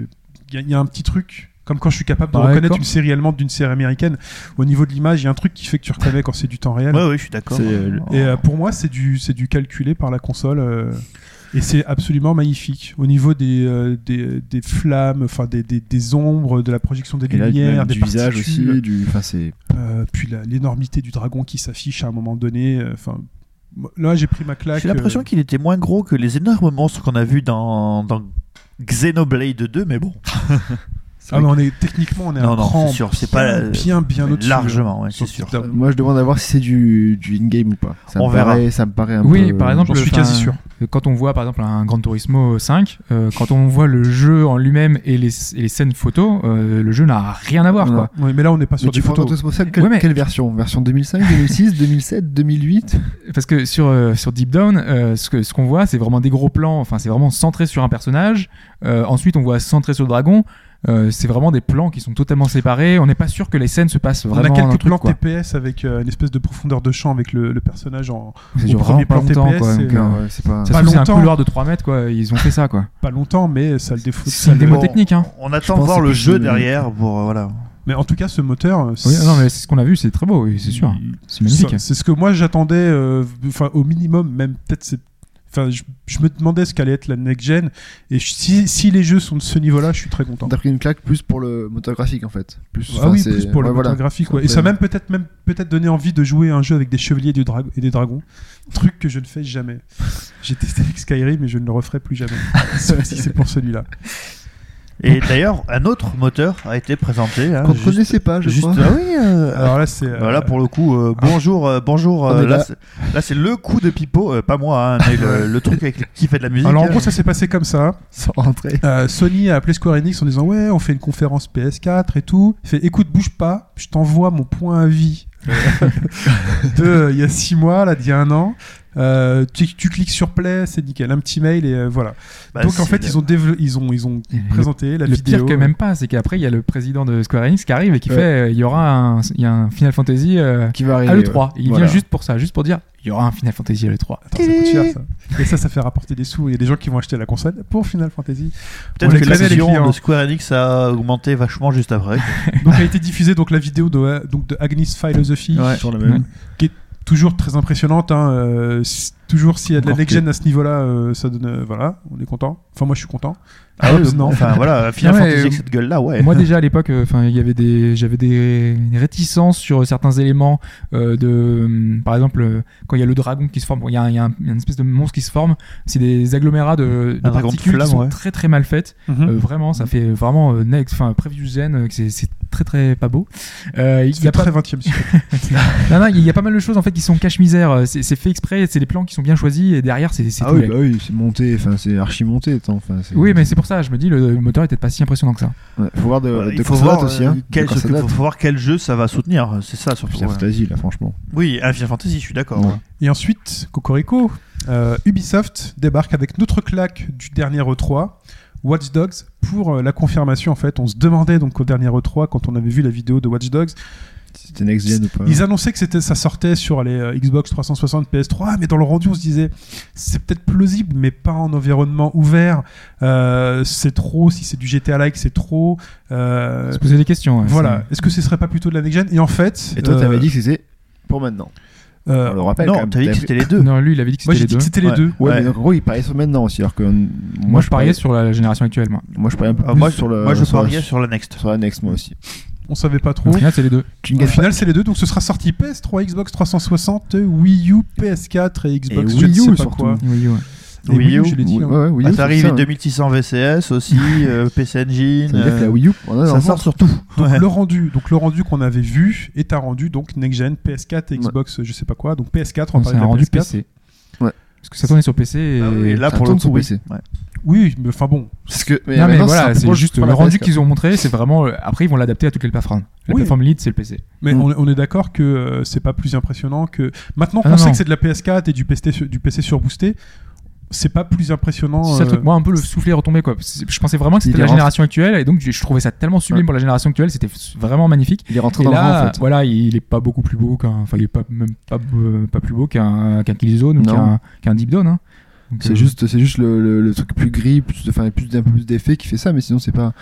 [SPEAKER 2] il y, a- il y a un petit truc. Comme quand je suis capable de
[SPEAKER 3] Ouais,
[SPEAKER 2] reconnaître
[SPEAKER 3] quand-
[SPEAKER 2] une série allemande d'une série américaine, au niveau de l'image, il y a un truc qui fait que tu reconnais quand c'est du temps réel.
[SPEAKER 4] Ouais, ouais, je suis d'accord.
[SPEAKER 5] c'est euh,
[SPEAKER 2] Et euh, pour moi, c'est du, c'est du calculé par la console. euh, et c'est absolument magnifique. Au niveau des, euh, des, des flammes, enfin des, des, des ombres, de la projection des
[SPEAKER 5] et là,
[SPEAKER 2] lumières,
[SPEAKER 5] même
[SPEAKER 2] des
[SPEAKER 5] du visage aussi
[SPEAKER 2] particules.
[SPEAKER 5] du enfin c'est
[SPEAKER 2] Euh, puis la- l'énormité du dragon qui s'affiche à un moment donné. euh, Enfin, moi, là j'ai pris ma claque.
[SPEAKER 4] J'ai l'impression
[SPEAKER 2] euh,
[SPEAKER 4] qu'il était moins gros que les énormes monstres qu'on a vus dans, dans Xenoblade 2, mais bon.
[SPEAKER 2] Ah mais on est techniquement on est
[SPEAKER 4] Non,
[SPEAKER 2] un
[SPEAKER 4] non,
[SPEAKER 2] cran
[SPEAKER 4] c'est sûr, c'est pas-
[SPEAKER 2] bien bien
[SPEAKER 4] Mais
[SPEAKER 2] au-dessus. hein.
[SPEAKER 4] largement, ouais, c'est
[SPEAKER 2] Donc,
[SPEAKER 4] sûr.
[SPEAKER 2] putain,
[SPEAKER 5] moi je demande à voir si c'est du du in-game ou pas ça
[SPEAKER 4] On
[SPEAKER 5] me
[SPEAKER 4] verra.
[SPEAKER 5] paraît ça me paraît un
[SPEAKER 3] Oui,
[SPEAKER 5] peu-
[SPEAKER 3] par exemple,
[SPEAKER 2] j'en suis
[SPEAKER 3] enfin,
[SPEAKER 2] quasi sûr.
[SPEAKER 3] Quand on voit par exemple un Gran Turismo 5, euh, quand on voit le jeu en lui-même et les, et les scènes photos, euh, le jeu n'a rien à voir.
[SPEAKER 5] Non.
[SPEAKER 3] Quoi.
[SPEAKER 2] Ouais, mais là on n'est pas sur
[SPEAKER 5] mais
[SPEAKER 2] des
[SPEAKER 5] tu prends
[SPEAKER 2] photos.
[SPEAKER 5] Tortoise pour ça, quelle,
[SPEAKER 3] Ouais, mais-
[SPEAKER 5] quelle version Version 2005, 2006, 2007, 2008
[SPEAKER 3] Parce que sur, euh, sur Deep Down, euh, ce que- ce qu'on voit, c'est vraiment des gros plans, enfin c'est vraiment centré sur un personnage. Euh, ensuite, on voit centré sur le dragon. Euh, c'est vraiment des plans qui sont totalement séparés. On n'est pas sûr que les scènes se passent
[SPEAKER 2] On a
[SPEAKER 3] vraiment. dans le
[SPEAKER 2] quelques
[SPEAKER 3] truc,
[SPEAKER 2] plans
[SPEAKER 3] quoi.
[SPEAKER 2] TPS avec euh, une espèce de profondeur de champ avec le, le personnage en
[SPEAKER 3] Ça
[SPEAKER 2] au
[SPEAKER 3] dure
[SPEAKER 2] premier
[SPEAKER 3] vraiment pas
[SPEAKER 2] plan
[SPEAKER 3] longtemps.
[SPEAKER 2] TPS,
[SPEAKER 3] quoi,
[SPEAKER 2] c'est-
[SPEAKER 3] donc, euh,
[SPEAKER 5] Non, ouais, c'est pas.
[SPEAKER 3] ça se
[SPEAKER 2] pas
[SPEAKER 3] trouve, c'est un
[SPEAKER 2] longtemps.
[SPEAKER 3] couloir de 3 mètres, quoi. Ils ont fait ça, quoi.
[SPEAKER 2] pas longtemps, mais ça le défaut.
[SPEAKER 3] C'est
[SPEAKER 2] ça
[SPEAKER 3] une
[SPEAKER 2] le-
[SPEAKER 3] démo technique, hein.
[SPEAKER 4] On attend
[SPEAKER 5] pense
[SPEAKER 4] de voir
[SPEAKER 5] que
[SPEAKER 4] le
[SPEAKER 5] c'est
[SPEAKER 4] jeu
[SPEAKER 5] plus-
[SPEAKER 4] derrière pour. euh, voilà.
[SPEAKER 2] Mais en tout cas, ce moteur, euh,
[SPEAKER 3] Oui, ah non, mais c'est ce qu'on a vu, c'est très beau, oui, c'est sûr. C'est magnifique.
[SPEAKER 2] c'est- c'est ce que moi j'attendais, euh, enfin au minimum, même peut-être c'est Enfin, je, je me demandais ce qu'allait être la next-gen. Et je- si, si les jeux sont de ce niveau-là, je suis très content.
[SPEAKER 5] T'as pris une claque plus pour le moteur graphique en fait. Plus,
[SPEAKER 2] Ah
[SPEAKER 5] enfin,
[SPEAKER 2] oui,
[SPEAKER 5] c'est-
[SPEAKER 2] plus pour le
[SPEAKER 5] ouais,
[SPEAKER 2] moteur
[SPEAKER 5] voilà.
[SPEAKER 2] graphique.
[SPEAKER 5] Ça
[SPEAKER 2] ouais. Et
[SPEAKER 5] fait-
[SPEAKER 2] ça m'a même peut-être même peut-être donné envie de jouer à un jeu avec des chevaliers du dra- et des dragons, truc que je ne fais jamais. J'ai testé avec Skyrim, mais je ne le referai plus jamais. Sauf si c'est pour celui-là.
[SPEAKER 4] Et d'ailleurs, un autre moteur a été présenté. hein,
[SPEAKER 5] Qu'on
[SPEAKER 4] juste-
[SPEAKER 5] connaissait pas, je
[SPEAKER 4] juste-
[SPEAKER 5] crois.
[SPEAKER 4] Ah oui, euh,
[SPEAKER 2] Alors là, c'est. euh,
[SPEAKER 4] Voilà pour le coup, euh, bonjour, euh, bonjour.
[SPEAKER 5] Ah. On
[SPEAKER 4] euh,
[SPEAKER 5] est
[SPEAKER 4] là,
[SPEAKER 5] là.
[SPEAKER 4] c'est- là, c'est le coup de Pipo, euh, pas moi, hein, mais le, le truc avec le- qui fait de la musique.
[SPEAKER 2] Alors en
[SPEAKER 4] hein.
[SPEAKER 2] gros, ça s'est passé comme ça.
[SPEAKER 5] Sans rentrer.
[SPEAKER 2] Euh, Sony a appelé Square Enix en disant ouais, on fait une conférence PS4 et tout. Il fait écoute, bouge pas, je t'envoie mon point à vie de euh, il y a six mois, là, d'il y a un an. Euh, tu, tu cliques sur play, c'est nickel, un petit mail et euh, voilà.
[SPEAKER 4] Bah,
[SPEAKER 2] Donc en
[SPEAKER 4] c'est-
[SPEAKER 2] fait, ils ont dévelop- ils ont ils ont présenté la
[SPEAKER 3] le
[SPEAKER 2] vidéo.
[SPEAKER 3] pire que même pas, c'est qu'après il y a le président de Square Enix qui arrive et qui
[SPEAKER 5] Ouais.
[SPEAKER 3] fait euh, il y aura un, il y a un Final Fantasy euh,
[SPEAKER 5] Qui va arriver.
[SPEAKER 3] à le
[SPEAKER 5] ouais.
[SPEAKER 3] 3. Il
[SPEAKER 5] Voilà.
[SPEAKER 3] vient juste pour ça, juste pour dire il y aura un Final Fantasy à le 3.
[SPEAKER 2] Attends, ça coûte cher, ça. Et ça, ça fait rapporter des sous. Il y a des gens qui vont acheter la console pour Final Fantasy. On
[SPEAKER 4] Peut-être
[SPEAKER 2] les
[SPEAKER 4] que la
[SPEAKER 2] connaît, les
[SPEAKER 4] vision
[SPEAKER 2] clients.
[SPEAKER 4] de Square Enix a augmenté vachement juste après.
[SPEAKER 5] Ah,
[SPEAKER 2] Donc a été diffusée donc la vidéo de, donc, de Agnes Philosophy,
[SPEAKER 5] Sur le
[SPEAKER 3] Ouais.
[SPEAKER 5] même.
[SPEAKER 2] toujours très impressionnante. hein, euh, s- toujours s'il y a de la
[SPEAKER 4] Encore
[SPEAKER 2] next-gen à ce niveau-là, euh, ça donne. euh, voilà, on est content. Enfin, moi, je suis content.
[SPEAKER 4] Ah oui,
[SPEAKER 2] Hobbs, non.
[SPEAKER 4] Enfin voilà, Final
[SPEAKER 3] Non, mais,
[SPEAKER 4] Fantasy avec
[SPEAKER 3] euh,
[SPEAKER 4] cette gueule-là, ouais.
[SPEAKER 3] Moi déjà à l'époque, euh, enfin il y avait des, j'avais des réticences sur certains éléments euh, de, hum, par exemple euh, quand il y a le dragon qui se forme, il y, a un- il y a un- il y a une espèce de monstre qui se forme, c'est des agglomérats de, de
[SPEAKER 4] Un dragon de
[SPEAKER 3] particules
[SPEAKER 4] flamme,
[SPEAKER 3] qui sont
[SPEAKER 4] ouais.
[SPEAKER 3] très très mal faites. Euh, vraiment, ça fait vraiment euh, next, enfin preview zen, euh, que c'est c'est très très pas beau. Euh, Il
[SPEAKER 2] C'est
[SPEAKER 3] y a pas,
[SPEAKER 2] très 20 e siècle.
[SPEAKER 3] non, non, il y a pas mal de choses en fait qui sont cache misère. C'est c'est fait exprès, c'est des plans qui sont bien choisis et derrière c'est c'est
[SPEAKER 5] Ah
[SPEAKER 3] tout
[SPEAKER 5] oui,
[SPEAKER 3] laid.
[SPEAKER 5] bah oui, c'est monté, enfin c'est archi monté. attends, Enfin, c'est-
[SPEAKER 3] Oui, mais c'est pour ça, je me dis le moteur était pas si impressionnant que ça.
[SPEAKER 5] Ouais, faut voir de,
[SPEAKER 4] Voilà,
[SPEAKER 5] de
[SPEAKER 4] il
[SPEAKER 5] quoi
[SPEAKER 4] faut
[SPEAKER 5] ça
[SPEAKER 4] voir,
[SPEAKER 5] date aussi.
[SPEAKER 4] euh,
[SPEAKER 5] Hein, de
[SPEAKER 4] quel,
[SPEAKER 5] quoi ça
[SPEAKER 4] faut-
[SPEAKER 5] date.
[SPEAKER 4] faut voir quel jeu ça va soutenir, c'est ça surtout.
[SPEAKER 5] Final
[SPEAKER 4] ouais.
[SPEAKER 5] Fantasy, là, franchement.
[SPEAKER 4] Oui, un Final Fantasy, je suis d'accord. ouais.
[SPEAKER 2] Et ensuite, Cocorico, euh, Ubisoft débarque avec notre claque du dernier E3, Watch Dogs, pour euh, la confirmation. En fait, on se demandait donc au dernier E3, quand on avait vu la vidéo de Watch Dogs,
[SPEAKER 5] C'était Next Gen ou pas
[SPEAKER 2] Ils annonçaient que c'était, ça sortait sur les euh, Xbox 360, PS3, mais dans le rendu, on se disait, c'est peut-être plausible, mais pas en environnement ouvert. Euh, c'est trop, si c'est du GTA-like, c'est trop. Euh,
[SPEAKER 3] se poser des questions. ouais,
[SPEAKER 2] voilà. Est-ce que ce serait pas plutôt de la next-gen Et en fait.
[SPEAKER 5] Et toi,
[SPEAKER 2] euh,
[SPEAKER 5] t'avais dit que c'était pour maintenant.
[SPEAKER 2] euh,
[SPEAKER 5] On le rappelle. quand
[SPEAKER 4] Non,
[SPEAKER 5] même,
[SPEAKER 4] t'as dit que
[SPEAKER 5] t'avais-
[SPEAKER 4] c'était les
[SPEAKER 3] c'est-
[SPEAKER 4] deux.
[SPEAKER 3] Non, lui il avait dit que
[SPEAKER 2] moi, j'ai
[SPEAKER 3] c'était les
[SPEAKER 2] dit
[SPEAKER 3] deux.
[SPEAKER 2] que c'était les
[SPEAKER 4] Ouais.
[SPEAKER 2] deux.
[SPEAKER 5] Ouais,
[SPEAKER 4] Ouais.
[SPEAKER 5] mais donc, en gros, il pariait sur le maintenant aussi, alors que moi,
[SPEAKER 3] Moi, je pariais sur la génération actuelle. Moi.
[SPEAKER 5] Moi, je pariais un peu
[SPEAKER 4] Ah,
[SPEAKER 5] plus
[SPEAKER 4] moi,
[SPEAKER 5] sur le.
[SPEAKER 4] moi, je
[SPEAKER 5] sur la-
[SPEAKER 4] pariais sur la Next.
[SPEAKER 5] sur la Next, moi aussi.
[SPEAKER 2] On savait pas trop.
[SPEAKER 3] Au final, c'est les deux.
[SPEAKER 5] Tu
[SPEAKER 2] Au final, c'est les deux, donc ce sera sorti PS3, Xbox 360, Wii U, PS4 et Xbox
[SPEAKER 5] Et
[SPEAKER 2] je ne
[SPEAKER 5] Wii U
[SPEAKER 2] sais pas
[SPEAKER 5] surtout.
[SPEAKER 2] quoi.
[SPEAKER 3] Oui, ouais.
[SPEAKER 2] Et Wii
[SPEAKER 4] Wii
[SPEAKER 2] U,
[SPEAKER 4] U,
[SPEAKER 2] je l'ai dit. hein.
[SPEAKER 5] Ouais, ouais, Wii U, c'est
[SPEAKER 4] Atari
[SPEAKER 5] ça, hein.
[SPEAKER 4] 2600 VCS aussi, euh, PC Engine.
[SPEAKER 5] Ça veut dire que
[SPEAKER 4] euh,
[SPEAKER 5] la Wii U, on a
[SPEAKER 4] ça
[SPEAKER 5] vraiment-
[SPEAKER 4] sort sur tout.
[SPEAKER 2] Donc,
[SPEAKER 4] Ouais.
[SPEAKER 2] le rendu, donc le rendu qu'on avait vu est un rendu donc next gen PS4 et Xbox je sais pas quoi donc PS4 on
[SPEAKER 3] C'est
[SPEAKER 2] parlait de
[SPEAKER 3] un
[SPEAKER 2] la
[SPEAKER 3] rendu
[SPEAKER 2] PS4.
[SPEAKER 3] PC.
[SPEAKER 5] Ouais.
[SPEAKER 3] Parce que ça tournait sur PC et.
[SPEAKER 4] Ah oui, là
[SPEAKER 5] ça
[SPEAKER 4] pour le
[SPEAKER 5] tourne
[SPEAKER 4] coup,
[SPEAKER 5] sur
[SPEAKER 4] oui.
[SPEAKER 5] PC.
[SPEAKER 4] Ouais.
[SPEAKER 2] Oui, mais enfin bon.
[SPEAKER 5] Parce que.
[SPEAKER 3] non, mais
[SPEAKER 5] maintenant,
[SPEAKER 3] voilà,
[SPEAKER 5] un peu
[SPEAKER 3] c'est
[SPEAKER 5] pour
[SPEAKER 3] juste
[SPEAKER 5] pour
[SPEAKER 3] le
[SPEAKER 5] la
[SPEAKER 3] rendu
[SPEAKER 5] PS4.
[SPEAKER 3] qu'ils ont montré, c'est vraiment. euh, Après, ils vont l'adapter à toutes les plateformes. La
[SPEAKER 2] Oui.
[SPEAKER 3] plateforme lead, c'est le PC.
[SPEAKER 2] Mais
[SPEAKER 5] Mm.
[SPEAKER 2] on, est- on est d'accord que euh, c'est pas plus impressionnant que. Maintenant qu'on
[SPEAKER 3] Ah non,
[SPEAKER 2] sait
[SPEAKER 3] non.
[SPEAKER 2] que c'est de la PS4 et du PC, sur- du PC surboosté, c'est pas plus impressionnant.
[SPEAKER 3] C'est ça le
[SPEAKER 2] euh,
[SPEAKER 3] truc. Moi, un peu le soufflet est retombé quoi. C'est- Je pensais vraiment que
[SPEAKER 5] Il
[SPEAKER 3] c'était
[SPEAKER 5] est
[SPEAKER 3] la
[SPEAKER 5] rentré-
[SPEAKER 3] génération actuelle et donc je je trouvais ça tellement sublime
[SPEAKER 5] Ouais.
[SPEAKER 3] pour la génération actuelle. C'était vraiment magnifique.
[SPEAKER 5] Il est rentré
[SPEAKER 3] Et
[SPEAKER 5] dans le
[SPEAKER 3] là,
[SPEAKER 5] rang, en fait.
[SPEAKER 3] voilà, il est pas beaucoup plus beau qu'un, enfin, il est pas même pas, euh, pas plus beau qu'un qu'un Killzone ou
[SPEAKER 5] Non.
[SPEAKER 3] qu'un qu'un Deep Down. Hein. Donc, euh,
[SPEAKER 5] C'est juste, c'est juste le, le- le truc plus gris, plus, enfin, plus d'un peu plus d'effets qui fait ça, mais sinon c'est pas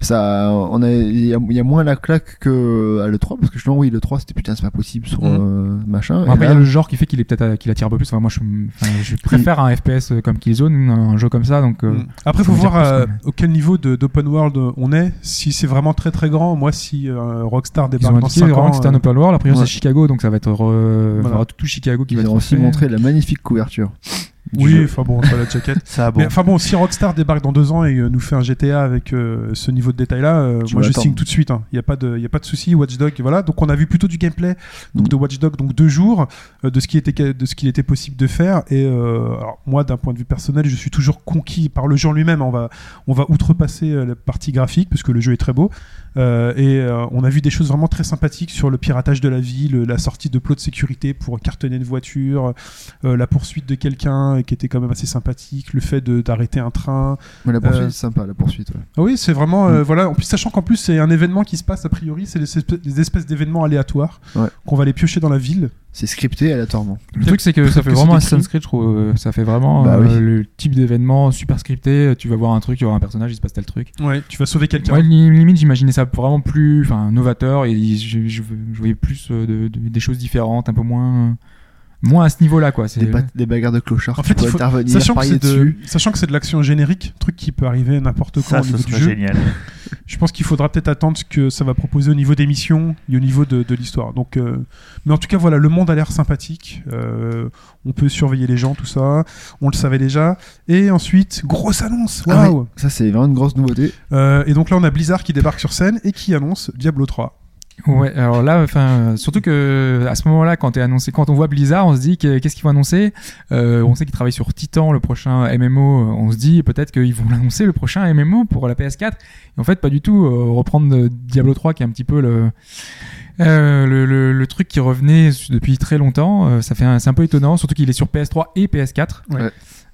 [SPEAKER 5] ça. On a, il y, a- il y a moins la claque que à le 3 parce que justement oui le 3 c'était putain c'est pas possible sur euh, machin.
[SPEAKER 3] Après,
[SPEAKER 5] et
[SPEAKER 3] il y
[SPEAKER 5] là,
[SPEAKER 3] a le genre qui fait qu'il est peut-être à- qu'il attire un peu plus. Enfin, moi, je, enfin, je préfère un FPS euh, comme Killzone, un jeu comme ça. Donc, euh,
[SPEAKER 2] Mm. Après,
[SPEAKER 3] je
[SPEAKER 2] faut
[SPEAKER 3] veux dire
[SPEAKER 2] voir
[SPEAKER 3] plus,
[SPEAKER 2] euh,
[SPEAKER 3] mais-
[SPEAKER 2] auquel niveau de- d'open world euh, on est. Si c'est vraiment très très grand, moi, si euh, Rockstar
[SPEAKER 3] ils ont
[SPEAKER 2] débarque dans
[SPEAKER 3] indiqué
[SPEAKER 2] 5
[SPEAKER 3] vraiment
[SPEAKER 2] ans, euh,
[SPEAKER 3] que c'était un open world. A priori,
[SPEAKER 5] euh, ouais.
[SPEAKER 3] c'est Chicago, donc ça va être euh,
[SPEAKER 2] Voilà.
[SPEAKER 3] enfin, tout, tout Chicago qui va
[SPEAKER 5] ils
[SPEAKER 3] être
[SPEAKER 5] ont aussi
[SPEAKER 3] refait.
[SPEAKER 5] montré la magnifique couverture. du
[SPEAKER 2] oui,
[SPEAKER 5] jeu.
[SPEAKER 2] enfin bon, pas la jaquette.
[SPEAKER 4] Ça, bon.
[SPEAKER 2] Mais enfin bon, si Rockstar débarque dans deux ans et euh, nous fait un GTA avec euh, ce niveau de euh, détail là,
[SPEAKER 5] Tu
[SPEAKER 2] moi
[SPEAKER 5] vas
[SPEAKER 2] je
[SPEAKER 5] attendre.
[SPEAKER 2] signe tout de suite. hein. Il n'y a pas de, y a pas de souci. Watch Dogs, voilà. Donc on a vu plutôt du gameplay donc
[SPEAKER 5] Mm.
[SPEAKER 2] de Watch Dogs, donc deux jours euh, de ce qui était ca- de ce qu'il était possible de faire. Et euh, alors, moi, d'un point de vue personnel, je suis toujours conquis par le genre lui-même. On va on va outrepasser euh, la partie graphique parce que le jeu est très beau. Euh, et euh, on a vu des choses vraiment très sympathiques sur le piratage de la ville, la sortie de plots de sécurité pour cartonner une voiture, euh, la poursuite de quelqu'un euh, qui était quand même assez sympathique, le fait de- d'arrêter un train.
[SPEAKER 5] Mais la poursuite
[SPEAKER 2] Euh,
[SPEAKER 5] c'est sympa la poursuite. ouais.
[SPEAKER 2] Ah oui, c'est vraiment euh, voilà. En plus, sachant qu'en plus c'est un événement qui se passe a priori, c'est des espèces- des espèces d'événements aléatoires
[SPEAKER 5] Ouais.
[SPEAKER 2] qu'on va les piocher dans la ville.
[SPEAKER 5] C'est scripté aléatoirement.
[SPEAKER 3] Le truc, c'est que ça fait
[SPEAKER 2] que
[SPEAKER 3] vraiment
[SPEAKER 2] c'est
[SPEAKER 3] Assassin's
[SPEAKER 2] décrit.
[SPEAKER 3] Creed, je trouve. euh, Ça fait vraiment
[SPEAKER 5] Bah
[SPEAKER 3] euh,
[SPEAKER 5] oui.
[SPEAKER 3] le type d'événement super scripté. Tu vas voir un truc, il y aura un personnage, il se passe tel truc.
[SPEAKER 2] Ouais, tu vas sauver quelqu'un.
[SPEAKER 3] Ouais, li- limite, j'imaginais ça vraiment plus enfin, novateur et je, je- je voyais plus euh, de, de- des choses différentes, un peu moins, moins à ce niveau-là, quoi.
[SPEAKER 5] Des,
[SPEAKER 3] C'est
[SPEAKER 5] ba- des bagarres de clochards.
[SPEAKER 2] En fait,
[SPEAKER 5] tu peux
[SPEAKER 2] il faut-
[SPEAKER 5] intervenir,
[SPEAKER 2] Sachant que,
[SPEAKER 5] parier
[SPEAKER 2] c'est de,
[SPEAKER 5] dessus.
[SPEAKER 2] sachant que c'est de l'action générique, truc qui peut arriver n'importe quand
[SPEAKER 4] Ça,
[SPEAKER 2] au
[SPEAKER 4] ce
[SPEAKER 2] niveau du
[SPEAKER 4] serait
[SPEAKER 2] jeu,
[SPEAKER 4] génial.
[SPEAKER 2] je pense qu'il faudra peut-être attendre ce que ça va proposer au niveau des missions et au niveau de, de l'histoire. Donc, euh, mais en tout cas, voilà, le monde a l'air sympathique. Euh, on peut surveiller les gens, tout ça. On le savait déjà. Et ensuite, grosse annonce.
[SPEAKER 5] Ah
[SPEAKER 2] Waouh
[SPEAKER 5] ouais, Ça, c'est vraiment une grosse nouveauté.
[SPEAKER 2] Euh, Et donc là, on a Blizzard qui débarque sur scène et qui annonce Diablo 3.
[SPEAKER 3] Ouais, alors là, enfin, euh, surtout que à ce moment-là, quand, t'es annoncé, quand on voit Blizzard, on se dit que- qu'est-ce qu'ils vont annoncer. Euh, on sait qu'ils travaillent sur Titan, le prochain MMO. On se dit peut-être qu'ils vont l'annoncer le prochain MMO pour la PS4. Et en fait, pas du tout. Euh, reprendre euh, Diablo 3, qui est un petit peu le euh, le, le- le truc qui revenait depuis très longtemps. Euh, ça fait un- c'est un peu étonnant, surtout qu'il est sur PS3 et PS4.
[SPEAKER 5] Ouais.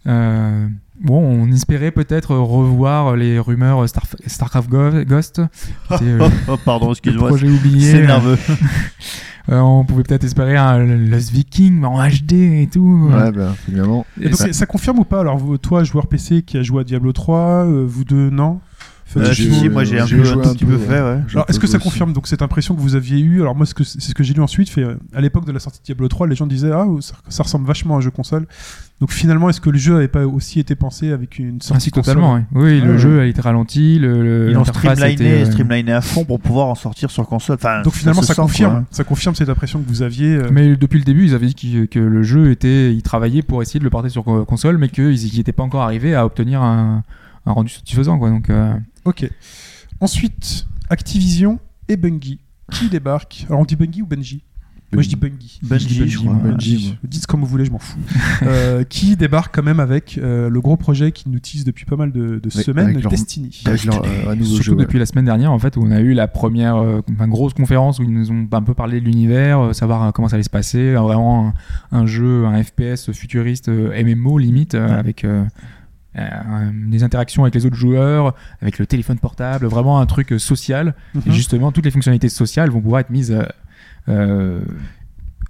[SPEAKER 3] Euh, bon, on espérait peut-être revoir les rumeurs Starf- StarCraft Go- Ghost. qui était, euh,
[SPEAKER 4] Oh, oh, pardon, excuse-moi.
[SPEAKER 3] projet oublié.
[SPEAKER 4] C'est nerveux.
[SPEAKER 3] Euh, on pouvait peut-être espérer un Lost Viking mais en HD et tout.
[SPEAKER 5] Ouais, bah, évidemment.
[SPEAKER 2] Et
[SPEAKER 3] Et
[SPEAKER 2] donc,
[SPEAKER 3] ça-
[SPEAKER 2] ça... confirme ou pas Alors, vous- toi, joueur PC qui a joué à Diablo 3, euh, vous deux, non Faites-
[SPEAKER 4] Euh,
[SPEAKER 5] J'ai-
[SPEAKER 4] si, si, moi j'ai un
[SPEAKER 5] j'ai
[SPEAKER 4] peu,
[SPEAKER 5] joué
[SPEAKER 4] un tout
[SPEAKER 5] un
[SPEAKER 4] petit
[SPEAKER 5] peu,
[SPEAKER 4] peu
[SPEAKER 5] ouais.
[SPEAKER 4] fait, ouais.
[SPEAKER 5] Je
[SPEAKER 2] Alors, est-ce
[SPEAKER 5] peux
[SPEAKER 2] que ça
[SPEAKER 5] aussi.
[SPEAKER 2] confirme donc cette impression que vous aviez eue Alors moi, ce que- c'est ce que j'ai lu ensuite. Fait, euh, à l'époque de la sortie de Diablo 3, les gens disaient ah ça, ça ressemble vachement à un jeu console. Donc finalement, est-ce que le jeu n'avait pas aussi été pensé avec une
[SPEAKER 3] Ah,
[SPEAKER 2] sortie
[SPEAKER 3] si,
[SPEAKER 2] console
[SPEAKER 3] totalement. ouais. Oui,
[SPEAKER 2] Ah,
[SPEAKER 3] le
[SPEAKER 2] ouais.
[SPEAKER 3] jeu a été ralenti, le, le-
[SPEAKER 4] Ils l'ont
[SPEAKER 3] l'interface
[SPEAKER 4] streamliné,
[SPEAKER 3] était, euh,
[SPEAKER 4] streamliné à fond pour pouvoir en sortir sur console. Enfin,
[SPEAKER 2] Donc finalement,
[SPEAKER 4] se
[SPEAKER 2] ça,
[SPEAKER 4] sent,
[SPEAKER 2] confirme.
[SPEAKER 4] quoi. hein.
[SPEAKER 2] Ça confirme cette impression que vous aviez. euh,
[SPEAKER 3] Mais depuis le début, ils avaient dit qu'ils- que le jeu était, ils travaillaient pour essayer de le porter sur co- console, mais qu'ils n'y étaient pas encore arrivés à obtenir un, un rendu satisfaisant, quoi. Donc, euh,
[SPEAKER 2] Ok. Ensuite, Activision et Bungie qui débarquent. Alors on dit Bungie ou Bungie Moi, je dis Bungie.
[SPEAKER 4] Bungie, je crois.
[SPEAKER 5] Bungie. moi.
[SPEAKER 2] Dites comme vous voulez, je m'en fous. Euh, qui débarque quand même avec euh, le gros projet qu'ils nous teasent depuis pas mal de, de
[SPEAKER 5] Oui,
[SPEAKER 2] semaines,
[SPEAKER 5] avec leur-
[SPEAKER 2] Destiny.
[SPEAKER 5] Avec leur euh, un nouveau
[SPEAKER 3] surtout
[SPEAKER 5] jeu. ouais.
[SPEAKER 3] depuis la semaine dernière, en fait, où on a eu la première, euh, enfin, grosse conférence où ils nous ont un peu parlé de l'univers, euh, savoir euh, comment ça allait se passer, euh, vraiment un, un jeu, un FPS futuriste, euh, MMO limite, euh, avec euh, euh, un- des interactions avec les autres joueurs, avec le téléphone portable, vraiment un truc euh, social. Et
[SPEAKER 5] Hein.
[SPEAKER 2] Mhm.
[SPEAKER 3] justement, toutes les fonctionnalités sociales vont pouvoir être mises. euh, euh,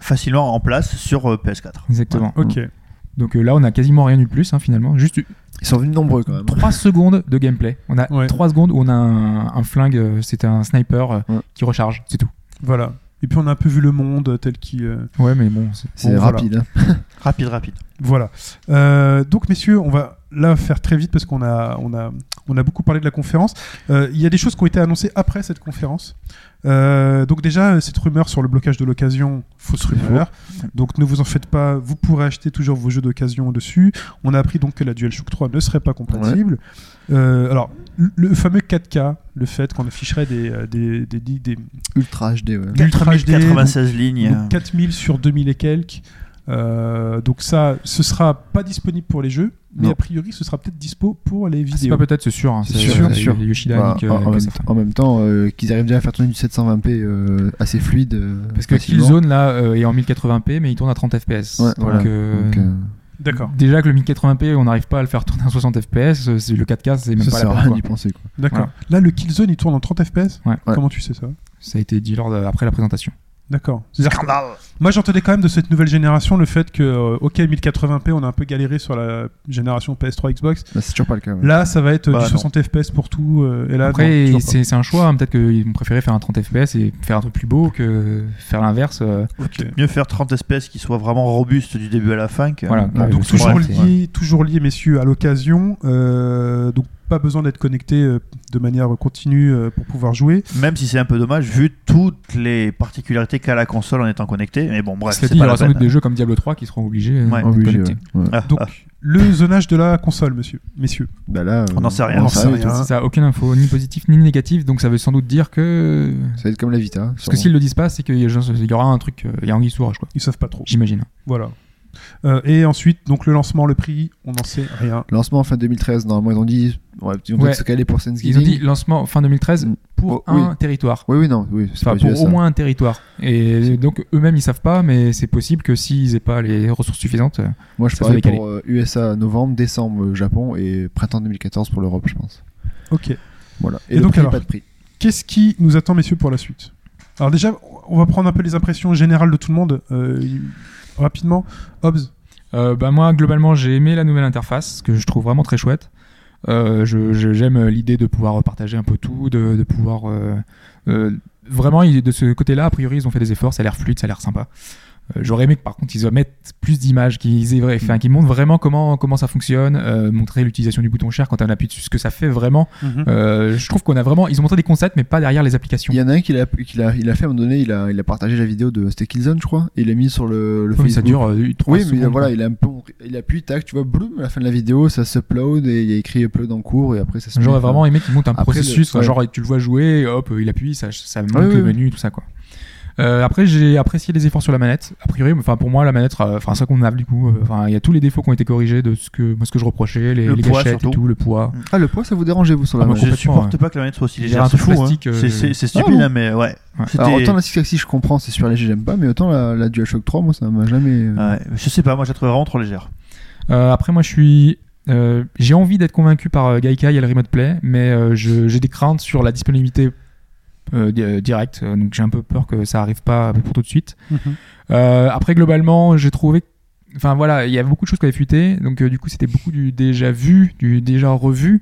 [SPEAKER 4] Facilement en place sur euh, PS4.
[SPEAKER 3] exactement.
[SPEAKER 2] Ok.
[SPEAKER 3] Donc euh, là, on a quasiment rien eu de plus, hein, finalement. Juste
[SPEAKER 5] Ils sont venus nombreux quand même.
[SPEAKER 3] 3 secondes de gameplay. On a
[SPEAKER 2] Ouais.
[SPEAKER 3] 3 secondes où on a un, un flingue, euh, c'est un sniper euh,
[SPEAKER 5] Ouais.
[SPEAKER 3] qui recharge, c'est tout.
[SPEAKER 2] Voilà. Et puis on a un peu vu le monde euh, tel qu'il. euh,
[SPEAKER 3] Ouais, mais bon, c'est-
[SPEAKER 5] C'est
[SPEAKER 2] Bon, voilà.
[SPEAKER 5] rapide. hein.
[SPEAKER 4] Rapide, rapide.
[SPEAKER 2] Voilà. Euh, donc messieurs, on va là faire très vite parce qu'on a on a on a beaucoup parlé de la conférence. Euh, Il y a des choses qui ont été annoncées après cette conférence. Euh, donc déjà euh, cette rumeur sur le blocage de l'occasion, fausse rumeur. Donc ne vous en faites pas, vous pourrez acheter toujours vos jeux d'occasion dessus. On a appris donc que la DualShock 3 ne serait pas compatible. Euh, alors le- le fameux 4K, le fait qu'on afficherait des euh, des des, des- des-
[SPEAKER 5] Ultra HD, ouais.
[SPEAKER 2] Ultra HD,
[SPEAKER 4] 96 lignes.
[SPEAKER 2] donc 4000 sur 2000 et quelques. Euh, donc ça, ce sera pas disponible pour les jeux, mais
[SPEAKER 5] Non.
[SPEAKER 2] a priori, ce sera peut-être dispo pour les
[SPEAKER 3] Ah, C'est pas
[SPEAKER 2] vidéos.
[SPEAKER 3] peut-être, c'est sûr. hein.
[SPEAKER 5] C'est
[SPEAKER 3] C'est
[SPEAKER 5] sûr,
[SPEAKER 3] sûr.
[SPEAKER 5] c'est sûr.
[SPEAKER 3] Yoshida
[SPEAKER 5] Bah,
[SPEAKER 3] donc, euh,
[SPEAKER 5] en, en
[SPEAKER 3] que
[SPEAKER 5] même,
[SPEAKER 3] certains.
[SPEAKER 5] en même temps, euh, qu'ils arrivent déjà à faire tourner du 720p euh, assez fluide. euh,
[SPEAKER 3] Parce que
[SPEAKER 5] facilement.
[SPEAKER 3] Killzone là euh, est en 1080p, mais il tourne à 30 fps.
[SPEAKER 5] Ouais,
[SPEAKER 3] Donc,
[SPEAKER 5] voilà.
[SPEAKER 3] euh,
[SPEAKER 5] Donc, euh,
[SPEAKER 2] D'accord,
[SPEAKER 3] Déjà que le 1080p, on n'arrive pas à le faire tourner à 60 fps. euh, c'est- Le 4K, c'est même
[SPEAKER 5] ça
[SPEAKER 3] pas la
[SPEAKER 5] sert à
[SPEAKER 3] peine.
[SPEAKER 5] rien
[SPEAKER 3] quoi.
[SPEAKER 5] d'y penser. Quoi.
[SPEAKER 2] d'accord.
[SPEAKER 3] Voilà.
[SPEAKER 2] Là, le Killzone, il tourne en 30 FPS.
[SPEAKER 3] Ouais.
[SPEAKER 5] Ouais.
[SPEAKER 2] Comment tu sais ça
[SPEAKER 3] Ça a été dit lors de- après la présentation.
[SPEAKER 2] D'accord. C'est-à-dire que- Moi, j'entendais quand même de cette nouvelle génération le fait que, euh, ok, 1080p, on a un peu galéré sur la génération PS3, Xbox.
[SPEAKER 5] Bah, c'est toujours pas le cas. ouais.
[SPEAKER 2] Là, ça va être euh,
[SPEAKER 4] Bah,
[SPEAKER 2] du
[SPEAKER 4] non.
[SPEAKER 2] 60 FPS pour tout. euh, et là, non,
[SPEAKER 3] Après,
[SPEAKER 2] toujours
[SPEAKER 3] c'est c'est un choix. hein. Peut-être qu'ils vont préférer faire un 30 fps et faire un truc plus beau que faire l'inverse. euh,
[SPEAKER 2] pas. Ok.
[SPEAKER 4] Mieux faire 30 espèces qui soient vraiment robustes du début à la fin que.
[SPEAKER 3] Voilà.
[SPEAKER 5] euh, Ouais,
[SPEAKER 2] donc
[SPEAKER 3] parce que
[SPEAKER 2] toujours
[SPEAKER 3] bref,
[SPEAKER 2] lié, toujours lié, messieurs, à l'occasion. Euh, donc pas besoin d'être connecté euh, de manière continue euh, pour pouvoir jouer.
[SPEAKER 4] Même si c'est un peu dommage vu toutes les particularités qu'a la console en étant connectée. Mais bon, bref,
[SPEAKER 3] Cela
[SPEAKER 4] c'est
[SPEAKER 3] dit, il y
[SPEAKER 4] pas
[SPEAKER 3] aura
[SPEAKER 4] la
[SPEAKER 3] sans
[SPEAKER 4] peine.
[SPEAKER 3] doute des jeux comme Diablo 3 qui seront obligés. euh,
[SPEAKER 4] Ouais.
[SPEAKER 3] d'être
[SPEAKER 5] Obligé,
[SPEAKER 3] connectés.
[SPEAKER 5] ouais. Ouais.
[SPEAKER 4] Ah,
[SPEAKER 2] Donc,
[SPEAKER 4] ah,
[SPEAKER 2] le zonage de la console, monsieur, messieurs.
[SPEAKER 5] Bah là, euh,
[SPEAKER 4] On n'en sait rien.
[SPEAKER 5] en
[SPEAKER 4] On n'en
[SPEAKER 2] sait
[SPEAKER 5] rien.
[SPEAKER 2] rien.
[SPEAKER 5] Ça
[SPEAKER 2] Ah.
[SPEAKER 3] Ça a aucune info, ni positif ni négatif. Donc ça veut sans doute dire que.
[SPEAKER 5] va être comme la Vita. hein,
[SPEAKER 3] Parce que s'ils le disent pas, c'est qu'il y a- il y aura un truc. euh, Il y a anguille sous roche, quoi.
[SPEAKER 2] Ils savent pas trop.
[SPEAKER 3] J'imagine.
[SPEAKER 2] Voilà. Euh, et ensuite, donc le lancement, le prix, on n'en sait rien.
[SPEAKER 5] Lancement fin 2013, normalement ils ont dit ouais, ils vont
[SPEAKER 3] Ouais.
[SPEAKER 5] peut-être se caler pour
[SPEAKER 3] Ils
[SPEAKER 5] Thanksgiving.
[SPEAKER 3] ont dit lancement fin 2013
[SPEAKER 5] Mm.
[SPEAKER 3] pour
[SPEAKER 5] Oh, oui.
[SPEAKER 3] un territoire.
[SPEAKER 5] Oui, oui, non, oui, c'est
[SPEAKER 3] Enfin,
[SPEAKER 5] pas
[SPEAKER 3] pour
[SPEAKER 5] US,
[SPEAKER 3] au
[SPEAKER 5] ça.
[SPEAKER 3] moins un territoire. Et donc eux-mêmes ils savent pas, mais c'est possible que s'ils aient pas les ressources suffisantes. euh,
[SPEAKER 5] Moi je
[SPEAKER 3] ça
[SPEAKER 5] parlais
[SPEAKER 3] soit
[SPEAKER 5] pour euh, USA novembre, décembre euh, Japon et printemps 2014 pour l'Europe, je pense.
[SPEAKER 2] Ok.
[SPEAKER 5] Voilà.
[SPEAKER 2] Et
[SPEAKER 5] le
[SPEAKER 2] donc,
[SPEAKER 5] prix,
[SPEAKER 2] alors
[SPEAKER 5] pas de prix.
[SPEAKER 2] Qu'est-ce qui nous attend, messieurs, pour la suite Alors déjà, on va prendre un peu les impressions générales de tout le monde. Euh, y- rapidement, Hobbs.
[SPEAKER 3] Euh, bah moi globalement j'ai aimé la nouvelle interface que je trouve vraiment très chouette. Euh, je- je- J'aime l'idée de pouvoir partager un peu tout, de, de pouvoir euh, euh, vraiment il- de ce côté-là a priori ils ont fait des efforts, ça a l'air fluide, ça a l'air sympa. Euh, J'aurais aimé que par contre ils mettent plus d'images, qu'ils aient vrai-
[SPEAKER 5] Mm.
[SPEAKER 3] enfin, qu'ils montrent vraiment comment comment ça fonctionne, euh, montrer l'utilisation du bouton cher quand on appuie dessus, ce que ça fait vraiment.
[SPEAKER 4] Mhm.
[SPEAKER 3] Euh, je trouve qu'on a vraiment, ils ont montré des concepts mais pas derrière les applications.
[SPEAKER 5] Il y en a un qui l'a, qui l'a, il a fait à un moment donné, il a, il a partagé la vidéo de C'était Killzone, je crois, et il l'a mis sur le, le
[SPEAKER 3] Oui, mais ça
[SPEAKER 5] Facebook.
[SPEAKER 3] dure euh, trois
[SPEAKER 5] Oui, mais
[SPEAKER 3] secondes,
[SPEAKER 5] voilà,
[SPEAKER 3] quoi.
[SPEAKER 5] il a un peu, il appuie, tac, tu vois, bloom, à la fin de la vidéo, ça s'upload et il y a écrit upload en cours et après ça se.
[SPEAKER 3] J'aurais
[SPEAKER 5] met-
[SPEAKER 3] vraiment aimé qu'il monte un
[SPEAKER 5] Après,
[SPEAKER 3] processus,
[SPEAKER 5] le- ouais. Ah
[SPEAKER 3] genre tu le vois jouer, hop, il appuie, ça, ça monte
[SPEAKER 5] oui,
[SPEAKER 3] le
[SPEAKER 5] oui.
[SPEAKER 3] menu, tout ça quoi. Euh, après, j'ai apprécié les efforts sur la manette. A priori, enfin pour moi, la manette, euh, enfin ça qu'on a du coup, euh, enfin il y a tous les défauts qui ont été corrigés de ce que moi ce que je reprochais, les,
[SPEAKER 4] Le
[SPEAKER 3] les
[SPEAKER 4] poids,
[SPEAKER 3] gâchettes et
[SPEAKER 4] surtout.
[SPEAKER 3] tout, le poids.
[SPEAKER 5] Ah, le poids, ça vous dérangeait, vous, sur la
[SPEAKER 3] Ah, moi,
[SPEAKER 4] je
[SPEAKER 5] manette
[SPEAKER 3] complètement,
[SPEAKER 4] supporte
[SPEAKER 3] ouais.
[SPEAKER 4] pas que la manette soit aussi
[SPEAKER 3] Il y a
[SPEAKER 4] légère.
[SPEAKER 3] un
[SPEAKER 4] C'est
[SPEAKER 3] truc
[SPEAKER 4] fou. Hein.
[SPEAKER 3] plastique, euh,
[SPEAKER 4] C'est- C'est c'est
[SPEAKER 5] Ah,
[SPEAKER 4] stupide,
[SPEAKER 5] bon.
[SPEAKER 4] hein, mais ouais.
[SPEAKER 3] Ouais.
[SPEAKER 4] C'était-
[SPEAKER 5] Alors, autant la 6 je comprends, c'est super léger, j'aime pas, mais autant la, la DualShock 3, moi, ça m'a jamais.
[SPEAKER 2] Mm.
[SPEAKER 3] Ah,
[SPEAKER 5] euh,
[SPEAKER 4] Ouais, je sais pas, moi je la trouve vraiment trop légère.
[SPEAKER 3] Euh, après, moi je suis, euh, j'ai envie d'être convaincu par euh, Gaikai et le Remote Play, mais euh, je- j'ai des craintes sur la disponibilité euh, di- euh, directe, euh, donc j'ai un peu peur que ça arrive pas pour tout de suite. Euh, après, globalement, j'ai trouvé. Enfin voilà, il y avait beaucoup de choses qui avaient fuité, donc euh, du coup c'était beaucoup du déjà vu, du déjà revu.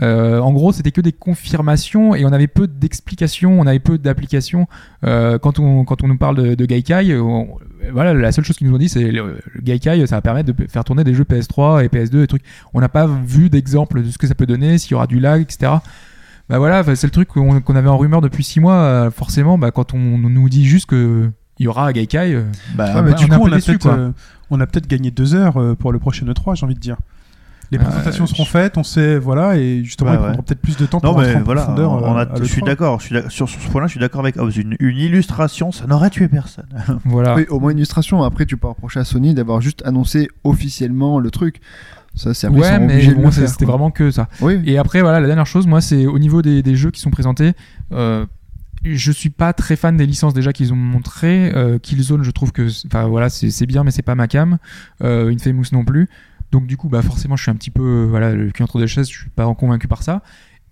[SPEAKER 3] Euh, en gros, c'était que des confirmations et on avait peu d'explications, on avait peu d'applications. Euh, quand on quand on nous parle de, de Gaikai, on- voilà, la seule chose qu'ils nous ont dit c'est le, le Gaikai, ça va permettre de faire tourner des jeux PS3 et PS2 et trucs. On n'a pas vu d'exemple de ce que ça peut donner, s'il y aura du lag, etc. Bah voilà, enfin, c'est le truc qu'on qu'on avait en rumeur depuis six mois. euh, Forcément, bah, quand on, on nous dit juste que il y aura un Gaikai, euh, bah,
[SPEAKER 5] Ah
[SPEAKER 2] Ouais, mais
[SPEAKER 3] bah,
[SPEAKER 2] Ah, du
[SPEAKER 3] on est un
[SPEAKER 2] coup,
[SPEAKER 3] peu
[SPEAKER 2] on a
[SPEAKER 3] déçus,
[SPEAKER 2] peut-être
[SPEAKER 3] quoi.
[SPEAKER 2] euh, on a peut-être gagné deux heures euh, pour le prochain E3, j'ai envie de dire. Les
[SPEAKER 3] Euh,
[SPEAKER 2] présentations
[SPEAKER 3] je-
[SPEAKER 2] seront faites, on sait, voilà, et justement,
[SPEAKER 4] Ouais,
[SPEAKER 2] ils
[SPEAKER 4] ouais.
[SPEAKER 2] prendront peut-être plus de temps
[SPEAKER 4] Non,
[SPEAKER 2] pour
[SPEAKER 4] mais
[SPEAKER 2] entrer en
[SPEAKER 4] voilà,
[SPEAKER 2] profondeur.
[SPEAKER 4] on
[SPEAKER 2] euh,
[SPEAKER 4] a-
[SPEAKER 2] à
[SPEAKER 4] je
[SPEAKER 2] l'E3.
[SPEAKER 4] suis d'accord. je suis d'ac- Sur, sur ce point-là, je suis d'accord avec Hobbs. Une, une illustration, ça n'aurait tué personne.
[SPEAKER 3] Voilà.
[SPEAKER 5] Oui, au moins une illustration. Après, tu peux reprocher à Sony d'avoir juste annoncé officiellement le truc. Ça, c'est après, ils
[SPEAKER 3] ouais,
[SPEAKER 5] sont
[SPEAKER 3] mais
[SPEAKER 5] obligés de
[SPEAKER 3] bon,
[SPEAKER 5] le
[SPEAKER 3] c'est-
[SPEAKER 5] faire,
[SPEAKER 3] c'était
[SPEAKER 5] quoi.
[SPEAKER 3] vraiment que ça.
[SPEAKER 5] Oui.
[SPEAKER 3] Et après, voilà, la dernière chose, moi, c'est au niveau des, des jeux qui sont présentés. Euh, je suis pas très fan des licences déjà qu'ils ont montrées. Euh, Killzone, je trouve que, c'est- enfin voilà, c'est c'est bien, mais c'est pas ma cam. Euh, Infamous non plus. Donc du coup, bah forcément, je suis un petit peu, euh, voilà, le cul entre deux chaises. Je suis pas convaincu par ça.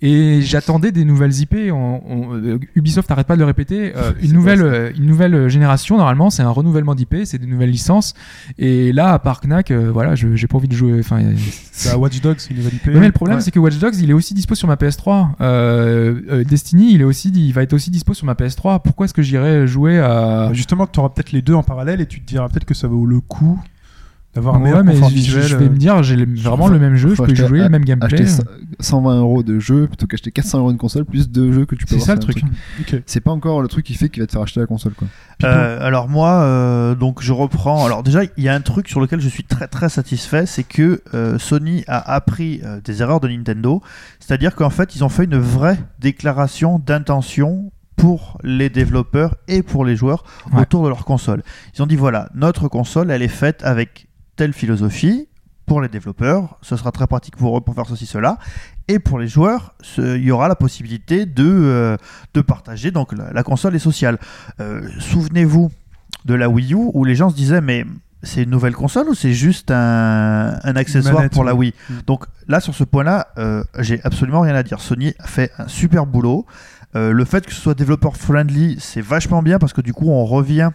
[SPEAKER 3] Et j'attendais des nouvelles IP. On- on- euh, Ubisoft n'arrête pas de le répéter. Euh, une nouvelle, euh, une nouvelle génération. Normalement, c'est un renouvellement d'IP, c'est des nouvelles licences. Et là, à part Knack, euh, voilà, je- j'ai pas envie de jouer. Enfin,
[SPEAKER 2] C'est à Bah, Watch Dogs, c'est une nouvelle IP.
[SPEAKER 3] mais, mais le problème,
[SPEAKER 2] Ouais.
[SPEAKER 3] c'est que Watch Dogs, il est aussi dispo sur ma PS3. Euh, euh, Destiny, il est aussi, il va être aussi dispo sur ma PS3. Pourquoi est-ce que j'irais jouer à
[SPEAKER 2] Bah, Justement, tu auras peut-être les deux en parallèle et tu te diras peut-être que ça vaut le coup d'avoir un
[SPEAKER 3] Ouais,
[SPEAKER 2] meilleur
[SPEAKER 3] mais
[SPEAKER 2] confort
[SPEAKER 3] je,
[SPEAKER 2] visuel. euh,
[SPEAKER 3] je vais me dire, j'ai le- vraiment le même jeu, je
[SPEAKER 5] faut
[SPEAKER 3] peux
[SPEAKER 5] acheter-
[SPEAKER 3] jouer le même gameplay.
[SPEAKER 5] Acheter 120 euros de jeu plutôt qu'acheter 400 euros de console plus deux jeux que tu peux
[SPEAKER 3] C'est
[SPEAKER 5] avoir
[SPEAKER 3] ça le
[SPEAKER 5] sur la
[SPEAKER 3] truc.
[SPEAKER 2] Ok.
[SPEAKER 5] C'est pas encore le truc qui fait qu'il va te faire acheter la console quoi.
[SPEAKER 4] Euh, alors moi, euh, donc je reprends. Alors déjà, il y a un truc sur lequel je suis très très satisfait, c'est que euh, Sony a appris euh, des erreurs de Nintendo. C'est-à-dire qu'en fait, ils ont fait une vraie déclaration d'intention pour les développeurs et pour les joueurs
[SPEAKER 3] Ouais.
[SPEAKER 4] autour de leur console. Ils ont dit voilà, notre console, elle est faite avec telle philosophie. Pour les développeurs, ce sera très pratique pour eux pour faire ceci, cela. Et pour les joueurs, ce- il y aura la possibilité de, euh, de partager. Donc la, la console est sociale. Euh, Souvenez-vous de la Wii U où les gens se disaient mais c'est une nouvelle console ou c'est juste un, un accessoire
[SPEAKER 2] manette,
[SPEAKER 4] pour la
[SPEAKER 2] oui. Mm.
[SPEAKER 4] Wii donc là, sur ce point-là, euh, j'ai absolument rien à dire. Sony a fait un super boulot. Euh, le fait que ce soit développeur friendly, c'est vachement bien parce que du coup, on revient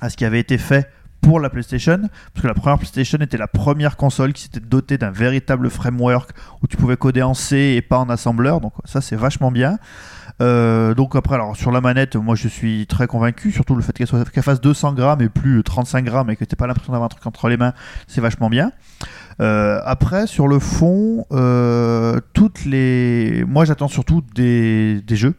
[SPEAKER 4] à ce qui avait été fait pour la PlayStation, parce que la première PlayStation était la première console qui s'était dotée d'un véritable framework où tu pouvais coder en C et pas en assembleur, donc ça c'est vachement bien. Euh, donc après, alors sur la manette, moi je suis très convaincu, surtout le fait qu'elle soit- qu'elle fasse 200 grammes et plus 35 grammes et que t'aies pas l'impression d'avoir un truc entre les mains, c'est vachement bien. Euh, après, sur le fond, euh, toutes les. Moi, j'attends surtout des, des jeux.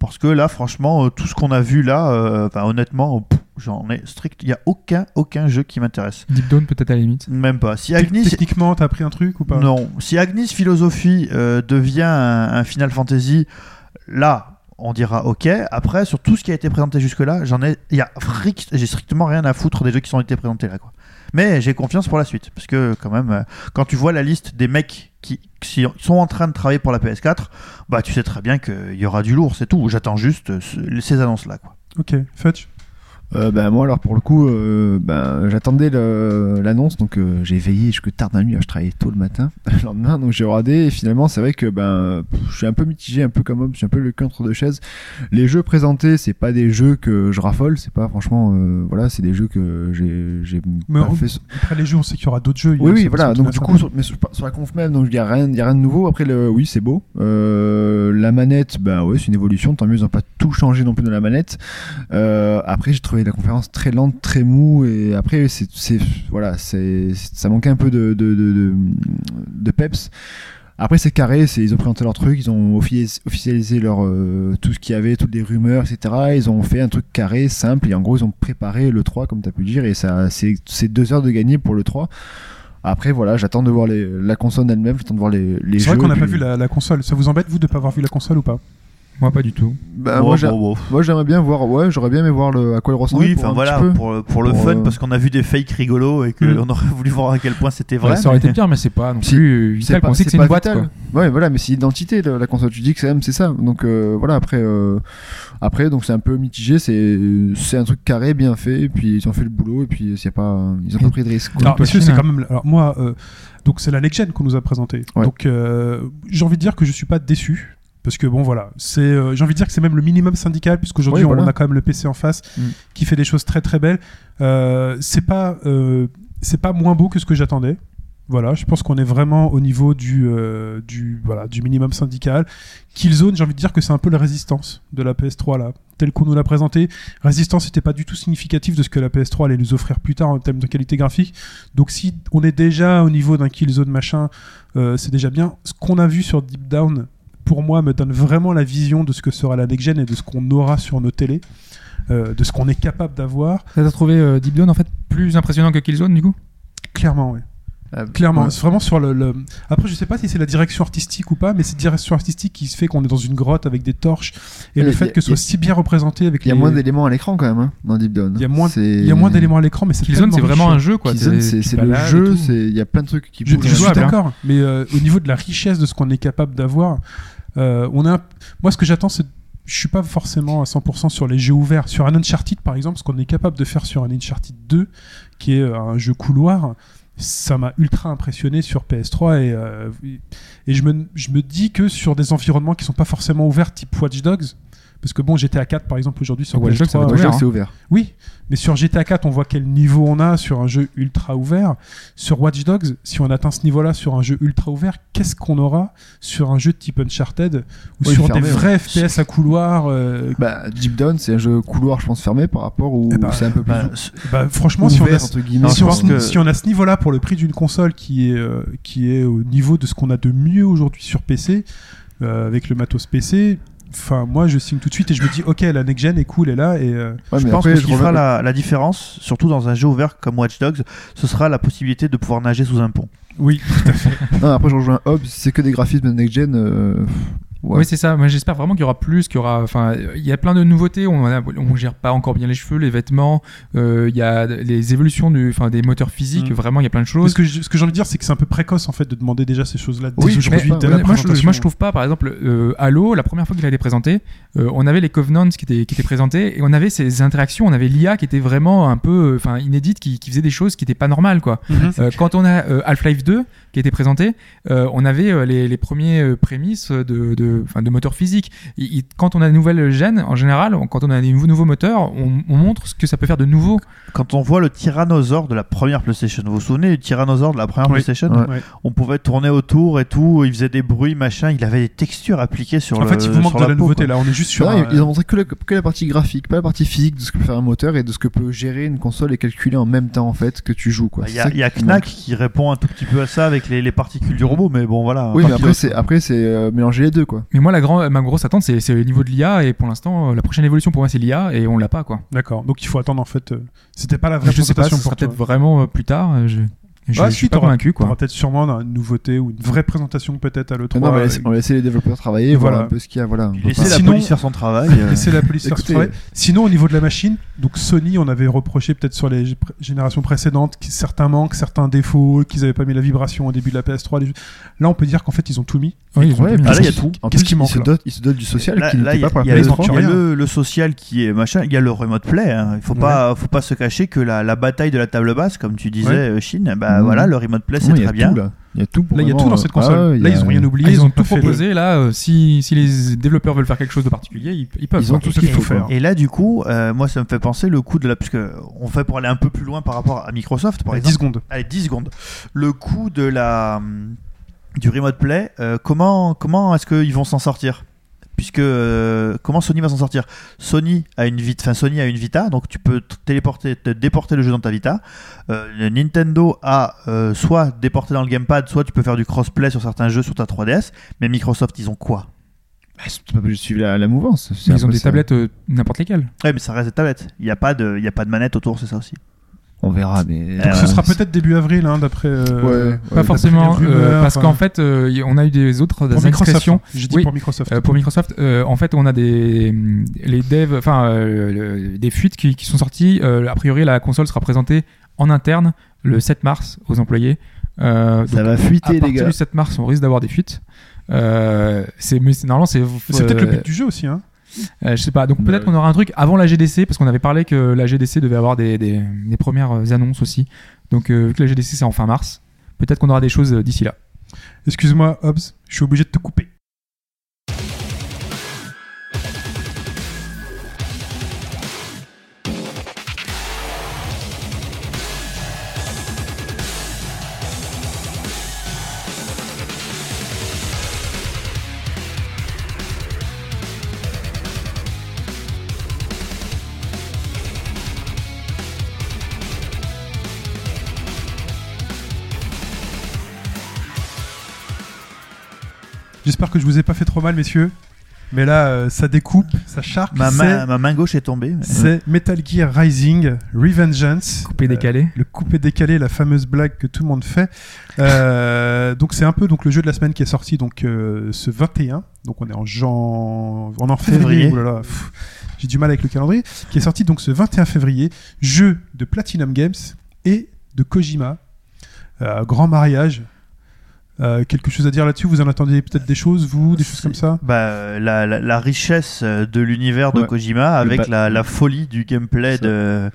[SPEAKER 4] Parce que là, franchement, euh, tout ce qu'on a vu là, euh, enfin, honnêtement, pff, j'en ai strict. Il n'y a aucun, aucun jeu qui m'intéresse.
[SPEAKER 3] Deep Down, peut-être à la limite.
[SPEAKER 4] Même pas. Si
[SPEAKER 2] Tec-
[SPEAKER 4] Agnis.
[SPEAKER 2] Techniquement, t'as appris un truc ou pas
[SPEAKER 4] Non. Si Agnis Philosophie euh, devient un, un Final Fantasy, là, on dira ok. Après, sur tout ce qui a été présenté jusque-là, j'en ai. il Y a fric- J'ai strictement rien à foutre des jeux qui ont été présentés là, quoi. Mais j'ai confiance pour la suite. Parce que, quand même, euh, quand tu vois la liste des mecs qui, qui sont en train de travailler pour la PS4, bah, tu sais très bien qu'il y aura du lourd, c'est tout. J'attends juste euh, ce- ces annonces-là, quoi.
[SPEAKER 2] Ok, Fetch.
[SPEAKER 5] Euh, ben moi alors pour le coup euh, ben, j'attendais le- l'annonce donc euh, j'ai veillé jusque tard dans la nuit, hein, je travaillais tôt le matin le lendemain donc j'ai regardé et finalement c'est vrai que ben pff, je suis un peu mitigé un peu comme homme, je suis un peu le cul entre deux chaises. Les jeux présentés c'est pas des jeux que je raffole, c'est pas franchement euh, voilà c'est des jeux que j'ai j'ai
[SPEAKER 2] Mais
[SPEAKER 5] pas
[SPEAKER 2] on-
[SPEAKER 5] fait
[SPEAKER 2] Après les jeux, on sait qu'il y aura d'autres jeux. il y
[SPEAKER 5] Oui,
[SPEAKER 2] a-
[SPEAKER 5] oui,
[SPEAKER 2] ça-
[SPEAKER 5] voilà.
[SPEAKER 2] ça-
[SPEAKER 5] Donc,
[SPEAKER 2] ça-
[SPEAKER 5] du coup, sur, mais sur, sur la conf même, donc il n'y a, rien- y a rien de nouveau. Après, le, oui, c'est beau. Euh, la manette, bah ouais, c'est une évolution. Tant mieux, ils n'ont pas tout changé non plus dans la manette. Euh, après, j'ai trouvé la conférence très lente, très mou, et après, c'est, c'est- voilà, c'est, ça manquait un peu de, de, de, de- de peps. Après, c'est carré, c'est, ils ont présenté leur truc, ils ont offi- officialisé leur, euh, tout ce qu'il y avait, toutes les rumeurs, etc. Ils ont fait un truc carré, simple, et en gros, ils ont préparé le 3, comme tu as pu dire, et ça, c'est, c'est deux heures de gagner pour le 3. Après, voilà, j'attends de voir les- la console elle-même, j'attends de voir les, les
[SPEAKER 2] C'est vrai
[SPEAKER 5] jeux,
[SPEAKER 2] qu'on n'a
[SPEAKER 5] puis-
[SPEAKER 2] pas vu la, la console. Ça vous embête, vous, de pas avoir vu la console ou pas
[SPEAKER 3] Moi, pas du tout.
[SPEAKER 5] Bah,
[SPEAKER 4] Bon,
[SPEAKER 2] Oh,
[SPEAKER 5] moi, j'ai-
[SPEAKER 4] bon, bon.
[SPEAKER 5] moi, j'aimerais bien voir, ouais, j'aurais bien aimé voir le, à quoi il ressemble.
[SPEAKER 4] Oui,
[SPEAKER 5] pour
[SPEAKER 4] enfin
[SPEAKER 5] un
[SPEAKER 4] voilà,
[SPEAKER 5] petit peu.
[SPEAKER 4] pour, pour le
[SPEAKER 5] Pour,
[SPEAKER 4] fun,
[SPEAKER 5] euh,
[SPEAKER 4] parce qu'on a vu des fakes rigolos et
[SPEAKER 3] Mm.
[SPEAKER 4] qu'on aurait voulu voir à quel point c'était vrai.
[SPEAKER 3] Ouais, ça aurait
[SPEAKER 4] mais-
[SPEAKER 3] été pire, mais c'est pas non
[SPEAKER 5] Si,
[SPEAKER 3] plus vital. On sait que c'est une
[SPEAKER 5] pas
[SPEAKER 3] boîte.
[SPEAKER 5] vital.
[SPEAKER 3] quoi.
[SPEAKER 5] Ouais, voilà, mais c'est l'identité la, la console. Tu dis que c'est même c'est ça. Donc euh, voilà, après, euh, après, donc c'est un peu mitigé. C'est c'est un truc carré, bien fait. Et puis ils ont fait le boulot. Et puis c'est pas, ils ont pas pris de risque. quoi.
[SPEAKER 3] Non.
[SPEAKER 2] Alors, messieurs, c'est
[SPEAKER 3] Chine, hein.
[SPEAKER 2] quand même. Alors, moi, euh, donc c'est la Next Gen qu'on nous a présentée.
[SPEAKER 5] Ouais.
[SPEAKER 2] Donc, euh, j'ai envie de dire que je suis pas déçu. Parce que bon, voilà, c'est, euh, j'ai envie de dire que c'est même le minimum syndical, puisqu'aujourd'hui
[SPEAKER 5] Oui, voilà.
[SPEAKER 2] on a quand même le PC en face
[SPEAKER 5] Mm.
[SPEAKER 2] qui fait des choses très très belles. Euh, c'est pas, euh, c'est pas moins beau que ce que j'attendais. Voilà, je pense qu'on est vraiment au niveau du, euh, du, voilà, du minimum syndical. Killzone, j'ai envie de dire que c'est un peu la résistance de la PS3 là, telle qu'on nous l'a présenté. Résistance n'était pas du tout significatif de ce que la PS3 allait nous offrir plus tard en termes de qualité graphique. Donc si on est déjà au niveau d'un Killzone machin, euh, c'est déjà bien. Ce qu'on a vu sur Deep Down, pour moi, me donne vraiment la vision de ce que sera la next-gen et de ce qu'on aura sur nos télés, euh, de ce qu'on est capable d'avoir.
[SPEAKER 3] Ça, T'as trouvé euh, Deep Down en fait plus impressionnant que Killzone du coup
[SPEAKER 2] Clairement, oui.
[SPEAKER 5] Euh,
[SPEAKER 2] Clairement,
[SPEAKER 5] ouais.
[SPEAKER 2] c'est vraiment sur le, le- Après, je sais pas si c'est la direction artistique ou pas, mais c'est direction artistique qui se fait qu'on est dans une grotte avec des torches et
[SPEAKER 5] Il y
[SPEAKER 2] le
[SPEAKER 5] a-
[SPEAKER 2] fait que ce soit
[SPEAKER 5] il y
[SPEAKER 2] si bien représenté avec
[SPEAKER 5] Il y a
[SPEAKER 2] les-
[SPEAKER 5] moins d'éléments à l'écran quand même hein, dans Deep Down.
[SPEAKER 2] Il y a moins-
[SPEAKER 5] C'est-
[SPEAKER 2] il y a moins d'éléments à l'écran, mais c'est
[SPEAKER 3] Killzone, c'est
[SPEAKER 2] tellement
[SPEAKER 3] vraiment
[SPEAKER 2] riche.
[SPEAKER 3] un jeu quoi.
[SPEAKER 5] Killzone,
[SPEAKER 3] T'es-
[SPEAKER 5] c'est
[SPEAKER 3] tu
[SPEAKER 5] c'est
[SPEAKER 3] te
[SPEAKER 5] le
[SPEAKER 3] balades et
[SPEAKER 5] jeu.
[SPEAKER 3] tout.
[SPEAKER 5] c'est- Il y a plein de trucs qui
[SPEAKER 2] Je,
[SPEAKER 5] bougent.
[SPEAKER 2] je suis
[SPEAKER 3] jouable, hein.
[SPEAKER 2] d'accord, mais euh, au niveau de la richesse de ce qu'on est capable d'avoir, euh, on a. un- Moi, ce que j'attends, c'est. Je suis pas forcément à 100% sur les jeux ouverts. Sur un Uncharted, par exemple, ce qu'on est capable de faire sur un Uncharted 2, qui est euh, un jeu couloir, ça m'a ultra impressionné sur PS3 et, euh, et je, me, je me dis que sur des environnements qui sont pas forcément ouverts, type Watch Dogs, parce que bon, GTA 4 par exemple aujourd'hui sur
[SPEAKER 3] Watch
[SPEAKER 2] Watch
[SPEAKER 3] Dogs, ça va
[SPEAKER 2] Dogs,
[SPEAKER 3] être
[SPEAKER 5] Watch Dogs,
[SPEAKER 3] hein.
[SPEAKER 5] c'est ouvert.
[SPEAKER 2] oui, mais sur GTA 4, on voit quel niveau on a sur un jeu ultra ouvert. Sur Watch Dogs, si on atteint ce niveau-là sur un jeu ultra ouvert, qu'est-ce qu'on aura sur un jeu type Uncharted ou
[SPEAKER 5] Oui,
[SPEAKER 2] sur
[SPEAKER 5] fermé,
[SPEAKER 2] des
[SPEAKER 5] ouais.
[SPEAKER 2] vrais FPS à couloir euh,
[SPEAKER 5] Bah, Deep Down, c'est un jeu couloir, je pense fermé par rapport où
[SPEAKER 2] Eh ben,
[SPEAKER 5] c'est un peu plus
[SPEAKER 4] Bah,
[SPEAKER 5] ou-
[SPEAKER 2] bah, Franchement, si on, a,
[SPEAKER 5] ouvert, entre
[SPEAKER 4] Non,
[SPEAKER 5] guillemets.
[SPEAKER 2] si,
[SPEAKER 4] je
[SPEAKER 2] on,
[SPEAKER 4] pense que-
[SPEAKER 2] si on a ce niveau-là pour le prix d'une console qui est, euh, qui est au niveau de ce qu'on a de mieux aujourd'hui sur PC, euh, avec le matos PC, enfin moi je signe tout de suite et je me dis ok, la next-gen est cool, elle est là. Et, euh,
[SPEAKER 5] Ouais,
[SPEAKER 4] je
[SPEAKER 5] mais
[SPEAKER 4] pense
[SPEAKER 5] après,
[SPEAKER 4] que ce qui
[SPEAKER 5] reviens-
[SPEAKER 4] fera la, la différence, surtout dans un jeu ouvert comme Watch Dogs, ce sera la possibilité de pouvoir nager sous un pont.
[SPEAKER 2] oui,
[SPEAKER 5] Non, après, je rejoins Hobbs, c'est que des graphismes next-gen. euh, Ouais.
[SPEAKER 3] Oui, c'est ça. Moi, j'espère vraiment qu'il y aura plus, qu'il y aura. Enfin, euh, il y a plein de nouveautés. On, a- on gère pas encore bien les cheveux, les vêtements. euh, Il y a les évolutions du, enfin, des moteurs physiques.
[SPEAKER 2] Mm.
[SPEAKER 3] Vraiment, il y a plein de
[SPEAKER 2] Mais ce
[SPEAKER 3] choses.
[SPEAKER 2] que, je- ce que j'ai envie de dire, c'est que c'est un peu précoce en fait de demander déjà ces choses-là dès
[SPEAKER 5] Oui, je
[SPEAKER 2] aujourd'hui.
[SPEAKER 5] pense
[SPEAKER 2] dès
[SPEAKER 5] pas.
[SPEAKER 2] la
[SPEAKER 3] Mais moi, je,
[SPEAKER 2] présentation.
[SPEAKER 3] moi, je trouve pas. Par exemple, euh, Halo, la première fois qu'il a été présenté, euh, on avait les Covenants qui étaient, qui étaient présentés et on avait ces interactions. On avait l'IA qui était vraiment un peu, euh, enfin, inédite, qui, qui faisait des choses qui étaient pas normales, quoi.
[SPEAKER 2] Mhm.
[SPEAKER 3] Euh, quand on a euh, Half-Life 2 qui a été présenté, euh, on avait euh, les, les premiers euh, prémices de, de, enfin, de moteurs physiques. Il- il- quand on a de nouvelles gènes, en général, on- quand on a des nouveaux, nouveaux moteurs, on, on montre ce que ça peut faire de nouveau.
[SPEAKER 4] Quand on voit le tyrannosaure de la première PlayStation, vous vous souvenez du tyrannosaure de la première
[SPEAKER 2] Oui.
[SPEAKER 4] PlayStation
[SPEAKER 5] Ouais.
[SPEAKER 2] Ouais.
[SPEAKER 4] On pouvait tourner autour et tout, il faisait des bruits, machin, il avait des textures appliquées sur
[SPEAKER 2] En
[SPEAKER 4] le
[SPEAKER 2] fait, il vous manque
[SPEAKER 4] sur
[SPEAKER 2] de la,
[SPEAKER 4] peau,
[SPEAKER 2] nouveauté
[SPEAKER 4] quoi.
[SPEAKER 2] là. On est juste sur.
[SPEAKER 5] Non,
[SPEAKER 2] un-
[SPEAKER 5] Ils ont montré que la, que la partie graphique, pas la partie physique de ce que peut faire un moteur et de ce que peut gérer une console et calculer en même temps en fait que tu joues. Quoi.
[SPEAKER 4] Bah, Il
[SPEAKER 5] C'est ça
[SPEAKER 4] y, a- il y a
[SPEAKER 5] qui
[SPEAKER 4] Knack
[SPEAKER 5] manque.
[SPEAKER 4] qui répond un tout petit peu à ça avec les, les particules du robot, mais bon voilà.
[SPEAKER 5] Oui,
[SPEAKER 4] Enfin,
[SPEAKER 5] mais
[SPEAKER 4] pilote.
[SPEAKER 5] après c'est après c'est euh, mélanger les deux quoi.
[SPEAKER 3] Mais moi, la grand, ma grosse attente, c'est c'est le niveau de l'IA et pour l'instant, euh, la prochaine évolution pour moi, c'est l'IA et on l'a pas, quoi.
[SPEAKER 2] D'accord. Donc il faut attendre en fait. euh, C'était pas la vraie
[SPEAKER 3] je sais pas, ça
[SPEAKER 2] présentation
[SPEAKER 3] sera
[SPEAKER 2] pour toi.
[SPEAKER 3] peut-être vraiment euh, plus tard. euh, Je, je,
[SPEAKER 2] Ah,
[SPEAKER 3] je
[SPEAKER 2] si,
[SPEAKER 3] suis pas
[SPEAKER 2] t'auras-
[SPEAKER 3] convaincu,
[SPEAKER 2] T'auras
[SPEAKER 3] quoi.
[SPEAKER 2] peut-être sûrement une nouveauté ou une vraie présentation peut-être à l'E3.
[SPEAKER 5] Non, mais
[SPEAKER 2] euh,
[SPEAKER 5] laisse- on va laisser les développeurs travailler,
[SPEAKER 2] Et
[SPEAKER 5] voir
[SPEAKER 2] voilà.
[SPEAKER 5] un peu ce qu'il y a. Voilà. On peut
[SPEAKER 4] Laissez
[SPEAKER 5] pas-
[SPEAKER 4] la
[SPEAKER 2] Sinon-
[SPEAKER 4] police faire son travail. euh.
[SPEAKER 2] Laissez la police faire son
[SPEAKER 5] Écoutez.
[SPEAKER 2] travail. Sinon, au niveau de la machine, donc Sony, on avait reproché peut-être sur les g- pr- générations précédentes qu'il- certains manques, certains défauts, qu'ils n'avaient pas mis la vibration au début de la PS3. les jeux. Là, on peut dire qu'en fait, ils ont tout mis.
[SPEAKER 3] Oui, ils ont
[SPEAKER 5] Ouais,
[SPEAKER 3] tout
[SPEAKER 5] mais
[SPEAKER 3] mis.
[SPEAKER 4] Ah, là, il y a
[SPEAKER 5] qu'est-ce
[SPEAKER 4] tout.
[SPEAKER 5] qui- en
[SPEAKER 2] Qu'est-ce
[SPEAKER 5] plus,
[SPEAKER 2] qui manque,
[SPEAKER 5] ils se
[SPEAKER 2] là
[SPEAKER 5] donnent- Ils se donnent du social
[SPEAKER 4] Là,
[SPEAKER 5] qui
[SPEAKER 4] là,
[SPEAKER 5] n'était
[SPEAKER 4] il y a,
[SPEAKER 5] pas pour
[SPEAKER 4] il y
[SPEAKER 5] la
[SPEAKER 4] a-
[SPEAKER 2] PS3.
[SPEAKER 4] il y a
[SPEAKER 2] Rien.
[SPEAKER 4] le, le social qui est machin, il y a le remote play. hein. Il faut pas, faut pas se cacher que la, la bataille de la table basse, comme tu disais,
[SPEAKER 2] Ouais.
[SPEAKER 4] euh, Chine, bah
[SPEAKER 5] Mhm.
[SPEAKER 4] voilà, le remote play c'est
[SPEAKER 5] Non, il y a
[SPEAKER 4] très bien.
[SPEAKER 5] tout, là. Il y a tout. pour
[SPEAKER 2] Là, il y a
[SPEAKER 5] vraiment,
[SPEAKER 2] tout dans cette
[SPEAKER 5] euh,
[SPEAKER 2] console.
[SPEAKER 5] ah ouais, il y
[SPEAKER 2] là,
[SPEAKER 5] a-
[SPEAKER 2] ils ont rien oublié.
[SPEAKER 3] Ah, ils ont
[SPEAKER 2] pas
[SPEAKER 3] tout
[SPEAKER 2] fait le-
[SPEAKER 3] proposé. Là, euh, si, si les développeurs veulent faire quelque chose de particulier, ils, ils peuvent.
[SPEAKER 5] Ils ont
[SPEAKER 3] quoi.
[SPEAKER 5] tout ce qu'il
[SPEAKER 2] tout
[SPEAKER 5] faut
[SPEAKER 2] faire.
[SPEAKER 5] faire.
[SPEAKER 4] Et là, du coup, euh, moi, ça me fait penser le coup de la, parce que on fait pour aller un peu plus loin par rapport à Microsoft, par
[SPEAKER 2] 10
[SPEAKER 4] exemple.
[SPEAKER 2] secondes.
[SPEAKER 4] Allez, 10 secondes. Le coup euh, de la hum, du remote play. euh, comment comment est-ce qu'ils vont s'en sortir puisque euh, comment Sony va s'en sortir Sony a une Vita, enfin Sony a une Vita, donc tu peux te téléporter, te déporter le jeu dans ta Vita. Euh, Nintendo a euh, soit déporté dans le gamepad, soit tu peux faire du crossplay sur certains jeux sur ta 3DS. Mais Microsoft, ils ont quoi
[SPEAKER 5] Bah, c'est pas obligé de suivre la, la mouvance. c'est
[SPEAKER 3] Ils ont des
[SPEAKER 5] impossible.
[SPEAKER 3] tablettes euh, n'importe lesquelles.
[SPEAKER 4] Ouais, Eh, mais ça reste des tablettes. Il n'y a pas de, il y a pas de manette autour, c'est ça aussi.
[SPEAKER 5] On verra, mais. euh,
[SPEAKER 4] Donc,
[SPEAKER 2] Ce sera peut-être début avril, hein, d'après. euh,
[SPEAKER 5] Ouais,
[SPEAKER 3] pas
[SPEAKER 5] ouais,
[SPEAKER 3] forcément,
[SPEAKER 2] d'après les
[SPEAKER 3] euh,
[SPEAKER 2] rumeurs,
[SPEAKER 3] parce
[SPEAKER 2] enfin.
[SPEAKER 3] qu'en fait, euh, y- on a eu des autres
[SPEAKER 2] Pour Microsoft.
[SPEAKER 3] indiscrétions.
[SPEAKER 2] J'ai dit
[SPEAKER 3] Oui.
[SPEAKER 2] pour Microsoft.
[SPEAKER 3] Euh, pour Microsoft, euh, en fait, on a des les devs, enfin euh, le- des fuites qui, qui sont sorties. Euh, a priori, la console sera présentée en interne le 7 mars aux employés. Euh,
[SPEAKER 5] Ça
[SPEAKER 3] donc,
[SPEAKER 5] va
[SPEAKER 3] à
[SPEAKER 5] fuiter,
[SPEAKER 3] partir
[SPEAKER 5] les gars.
[SPEAKER 3] du 7 mars, on risque d'avoir des fuites. Euh, c'est mais c'est- normalement c'est
[SPEAKER 2] C'est peut-être
[SPEAKER 3] euh,
[SPEAKER 2] le but du jeu aussi. Hein.
[SPEAKER 3] euh, je sais pas. Donc
[SPEAKER 5] Bah
[SPEAKER 3] peut-être
[SPEAKER 5] oui.
[SPEAKER 3] qu'on aura un truc avant la GDC parce qu'on avait parlé que la GDC devait avoir des, des- des premières euh, annonces aussi. Donc euh, vu que la GDC c'est en fin mars, peut-être qu'on aura des choses euh, d'ici là.
[SPEAKER 2] Excuse-moi, Hobbs, je suis obligé de te couper. J'espère que je vous ai pas fait trop mal, messieurs. Mais là, euh, ça découpe, ça charque.
[SPEAKER 4] Ma
[SPEAKER 2] c'est-
[SPEAKER 4] main, ma main gauche est tombée. mais-
[SPEAKER 2] C'est Metal Gear Rising Revengeance.
[SPEAKER 3] Coupé
[SPEAKER 2] Euh,
[SPEAKER 3] décalé.
[SPEAKER 2] le coupé décalé, la fameuse blague que tout le monde fait. Euh, donc c'est un peu donc le jeu de la semaine qui est sorti donc euh, ce 21. Donc on est en jan... on est en février.
[SPEAKER 4] Février.
[SPEAKER 2] Oh là là, pff, J'ai du mal avec le calendrier. Qui est sorti donc ce 21 février. Jeu de Platinum Games et de Kojima. Euh, grand mariage. Euh, quelque chose à dire là-dessus Vous en attendez peut-être des choses, vous, des choses comme ça
[SPEAKER 4] Bah, euh, la, la- la richesse euh, de l'univers de
[SPEAKER 5] Ouais.
[SPEAKER 4] Kojima
[SPEAKER 5] Le
[SPEAKER 4] avec
[SPEAKER 5] ba-
[SPEAKER 4] la, la folie du gameplay
[SPEAKER 5] Ça.
[SPEAKER 4] de,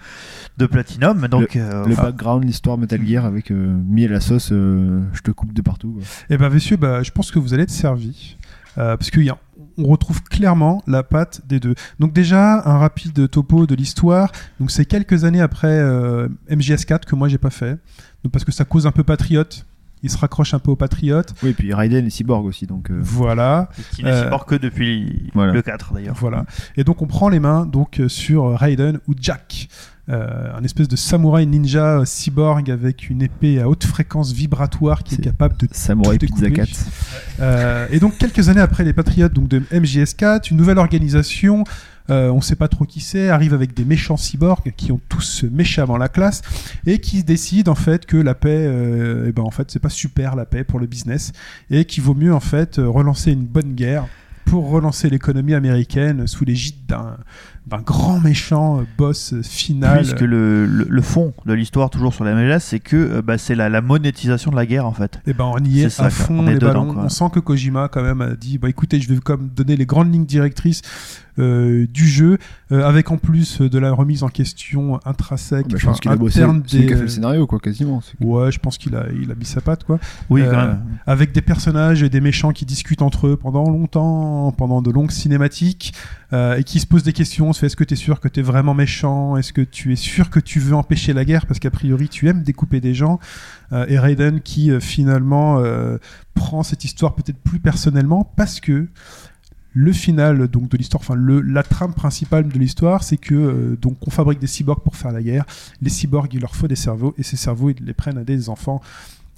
[SPEAKER 4] de Platinum. Donc, euh,
[SPEAKER 5] Le
[SPEAKER 4] enfin,
[SPEAKER 5] background, l'histoire Metal Gear avec euh, mis à la sauce, euh, je te coupe de partout. quoi.
[SPEAKER 2] Eh ben, messieurs, bah, je pense que vous allez être servis. euh, parce qu'il y a- on retrouve clairement la patte des deux. Donc déjà, un rapide topo de l'histoire. Donc c'est quelques années après euh, MGS4 que moi j'ai pas fait. Donc parce que ça cause un peu patriote. Il se raccroche un peu aux patriotes.
[SPEAKER 5] Oui, et puis Raiden et Cyborg aussi, donc. euh,
[SPEAKER 2] Voilà.
[SPEAKER 4] qui n'est
[SPEAKER 2] euh,
[SPEAKER 4] support que depuis
[SPEAKER 5] voilà.
[SPEAKER 4] le 4 d'ailleurs.
[SPEAKER 2] Voilà. Et donc on prend les mains donc euh, sur Raiden ou Jack, euh, un espèce de samouraï ninja euh, cyborg avec une épée à haute fréquence vibratoire qui est,
[SPEAKER 5] C'est-
[SPEAKER 2] capable de.
[SPEAKER 5] Samurai
[SPEAKER 2] Tout est
[SPEAKER 5] Pizza
[SPEAKER 2] coupé.
[SPEAKER 5] 4.
[SPEAKER 2] Euh, et donc quelques années après les Patriotes donc de MJS4, une nouvelle organisation. euh, on sait pas trop qui c'est, arrive avec des méchants cyborgs qui ont tous euh, méchamment la classe et qui décident en fait que la paix, euh, eh ben en fait c'est pas super la paix pour le business et qu'il vaut mieux en fait euh, relancer une bonne guerre pour relancer l'économie américaine sous l'égide d'un d'un grand méchant euh, boss euh, final.
[SPEAKER 4] Puisque le, le, le fond de l'histoire, toujours sur la MLS, c'est que euh, bah, c'est la, la monétisation de la guerre en fait.
[SPEAKER 2] Eh ben, on y est,
[SPEAKER 4] C'est ça,
[SPEAKER 2] à
[SPEAKER 4] quoi.
[SPEAKER 2] fond
[SPEAKER 4] On est
[SPEAKER 2] les
[SPEAKER 4] dedans,
[SPEAKER 2] ballons.
[SPEAKER 4] quoi.
[SPEAKER 2] On sent que Kojima quand même a dit bah écoutez, je vais comme donner les grandes lignes directrices euh, du jeu, euh, avec en plus de la remise en question intrinsèque,
[SPEAKER 5] Bah, je
[SPEAKER 2] enfin,
[SPEAKER 5] pense qu'il a bossé.
[SPEAKER 2] interne
[SPEAKER 5] C'est lui qui a
[SPEAKER 2] des-
[SPEAKER 5] fait le scénario, quoi, quasiment. C'est-
[SPEAKER 2] Ouais, je pense qu'il a, il a mis sa patte, quoi.
[SPEAKER 4] Oui,
[SPEAKER 2] Euh,
[SPEAKER 4] quand même.
[SPEAKER 2] Avec des personnages et des méchants qui discutent entre eux pendant longtemps, pendant de longues cinématiques, euh, et qui se posent des questions. On se fait, est-ce que t'es sûr que t'es vraiment méchant Est-ce que tu es sûr que tu veux empêcher la guerre Parce qu'a priori, tu aimes découper des gens. Euh, et Raiden qui, euh, finalement, euh, prend cette histoire peut-être plus personnellement parce que le final donc de l'histoire, enfin le, la trame principale de l'histoire, c'est que euh, donc on fabrique des cyborgs pour faire la guerre. Les cyborgs, il leur faut des cerveaux et ces cerveaux, ils les prennent à des enfants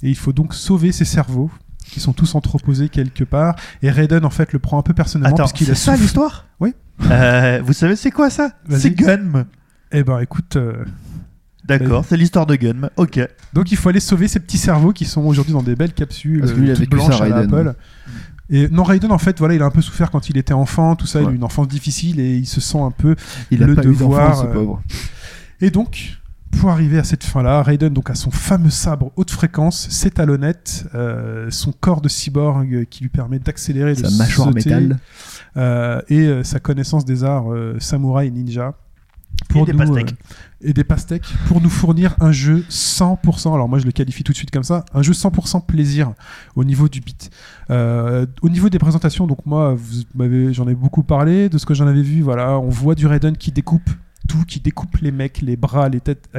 [SPEAKER 2] et il faut donc sauver ces cerveaux qui sont tous entreposés quelque part. Et Raiden en fait le prend un peu personnellement
[SPEAKER 4] Attends,
[SPEAKER 2] parce qu'il
[SPEAKER 4] c'est
[SPEAKER 2] a
[SPEAKER 4] ça
[SPEAKER 2] souffert.
[SPEAKER 4] l'histoire
[SPEAKER 2] Oui.
[SPEAKER 4] Euh, vous savez c'est quoi ça
[SPEAKER 2] Vas-y.
[SPEAKER 4] C'est Gunm.
[SPEAKER 2] Eh ben écoute, euh,
[SPEAKER 4] D'accord, c'est l'histoire de Gunm. Ok.
[SPEAKER 2] donc il faut aller sauver ces petits cerveaux qui sont aujourd'hui dans des belles capsules
[SPEAKER 5] Parce que lui, il a
[SPEAKER 2] euh, toutes
[SPEAKER 5] vécu ça,
[SPEAKER 2] blanches à la
[SPEAKER 5] Raiden.
[SPEAKER 2] Apple. Et non, Raiden en fait, voilà, il a un peu souffert quand il était enfant, tout ça, il a
[SPEAKER 5] Ouais.
[SPEAKER 2] eu une enfance difficile et il se sent un peu
[SPEAKER 5] Il a
[SPEAKER 2] Le
[SPEAKER 5] pas eu
[SPEAKER 2] devoir,
[SPEAKER 5] d'enfant, ce
[SPEAKER 2] euh,
[SPEAKER 5] pauvre.
[SPEAKER 2] Et donc, pour arriver à cette fin-là, Raiden, donc, a son fameux sabre haute fréquence, ses talonnettes, euh, son corps de cyborg euh, qui lui permet d'accélérer de
[SPEAKER 5] Sa mâchoire
[SPEAKER 2] sauter,
[SPEAKER 5] métal.
[SPEAKER 2] euh, et euh, sa connaissance des arts euh, samouraï et ninja.
[SPEAKER 4] Et des pastèques.
[SPEAKER 2] euh, et des pastèques pour nous fournir un jeu 100%, alors moi je le qualifie tout de suite comme ça, un jeu 100% plaisir au niveau du beat. Euh, au niveau des présentations, donc moi vous m'avez- j'en ai beaucoup parlé, de ce que j'en avais vu, voilà, on voit du Raiden qui découpe tout, qui découpe les mecs, les bras, les têtes.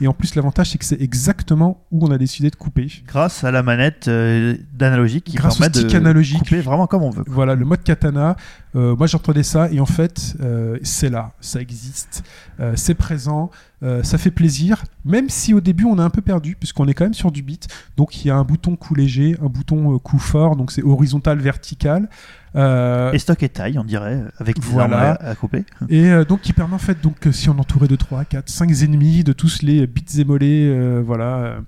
[SPEAKER 2] Et en plus, l'avantage, c'est que c'est exactement où on a décidé de couper.
[SPEAKER 4] Grâce à la manette euh, d'analogique qui
[SPEAKER 2] Grâce au
[SPEAKER 4] permet de
[SPEAKER 2] stick analogique.
[SPEAKER 4] couper vraiment comme on veut.
[SPEAKER 2] Voilà, le mode katana. Euh, moi, j'entendais ça et en fait, euh, c'est là, ça existe, euh, c'est présent, euh, ça fait plaisir. Même si au début, on a un peu perdu, puisqu'on est quand même sur du beat. Donc, il y a un bouton coup léger, un bouton euh, coup fort, donc c'est horizontal, vertical. Euh,
[SPEAKER 4] Et stock et taille, on dirait, euh, avec des
[SPEAKER 2] Voilà.
[SPEAKER 4] armes à, à couper.
[SPEAKER 2] et euh, donc qui permet en fait donc euh, si on entourait de 3, 4, 5 ennemis, de tous les bits émolés, euh, voilà, euh,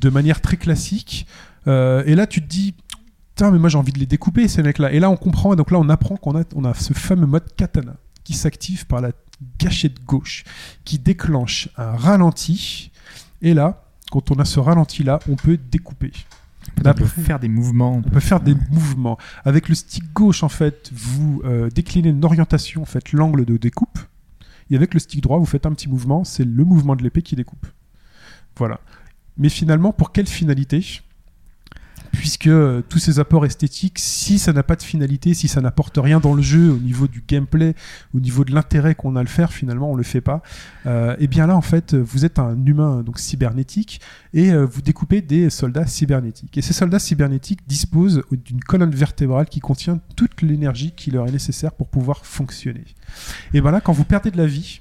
[SPEAKER 2] de manière très classique. Euh, et là tu te dis, putain mais moi j'ai envie de les découper ces mecs-là. Et là on comprend, et donc là on apprend qu'on a, on a ce fameux mode katana qui s'active par la gâchette gauche, qui déclenche un ralenti. Et là, quand on a ce ralenti-là, on peut découper.
[SPEAKER 3] On peut faire des mouvements.
[SPEAKER 2] On peut faire des mouvements. Avec le stick gauche, en fait, vous euh, déclinez une orientation, en fait, l'angle de découpe. Et avec le stick droit, vous faites un petit mouvement. C'est le mouvement de l'épée qui découpe. Voilà. Mais finalement, pour quelle finalité Puisque euh, tous ces apports esthétiques, si ça n'a pas de finalité, si ça n'apporte rien dans le jeu, au niveau du gameplay, au niveau de l'intérêt qu'on a à le faire, finalement, on le fait pas. Euh, et bien là, en fait, vous êtes un humain donc cybernétique et euh, vous découpez des soldats cybernétiques. Et ces soldats cybernétiques disposent d'une colonne vertébrale qui contient toute l'énergie qui leur est nécessaire pour pouvoir fonctionner. Et ben là, quand vous perdez de la vie,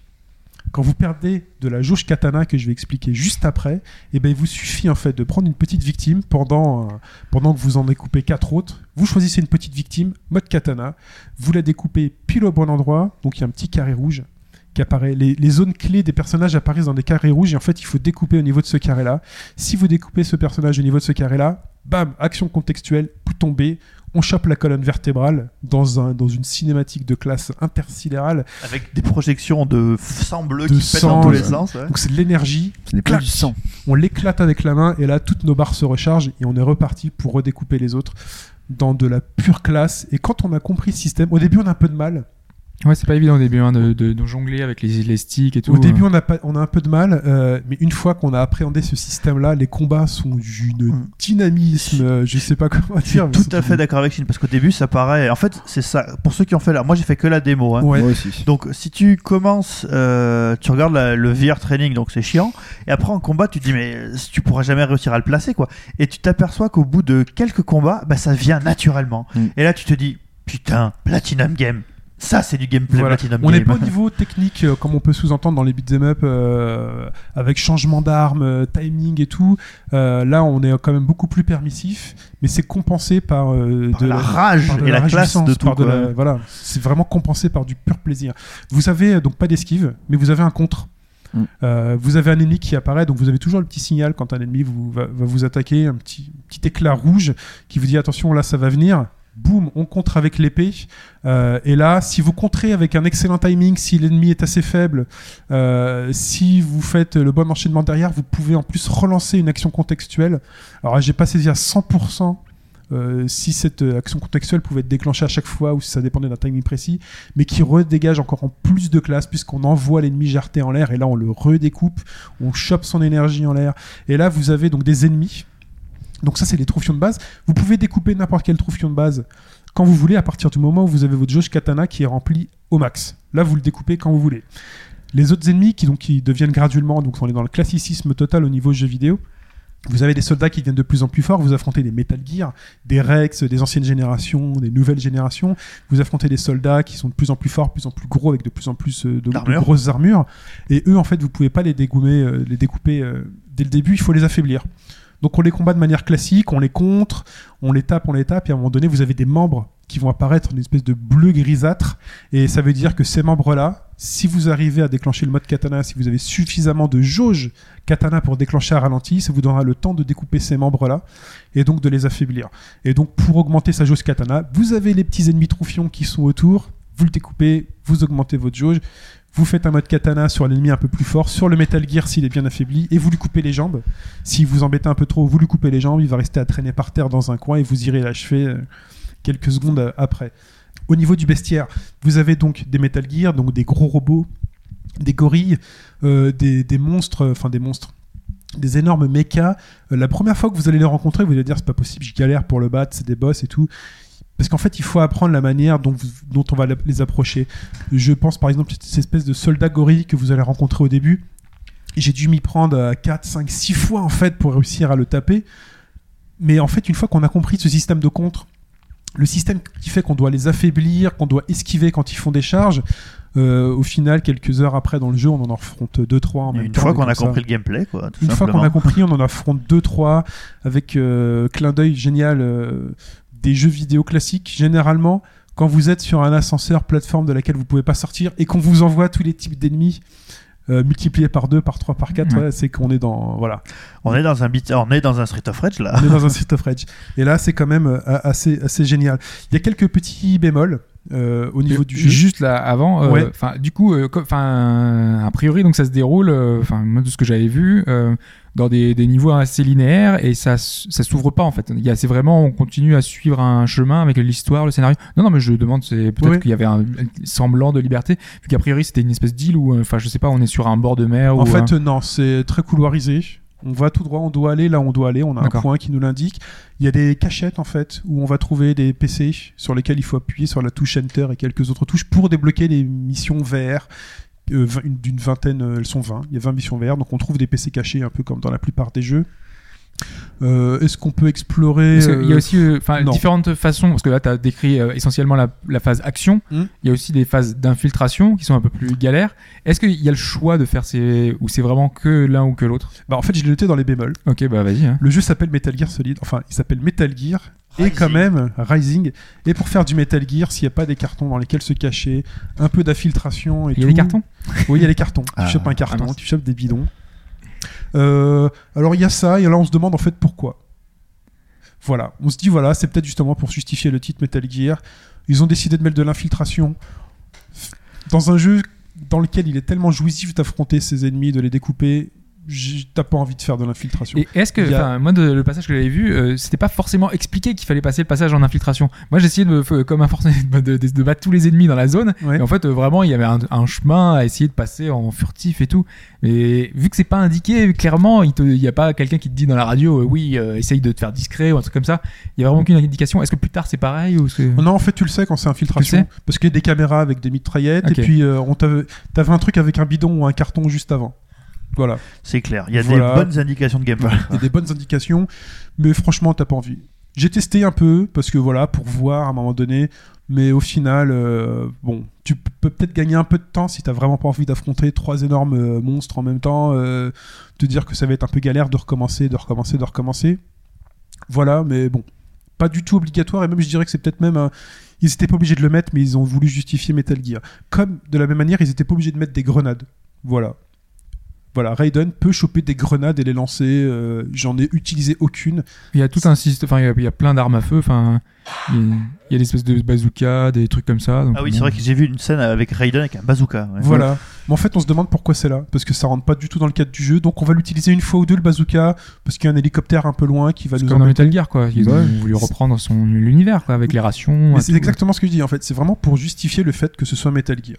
[SPEAKER 2] quand vous perdez de la jauge katana que je vais expliquer juste après, et ben il vous suffit en fait de prendre une petite victime pendant, euh, pendant que vous en découpez quatre autres. Vous choisissez une petite victime, mode katana, vous la découpez pile au bon endroit, donc il y a un petit carré rouge qui apparaît. Les, les zones clés des personnages apparaissent dans des carrés rouges et en fait il faut découper au niveau de ce carré-là. Si vous découpez ce personnage au niveau de ce carré-là, bam, action contextuelle, bouton B, on chope la colonne vertébrale dans, un, dans une cinématique de classe intersidérale.
[SPEAKER 4] Avec des projections de f- sang bleu
[SPEAKER 2] De
[SPEAKER 4] qui pètent dans
[SPEAKER 2] sang,
[SPEAKER 4] tous
[SPEAKER 2] ouais.
[SPEAKER 4] les sens. ouais.
[SPEAKER 2] Donc c'est de l'énergie,
[SPEAKER 5] Ce n'est pas
[SPEAKER 2] Clac.
[SPEAKER 5] du sang.
[SPEAKER 2] on l'éclate avec la main et là toutes nos barres se rechargent et on est reparti pour redécouper les autres dans de la pure classe. Et quand on a compris le système, au début on a un peu de mal.
[SPEAKER 3] Ouais, c'est pas évident au début hein, de, de- de jongler avec les, les sticks et tout. euh.
[SPEAKER 2] Au début on a, pas- on a un peu de mal, euh, mais une fois qu'on a appréhendé ce système-là, les combats sont d'une dynamisme, euh, je sais pas comment
[SPEAKER 4] Mmh. Je suis
[SPEAKER 2] dire. mais
[SPEAKER 4] tout
[SPEAKER 2] c'est
[SPEAKER 4] à fait d'accord avec Shin parce qu'au début ça paraît. En fait, c'est ça. Pour ceux qui ont fait là, moi j'ai fait que la démo. hein.
[SPEAKER 2] Ouais.
[SPEAKER 5] Moi aussi.
[SPEAKER 4] Donc si tu commences, euh, tu regardes la- le VR training, donc c'est chiant. Et après en combat, tu te dis mais euh, tu pourras jamais réussir à le placer quoi. Et tu t'aperçois qu'au bout de quelques combats, bah, ça vient naturellement.
[SPEAKER 5] Mm.
[SPEAKER 4] Et là tu te dis putain Platinum Game, ça c'est du gameplay
[SPEAKER 2] Voilà.
[SPEAKER 4] Platinum
[SPEAKER 2] On n'est
[SPEAKER 4] Game.
[SPEAKER 2] pas au niveau technique, euh, comme on peut sous-entendre dans les beat'em up, euh, avec changement d'arme, euh, timing et tout. Euh, là, on est quand même beaucoup plus permissif, mais c'est compensé par, euh,
[SPEAKER 4] Par
[SPEAKER 2] de
[SPEAKER 4] la rage
[SPEAKER 2] par de
[SPEAKER 4] et la, classe
[SPEAKER 2] réjouissance,
[SPEAKER 4] de tout.
[SPEAKER 2] par de
[SPEAKER 4] quoi.
[SPEAKER 2] la- voilà, c'est vraiment compensé par du pur plaisir. Vous avez euh, donc pas d'esquive, mais vous avez un contre.
[SPEAKER 5] Mm.
[SPEAKER 2] Euh, vous avez un ennemi qui apparaît, donc vous avez toujours le petit signal quand un ennemi vous, va, va vous attaquer, un petit, petit éclat rouge qui vous dit attention là ça va venir. Boum, on contre avec l'épée. Euh, et là, si vous contrez avec un excellent timing, si l'ennemi est assez faible, euh, si vous faites le bon enchaînement derrière, vous pouvez en plus relancer une action contextuelle. Alors, j'ai pas saisi à 100% euh, si cette euh, action contextuelle pouvait être déclenchée à chaque fois ou si ça dépendait d'un timing précis, mais qui redégage encore en plus de classe puisqu'on envoie l'ennemi jarter en l'air et là on le redécoupe, on chope son énergie en l'air. Et là, vous avez donc des ennemis. Donc ça, c'est les troufions de base. Vous pouvez découper n'importe quel troufion de base quand vous voulez à partir du moment où vous avez votre jauge katana qui est remplie au max. Là, vous le découpez quand vous voulez. Les autres ennemis qui, donc, qui deviennent graduellement, donc on est dans le classicisme total au niveau jeu vidéo. Vous avez des soldats qui deviennent de plus en plus forts, vous affrontez des Metal Gear, des Rex, des anciennes générations, des nouvelles générations, vous affrontez des soldats qui sont de plus en plus forts, de plus en plus gros, avec de plus en plus euh, de, de
[SPEAKER 4] D'armure.
[SPEAKER 2] grosses armures, et eux en fait vous pouvez pas les dégoumer, euh, les découper euh, dès le début, il faut les affaiblir. Donc on les combat de manière classique, on les contre, on les tape, on les tape, et à un moment donné, vous avez des membres qui vont apparaître une espèce de bleu grisâtre, et ça veut dire que ces membres-là, si vous arrivez à déclencher le mode katana, si vous avez suffisamment de jauge katana pour déclencher à ralenti, ça vous donnera le temps de découper ces membres-là, et donc de les affaiblir. Et donc pour augmenter sa jauge katana, vous avez les petits ennemis troufions qui sont autour, vous le découpez, vous augmentez votre jauge, vous faites un mode katana sur l'ennemi un peu plus fort, sur le Metal Gear s'il est bien affaibli, et vous lui coupez les jambes. Si vous embêtez un peu trop, vous lui coupez les jambes, il va rester à traîner par terre dans un coin et vous irez l'achever euh, quelques secondes euh, après. Au niveau du bestiaire, vous avez donc des Metal Gear, donc des gros robots, des gorilles, euh, des, des monstres, euh, enfin des monstres, des énormes mechas. Euh, la première fois que vous allez les rencontrer, vous allez dire c'est pas possible, je galère pour le battre, c'est des boss et tout. Parce qu'en fait, il faut apprendre la manière dont, vous- dont on va la- les approcher. Je pense par exemple à cette espèce de soldat gorille que vous allez rencontrer au début. J'ai dû m'y prendre euh, 4, 5, 6 fois en fait pour réussir à le taper. Mais en fait, une fois qu'on a compris ce système de contre, le système qui fait qu'on doit les affaiblir, qu'on doit esquiver quand ils font des charges, euh, au final, quelques heures après dans le jeu, on en affronte 2-3 en même
[SPEAKER 4] Une
[SPEAKER 2] temps.
[SPEAKER 4] fois
[SPEAKER 2] des
[SPEAKER 4] qu'on a
[SPEAKER 2] trucs comme ça.
[SPEAKER 4] compris le gameplay, quoi. tout
[SPEAKER 2] Une fois qu'on
[SPEAKER 4] simplement.
[SPEAKER 2] a compris, on en affronte 2-3 avec euh, clin d'œil génial euh, des jeux vidéo classiques. Généralement, quand vous êtes sur un ascenseur plateforme de laquelle vous pouvez pas sortir et qu'on vous envoie tous les types d'ennemis euh, multipliés par 2, par 3, par 4,
[SPEAKER 3] Ouais.
[SPEAKER 2] c'est qu'on est dans. Voilà.
[SPEAKER 4] On est dans un beat- on est dans un Street of Rage là.
[SPEAKER 2] On est dans un Street of Rage. Et là, c'est quand même euh, assez, assez génial. Il y a quelques petits bémols euh, au niveau
[SPEAKER 3] Euh,
[SPEAKER 2] du jeu.
[SPEAKER 3] Juste là, avant, euh,
[SPEAKER 2] Ouais.
[SPEAKER 3] 'fin, du coup, euh, co- 'fin, a priori, donc ça se déroule, euh, enfin, moi de ce que j'avais vu, euh, dans des, des niveaux assez linéaires et ça, s- ça s'ouvre pas en fait. Il y a- C'est vraiment, on continue à suivre un chemin avec l'histoire, le scénario. Non, non, mais je demande, c'est peut-être
[SPEAKER 2] Ouais.
[SPEAKER 3] qu'il y avait un, un semblant de liberté, vu qu'a priori c'était une espèce d'île ou, enfin, je sais pas, on est sur un bord de mer ou.
[SPEAKER 2] En
[SPEAKER 3] un-
[SPEAKER 2] fait, euh, non, c'est très couloirisé. On va tout droit, on doit aller là où on doit aller, on a un
[SPEAKER 3] D'accord.
[SPEAKER 2] point qui nous l'indique. Il y a des cachettes en fait où on va trouver des PC sur lesquels il faut appuyer sur la touche Enter et quelques autres touches pour débloquer les missions VR. euh, vingt- une- D'une vingtaine, euh, elles sont 20, il y a 20 missions VR, donc on trouve des PC cachés un peu comme dans la plupart des jeux. Euh, Est-ce qu'on peut explorer
[SPEAKER 3] Parce que il y a
[SPEAKER 2] euh,
[SPEAKER 3] aussi euh, 'fin,
[SPEAKER 2] non.
[SPEAKER 3] différentes façons, parce que là, tu as décrit euh, essentiellement la, la phase action. Il
[SPEAKER 2] Hmm.
[SPEAKER 3] y a aussi des phases d'infiltration qui sont un peu plus galères. Est-ce qu'il y a le choix de faire ces. ou c'est vraiment que l'un ou que l'autre
[SPEAKER 2] bah, En fait, je l'ai noté dans les bémols.
[SPEAKER 3] Ok, bah vas-y. hein.
[SPEAKER 2] Le jeu s'appelle Metal Gear Solid, enfin il s'appelle Metal Gear et quand même Rising. Et pour faire du Metal Gear, s'il n'y a pas des cartons dans lesquels se cacher, un peu d'infiltration et
[SPEAKER 3] Il y a
[SPEAKER 2] tout.
[SPEAKER 3] des cartons
[SPEAKER 2] Oui, il y a les cartons.
[SPEAKER 5] Ah,
[SPEAKER 2] tu chopes un carton,
[SPEAKER 3] mince.
[SPEAKER 2] tu chopes des bidons. Euh, alors il y a ça, et là on se demande en fait pourquoi. Voilà, on se dit voilà, c'est peut-être justement pour justifier le titre Metal Gear. Ils ont décidé de mettre de l'infiltration dans un jeu dans lequel il est tellement jouissif d'affronter ses ennemis, de les découper. j- T'as pas envie de faire de l'infiltration.
[SPEAKER 3] Et est-ce que.
[SPEAKER 2] Il y a-
[SPEAKER 3] enfin, Moi, de- le passage que j'avais vu, euh, c'était pas forcément expliqué qu'il fallait passer le passage en infiltration. Moi, j'essayais de, me- euh, comme un forcé, de, de- de battre tous les ennemis dans la zone.
[SPEAKER 2] Ouais.
[SPEAKER 3] Et en fait, euh, vraiment, il y avait un, un chemin à essayer de passer en furtif et tout. Mais vu que c'est pas indiqué, clairement, il n'y a pas quelqu'un qui te dit dans la radio, euh, oui, euh, essaye de te faire discret ou un truc comme ça. Il y a vraiment aucune indication. Est-ce que plus tard c'est pareil ou est-ce que...
[SPEAKER 2] Non, en fait, tu le sais quand c'est infiltration.
[SPEAKER 3] Tu le
[SPEAKER 2] parce qu'il y a des caméras avec des mitraillettes,
[SPEAKER 3] Ok.
[SPEAKER 2] et puis euh, on t'avait t'avais un truc avec un bidon ou un carton juste avant. Voilà.
[SPEAKER 4] C'est clair. Il y a
[SPEAKER 2] Voilà.
[SPEAKER 4] des bonnes indications de gameplay.
[SPEAKER 2] Il y a des bonnes indications, mais franchement, t'as pas envie. J'ai testé un peu, parce que voilà, pour voir à un moment donné, mais au final, euh, bon, tu p- peux peut-être gagner un peu de temps si t'as vraiment pas envie d'affronter trois énormes euh, monstres en même temps, euh, te dire que ça va être un peu galère de recommencer, de recommencer, de recommencer. Voilà, mais bon, pas du tout obligatoire, et même je dirais que c'est peut-être même un- Ils étaient pas obligés de le mettre, mais ils ont voulu justifier Metal Gear. Comme, de la même manière, ils étaient pas obligés de mettre des grenades. Voilà. Voilà, Raiden peut choper des grenades et les lancer. euh, J'en ai utilisé aucune.
[SPEAKER 3] Il y a tout un système, enfin, il y a- il y, a plein d'armes à feu, enfin, il y a- il y a des espèces de bazookas, des trucs comme ça. donc
[SPEAKER 4] Ah oui,
[SPEAKER 3] bon.
[SPEAKER 4] c'est vrai que j'ai vu une scène avec Raiden avec un bazooka. ouais.
[SPEAKER 2] Voilà. Mais en fait, on se demande pourquoi c'est là. Parce que ça rentre pas du tout dans le cadre du jeu. Donc, on va l'utiliser une fois ou deux, le bazooka. Parce qu'il y a un hélicoptère un peu loin qui va
[SPEAKER 3] C'est
[SPEAKER 2] nous
[SPEAKER 3] comme dans
[SPEAKER 2] embêter.
[SPEAKER 3] Metal Gear, quoi. Ils
[SPEAKER 2] Ouais.
[SPEAKER 3] ont voulu reprendre son, l'univers, quoi, avec les rations.
[SPEAKER 2] Mais
[SPEAKER 3] et
[SPEAKER 2] c'est
[SPEAKER 3] tout.
[SPEAKER 2] exactement ce que je dis en fait. C'est vraiment pour justifier le fait que ce soit Metal Gear.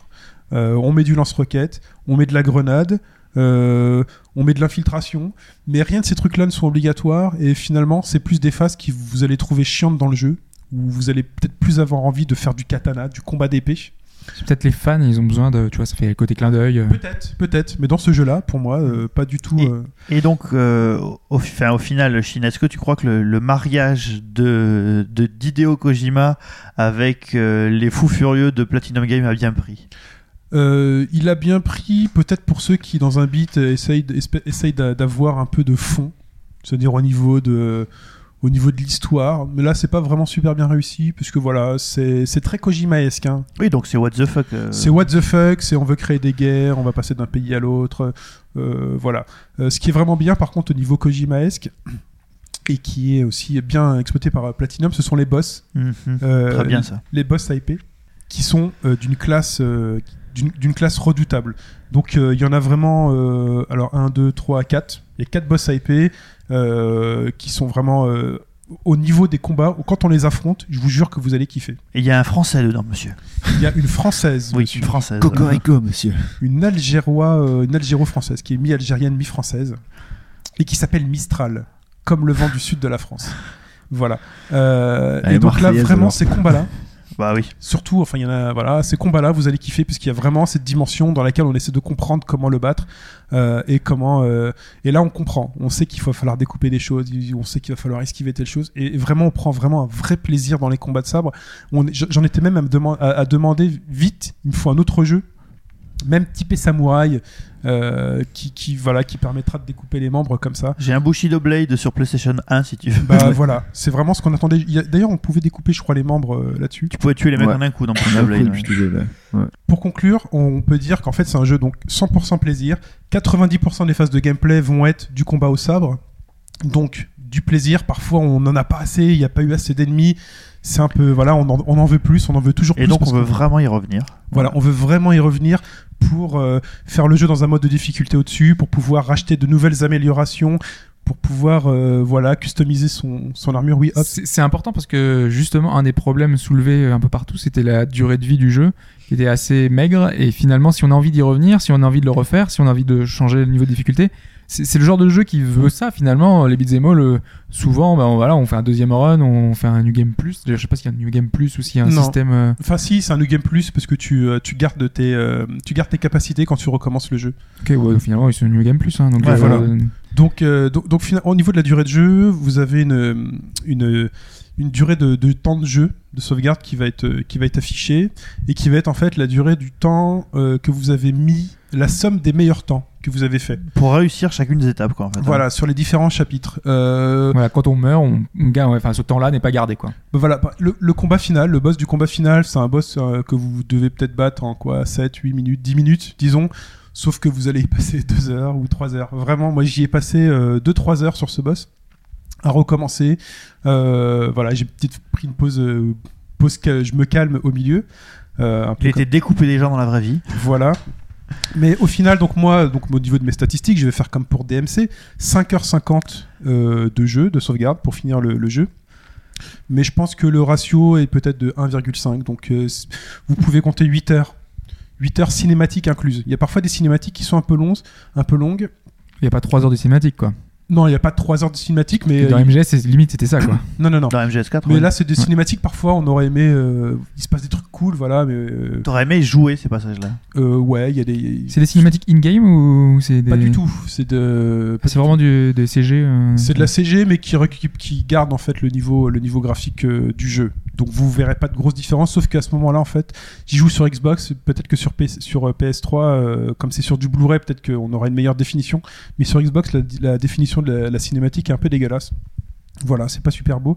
[SPEAKER 2] Euh, on met du lance-roquette, on met de la grenade, euh, on met de l'infiltration, mais rien de ces trucs-là ne sont obligatoires. Et finalement, c'est plus des phases qui vous allez trouver chiantes dans le jeu, où vous allez peut-être plus avoir envie de faire du katana, du combat d'épée.
[SPEAKER 3] C'est peut-être les fans, ils ont besoin de, tu vois, ça fait le côté clin d'œil. euh.
[SPEAKER 2] Peut-être, peut-être. Mais dans ce jeu-là, pour moi, euh, pas du tout.
[SPEAKER 4] Et-
[SPEAKER 2] euh,
[SPEAKER 4] Et donc, euh, au, fin, au final, Shin, est-ce que tu crois que le, le mariage de, de d'Hideo Kojima avec euh, les fous furieux de Platinum Game a bien pris
[SPEAKER 2] Euh, il a bien pris, peut-être pour ceux qui, dans un beat, euh, essayent, d- espè- essayent d'a- d'avoir un peu de fond, c'est-à-dire au niveau de au niveau de l'histoire, mais là c'est pas vraiment super bien réussi puisque voilà c'est c'est très Kojimaesque. Hein.
[SPEAKER 4] Oui, donc c'est what the fuck. euh,
[SPEAKER 2] C'est what the fuck, c'est on veut créer des guerres, on va passer d'un pays à l'autre, euh, voilà. Euh, ce qui est vraiment bien par contre au niveau Kojimaesque et qui est aussi bien exploité par euh, Platinum, ce sont les boss.
[SPEAKER 4] mhm.
[SPEAKER 2] Euh,
[SPEAKER 4] Très bien ça.
[SPEAKER 2] les boss IP qui sont euh, d'une classe euh, d'une d'une classe redoutable. Donc euh, il y en a vraiment euh, alors 1 2 3 4, il y a 4 boss IP euh, qui sont vraiment euh, au niveau des combats, quand on les affronte, je vous jure que vous allez kiffer.
[SPEAKER 4] Et il y a un français dedans, monsieur.
[SPEAKER 2] Il y a une française,
[SPEAKER 4] Oui, une française.
[SPEAKER 5] Cocorico, monsieur.
[SPEAKER 2] une algérois, euh, une algéro-française qui est mi-algérienne, mi-française et qui s'appelle Mistral, comme le vent du sud de la France. Voilà. Euh,
[SPEAKER 5] Allez,
[SPEAKER 2] et donc là,
[SPEAKER 5] Marseillaise,
[SPEAKER 2] vraiment,
[SPEAKER 5] alors.
[SPEAKER 2] ces combats-là,
[SPEAKER 4] Bah oui.
[SPEAKER 2] surtout, enfin, il y en a, voilà, ces combats-là, vous allez kiffer, puisqu'il y a vraiment cette dimension dans laquelle on essaie de comprendre comment le battre euh, et comment. euh, et là, on comprend. On sait qu'il va falloir découper des choses, on sait qu'il va falloir esquiver telle chose. Et vraiment, on prend vraiment un vrai plaisir dans les combats de sabre. On est- J'en étais même à, me deman- à- à demander vite, il me faut un autre jeu, même typé samouraï, euh, qui, qui, voilà, qui permettra de découper les membres comme ça.
[SPEAKER 4] J'ai un Bushido Blade sur PlayStation 1 si tu veux.
[SPEAKER 2] Bah voilà, c'est vraiment ce qu'on attendait. Il y a- D'ailleurs, on pouvait découper, je crois, les membres euh, là-dessus.
[SPEAKER 4] Tu pouvais tuer les mecs
[SPEAKER 5] Ouais.
[SPEAKER 4] en un coup dans
[SPEAKER 5] J'ai
[SPEAKER 4] Bushido
[SPEAKER 5] un
[SPEAKER 4] Blade.
[SPEAKER 5] coup
[SPEAKER 4] ouais.
[SPEAKER 5] depuis tout le jeu, là.
[SPEAKER 2] Pour conclure, on peut dire qu'en fait, c'est un jeu donc 100% plaisir. 90% des phases de gameplay vont être du combat au sabre. Donc, du plaisir. Parfois, on n'en a pas assez, il n'y a pas eu assez d'ennemis. C'est un peu, voilà, on en, on en veut plus, on en veut toujours
[SPEAKER 4] Et
[SPEAKER 2] plus.
[SPEAKER 4] donc on
[SPEAKER 2] parce
[SPEAKER 4] veut
[SPEAKER 2] que-
[SPEAKER 4] vraiment y revenir.
[SPEAKER 2] Voilà, on veut vraiment y revenir pour euh, faire le jeu dans un mode de difficulté au-dessus, pour pouvoir racheter de nouvelles améliorations, pour pouvoir, euh, voilà, customiser son, son armure. Oui, hop.
[SPEAKER 3] C'est c'est important parce que justement, un des problèmes soulevés euh, un peu partout, c'était la durée de vie du jeu qui était assez maigre. Et finalement, si on a envie d'y revenir, si on a envie de le refaire, si on a envie de changer le niveau de difficulté, c'est c'est le genre de jeu qui veut ça finalement. Les beat'em all, euh, souvent, ben, on- voilà, on fait un deuxième run, on fait un New Game Plus. D'ailleurs, je sais pas s'il y a un New Game Plus ou s'il y a un
[SPEAKER 2] Non.
[SPEAKER 3] système. euh,
[SPEAKER 2] Enfin si, c'est un New Game Plus parce que tu, euh, tu, gardes tes, euh, tu gardes tes capacités quand tu recommences le jeu.
[SPEAKER 3] Ok, ouais, finalement, ils sont New Game Plus. hein, donc,
[SPEAKER 2] Ouais,
[SPEAKER 3] euh,
[SPEAKER 2] voilà.
[SPEAKER 3] euh,
[SPEAKER 2] Donc, euh, donc, donc, fina- au niveau de la durée de jeu, vous avez une, euh, une, une durée de, de temps de jeu, de sauvegarde qui va, être, euh, qui va être affichée et qui va être en fait la durée du temps euh, que vous avez mis, la somme des meilleurs temps que vous avez fait.
[SPEAKER 4] Pour réussir chacune des étapes quoi. En fait, hein.
[SPEAKER 2] Voilà, sur les différents chapitres. Euh,
[SPEAKER 3] voilà, quand on meurt, on, on gagne. ouais, Enfin, ce temps-là n'est pas gardé, quoi.
[SPEAKER 2] Bah voilà, bah, le, le combat final, le boss du combat final, c'est un boss euh, que vous devez peut-être battre en quoi 7, 8 minutes, 10 minutes, disons. Sauf que vous allez y passer 2 heures ou 3 heures. Vraiment, moi j'y ai passé 2-3 heures sur ce boss à recommencer. Euh, voilà, j'ai peut-être pris une pause, euh, pause que je me calme au milieu. Euh, un peu
[SPEAKER 4] Il était découpé des gens dans la vraie vie.
[SPEAKER 2] voilà. Mais au final, donc moi, donc au niveau de mes statistiques, je vais faire comme pour DMC, 5h50 euh, de jeu, de sauvegarde pour finir le, le jeu. Mais je pense que le ratio est peut-être de 1,5, donc euh, c- vous pouvez compter 8 heures. 8 heures cinématiques incluses. Il y a parfois des cinématiques qui sont un peu longues, un peu longues.
[SPEAKER 3] Il n'y a pas trois heures de cinématique, quoi.
[SPEAKER 2] Non, il n'y a pas 3 heures de cinématiques, mais...
[SPEAKER 3] dans MGS, c'est- limite, c'était ça, quoi.
[SPEAKER 2] Non, non, non.
[SPEAKER 4] Dans MGS4.
[SPEAKER 2] Mais
[SPEAKER 4] ouais.
[SPEAKER 2] là, c'est des
[SPEAKER 3] Ouais.
[SPEAKER 2] cinématiques, parfois, on aurait aimé... euh, il se passe des trucs cool, voilà, mais... euh,
[SPEAKER 4] T'aurais aimé jouer ces passages-là.
[SPEAKER 2] euh, ouais, il y a des...
[SPEAKER 3] C'est des cinématiques in-game ou c'est des...
[SPEAKER 2] Pas du tout. C'est de...
[SPEAKER 3] Ah, C'est vraiment du, des CG. euh,
[SPEAKER 2] C'est de la CG, mais qui, récup- qui garde en fait le niveau, le niveau graphique euh, du jeu. Donc vous verrez pas de grosse différence, sauf qu'à ce moment-là, en fait, j'y joue sur Xbox, peut-être que sur, PS, sur euh, PS3, euh, comme c'est sur du Blu-ray, peut-être qu'on aura une meilleure définition. Mais sur Xbox, la, la définition de la, la cinématique est un peu dégueulasse. Voilà, c'est pas super beau.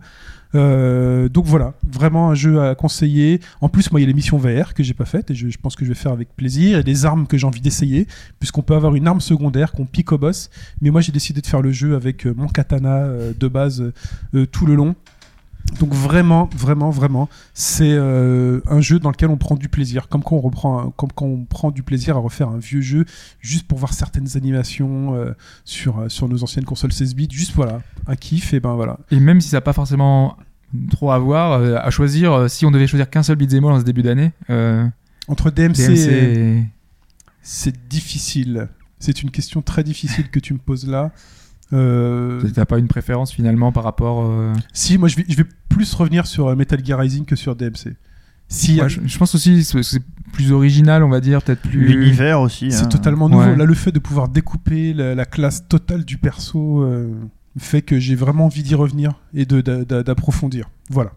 [SPEAKER 2] Euh, donc voilà, vraiment un jeu à conseiller. En plus, moi, il y a les missions VR que j'ai pas faites et je, je pense que je vais faire avec plaisir. Et des armes que j'ai envie d'essayer, puisqu'on peut avoir une arme secondaire qu'on pique au boss. Mais moi, j'ai décidé de faire le jeu avec euh, mon katana euh, de base euh, euh, tout le long. Donc vraiment, vraiment, vraiment, c'est euh, un jeu dans lequel on prend du plaisir, comme quand on reprend, un- comme quand on prend du plaisir à refaire un vieux jeu juste pour voir certaines animations euh, sur euh, sur nos anciennes consoles 16 bits. Juste voilà, un kiff et ben voilà.
[SPEAKER 3] Et même si ça n'a pas forcément trop à voir, euh, à choisir, euh, si on devait choisir qu'un seul beat'em all en ce début d'année, euh,
[SPEAKER 2] Entre DMC,
[SPEAKER 3] DMC...
[SPEAKER 2] et-
[SPEAKER 3] et-
[SPEAKER 2] c'est difficile. C'est une question très difficile que tu me poses là. Euh,
[SPEAKER 3] T'as pas une préférence finalement par rapport... euh,
[SPEAKER 2] si, moi je vais, je vais plus revenir sur euh, Metal Gear Rising que sur DMC. Si,
[SPEAKER 3] ouais,
[SPEAKER 2] euh,
[SPEAKER 3] je, je pense aussi que c'est- c'est plus original, on va dire, peut-être plus...
[SPEAKER 4] L'univers aussi. hein.
[SPEAKER 2] C'est totalement nouveau.
[SPEAKER 3] Ouais.
[SPEAKER 2] Là, le fait de pouvoir découper la, la classe totale du perso euh, fait que j'ai vraiment envie d'y revenir et de- d'a- d'a- d'approfondir. Voilà.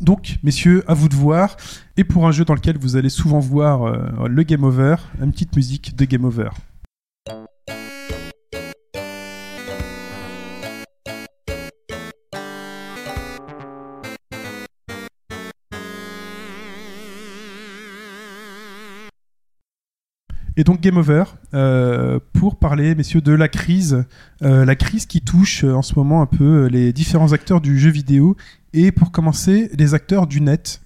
[SPEAKER 2] Donc, messieurs, à vous de voir. Et pour un jeu dans lequel vous allez souvent voir euh, le game over, une petite musique de game over. Et donc Game Over, euh, pour parler, messieurs, de la crise, euh, la crise qui touche euh, en ce moment un peu euh, les différents acteurs du jeu vidéo, et pour commencer, les acteurs du net,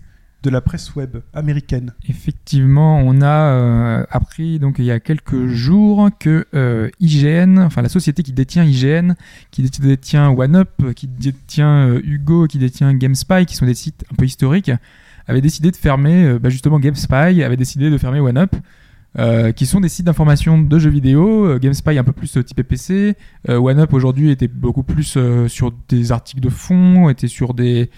[SPEAKER 2] de la presse web américaine.
[SPEAKER 3] Effectivement, on a euh, appris donc il y a quelques jours que euh, IGN, enfin la société qui détient IGN, qui dé- détient OneUp, euh, qui détient euh, Hugo, qui détient GameSpy, qui sont des sites un peu historiques, avait décidé de fermer euh, bah, justement GameSpy, avait décidé de fermer OneUp. euh, qui sont des sites d'information de jeux vidéo. Euh, GameSpy un peu plus euh, type PC. Euh, OneUp aujourd'hui était beaucoup plus euh, sur des articles de fond, était sur des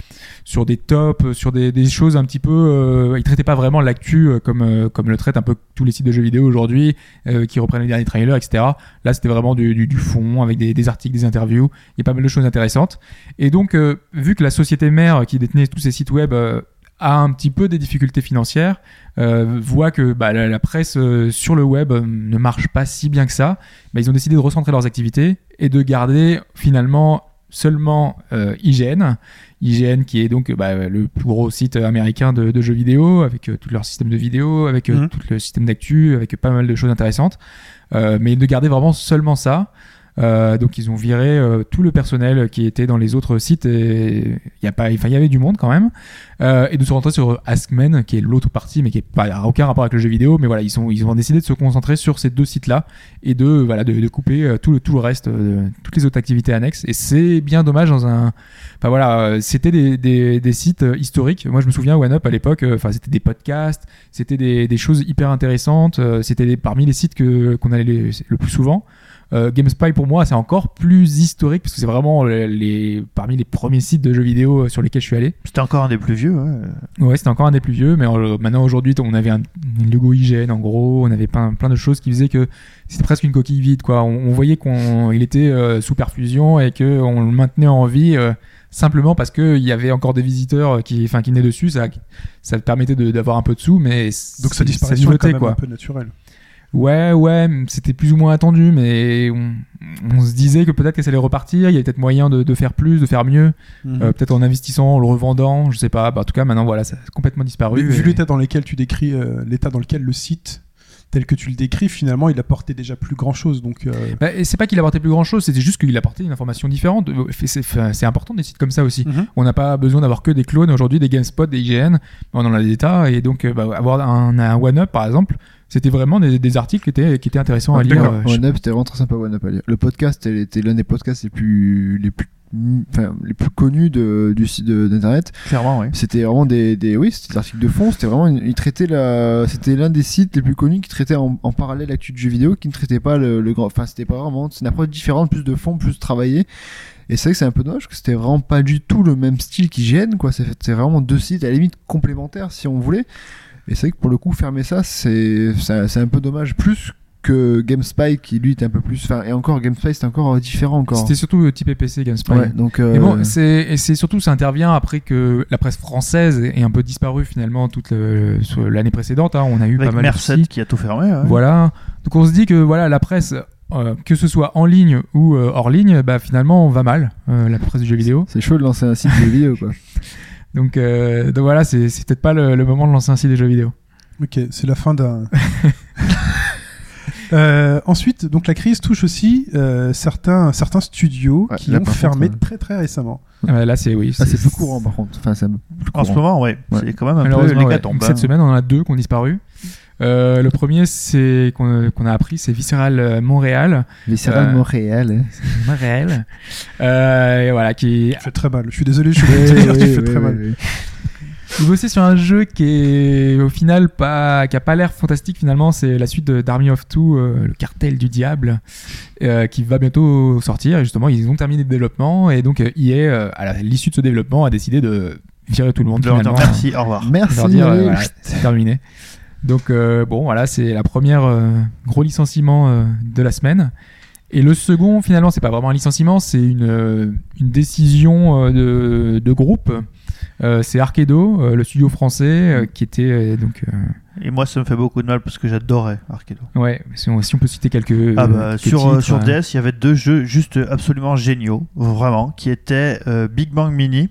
[SPEAKER 3] sur des tops, euh, sur des, des choses un petit peu. Euh, ils traitaient pas vraiment l'actu euh, comme euh, comme le traitent un peu tous les sites de jeux vidéo aujourd'hui, euh, qui reprennent les derniers trailers, etc. Là, c'était vraiment du, du, du fond avec des, des articles, des interviews. Il y a pas mal de choses intéressantes. Et donc, euh, vu que la société mère qui détenait tous ces sites web euh, a un petit peu des difficultés financières, euh, voit que bah, la, la presse euh, sur le web euh, ne marche pas si bien que ça, bah, ils ont décidé de recentrer leurs activités et de garder finalement seulement euh, IGN, IGN qui est donc euh, bah, le plus gros site américain de, de jeux vidéo, avec euh, tout leur système de vidéo, avec euh,
[SPEAKER 2] Mhm.
[SPEAKER 3] tout le système d'actu, avec pas mal de choses intéressantes, Euh, mais de garder vraiment seulement ça. Euh, donc ils ont viré euh, tout le personnel qui était dans les autres sites. et Il y a pas, enfin il y avait du monde quand même. Euh, et de se rentrer sur Askmen, qui est l'autre partie, mais qui n'a aucun rapport avec le jeu vidéo. Mais voilà, ils sont, ils ont décidé de se concentrer sur ces deux sites-là et de voilà de, de couper euh, tout le tout le reste, euh, de- toutes les autres activités annexes. Et c'est bien dommage dans un. Enfin voilà, euh, c'était des, des, des sites euh, historiques. Moi je me souviens OneUp à l'époque. euh, Enfin c'était des podcasts, c'était des, des choses hyper intéressantes. euh, c'était des- parmi les sites que qu'on allait le- le plus souvent. Euh, GameSpy pour moi c'est encore plus historique parce que c'est vraiment les, les- parmi les premiers sites de jeux vidéo euh, sur lesquels je suis allé.
[SPEAKER 4] C'était encore un des plus vieux. ouais.
[SPEAKER 3] Ouais c'était encore un des plus vieux mais euh, maintenant aujourd'hui on avait un, un logo IGN en gros, on avait plein, plein de choses qui faisaient que c'était presque une coquille vide quoi. On, on voyait qu'on il était euh, sous perfusion et que on le maintenait en vie euh, simplement parce que il y avait encore des visiteurs euh, qui enfin qui venaient dessus ça ça permettait de- d'avoir un peu de sous mais
[SPEAKER 2] Donc
[SPEAKER 3] c'est-
[SPEAKER 2] sa disparition est
[SPEAKER 3] nuvetait,
[SPEAKER 2] quand même un peu naturelle.
[SPEAKER 3] Ouais, ouais, m- c'était plus ou moins attendu, mais on, on se disait que peut-être que ça allait repartir, il y avait peut-être moyen de, de faire plus, de faire mieux,
[SPEAKER 2] Mhm. Mm.
[SPEAKER 3] euh, peut-être en investissant, en le revendant, je sais pas. Bah, en tout cas, maintenant, voilà, ça a complètement disparu.
[SPEAKER 2] Vu-
[SPEAKER 3] et-
[SPEAKER 2] Vu l'état dans lequel tu décris, euh, l'état dans lequel le site, tel que tu le décris, finalement, il apportait déjà plus grand chose. Donc, euh,
[SPEAKER 3] Bah, et c'est pas qu'il apportait plus grand-chose, c'était juste qu'il apportait une information différente. Euh, fait- C'est enfin, c'est important des sites comme ça aussi.
[SPEAKER 2] Mhm.
[SPEAKER 3] On n'a pas besoin d'avoir que des clones aujourd'hui, des GameSpot, des IGN, on en a des tas, et donc euh, bah, avoir un, un one-up, par exemple, c'était vraiment des, des articles qui étaient, qui étaient intéressants à lire.
[SPEAKER 2] Ah, d'accord.
[SPEAKER 3] euh,
[SPEAKER 5] One Up, c'était vraiment très sympa One Up à lire. Le podcast elle était l'un des podcasts les plus les plus enfin les plus connus de du site de- d'internet.
[SPEAKER 4] Clairement, oui.
[SPEAKER 5] C'était vraiment des, des oui, c'était des articles de fond, c'était vraiment une- ils traitaient la c'était l'un des sites les plus connus qui traitait en, en parallèle l'actu de jeux vidéo qui ne traitait pas le, le grand enfin c'était pas vraiment c'est une approche différente, plus de fond, plus travaillée. Et c'est vrai que c'est un peu dommage parce que c'était vraiment pas du tout le même style qui gêne quoi, c'est c'est vraiment deux sites à la limite complémentaires si on voulait. Et c'est vrai que pour le coup fermer ça c'est c'est c'est un peu dommage plus que GameSpy qui lui était un peu plus enfin et encore GameSpy c'est encore euh, différent encore.
[SPEAKER 3] C'était surtout euh, type PC, GameSpy.
[SPEAKER 5] Ouais, donc euh,
[SPEAKER 3] Mais bon, c'est et c'est surtout ça intervient après que la presse française est un peu disparue finalement toute le- sur l'année précédente. hein. on a eu
[SPEAKER 4] Avec
[SPEAKER 3] pas mal de
[SPEAKER 4] Merced
[SPEAKER 3] soucis.
[SPEAKER 4] qui a tout fermé. ouais.
[SPEAKER 3] Voilà. Donc on se dit que voilà la presse, euh, que ce soit en ligne ou euh, hors ligne, bah finalement on va mal euh, la presse du jeu vidéo.
[SPEAKER 5] c'est chaud de lancer un site de vidéo quoi.
[SPEAKER 3] Donc, euh, donc voilà, c'est c'est peut-être pas le, le moment de lancer un site des jeux vidéo.
[SPEAKER 2] ok, c'est la fin d'un. Euh, ensuite, donc la crise touche aussi euh, certains certains studios
[SPEAKER 5] Ouais,
[SPEAKER 2] qui
[SPEAKER 5] là,
[SPEAKER 2] ont
[SPEAKER 5] par
[SPEAKER 2] fermé
[SPEAKER 5] contre, euh, ouais.
[SPEAKER 2] très très récemment.
[SPEAKER 3] Ah bah là c'est oui.
[SPEAKER 5] Ah, c'est plus courant par contre. Enfin, c'est un peu plus
[SPEAKER 4] En ce
[SPEAKER 5] courant.
[SPEAKER 4] moment, ouais.
[SPEAKER 5] Ouais.
[SPEAKER 4] C'est quand même un peu
[SPEAKER 3] Malheureusement, ouais.
[SPEAKER 4] l'hécatombe.
[SPEAKER 5] bah.
[SPEAKER 3] Donc, Cette
[SPEAKER 4] hein.
[SPEAKER 3] semaine, on en a deux qui ont disparu. Euh, le premier, c'est qu'on qu'on a appris, c'est Visceral Montréal.
[SPEAKER 5] Visceral
[SPEAKER 3] Euh,
[SPEAKER 5] Montréal. hein.
[SPEAKER 3] Montréal. Euh, et voilà, qui
[SPEAKER 2] Tu fais très mal. Je suis désolé, je suis
[SPEAKER 5] Ouais,
[SPEAKER 2] obligé de te dire,
[SPEAKER 5] ouais,
[SPEAKER 2] tu fais
[SPEAKER 5] ouais,
[SPEAKER 2] très
[SPEAKER 5] ouais,
[SPEAKER 2] mal.
[SPEAKER 5] ouais.
[SPEAKER 3] Vous bossez sur un jeu qui est au final pas, qui a pas l'air fantastique finalement. C'est la suite de- d'Army of Two, euh, le cartel du diable, euh, qui va bientôt sortir. Et justement, ils ont terminé le développement et donc euh, EA, euh, à la- l'issue de ce développement, a décidé de virer tout le monde.
[SPEAKER 4] De leur dire
[SPEAKER 3] finalement.
[SPEAKER 4] merci, au revoir.
[SPEAKER 3] De
[SPEAKER 5] Merci.
[SPEAKER 3] leur dire, euh,
[SPEAKER 5] allez.
[SPEAKER 3] voilà, c'est terminé. Donc euh, bon, voilà, c'est la première euh, gros licenciement euh, de la semaine. Et le second, finalement, c'est pas vraiment un licenciement, c'est une, euh, une décision euh, de, de groupe. Euh, c'est Arkedo, euh, le studio français, euh, qui était euh, donc euh,
[SPEAKER 4] Et moi, ça me fait beaucoup de mal parce que j'adorais Arkedo.
[SPEAKER 3] ouais. Si on, si on peut citer quelques
[SPEAKER 4] Ah bah,
[SPEAKER 3] quelques
[SPEAKER 4] sur, euh,
[SPEAKER 3] titres,
[SPEAKER 4] sur
[SPEAKER 3] euh,
[SPEAKER 4] DS, il y avait deux jeux juste euh, absolument géniaux, vraiment, qui étaient euh, Big Bang Mini,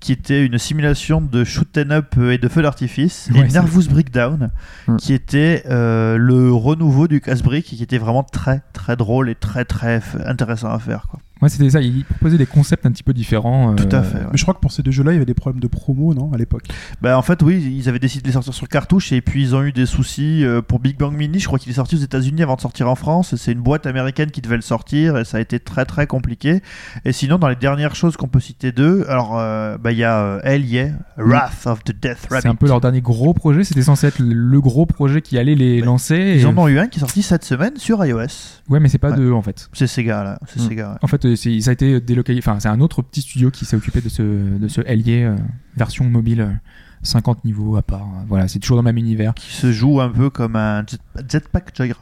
[SPEAKER 4] qui était une simulation de shoot 'em up euh, et de feu d'artifice,
[SPEAKER 3] Ouais,
[SPEAKER 4] et
[SPEAKER 3] c'est- Mm.
[SPEAKER 4] Nervous Breakdown,
[SPEAKER 5] Hmm.
[SPEAKER 4] qui était euh, le renouveau du casse-brique, et qui était vraiment très très drôle et très très f- intéressant à faire. Quoi.
[SPEAKER 3] euh, ouais, c'était ça. Ils proposaient des concepts un petit peu différents. euh,
[SPEAKER 4] Tout à fait. ouais.
[SPEAKER 2] Mais je crois que pour ces deux jeux-là, il y avait des problèmes de promo, non, à l'époque.
[SPEAKER 4] Bah, en fait, oui, ils avaient décidé de les sortir sur cartouche et puis ils ont eu des soucis euh, pour Big Bang Mini. Je crois qu'il est sorti aux États-Unis avant de sortir en France. C'est une boîte américaine qui devait le sortir et ça a été très très compliqué. Et sinon, dans les dernières choses qu'on peut citer d'eux, alors euh, bah, il y a euh, Ellie, Wrath, Wrath of the Death Rabbit.
[SPEAKER 3] C'est un peu leur dernier gros projet. C'était censé être le gros projet qui allait les
[SPEAKER 4] Ouais.
[SPEAKER 3] lancer. et-
[SPEAKER 4] Ils en ont eu un qui est sorti cette semaine sur iOS.
[SPEAKER 3] Ouais, mais c'est pas
[SPEAKER 4] Ouais.
[SPEAKER 3] d'eux en fait.
[SPEAKER 4] C'est Sega là. C'est
[SPEAKER 5] Mm.
[SPEAKER 4] Sega. ouais.
[SPEAKER 3] En fait, euh, c'est- ça a été délocalisé. Enfin, c'est un autre petit studio qui s'est occupé de ce de ce Hellier euh, version mobile, euh, 50 niveaux à part. euh, Voilà, c'est toujours dans le même univers.
[SPEAKER 4] Qui se joue un peu comme un jet- Jetpack Joyride.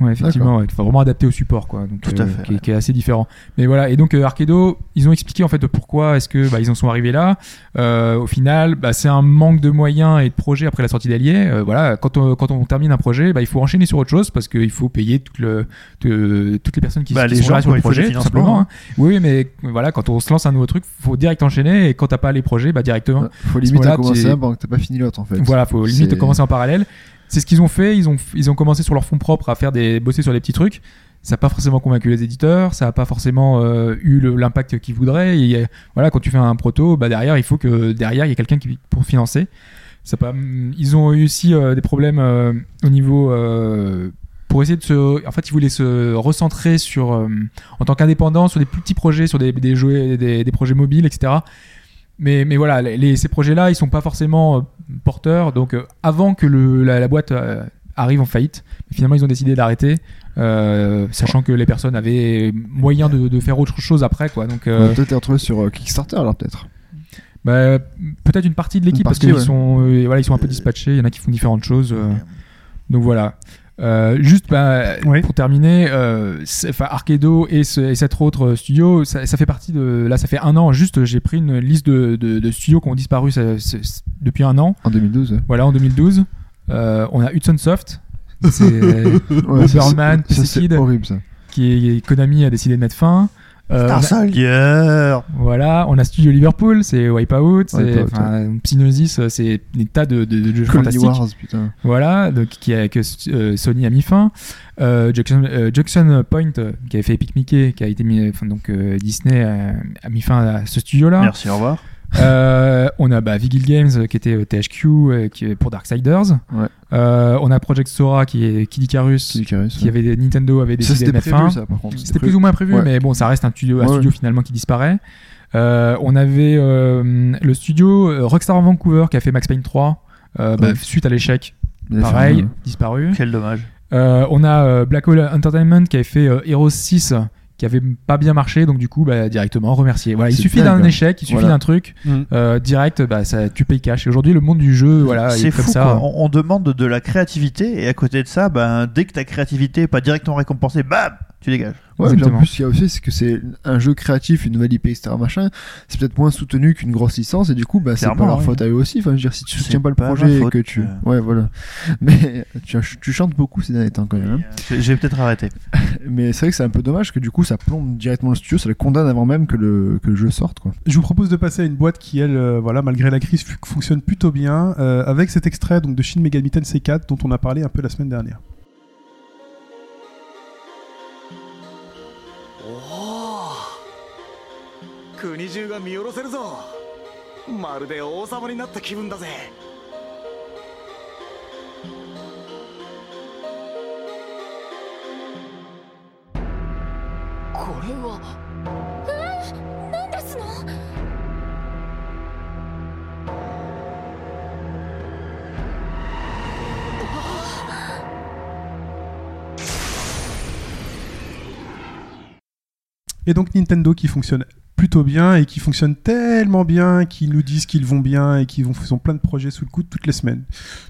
[SPEAKER 3] Ouais, effectivement, ouais, faut vraiment adapté au support, quoi. Donc, euh,
[SPEAKER 4] Tout à fait,
[SPEAKER 3] Qui, est-
[SPEAKER 4] ouais.
[SPEAKER 3] qui est assez différent. Mais voilà. Et donc, euh, Arkedo, ils ont expliqué en fait pourquoi est-ce que bah, ils en sont arrivés là. Euh, au final, bah, c'est un manque de moyens et de projets après la sortie d'Allier. Euh, voilà, quand on, quand on termine un projet, bah, il faut enchaîner sur autre chose parce qu'il faut payer toute le, de- toutes les personnes qui,
[SPEAKER 4] Bah,
[SPEAKER 3] qui
[SPEAKER 4] les
[SPEAKER 3] sont
[SPEAKER 4] gens,
[SPEAKER 3] là sur
[SPEAKER 4] quoi,
[SPEAKER 3] le
[SPEAKER 4] il faut
[SPEAKER 3] projet,
[SPEAKER 4] des
[SPEAKER 3] tout simplement.
[SPEAKER 4] financements,
[SPEAKER 3] hein. Oui, oui, mais voilà, quand on se lance un nouveau truc, faut direct enchaîner et quand t'as pas les projets, bah directement.
[SPEAKER 5] Faut limite
[SPEAKER 3] moment-là,
[SPEAKER 5] à commencer
[SPEAKER 3] t'es-
[SPEAKER 5] un pendant que t'as pas fini l'autre en fait.
[SPEAKER 3] Voilà, faut limite
[SPEAKER 5] C'est-
[SPEAKER 3] commencer en parallèle. C'est ce qu'ils ont fait. Ils ont, ils ont commencé sur leur fonds propre à faire des, bosser sur des petits trucs. Ça n'a pas forcément convaincu les éditeurs. Ça n'a pas forcément euh, eu le- l'impact qu'ils voudraient. Et, euh, voilà, quand tu fais un proto, bah derrière, il faut que derrière il y ait quelqu'un qui pour financer. Ça pas, ils ont eu aussi euh, des problèmes euh, au niveau euh, pour essayer de se. En fait, ils voulaient se recentrer sur euh, en tant qu'indépendant sur des plus petits projets, sur des, des jeux, des, des projets mobiles, etc. Mais, mais voilà, les- les- ces projets-là, ils sont pas forcément euh, porteurs. Donc, euh, avant que le, la, la boîte euh, arrive en faillite, finalement, ils ont décidé d'arrêter, euh, sachant que les personnes avaient moyen de, de faire autre chose après, quoi. Donc,
[SPEAKER 5] On
[SPEAKER 3] euh,
[SPEAKER 5] va peut-être les retrouver sur euh, Kickstarter alors peut-être.
[SPEAKER 3] bah, peut-être une partie de l'équipe
[SPEAKER 5] Une
[SPEAKER 3] parce
[SPEAKER 5] partie,
[SPEAKER 3] qu'ils
[SPEAKER 5] ouais.
[SPEAKER 3] sont, euh, voilà, ils sont un peu dispatchés. Il y en a qui font différentes choses. euh, donc voilà. Euh, juste bah,
[SPEAKER 2] Oui.
[SPEAKER 3] pour terminer, euh, c'est- enfin, Arkedo et, ce- et cet autre euh, studio, ça, ça fait partie de. Là, ça fait un an. Juste, j'ai pris une liste de, de- de studios qui ont disparu ça- c'est- c'est- depuis un an.
[SPEAKER 5] En 2012. ouais.
[SPEAKER 3] Voilà, en 2012, euh, on a Hudson Soft. C'est-
[SPEAKER 5] Ouais, ça,
[SPEAKER 3] Euh, Uberman,
[SPEAKER 5] c'est- ça,
[SPEAKER 3] PC Kid.
[SPEAKER 5] c'est horrible ça.
[SPEAKER 3] qui Konami a décidé de mettre fin. Euh, on
[SPEAKER 4] Star
[SPEAKER 3] a-
[SPEAKER 4] Soldier.
[SPEAKER 3] voilà, on a Studio Liverpool, c'est Wipeout, c'est
[SPEAKER 5] Wipeout,
[SPEAKER 3] enfin, Psygnosis, euh, c'est des tas de, de- de jeux
[SPEAKER 5] Colony
[SPEAKER 3] fantastiques.
[SPEAKER 5] Wars putain.
[SPEAKER 3] Voilà, donc, qui a, que euh, Sony a mis fin. Euh, Jackson, euh, Jackson Point, euh, qui avait fait Epic Mickey, qui a été mis, enfin, donc euh, Disney a, a mis fin à ce studio-là.
[SPEAKER 4] Merci, au revoir.
[SPEAKER 3] Euh, on a bah, Vigil Games, euh, qui était euh, THQ euh, qui est pour Darksiders.
[SPEAKER 5] Ouais.
[SPEAKER 3] Euh, on a Project Sora, qui est Kid Icarus,
[SPEAKER 5] Kid Icarus,
[SPEAKER 3] qui
[SPEAKER 5] ouais.
[SPEAKER 3] avait Nintendo avait décidé
[SPEAKER 5] Ça
[SPEAKER 3] de
[SPEAKER 5] c'était
[SPEAKER 3] mettre fin.
[SPEAKER 5] prévu ça par contre.
[SPEAKER 3] C'était plus ou moins prévu,
[SPEAKER 5] Ouais.
[SPEAKER 3] mais bon, ça reste un studio, un
[SPEAKER 5] Ouais,
[SPEAKER 3] studio finalement qui disparaît. Euh, on avait euh, le studio euh, Rockstar Vancouver qui a fait Max Payne 3, euh, bah,
[SPEAKER 5] Ouais.
[SPEAKER 3] suite à l'échec,
[SPEAKER 5] Il a fait
[SPEAKER 3] pareil,
[SPEAKER 5] un-
[SPEAKER 3] disparu.
[SPEAKER 4] Quel dommage.
[SPEAKER 3] Euh, on a euh, Black Hole Entertainment qui avait fait euh, Heroes 6 qui avait pas bien marché, donc du coup, bah, directement remercié. Voilà, il
[SPEAKER 5] C'est
[SPEAKER 3] suffit
[SPEAKER 5] dingue,
[SPEAKER 3] d'un
[SPEAKER 5] hein.
[SPEAKER 3] échec, il suffit
[SPEAKER 5] Voilà.
[SPEAKER 3] d'un truc,
[SPEAKER 2] Mm.
[SPEAKER 3] euh, direct, bah, ça, tu payes cash. Et aujourd'hui, le monde du jeu, voilà, il
[SPEAKER 4] c'est
[SPEAKER 3] est comme
[SPEAKER 4] fou,
[SPEAKER 3] ça.
[SPEAKER 4] quoi. On, on demande de la créativité, et à côté de ça, ben, dès que ta créativité n'est pas directement récompensée, bam, tu dégages.
[SPEAKER 5] Ouais, puis en
[SPEAKER 3] Exactement.
[SPEAKER 5] plus, ce qu'il y a aussi, c'est que c'est un jeu créatif, une nouvelle IP, etc. Machin. C'est peut-être moins soutenu qu'une grosse licence, et du coup, bah, c'est
[SPEAKER 4] Clairement,
[SPEAKER 5] pas leur
[SPEAKER 4] ouais.
[SPEAKER 5] faute à eux aussi. Enfin, je veux dire, si tu
[SPEAKER 4] C'est
[SPEAKER 5] soutiens pas le
[SPEAKER 4] pas ma
[SPEAKER 5] projet et
[SPEAKER 4] faute,
[SPEAKER 5] que tu.
[SPEAKER 4] euh.
[SPEAKER 5] Ouais, voilà. Mais tu, tu chantes beaucoup ces derniers temps quand même. hein.
[SPEAKER 4] J'ai j'ai peut-être arrêté.
[SPEAKER 5] Mais c'est vrai que c'est un peu dommage que du coup, ça plombe directement le studio, ça le condamne avant même que le, que le jeu sorte, quoi.
[SPEAKER 2] Je vous propose de passer à une boîte qui, elle, euh, voilà, malgré la crise, fu- fonctionne plutôt bien, euh, avec cet extrait donc, de Shin Megami Tensei 4 dont on a parlé un peu la semaine dernière.
[SPEAKER 6] おお国中が見下ろせるぞまるで王様になった気分だぜこれは
[SPEAKER 7] 何ですの
[SPEAKER 2] Et donc Nintendo qui fonctionne plutôt bien et qui fonctionne tellement bien qu'ils nous disent qu'ils vont bien et qu'ils vont- ils ont plein de projets sous le coude toutes les semaines,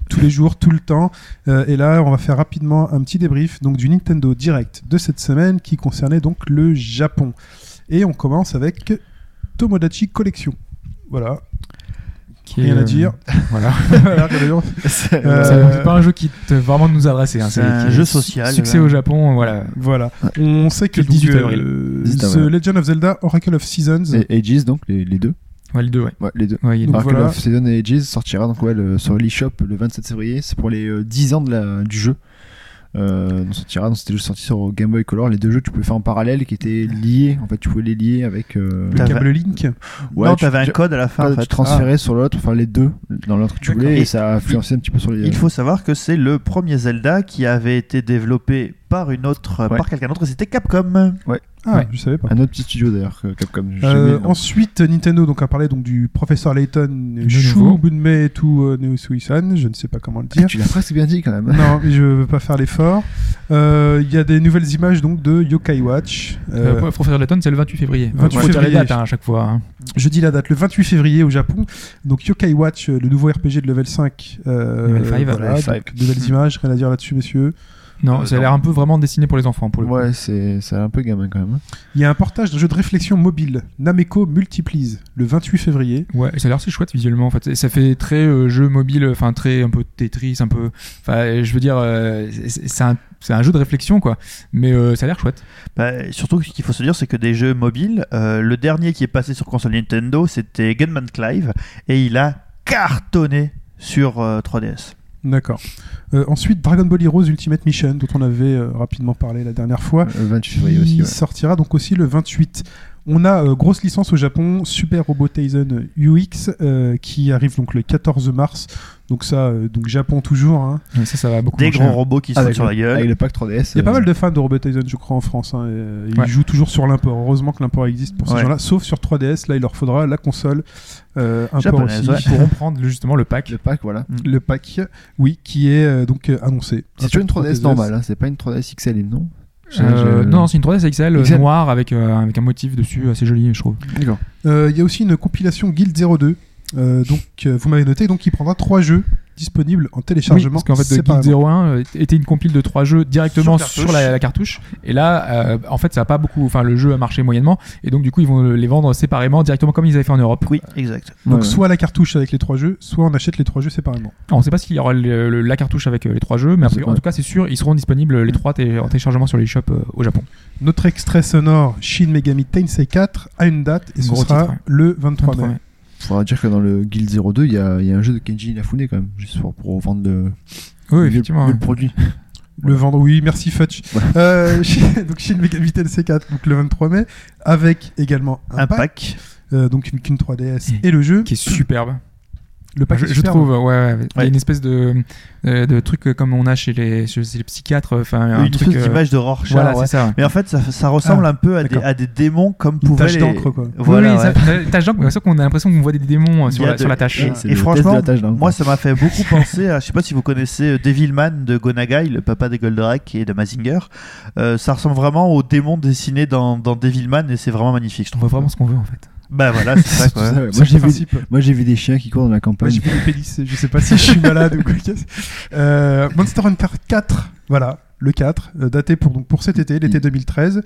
[SPEAKER 2] tous les jours, tout le temps. Euh, et là, on va faire rapidement un petit débrief donc du Nintendo Direct de cette semaine qui concernait donc le Japon. Et on commence avec Tomodachi Collection. Voilà,
[SPEAKER 3] Qui est,
[SPEAKER 2] rien
[SPEAKER 3] euh,
[SPEAKER 2] à dire.
[SPEAKER 3] Voilà.
[SPEAKER 2] Rien à dire. Euh,
[SPEAKER 3] C'est- C'est pas un jeu qui te vraiment nous adresser. hein.
[SPEAKER 4] C'est un
[SPEAKER 3] qui-
[SPEAKER 4] jeu social,
[SPEAKER 3] Succès
[SPEAKER 4] là.
[SPEAKER 3] au Japon, voilà.
[SPEAKER 2] Voilà. On sait que
[SPEAKER 3] Le 18
[SPEAKER 2] donc,
[SPEAKER 3] avril.
[SPEAKER 2] euh,
[SPEAKER 5] 18
[SPEAKER 2] The
[SPEAKER 5] avril.
[SPEAKER 2] Legend of Zelda Oracle of Seasons.
[SPEAKER 5] Et Aegis, donc, les, les deux.
[SPEAKER 3] Ouais, les deux, ouais.
[SPEAKER 5] Ouais, les deux.
[SPEAKER 3] Ouais, il y a
[SPEAKER 2] Donc
[SPEAKER 5] Alors que
[SPEAKER 2] voilà.
[SPEAKER 5] Love Season et Aegis sortira donc ouais, le- sur l'eShop le 27 février. C'est pour les euh, 10 ans de la, du jeu. Euh, on sortira, donc c'était juste sorti sur Game Boy Color. Les deux jeux, tu pouvais faire en parallèle qui étaient liés. En fait, tu pouvais les lier avec. euh,
[SPEAKER 2] Le
[SPEAKER 4] T'avais-
[SPEAKER 2] câble Link.
[SPEAKER 5] ouais,
[SPEAKER 4] non,
[SPEAKER 5] tu-
[SPEAKER 4] t'avais un
[SPEAKER 5] tu-
[SPEAKER 4] code à la fin.
[SPEAKER 5] tu
[SPEAKER 4] en fait.
[SPEAKER 5] transférais sur l'autre, enfin les deux, dans l'autre que tu
[SPEAKER 2] D'accord.
[SPEAKER 5] voulais, et,
[SPEAKER 4] Et
[SPEAKER 5] euh. ça a influencé un petit peu sur les.
[SPEAKER 4] Il faut savoir que c'est le premier Zelda qui avait été développé par une autre, euh,
[SPEAKER 5] Ouais.
[SPEAKER 4] par quelqu'un d'autre, et c'était Capcom.
[SPEAKER 2] Ah,
[SPEAKER 3] Ouais.
[SPEAKER 2] je savais pas.
[SPEAKER 5] euh, Un autre petit studio d'ailleurs, que Capcom. j'ai
[SPEAKER 2] Euh,
[SPEAKER 5] jamais-
[SPEAKER 2] ensuite, Nintendo donc a parlé donc du professeur Layton
[SPEAKER 3] nouveau.
[SPEAKER 2] Shubunmei et tout Suisan, je ne sais pas comment le dire.
[SPEAKER 5] Ah, Tu l'as presque bien dit quand même.
[SPEAKER 2] non, mais je veux pas faire l'effort. Euh, Il y a des nouvelles images donc de Yokai Watch. Euh,
[SPEAKER 3] Euh, Professeur Layton, c'est le 28 février.
[SPEAKER 2] 28
[SPEAKER 3] Faut dire la
[SPEAKER 2] février.
[SPEAKER 3] date hein, à chaque fois. hein.
[SPEAKER 2] je dis la date, le 28 février au Japon. Donc Yokai Watch, euh, le nouveau RPG de level 5. Euh,
[SPEAKER 3] Level five.
[SPEAKER 2] voilà,
[SPEAKER 5] Level
[SPEAKER 2] donc, nouvelles images, rien à dire là-dessus, messieurs.
[SPEAKER 3] Non,
[SPEAKER 4] Euh,
[SPEAKER 3] ça a
[SPEAKER 4] non.
[SPEAKER 3] l'air un peu vraiment dessiné pour les enfants, pour le coup.
[SPEAKER 5] Ouais, c'est c'est un peu gamin quand même.
[SPEAKER 2] Il y a un portage d'un jeu de réflexion mobile, Nameko Multiplies, le 28 février.
[SPEAKER 3] Ouais, ça a l'air assez chouette visuellement en fait. Et ça fait très euh, jeu mobile, enfin très un peu Tetris, un peu. Enfin, je veux dire, euh, c'est c'est un, c'est un jeu de réflexion quoi. Mais euh, ça a l'air chouette.
[SPEAKER 4] Bah, surtout, ce qu'il faut se dire, c'est que des jeux mobiles, euh, le dernier qui est passé sur console Nintendo, c'était Gunman Clive, et il a cartonné sur euh, 3DS.
[SPEAKER 2] D'accord. Euh, ensuite, Dragon Ball Heroes Ultimate Mission, dont on avait euh, rapidement parlé la dernière fois.
[SPEAKER 5] Le 28
[SPEAKER 2] qui
[SPEAKER 5] Euh, février aussi. ouais.
[SPEAKER 2] sortira donc aussi le 28. On a euh, grosse licence au Japon, Super Robot Tyson UX, euh, qui arrive donc le 14 mars. Donc ça, euh, donc Japon toujours. hein.
[SPEAKER 3] Ouais, ça, ça va beaucoup.
[SPEAKER 4] Des
[SPEAKER 3] marcher. hein.
[SPEAKER 4] gros robots qui se
[SPEAKER 5] Ah, Avec
[SPEAKER 4] sautent sur la
[SPEAKER 5] le-
[SPEAKER 4] gueule.
[SPEAKER 5] Avec le pack 3DS.
[SPEAKER 2] Il y a pas
[SPEAKER 5] euh,
[SPEAKER 2] mal de fans de Robot Tyson, je crois, en France. hein, et, euh, Ils
[SPEAKER 3] Ouais.
[SPEAKER 2] jouent toujours sur l'import. Heureusement que l'import existe pour ces
[SPEAKER 4] Ouais.
[SPEAKER 2] gens-là. Sauf sur 3DS, là, il leur faudra la console, euh, import
[SPEAKER 4] Japonaise,
[SPEAKER 2] aussi.
[SPEAKER 4] ouais.
[SPEAKER 3] Ils pourront prendre le- justement le pack.
[SPEAKER 5] Le pack, voilà.
[SPEAKER 2] Le pack, oui, qui est euh, donc euh, annoncé.
[SPEAKER 5] C'est
[SPEAKER 2] Un
[SPEAKER 5] toujours une
[SPEAKER 2] pack
[SPEAKER 5] 3DS
[SPEAKER 2] 3DS.
[SPEAKER 5] normale, hein, c'est pas une 3DS XL, non Je-
[SPEAKER 3] Euh,
[SPEAKER 5] je-
[SPEAKER 3] Non, c'est une 3DS XL, euh,
[SPEAKER 5] XL.
[SPEAKER 3] noire avec, euh, avec un motif dessus assez joli, je trouve.
[SPEAKER 5] D'accord.
[SPEAKER 2] Euh, Il y a aussi une compilation Guild 02. euh, donc, euh, vous m'avez noté, donc il prendra trois jeux disponibles en téléchargement.
[SPEAKER 3] Oui, parce qu'en fait, le
[SPEAKER 2] séparément.
[SPEAKER 3] Guild 01 euh, était une compile de trois jeux directement
[SPEAKER 4] Sur
[SPEAKER 3] sur,
[SPEAKER 4] cartouche.
[SPEAKER 3] la, la cartouche. Et là, euh, en fait, ça a pas beaucoup. Enfin, le jeu a marché moyennement. Et donc, du coup, ils vont les vendre séparément, directement comme ils avaient fait en Europe.
[SPEAKER 4] Oui, exact.
[SPEAKER 2] Donc
[SPEAKER 5] Ouais, ouais.
[SPEAKER 2] soit la cartouche avec les trois jeux, soit on achète les trois jeux séparément.
[SPEAKER 3] Alors, on sait pas s'il y aura le- le- la cartouche avec euh, les trois jeux, mais
[SPEAKER 5] Je sais
[SPEAKER 3] après,
[SPEAKER 5] pas.
[SPEAKER 3] en tout cas, c'est sûr, ils seront disponibles les trois télé- en téléchargement sur les shops euh, au Japon.
[SPEAKER 2] Notre extrait sonore Shin Megami Tensei 4 a une date et ce
[SPEAKER 3] Gros
[SPEAKER 2] sera
[SPEAKER 3] titre, ouais.
[SPEAKER 2] le 23 mai.
[SPEAKER 5] Faudra dire que dans le Guild 02, il y a, il y a un jeu de Kenji Inafune quand même, juste pour, pour vendre le,
[SPEAKER 3] Oui,
[SPEAKER 5] le-
[SPEAKER 3] effectivement.
[SPEAKER 5] le produit.
[SPEAKER 2] Le vendredi, oui, merci Futch. Euh, Shin- donc Shin Megami Tensei 4 donc le 23 mai avec également un,
[SPEAKER 4] Un
[SPEAKER 2] pack,
[SPEAKER 4] pack.
[SPEAKER 2] euh, donc une, qu'une 3DS et le jeu.
[SPEAKER 3] Qui est superbe.
[SPEAKER 2] Le pack
[SPEAKER 3] je,
[SPEAKER 2] est hein.
[SPEAKER 3] je
[SPEAKER 2] superbe.
[SPEAKER 3] trouve, ouais, ouais. Il y a
[SPEAKER 4] Ouais.
[SPEAKER 3] une espèce de, euh, de truc euh, comme on a chez les, chez les psychiatres. Enfin, un
[SPEAKER 4] une
[SPEAKER 3] truc.
[SPEAKER 4] espèce
[SPEAKER 3] euh,
[SPEAKER 4] d'image de Rorschach.
[SPEAKER 3] voilà,
[SPEAKER 4] ouais.
[SPEAKER 3] c'est ça.
[SPEAKER 4] Mais en fait, ça, ça ressemble un peu à des,
[SPEAKER 2] d'accord.
[SPEAKER 4] à des démons comme
[SPEAKER 2] une
[SPEAKER 4] pouvaient
[SPEAKER 2] tache
[SPEAKER 4] les-
[SPEAKER 2] d'encre quoi.
[SPEAKER 4] Voilà,
[SPEAKER 3] oui,
[SPEAKER 4] ouais.
[SPEAKER 3] oui, ça- tâche d'encre, mais sauf qu'on a l'impression qu'on voit des démons euh,
[SPEAKER 4] Il
[SPEAKER 3] sur
[SPEAKER 4] y a
[SPEAKER 3] la,
[SPEAKER 4] de-
[SPEAKER 3] sur la tâche.
[SPEAKER 4] Et,
[SPEAKER 5] C'est
[SPEAKER 4] et
[SPEAKER 5] le test de
[SPEAKER 4] franchement,
[SPEAKER 5] la tâche, là, encore.
[SPEAKER 4] moi, ça m'a fait beaucoup penser à. Je sais pas si vous connaissez euh, Devilman de Gonagai, le papa des Goldorak et de Mazinger. Euh, ça ressemble vraiment aux démons dessinés dans, dans Devilman et c'est vraiment magnifique, je
[SPEAKER 3] On
[SPEAKER 4] trouve.
[SPEAKER 3] voit vraiment ce qu'on veut en fait.
[SPEAKER 4] Bah voilà, c'est ça
[SPEAKER 5] C'est
[SPEAKER 4] quoi.
[SPEAKER 5] ça, ouais.
[SPEAKER 2] C'est le
[SPEAKER 5] Moi j'ai vu,
[SPEAKER 2] principe.
[SPEAKER 5] moi, j'ai vu des chiens qui courent dans la
[SPEAKER 2] Moi j'ai
[SPEAKER 5] campagne.
[SPEAKER 2] vu des pénis, je sais pas si je suis malade ou quoi. Euh, Monster Hunter 4, voilà, le 4, euh, daté pour, donc, pour cet été, l'été 2013.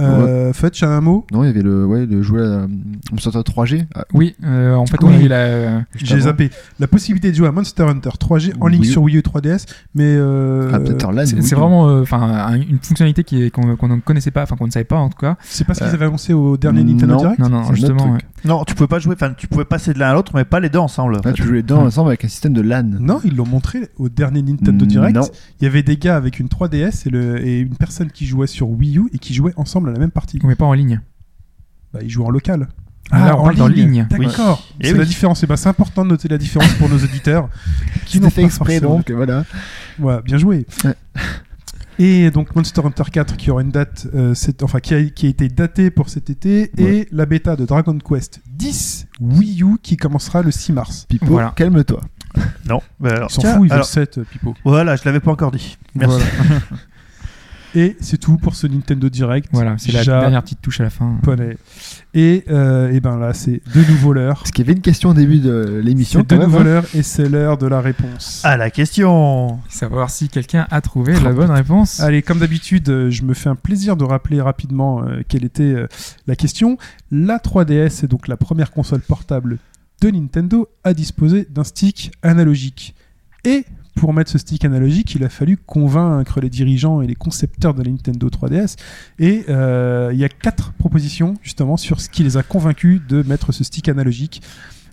[SPEAKER 2] Euh, Fudge, un mot
[SPEAKER 5] Non, il y avait le, ouais, le jouet à Monster Hunter 3G. ah,
[SPEAKER 3] Oui, euh, en fait,
[SPEAKER 2] Oui.
[SPEAKER 3] on a eu la. euh,
[SPEAKER 5] juste
[SPEAKER 2] J'ai
[SPEAKER 5] avant.
[SPEAKER 2] zappé. La possibilité de jouer à Monster Hunter 3G en ligne
[SPEAKER 5] Wii U.
[SPEAKER 2] sur Wii U 3DS, mais. euh,
[SPEAKER 5] Ah, peut-être là,
[SPEAKER 3] c'est
[SPEAKER 5] mais oui,
[SPEAKER 3] c'est vraiment euh, enfin un- une fonctionnalité qui est- qu'on qu'on ne connaissait pas, enfin qu'on ne savait pas en tout cas.
[SPEAKER 2] C'est pas ce qu'ils
[SPEAKER 3] Euh,
[SPEAKER 2] avaient annoncé au dernier Nintendo
[SPEAKER 5] non,
[SPEAKER 2] Direct
[SPEAKER 3] Non, non,
[SPEAKER 5] C'est un autre
[SPEAKER 3] justement.
[SPEAKER 5] truc.
[SPEAKER 3] ouais.
[SPEAKER 4] Non, tu pouvais pas jouer, enfin, tu pouvais passer de l'un à l'autre, mais pas les deux ensemble. en
[SPEAKER 5] Là,
[SPEAKER 4] fait.
[SPEAKER 5] Ah, tu joues les dents ensemble avec un système de LAN.
[SPEAKER 2] Non, ils l'ont montré au dernier Nintendo
[SPEAKER 5] Mm,
[SPEAKER 2] Direct.
[SPEAKER 5] non.
[SPEAKER 2] Il y avait des gars avec une 3DS et, le- et une personne qui jouait sur Wii U et qui jouaient ensemble à la même partie.
[SPEAKER 3] Mais pas en ligne.
[SPEAKER 2] Bah, ils jouent en local.
[SPEAKER 3] Ah, on
[SPEAKER 2] en
[SPEAKER 3] parle d'en ligne.
[SPEAKER 2] D'accord.
[SPEAKER 4] Oui.
[SPEAKER 2] C'est
[SPEAKER 4] Eh
[SPEAKER 2] la
[SPEAKER 4] oui.
[SPEAKER 2] différence. Et ben, c'est important de noter la différence pour nos auditeurs qui n'ont
[SPEAKER 5] C'était fait
[SPEAKER 2] pas
[SPEAKER 5] exprès
[SPEAKER 2] forcément-
[SPEAKER 5] donc, voilà.
[SPEAKER 2] Ouais, bien joué.
[SPEAKER 5] Ouais.
[SPEAKER 2] Et donc Monster Hunter 4 qui aura une date, euh, c'est- enfin qui a, qui a été datée pour cet été, et la bêta de Dragon Quest 10 Wii U qui commencera le 6 mars.
[SPEAKER 5] Pipo,
[SPEAKER 3] Voilà.
[SPEAKER 5] calme-toi.
[SPEAKER 4] Non. Bah, alors,
[SPEAKER 2] Ils s'en
[SPEAKER 4] tiens,
[SPEAKER 2] foutent, ils veulent
[SPEAKER 4] alors,
[SPEAKER 2] 7 euh, Pipo.
[SPEAKER 4] Voilà, je l'avais pas encore dit. Merci.
[SPEAKER 2] Voilà. et c'est tout pour ce Nintendo Direct.
[SPEAKER 3] Voilà, c'est la
[SPEAKER 2] Ja-
[SPEAKER 3] dernière petite touche à la fin.
[SPEAKER 2] Japonais. Et, euh, et ben là, c'est de nouveau l'heure.
[SPEAKER 5] Parce qu'il y avait une question au début de l'émission.
[SPEAKER 2] C'est de
[SPEAKER 5] quand même,
[SPEAKER 2] nouveau
[SPEAKER 5] hein.
[SPEAKER 2] l'heure et c'est l'heure de la réponse.
[SPEAKER 4] À la question.
[SPEAKER 3] Savoir si quelqu'un a trouvé la bonne réponse.
[SPEAKER 2] Allez, comme d'habitude, euh, je me fais un plaisir de rappeler rapidement euh, quelle était euh, la question. La 3DS est donc la première console portable de Nintendo à disposer d'un stick analogique. Et pour mettre ce stick analogique, il a fallu convaincre les dirigeants et les concepteurs de la Nintendo 3DS. Et euh, il y a quatre propositions justement sur ce qui les a convaincus de mettre ce stick analogique.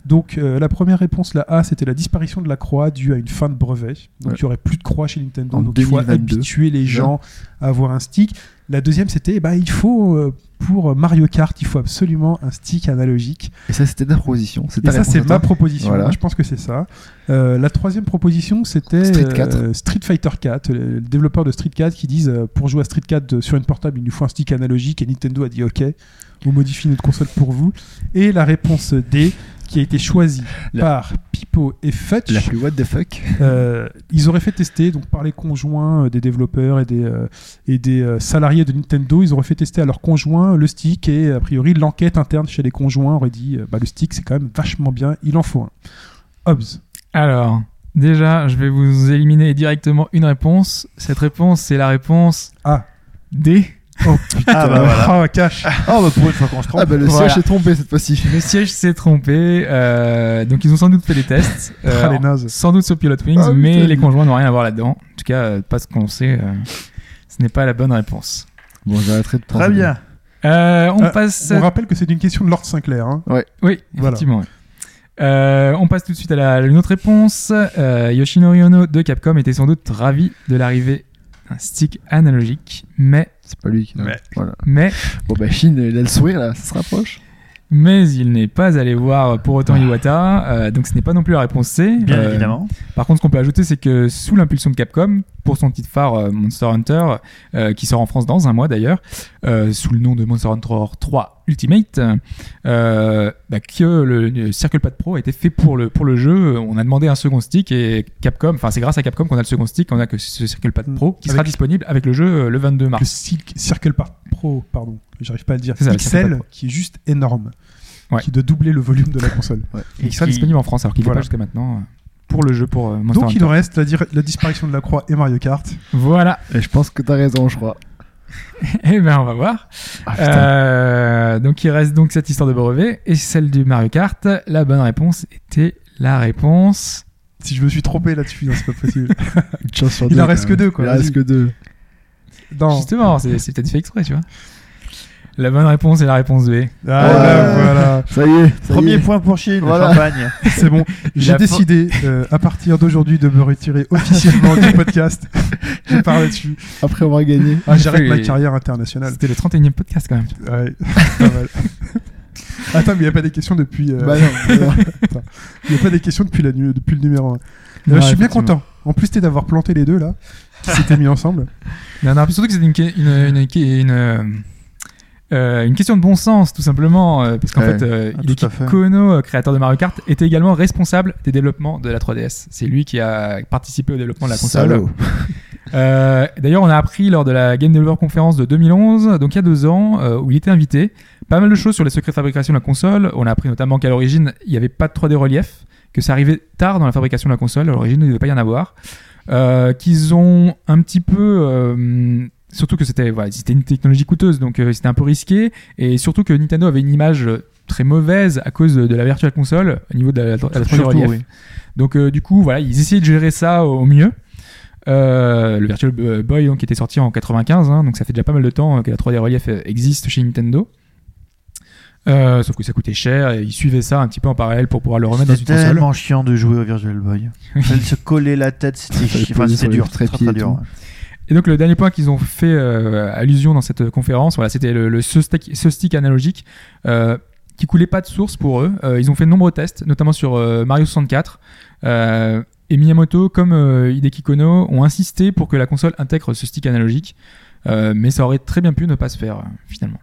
[SPEAKER 2] Donc euh, la première réponse, la A, c'était la disparition de la croix due à une fin de brevet. Donc il
[SPEAKER 5] Ouais.
[SPEAKER 2] y aurait plus de croix chez Nintendo.
[SPEAKER 5] En
[SPEAKER 2] donc il faut
[SPEAKER 5] 2022.
[SPEAKER 2] habituer les gens à avoir un stick. La deuxième, c'était eh ben, il faut euh, pour Mario Kart, il faut absolument un stick analogique.
[SPEAKER 5] hein. Et ça, c'était ta proposition. C'est
[SPEAKER 2] Et
[SPEAKER 5] ta
[SPEAKER 2] ça,
[SPEAKER 5] réponse à
[SPEAKER 2] c'est
[SPEAKER 5] toi.
[SPEAKER 2] ma proposition.
[SPEAKER 5] Voilà.
[SPEAKER 2] Moi, je pense que c'est ça. Euh, la troisième proposition, c'était
[SPEAKER 5] Street
[SPEAKER 2] euh,
[SPEAKER 5] 4.
[SPEAKER 2] Street Fighter 4, le le développeur de Street 4 qui disent euh, pour jouer à Street 4 de- sur une portable, il nous faut un stick analogique. Et Nintendo a dit OK, on modifie notre console pour vous. Et la réponse D qui a été choisie
[SPEAKER 5] La-
[SPEAKER 2] par Pipo et Fetch.
[SPEAKER 5] La plus what the fuck.
[SPEAKER 2] Euh, ils auraient fait tester donc par les conjoints euh, des développeurs et des euh, et des euh, salariés de Nintendo, ils auraient fait tester à leurs conjoints le stick et a priori l'enquête interne chez les conjoints aurait dit euh, bah, le stick c'est quand même vachement bien, il en faut un. Hobbs.
[SPEAKER 3] Alors, déjà, je vais vous éliminer directement une réponse. Cette réponse, c'est la réponse
[SPEAKER 2] Ah.
[SPEAKER 3] D.
[SPEAKER 2] Oh putain.
[SPEAKER 4] Ah, bah voilà.
[SPEAKER 2] Oh, cache.
[SPEAKER 4] Ah, bah pour une fois qu'on se trompe.
[SPEAKER 5] Ah bah le
[SPEAKER 3] Voilà.
[SPEAKER 5] siège s'est trompé cette fois-ci.
[SPEAKER 3] Le siège s'est trompé, euh, donc ils ont sans doute fait des tests. euh,
[SPEAKER 2] Ah, les nazes.
[SPEAKER 3] sans doute sur Pilot Wings,
[SPEAKER 5] Ah,
[SPEAKER 3] mais
[SPEAKER 5] putain.
[SPEAKER 3] les conjoints n'ont rien à voir là-dedans. En tout cas, euh, pas ce qu'on sait, euh, ce n'est pas la bonne réponse.
[SPEAKER 5] Bon, j'arrêterai de prendre.
[SPEAKER 4] Très bien.
[SPEAKER 3] Euh, on
[SPEAKER 2] Euh,
[SPEAKER 3] passe.
[SPEAKER 2] On rappelle que c'est une question de Lord Sinclair. hein.
[SPEAKER 3] Oui,
[SPEAKER 2] Voilà.
[SPEAKER 3] effectivement. oui. Euh, on passe tout de suite à, la, à une autre réponse. Euh, Yoshinori Ono de Capcom était sans doute ravi de l'arrivée d'un stick analogique, mais,
[SPEAKER 5] C'est pas lui qui.
[SPEAKER 2] Ouais.
[SPEAKER 5] Voilà.
[SPEAKER 3] mais,
[SPEAKER 5] Bon bah Chine, il a le sourire là, ça se rapproche.
[SPEAKER 3] mais il n'est pas allé voir pour autant Iwata, euh, donc ce n'est pas non plus la réponse C.
[SPEAKER 4] Bien
[SPEAKER 3] Euh,
[SPEAKER 4] évidemment.
[SPEAKER 3] Par contre, ce qu'on peut ajouter, c'est que sous l'impulsion de Capcom, pour son titre phare euh, Monster Hunter, euh, qui sort en France dans un mois d'ailleurs, euh, sous le nom de Monster Hunter 3 Ultimate, euh, bah, que le, le Circle Pad Pro a été fait pour le, pour le jeu. On a demandé un second stick et Capcom, enfin c'est grâce à Capcom qu'on a le second stick, on a que ce Circle Pad Pro qui sera
[SPEAKER 2] Avec-
[SPEAKER 3] disponible avec le jeu euh, le 22
[SPEAKER 2] Le
[SPEAKER 3] mars.
[SPEAKER 2] Silk- Circle Par Pro, pardon, j'arrive pas à le dire.
[SPEAKER 3] C'est ça, le Circle
[SPEAKER 2] Pixel
[SPEAKER 3] Par
[SPEAKER 2] qui est juste énorme.
[SPEAKER 3] Ouais.
[SPEAKER 2] Qui doit doubler le volume de la console.
[SPEAKER 3] Et qui sera disponible en France alors qu'il n'est
[SPEAKER 2] Voilà.
[SPEAKER 3] pas jusqu'à maintenant euh, pour le jeu pour euh, Monster
[SPEAKER 2] Donc
[SPEAKER 3] Hunter.
[SPEAKER 2] il nous reste la, dir- la disparition de la croix et Mario Kart.
[SPEAKER 3] Voilà,
[SPEAKER 5] Et je pense que t'as raison, je crois.
[SPEAKER 3] et ben on va voir.
[SPEAKER 5] Ah, putain.
[SPEAKER 3] Euh, donc il reste donc cette histoire de brevet et celle du Mario Kart. La bonne réponse était la réponse.
[SPEAKER 2] Si je me suis trompé là-dessus, non, c'est pas possible.
[SPEAKER 5] Une chance sur
[SPEAKER 2] Euh, il
[SPEAKER 5] deux,
[SPEAKER 2] en reste
[SPEAKER 5] quand
[SPEAKER 2] que
[SPEAKER 5] même.
[SPEAKER 2] deux, quoi,
[SPEAKER 5] Il en
[SPEAKER 2] vas-y.
[SPEAKER 5] reste que deux.
[SPEAKER 2] Non.
[SPEAKER 3] Justement, c'est c'est peut-être fait exprès, tu vois. La bonne réponse est la réponse B.
[SPEAKER 2] Ah,
[SPEAKER 5] Ouais.
[SPEAKER 2] bah, voilà.
[SPEAKER 5] Ça y est. ça y
[SPEAKER 4] Premier
[SPEAKER 5] est.
[SPEAKER 4] point pour Chine,
[SPEAKER 5] Voilà.
[SPEAKER 4] champagne.
[SPEAKER 2] C'est bon. J'ai
[SPEAKER 3] a fa-
[SPEAKER 2] décidé euh, à partir d'aujourd'hui de me retirer officiellement du podcast. Je parle là-dessus.
[SPEAKER 5] Après on va gagner.
[SPEAKER 2] Ah, j'arrête
[SPEAKER 3] Oui.
[SPEAKER 2] ma carrière internationale.
[SPEAKER 3] C'était le 31e podcast quand même.
[SPEAKER 2] Ouais, pas mal. Attends, mais il n'y a pas des questions depuis. euh,
[SPEAKER 5] Bah non, non.
[SPEAKER 2] Il n'y a pas des questions depuis, la nu- depuis le numéro 1.
[SPEAKER 5] Non,
[SPEAKER 2] je suis bien
[SPEAKER 5] effectivement.
[SPEAKER 2] content. En plus, t'es d'avoir planté les deux là, qui s'étaient mis ensemble.
[SPEAKER 3] Non, non, surtout que c'était une, que- une, une, une, euh, euh, une question de bon sens, tout simplement. euh, parce qu'en
[SPEAKER 5] Ouais.
[SPEAKER 3] fait, euh,
[SPEAKER 4] Ah,
[SPEAKER 3] il est
[SPEAKER 4] tout à fait.
[SPEAKER 3] Kono, euh, créateur de Mario Kart, était également responsable des développements de la 3DS. C'est lui qui a participé au développement de la console.
[SPEAKER 5] Salaud.
[SPEAKER 3] Euh, D'ailleurs, on a appris lors de la Game Developer Conference de 2011, donc il y a deux ans, euh, où il était invité, pas mal de choses sur les secrets de fabrication de la console. On a appris notamment qu'à l'origine, il n'y avait pas de 3D relief, que ça arrivait tard dans la fabrication de la console. À l'origine, il ne devait pas y en avoir. Euh, Qu'ils ont un petit peu... euh, Surtout que c'était voilà, c'était une technologie coûteuse, donc euh, c'était un peu risqué. Et surtout que Nintendo avait une image euh, très mauvaise à cause de de la Virtual Console au niveau de la, de la 3D
[SPEAKER 4] Surtout,
[SPEAKER 3] relief.
[SPEAKER 4] oui.
[SPEAKER 3] Donc euh, du coup, voilà, ils essayaient de gérer ça au, au mieux. Euh, le Virtual Boy donc, qui était sorti en 95, hein, donc ça fait déjà pas mal de temps euh, que la 3D Relief euh, existe chez Nintendo. Euh, sauf que ça coûtait cher et ils suivaient ça un petit peu en parallèle pour pouvoir le remettre dans
[SPEAKER 4] C'était
[SPEAKER 3] une console.
[SPEAKER 4] tellement chiant de jouer au Virtual Boy. Il fallait se coller la tête, c'était
[SPEAKER 5] Fallait
[SPEAKER 4] enfin,
[SPEAKER 5] poser
[SPEAKER 4] c'était
[SPEAKER 5] sur les
[SPEAKER 4] dur, très,
[SPEAKER 5] trépieds
[SPEAKER 4] très, très
[SPEAKER 5] et
[SPEAKER 4] dur.
[SPEAKER 5] tout.
[SPEAKER 3] Et donc le dernier point qu'ils ont fait euh, allusion dans cette euh, conférence, voilà, c'était le, le- ce, stick, ce stick analogique euh, qui coulait pas de source pour eux. Euh, ils ont fait de nombreux tests, notamment sur euh, Mario 64. Euh, et Miyamoto, comme euh, Hideki Kono, ont insisté pour que la console intègre ce stick analogique. Euh, mais ça aurait très bien pu ne pas se faire euh, finalement.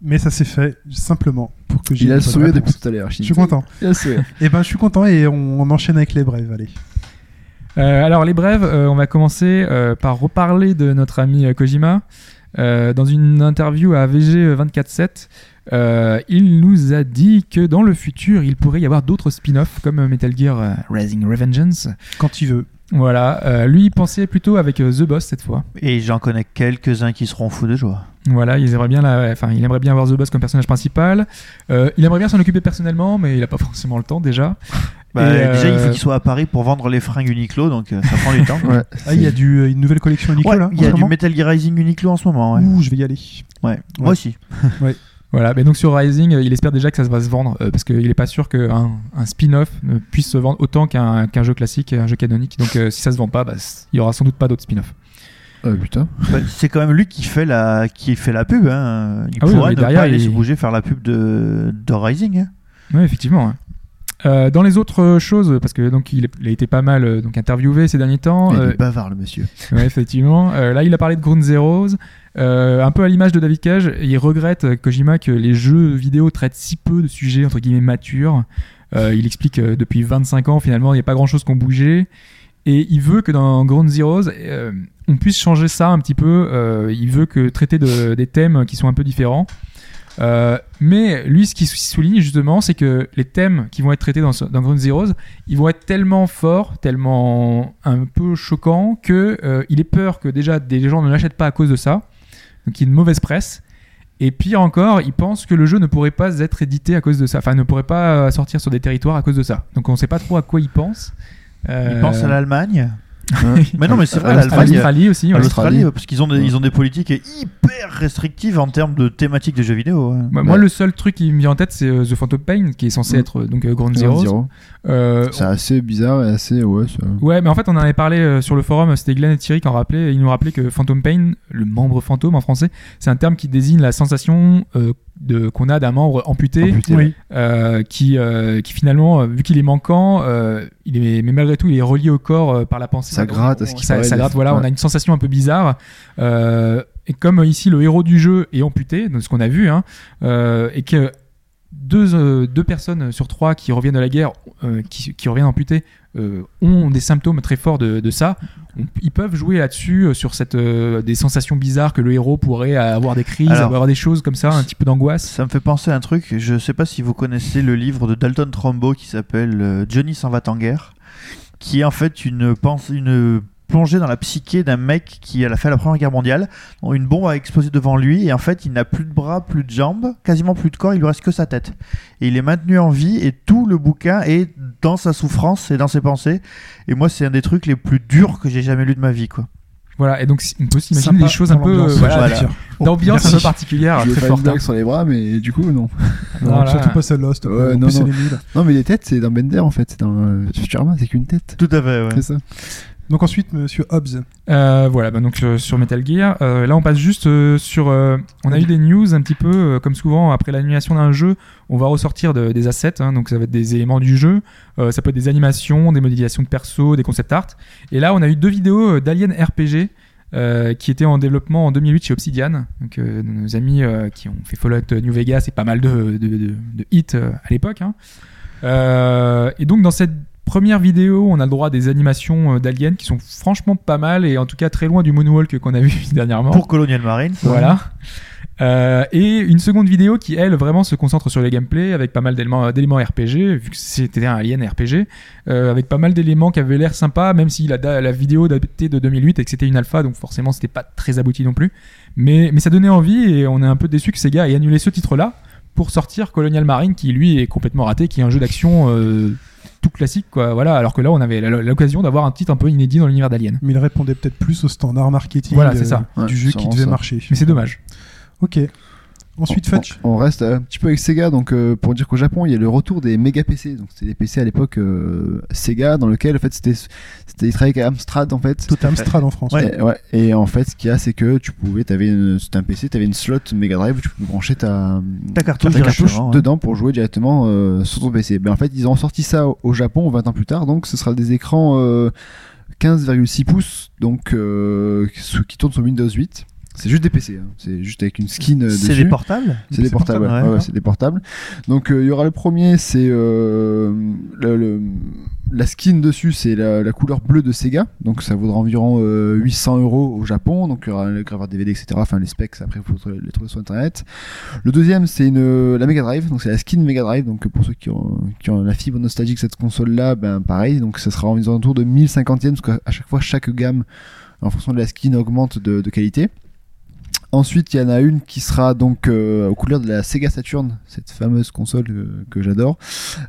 [SPEAKER 2] Mais ça s'est fait simplement pour que j'ai.
[SPEAKER 5] Il a
[SPEAKER 2] une
[SPEAKER 5] le
[SPEAKER 2] bonne
[SPEAKER 5] sourire
[SPEAKER 2] réponse.
[SPEAKER 5] depuis tout à l'heure.
[SPEAKER 2] Je suis content.
[SPEAKER 5] Il a le sourire.
[SPEAKER 2] Et ben, je suis content et on, on enchaîne avec les brèves. Allez.
[SPEAKER 3] Euh, alors les brèves, euh, on va commencer euh, par reparler de notre ami euh, Kojima. Euh, dans une interview à VG 24/7, euh, il nous a dit que dans le futur, il pourrait y avoir d'autres spin-offs comme euh, Metal Gear euh, Rising Revengeance.
[SPEAKER 2] Quand il veut.
[SPEAKER 3] Voilà, euh, lui il pensait plutôt avec euh, The Boss cette fois.
[SPEAKER 4] Et j'en connais quelques-uns qui seront fous de joie.
[SPEAKER 3] Voilà, il aimerait bien, la- enfin, il aimerait bien avoir The Boss comme personnage principal. Euh, il aimerait bien s'en occuper personnellement, mais il n'a pas forcément le temps déjà.
[SPEAKER 4] Bah,
[SPEAKER 3] Et, euh,
[SPEAKER 4] Déjà, il faut qu'ils soient à Paris pour vendre les fringues Uniqlo, donc euh, ça prend du temps.
[SPEAKER 5] Ouais.
[SPEAKER 2] Ah, il y a du, euh, une nouvelle collection Uniqlo
[SPEAKER 4] Ouais,
[SPEAKER 2] là. en
[SPEAKER 4] il y a
[SPEAKER 2] ce
[SPEAKER 4] du
[SPEAKER 2] moment
[SPEAKER 3] Mm.
[SPEAKER 4] Metal Gear Rising Uniqlo en ce moment. Ouais.
[SPEAKER 2] Ouh, je vais y aller.
[SPEAKER 4] Ouais. Moi aussi.
[SPEAKER 3] Voilà, mais donc sur Rising, euh, il espère déjà que ça va se vendre, euh, parce qu'il n'est pas sûr qu'un un, spin-off ne puisse se vendre autant qu'un qu'un jeu classique, un jeu canonique. Donc euh, si ça se vend pas, bah, c- il y aura sans doute pas d'autres spin-off.
[SPEAKER 5] Ah, putain.
[SPEAKER 4] Bah, c'est quand même lui qui fait la, qui fait la pub. Hein. Il
[SPEAKER 3] Ah oui,
[SPEAKER 4] pourrait
[SPEAKER 3] mais
[SPEAKER 4] ne
[SPEAKER 3] derrière,
[SPEAKER 4] pas aller
[SPEAKER 3] il-
[SPEAKER 4] se bouger faire la pub de, de Rising. hein.
[SPEAKER 3] Oui, effectivement. ouais. Euh, dans les autres choses, parce que donc il, est- il a été pas mal euh, donc interviewé ces derniers temps.
[SPEAKER 5] Il
[SPEAKER 3] euh,
[SPEAKER 5] est bavard, le monsieur.
[SPEAKER 3] Ouais, effectivement. Euh, là, il a parlé de Ground Zeroes. Euh, un peu à l'image de David Cage, il regrette, euh, Kojima, que les jeux vidéo traitent si peu de sujets, entre guillemets, matures. Euh, il explique euh, depuis 25 ans, finalement, il n'y a pas grand-chose qui a bougé. Et il veut que dans Ground Zeroes, euh, on puisse changer ça un petit peu. Euh, il veut que traiter de- des thèmes qui sont un peu différents. Euh, mais lui, ce qu'il sou- souligne justement, c'est que les thèmes qui vont être traités dans, ce- dans Ground Zeroes, ils vont être tellement forts, tellement un peu choquants que euh, il est peur que déjà des gens ne l'achètent pas à cause de ça, donc il y a une mauvaise presse. Et pire encore, il pense que le jeu ne pourrait pas être édité à cause de ça, enfin ne pourrait pas euh, sortir sur des territoires à cause de ça. Donc on ne sait pas trop à quoi il pense.
[SPEAKER 4] Il
[SPEAKER 3] Euh, Ah,
[SPEAKER 4] pense à l'Allemagne.
[SPEAKER 5] Hein
[SPEAKER 4] Mais non, mais c'est vrai,
[SPEAKER 5] à
[SPEAKER 3] à
[SPEAKER 4] l'Allemagne.
[SPEAKER 3] l'Australie aussi.
[SPEAKER 4] à
[SPEAKER 3] ouais.
[SPEAKER 4] l'Australie, parce qu'ils ont, des-
[SPEAKER 5] Ouais.
[SPEAKER 4] ils ont des politiques hyper restrictives en termes de thématiques de jeux vidéo. hein.
[SPEAKER 3] Moi,
[SPEAKER 5] Ouais.
[SPEAKER 3] moi, le seul truc qui me vient en tête, c'est euh, The Phantom Pain, qui est censé
[SPEAKER 5] Mm.
[SPEAKER 3] être euh, donc euh, Ground
[SPEAKER 5] Zero.
[SPEAKER 3] Zeroes. Euh,
[SPEAKER 2] oh.
[SPEAKER 5] C'est assez bizarre et assez. Ouais, ça-
[SPEAKER 3] Ouais, mais en fait, on en avait parlé euh, sur le forum. C'était Glenn et Thierry qui en rappelaient. Ils nous rappelaient que Phantom Pain, le membre fantôme en français, c'est un terme qui désigne la sensation euh, de qu'on a d'un membre amputé,
[SPEAKER 5] Amputé, Oui.
[SPEAKER 3] euh, qui, euh, qui finalement, euh, vu qu'il est manquant, euh, il est, mais malgré tout, il est relié au corps euh, par la pensée.
[SPEAKER 5] Ça gratte, à ce
[SPEAKER 3] On-
[SPEAKER 5] qui
[SPEAKER 3] ça,
[SPEAKER 5] paraît,
[SPEAKER 3] ça
[SPEAKER 5] des-
[SPEAKER 3] gratte. Voilà,
[SPEAKER 5] ouais.
[SPEAKER 3] on a une sensation un peu bizarre. Euh, et comme euh, ici, le héros du jeu est amputé, donc ce qu'on a vu, hein, euh, et que deux, euh, deux personnes sur trois qui reviennent de la guerre, euh, qui, qui reviennent amputées, euh, ont des symptômes très forts de, de ça. On- ils peuvent jouer là-dessus, euh, sur cette, euh, des sensations bizarres que le héros pourrait avoir des crises,
[SPEAKER 4] Alors-
[SPEAKER 3] avoir des choses comme ça, un petit peu d'angoisse.
[SPEAKER 4] Ça me fait penser à un truc, je sais pas si vous connaissez le livre de Dalton Trumbo qui s'appelle euh, Johnny s'en va en guerre, qui est en fait une, pense- une plongée dans la psyché d'un mec qui à la fin de la Première Guerre mondiale, une bombe a explosé devant lui et en fait il n'a plus de bras, plus de jambes, quasiment plus de corps, il lui reste que sa tête. Et il est maintenu en vie et tout le bouquin est dans sa souffrance et dans ses pensées. Et moi c'est un des trucs les plus durs que j'ai jamais lu de ma vie quoi.
[SPEAKER 3] Voilà, et donc si- on peut s'imaginer
[SPEAKER 8] Sympa
[SPEAKER 3] des choses un
[SPEAKER 8] pour
[SPEAKER 3] peu
[SPEAKER 8] l'ambiance,
[SPEAKER 3] euh, voilà,
[SPEAKER 4] voilà.
[SPEAKER 3] d'ambiance un
[SPEAKER 2] Oh, Merci.
[SPEAKER 3] peu
[SPEAKER 2] Ah,
[SPEAKER 3] particulière,
[SPEAKER 5] Je vais
[SPEAKER 3] très
[SPEAKER 5] faire une
[SPEAKER 3] forte. hein,
[SPEAKER 5] blague sur les bras, mais du coup, non.
[SPEAKER 2] Non,
[SPEAKER 3] Voilà.
[SPEAKER 2] Surtout pas celle-là, s'il te plaît.
[SPEAKER 5] Ouais,
[SPEAKER 2] En
[SPEAKER 5] non,
[SPEAKER 2] plus,
[SPEAKER 5] non.
[SPEAKER 2] elle est nulle.
[SPEAKER 5] Non, mais les têtes, c'est dans Bender en fait. C'est dans euh, Futurama, c'est qu'une tête.
[SPEAKER 4] Tout à fait, ouais.
[SPEAKER 5] C'est ça.
[SPEAKER 2] Donc ensuite, monsieur Hobbs.
[SPEAKER 3] Euh, voilà, bah donc euh, sur Metal Gear. Euh, là, on passe juste euh, sur. euh, on a eu des news un petit peu, euh, comme souvent, après l'annulation d'un jeu, on va ressortir de- des assets, hein, donc ça va être des éléments du jeu. Euh, ça peut être des animations, des modélisations de perso, des concept art. Et là, on a eu deux vidéos euh, d'Alien RPG. euh, qui étaient en développement en 2008 chez Obsidian, donc euh, nos amis euh, qui ont fait Fallout New Vegas et pas mal de, de, de- de hits euh, à l'époque. hein. Euh, et donc dans cette première vidéo, on a le droit à des animations euh, d'aliens qui sont franchement pas mal et en tout cas très loin du moonwalk qu'on a vu dernièrement.
[SPEAKER 4] Pour Colonial Marines.
[SPEAKER 3] Voilà. Euh, et une seconde vidéo qui, elle, vraiment se concentre sur le gameplay avec pas mal d'éléments, euh, d'éléments RPG, vu que c'était un alien RPG, euh, avec pas mal d'éléments qui avaient l'air sympa, même si la, da- la vidéo datait de 2008 et que c'était une alpha, donc forcément c'était pas très abouti non plus. Mais, mais ça donnait envie et on est un peu déçu que Sega ait annulé ce titre-là pour sortir Colonial Marine qui, lui, est complètement raté, qui est un jeu d'action euh, tout classique, quoi. Voilà, alors que là, on avait la- l'occasion d'avoir un titre un peu inédit dans l'univers d'Alien.
[SPEAKER 2] Mais il répondait peut-être plus au standard marketing
[SPEAKER 3] Voilà, c'est
[SPEAKER 2] euh,
[SPEAKER 3] ça.
[SPEAKER 5] Ouais,
[SPEAKER 2] du jeu
[SPEAKER 5] ça
[SPEAKER 2] qui
[SPEAKER 5] rend
[SPEAKER 2] devait
[SPEAKER 5] ça.
[SPEAKER 2] marcher.
[SPEAKER 3] Mais c'est dommage.
[SPEAKER 2] Ok. Ensuite,
[SPEAKER 5] On-
[SPEAKER 2] Fetch.
[SPEAKER 5] On, on reste euh, un petit peu avec Sega, donc euh, pour dire qu'au Japon, il y a le retour des méga PC. Donc c'était des PC à l'époque euh, Sega, dans lequel en fait c'était, c'était ils travaillaient avec Amstrad en fait.
[SPEAKER 2] Tout Amstrad en France.
[SPEAKER 5] Et, ouais, et en fait, ce qu'il y a, c'est que tu pouvais, t'avais une, c'était un PC, t'avais une slot Mega Drive, tu pouvais brancher ta,
[SPEAKER 4] Ta cartouche
[SPEAKER 5] ta cartouche
[SPEAKER 4] directement, ouais.
[SPEAKER 5] dedans pour jouer directement euh, sur ton PC. Ben, en fait, ils ont sorti ça au, au Japon 20 ans plus tard, donc ce sera des écrans euh, 15,6 pouces, donc euh, qui sou- qui tournent sur Windows 8. C'est juste des PC, hein. c'est juste avec une skin euh,
[SPEAKER 4] C'est
[SPEAKER 5] dessus.
[SPEAKER 4] des portables
[SPEAKER 5] C'est des portables, ouais. Ouais, ouais, c'est des portables. Donc euh, il y aura le premier, c'est euh, le- le- la skin dessus, c'est la, la couleur bleue de Sega. Donc ça vaudra environ euh, 800 euros au Japon. Donc il y aura le graveur DVD, etc. Enfin les specs, après vous pouvez les trouver sur internet. Le deuxième, c'est une la Mega Drive. Donc c'est la skin Mega Drive. Donc pour ceux qui ont, qui ont la fibre nostalgique de cette console-là, ben pareil. Donc ça sera en autour de 1050 yens, parce qu'à à chaque fois chaque gamme, en fonction de la skin, augmente de, de qualité. Ensuite, il y en a une qui sera donc euh, aux couleurs de la Sega Saturn, cette fameuse console euh, que j'adore,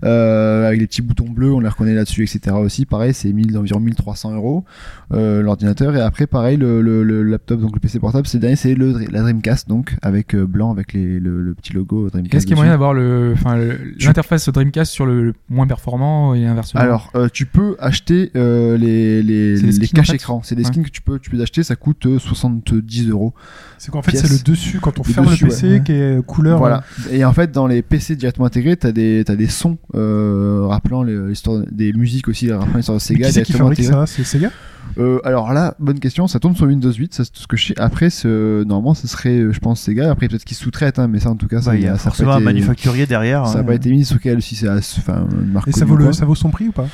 [SPEAKER 5] Euh, avec les petits boutons bleus, on les reconnaît là-dessus, etc. aussi. Pareil, c'est 1000 environ 1300 euros euh, l'ordinateur. Et après, pareil, le, le- le laptop, donc le PC portable, c'est dernier, c'est le, la Dreamcast, donc avec euh, blanc, avec les, le, le petit logo Dreamcast.
[SPEAKER 3] Est-ce qu'il y a
[SPEAKER 5] dessus.
[SPEAKER 3] moyen d'avoir le, enfin, le-
[SPEAKER 5] Tu-
[SPEAKER 3] l'interface Dreamcast sur le, le moins performant et inversement
[SPEAKER 5] Alors, euh, tu peux acheter euh, les, les,
[SPEAKER 3] C'est des
[SPEAKER 5] les
[SPEAKER 3] skins, en
[SPEAKER 5] caches
[SPEAKER 3] fait
[SPEAKER 5] écrans. C'est des
[SPEAKER 3] Ouais.
[SPEAKER 5] skins que tu peux, tu peux acheter. Ça coûte euh, 70 euros.
[SPEAKER 2] C'est qu'en fait,
[SPEAKER 5] Pièce.
[SPEAKER 2] c'est le dessus, quand on
[SPEAKER 5] Le
[SPEAKER 2] ferme
[SPEAKER 5] dessus,
[SPEAKER 2] le PC,
[SPEAKER 5] ouais.
[SPEAKER 2] qui est couleur. euh,
[SPEAKER 5] Voilà.
[SPEAKER 2] hein.
[SPEAKER 5] Et en fait, dans les PC directement intégrés, t'as des, t'as des sons euh, rappelant les- l'histoire des musiques aussi, rappelant l'histoire de
[SPEAKER 2] euh, mais
[SPEAKER 5] Sega
[SPEAKER 2] qui c'est qui
[SPEAKER 5] directement
[SPEAKER 2] fabrique ça
[SPEAKER 5] intégrés.
[SPEAKER 2] C'est Sega
[SPEAKER 5] Euh, alors là, bonne question. Ça tombe sur Windows 8, ça c'est tout ce que je sais. Après, c'est, euh, normalement, ce serait, euh, je pense, Sega. Après, peut-être qu'ils sous-traitent, hein, mais ça, en tout cas, ça,
[SPEAKER 4] Bah, il y a
[SPEAKER 5] ça a pas
[SPEAKER 4] forcément un
[SPEAKER 5] été-
[SPEAKER 4] manufacturier derrière.
[SPEAKER 5] euh, Ça n'a
[SPEAKER 4] hein.
[SPEAKER 5] pas été mis sous quel si c'est as- enfin, une marque
[SPEAKER 2] Et ça
[SPEAKER 5] connue
[SPEAKER 2] vaut,
[SPEAKER 5] ou
[SPEAKER 2] le,
[SPEAKER 5] quoi.
[SPEAKER 2] ça vaut son prix ou pas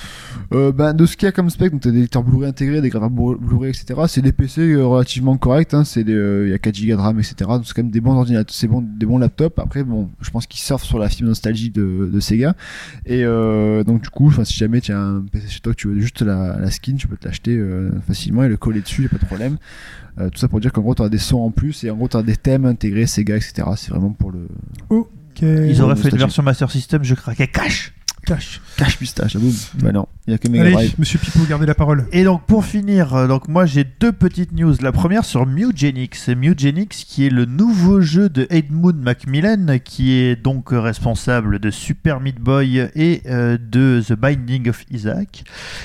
[SPEAKER 5] Euh, ben, de ce qu'il y a comme spec, donc t'as des lecteurs Blu-ray intégrés, des graveurs Blu- Blu-ray, etc. C'est des PC euh, relativement corrects, hein. C'est des, euh, il y a 4 Go de RAM, etc. Donc c'est quand même des bons ordinateurs, c'est bon, des bons laptops. Après, bon, je pense qu'ils surfent sur la fibre nostalgie de, de Sega. Et euh, donc du coup, enfin, si jamais tu as un PC chez toi, que tu veux juste la, la skin, tu peux te l'acheter euh, facilement et le coller dessus, y a pas de problème. Euh, tout ça pour dire qu'en gros, t'auras des sons en plus et en gros, t'auras des thèmes intégrés Sega, etc. C'est vraiment pour le
[SPEAKER 2] Ok.
[SPEAKER 4] Ils auraient
[SPEAKER 5] Nostalgie.
[SPEAKER 4] fait une version Master System, je craquais cash.
[SPEAKER 2] Cache.
[SPEAKER 5] cache pistache, la boum. Bah non, il y a que Mega
[SPEAKER 2] Allez,
[SPEAKER 5] Drive.
[SPEAKER 2] monsieur Pipo, gardez la parole.
[SPEAKER 4] Et donc pour finir, euh, donc moi j'ai deux petites news. La première sur Mugenix. Mugenix qui est le nouveau jeu de Edmund Macmillan qui est donc euh, responsable de Super Meat Boy et euh, de The Binding of Isaac.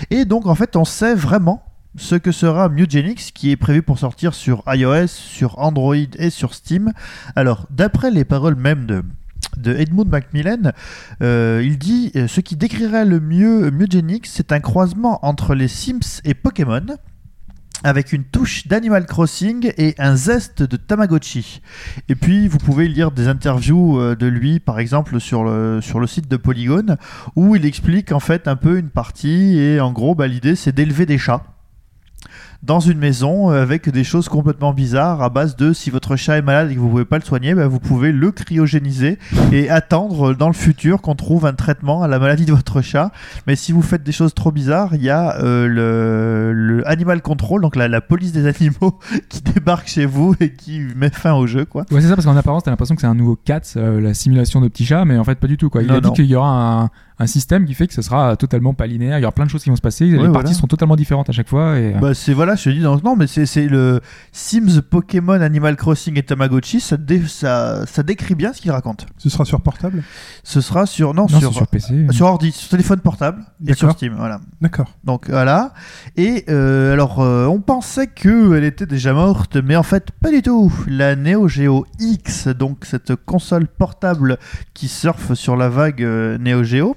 [SPEAKER 4] Et donc en fait on sait vraiment ce que sera Mugenix qui est prévu pour sortir sur iOS, sur Android et sur Steam. Alors d'après les paroles même de de Edmund Macmillan, euh, il dit euh, ce qui décrirait le mieux Mugenix, c'est un croisement entre les Sims et Pokémon, avec une touche d'Animal Crossing et un zeste de Tamagotchi. Et puis vous pouvez lire des interviews euh, de lui, par exemple sur le sur le site de Polygon, où il explique en fait un peu une partie et en gros bah, l'idée c'est d'élever des chats. Dans une maison euh, avec des choses complètement bizarres à base de si votre chat est malade et que vous pouvez pas le soigner, bah, vous pouvez le cryogéniser et attendre euh, dans le futur qu'on trouve un traitement à la maladie de votre chat. Mais si vous faites des choses trop bizarres, il y a euh, le, le Animal Control, donc la, la police des animaux, qui débarque chez vous et qui met fin au jeu, quoi.
[SPEAKER 3] Ouais, c'est ça, parce qu'en apparence, t'as l'impression que c'est un nouveau Cats, euh, la simulation de petits chats, mais en fait, pas du tout. Quoi. Il
[SPEAKER 4] Non,
[SPEAKER 3] a dit
[SPEAKER 4] non.
[SPEAKER 3] qu'il y aura un, un système qui fait que ce sera totalement pas linéaire, il y aura plein de choses qui vont se passer, les
[SPEAKER 4] Ouais,
[SPEAKER 3] parties
[SPEAKER 4] voilà.
[SPEAKER 3] seront totalement différentes à chaque fois. Et...
[SPEAKER 4] Bah c'est voilà, je te dis donc non, mais c'est c'est le Sims, Pokémon, Animal Crossing et Tamagotchi, ça, dé- ça, ça décrit bien ce qu'il raconte.
[SPEAKER 2] Ce sera sur portable
[SPEAKER 4] Ce sera sur non,
[SPEAKER 3] non, c'est
[SPEAKER 4] sur, ah,
[SPEAKER 3] sur PC.
[SPEAKER 4] sur ordi, sur téléphone portable et sur
[SPEAKER 2] D'accord.
[SPEAKER 4] Steam, voilà.
[SPEAKER 2] D'accord.
[SPEAKER 4] Donc voilà. Et euh, alors, euh, on pensait qu'elle était déjà morte, mais en fait, pas du tout. La Neo Geo X, donc cette console portable qui surfe sur la vague euh, Neo Geo,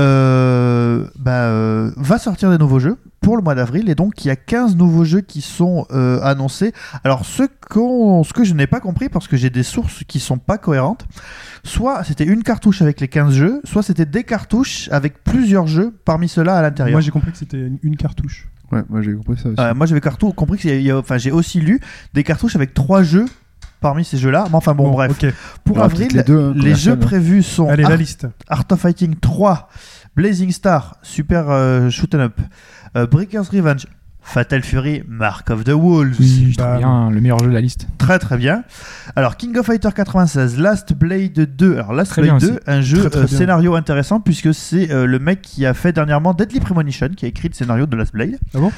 [SPEAKER 4] euh, bah, euh, va sortir des nouveaux jeux pour le mois d'avril. Et donc, il y a 15 nouveaux jeux qui sont euh, annoncés. Alors, ce, qu'on- ce que je n'ai pas compris, parce que j'ai des sources qui sont pas cohérentes, soit c'était une cartouche avec les 15 jeux, soit c'était des cartouches avec plusieurs jeux parmi ceux-là à l'intérieur.
[SPEAKER 2] Moi, j'ai compris que c'était une, une cartouche.
[SPEAKER 5] Ouais, moi j'ai compris ça aussi.
[SPEAKER 4] Euh, moi, j'avais cartou- compris que c'est- il y a- enfin, j'ai aussi lu des cartouches avec trois jeux parmi ces jeux-là. Mais enfin, bon, bref.
[SPEAKER 2] Ok.
[SPEAKER 4] Pour
[SPEAKER 5] Alors,
[SPEAKER 4] avril,
[SPEAKER 5] peut-être les deux, hein, qu'on
[SPEAKER 4] les jeux
[SPEAKER 5] enchaîne, hein.
[SPEAKER 4] prévus sont
[SPEAKER 2] Allez,
[SPEAKER 4] Ar-
[SPEAKER 2] la liste.
[SPEAKER 4] Art of Fighting 3, Blazing Star, Super euh, Shoot 'em Up, euh, Breaker's Revenge, Fatal Fury, Mark of the Wolves.
[SPEAKER 3] Oui, je
[SPEAKER 2] Bah,
[SPEAKER 3] trouve bien le meilleur jeu de la liste.
[SPEAKER 4] Très très bien. Alors King of Fighter 96, Last Blade 2. Alors Last
[SPEAKER 3] Très
[SPEAKER 4] Blade 2,
[SPEAKER 3] bien aussi.
[SPEAKER 4] un jeu
[SPEAKER 2] Très, très
[SPEAKER 4] euh,
[SPEAKER 2] bien.
[SPEAKER 4] scénario intéressant puisque c'est euh, le mec qui a fait dernièrement Deadly Premonition qui a écrit le scénario de Last Blade.
[SPEAKER 2] Bon.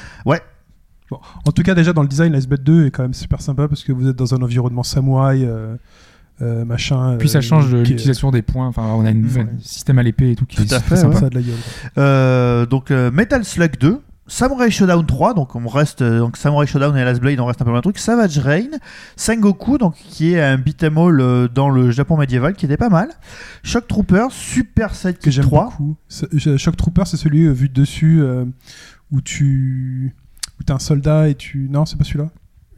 [SPEAKER 2] En tout cas, déjà dans le design, Ice 2 est quand même super sympa parce que vous êtes dans un environnement samouraï, euh, euh, machin.
[SPEAKER 3] Puis ça
[SPEAKER 2] euh,
[SPEAKER 3] change de
[SPEAKER 2] qui est-
[SPEAKER 3] l'utilisation des points. Enfin, on a une-
[SPEAKER 2] Ouais.
[SPEAKER 3] un système à l'épée et tout qui
[SPEAKER 4] Tout
[SPEAKER 3] est
[SPEAKER 4] à
[SPEAKER 3] très
[SPEAKER 4] fait,
[SPEAKER 3] sympa.
[SPEAKER 2] Ça a de la gueule.
[SPEAKER 4] Euh, donc euh, Metal Slug 2, Samurai Showdown 3, donc on reste euh, donc Samurai Showdown et Last Blade, on reste un peu dans le truc. Savage Rain, Sengoku, donc qui est un beat'em all euh, dans le Japon médiéval, qui était pas mal. Shock Trooper, Super
[SPEAKER 2] que
[SPEAKER 4] Sidekick
[SPEAKER 2] j'aime
[SPEAKER 4] 3.
[SPEAKER 2] beaucoup. Ce- je- Shock Trooper, c'est celui euh, vu de dessus euh, où tu où t'es un soldat et tu non, c'est pas celui-là.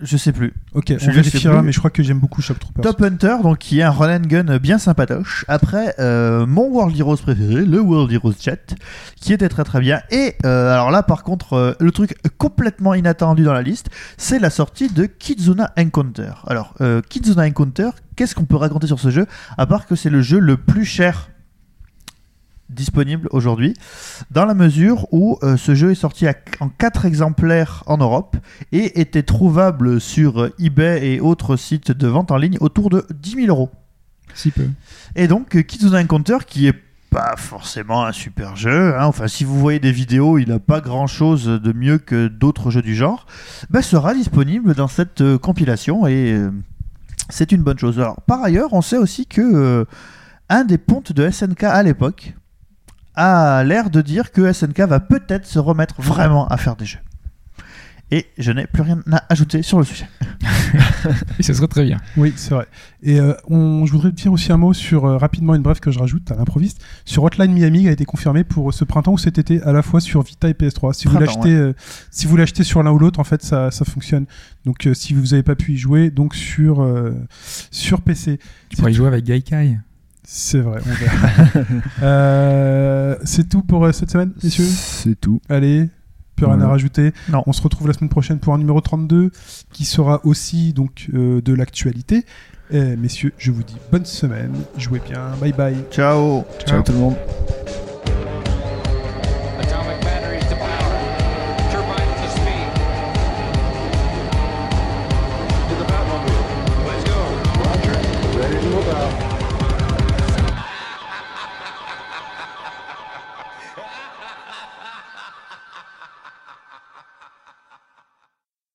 [SPEAKER 4] Je sais plus.
[SPEAKER 2] Ok,
[SPEAKER 4] Celui-là,
[SPEAKER 2] on
[SPEAKER 4] je sais
[SPEAKER 2] vérifiera,
[SPEAKER 4] plus.
[SPEAKER 2] mais je crois que j'aime beaucoup Shock Trooper.
[SPEAKER 4] Top Hunter, donc qui est un run and gun bien sympatoche. Après, euh, mon World Heroes préféré, le World Heroes Jet, qui était très très bien. Et euh, alors là, par contre, euh, le truc complètement inattendu dans la liste, c'est la sortie de Kizuna Encounter. Alors, euh, Kizuna Encounter, qu'est-ce qu'on peut raconter sur ce jeu À part que c'est le jeu le plus cher disponible aujourd'hui, dans la mesure où euh, ce jeu est sorti à- en 4 exemplaires en Europe et était trouvable sur euh, eBay et autres sites de vente en ligne autour de 10 000 euros.
[SPEAKER 3] Si peu.
[SPEAKER 4] Et donc, euh, Kitsune Encounter, qui est pas forcément un super jeu, hein, enfin, si vous voyez des vidéos, il n'a pas grand chose de mieux que d'autres jeux du genre, bah, sera disponible dans cette euh, compilation et euh, c'est une bonne chose. Alors, par ailleurs, on sait aussi que euh, un des pontes de SNK à l'époque a l'air de dire que SNK va peut-être se remettre vraiment à faire des jeux. Et je n'ai plus rien à ajouter sur le sujet.
[SPEAKER 3] Et ce serait très bien.
[SPEAKER 2] Oui, c'est vrai. Et euh, on, je voudrais dire aussi un mot sur euh, rapidement une brève que je rajoute à l'improviste sur Hotline Miami qui a été confirmé pour ce printemps ou cet été à la fois sur Vita et PS3. Si
[SPEAKER 4] Printemps,
[SPEAKER 2] vous l'achetez, euh, si vous l'achetez sur l'un ou l'autre, en fait, ça, ça fonctionne. Donc, euh, si vous n'avez pas pu y jouer, donc sur euh, sur PC,
[SPEAKER 3] Tu pourrais y jouer avec Gaikai.
[SPEAKER 2] c'est vrai. on verra. Euh, c'est tout pour euh, cette semaine, messieurs.
[SPEAKER 5] C'est tout.
[SPEAKER 2] Allez, plus rien à
[SPEAKER 5] Voilà.
[SPEAKER 2] rajouter.
[SPEAKER 4] Non.
[SPEAKER 2] On se retrouve la semaine prochaine pour un numéro 32 qui sera aussi donc euh, de l'actualité. Eh, messieurs, je vous dis bonne semaine, jouez bien, bye bye.
[SPEAKER 4] Ciao
[SPEAKER 5] Ciao tout le monde.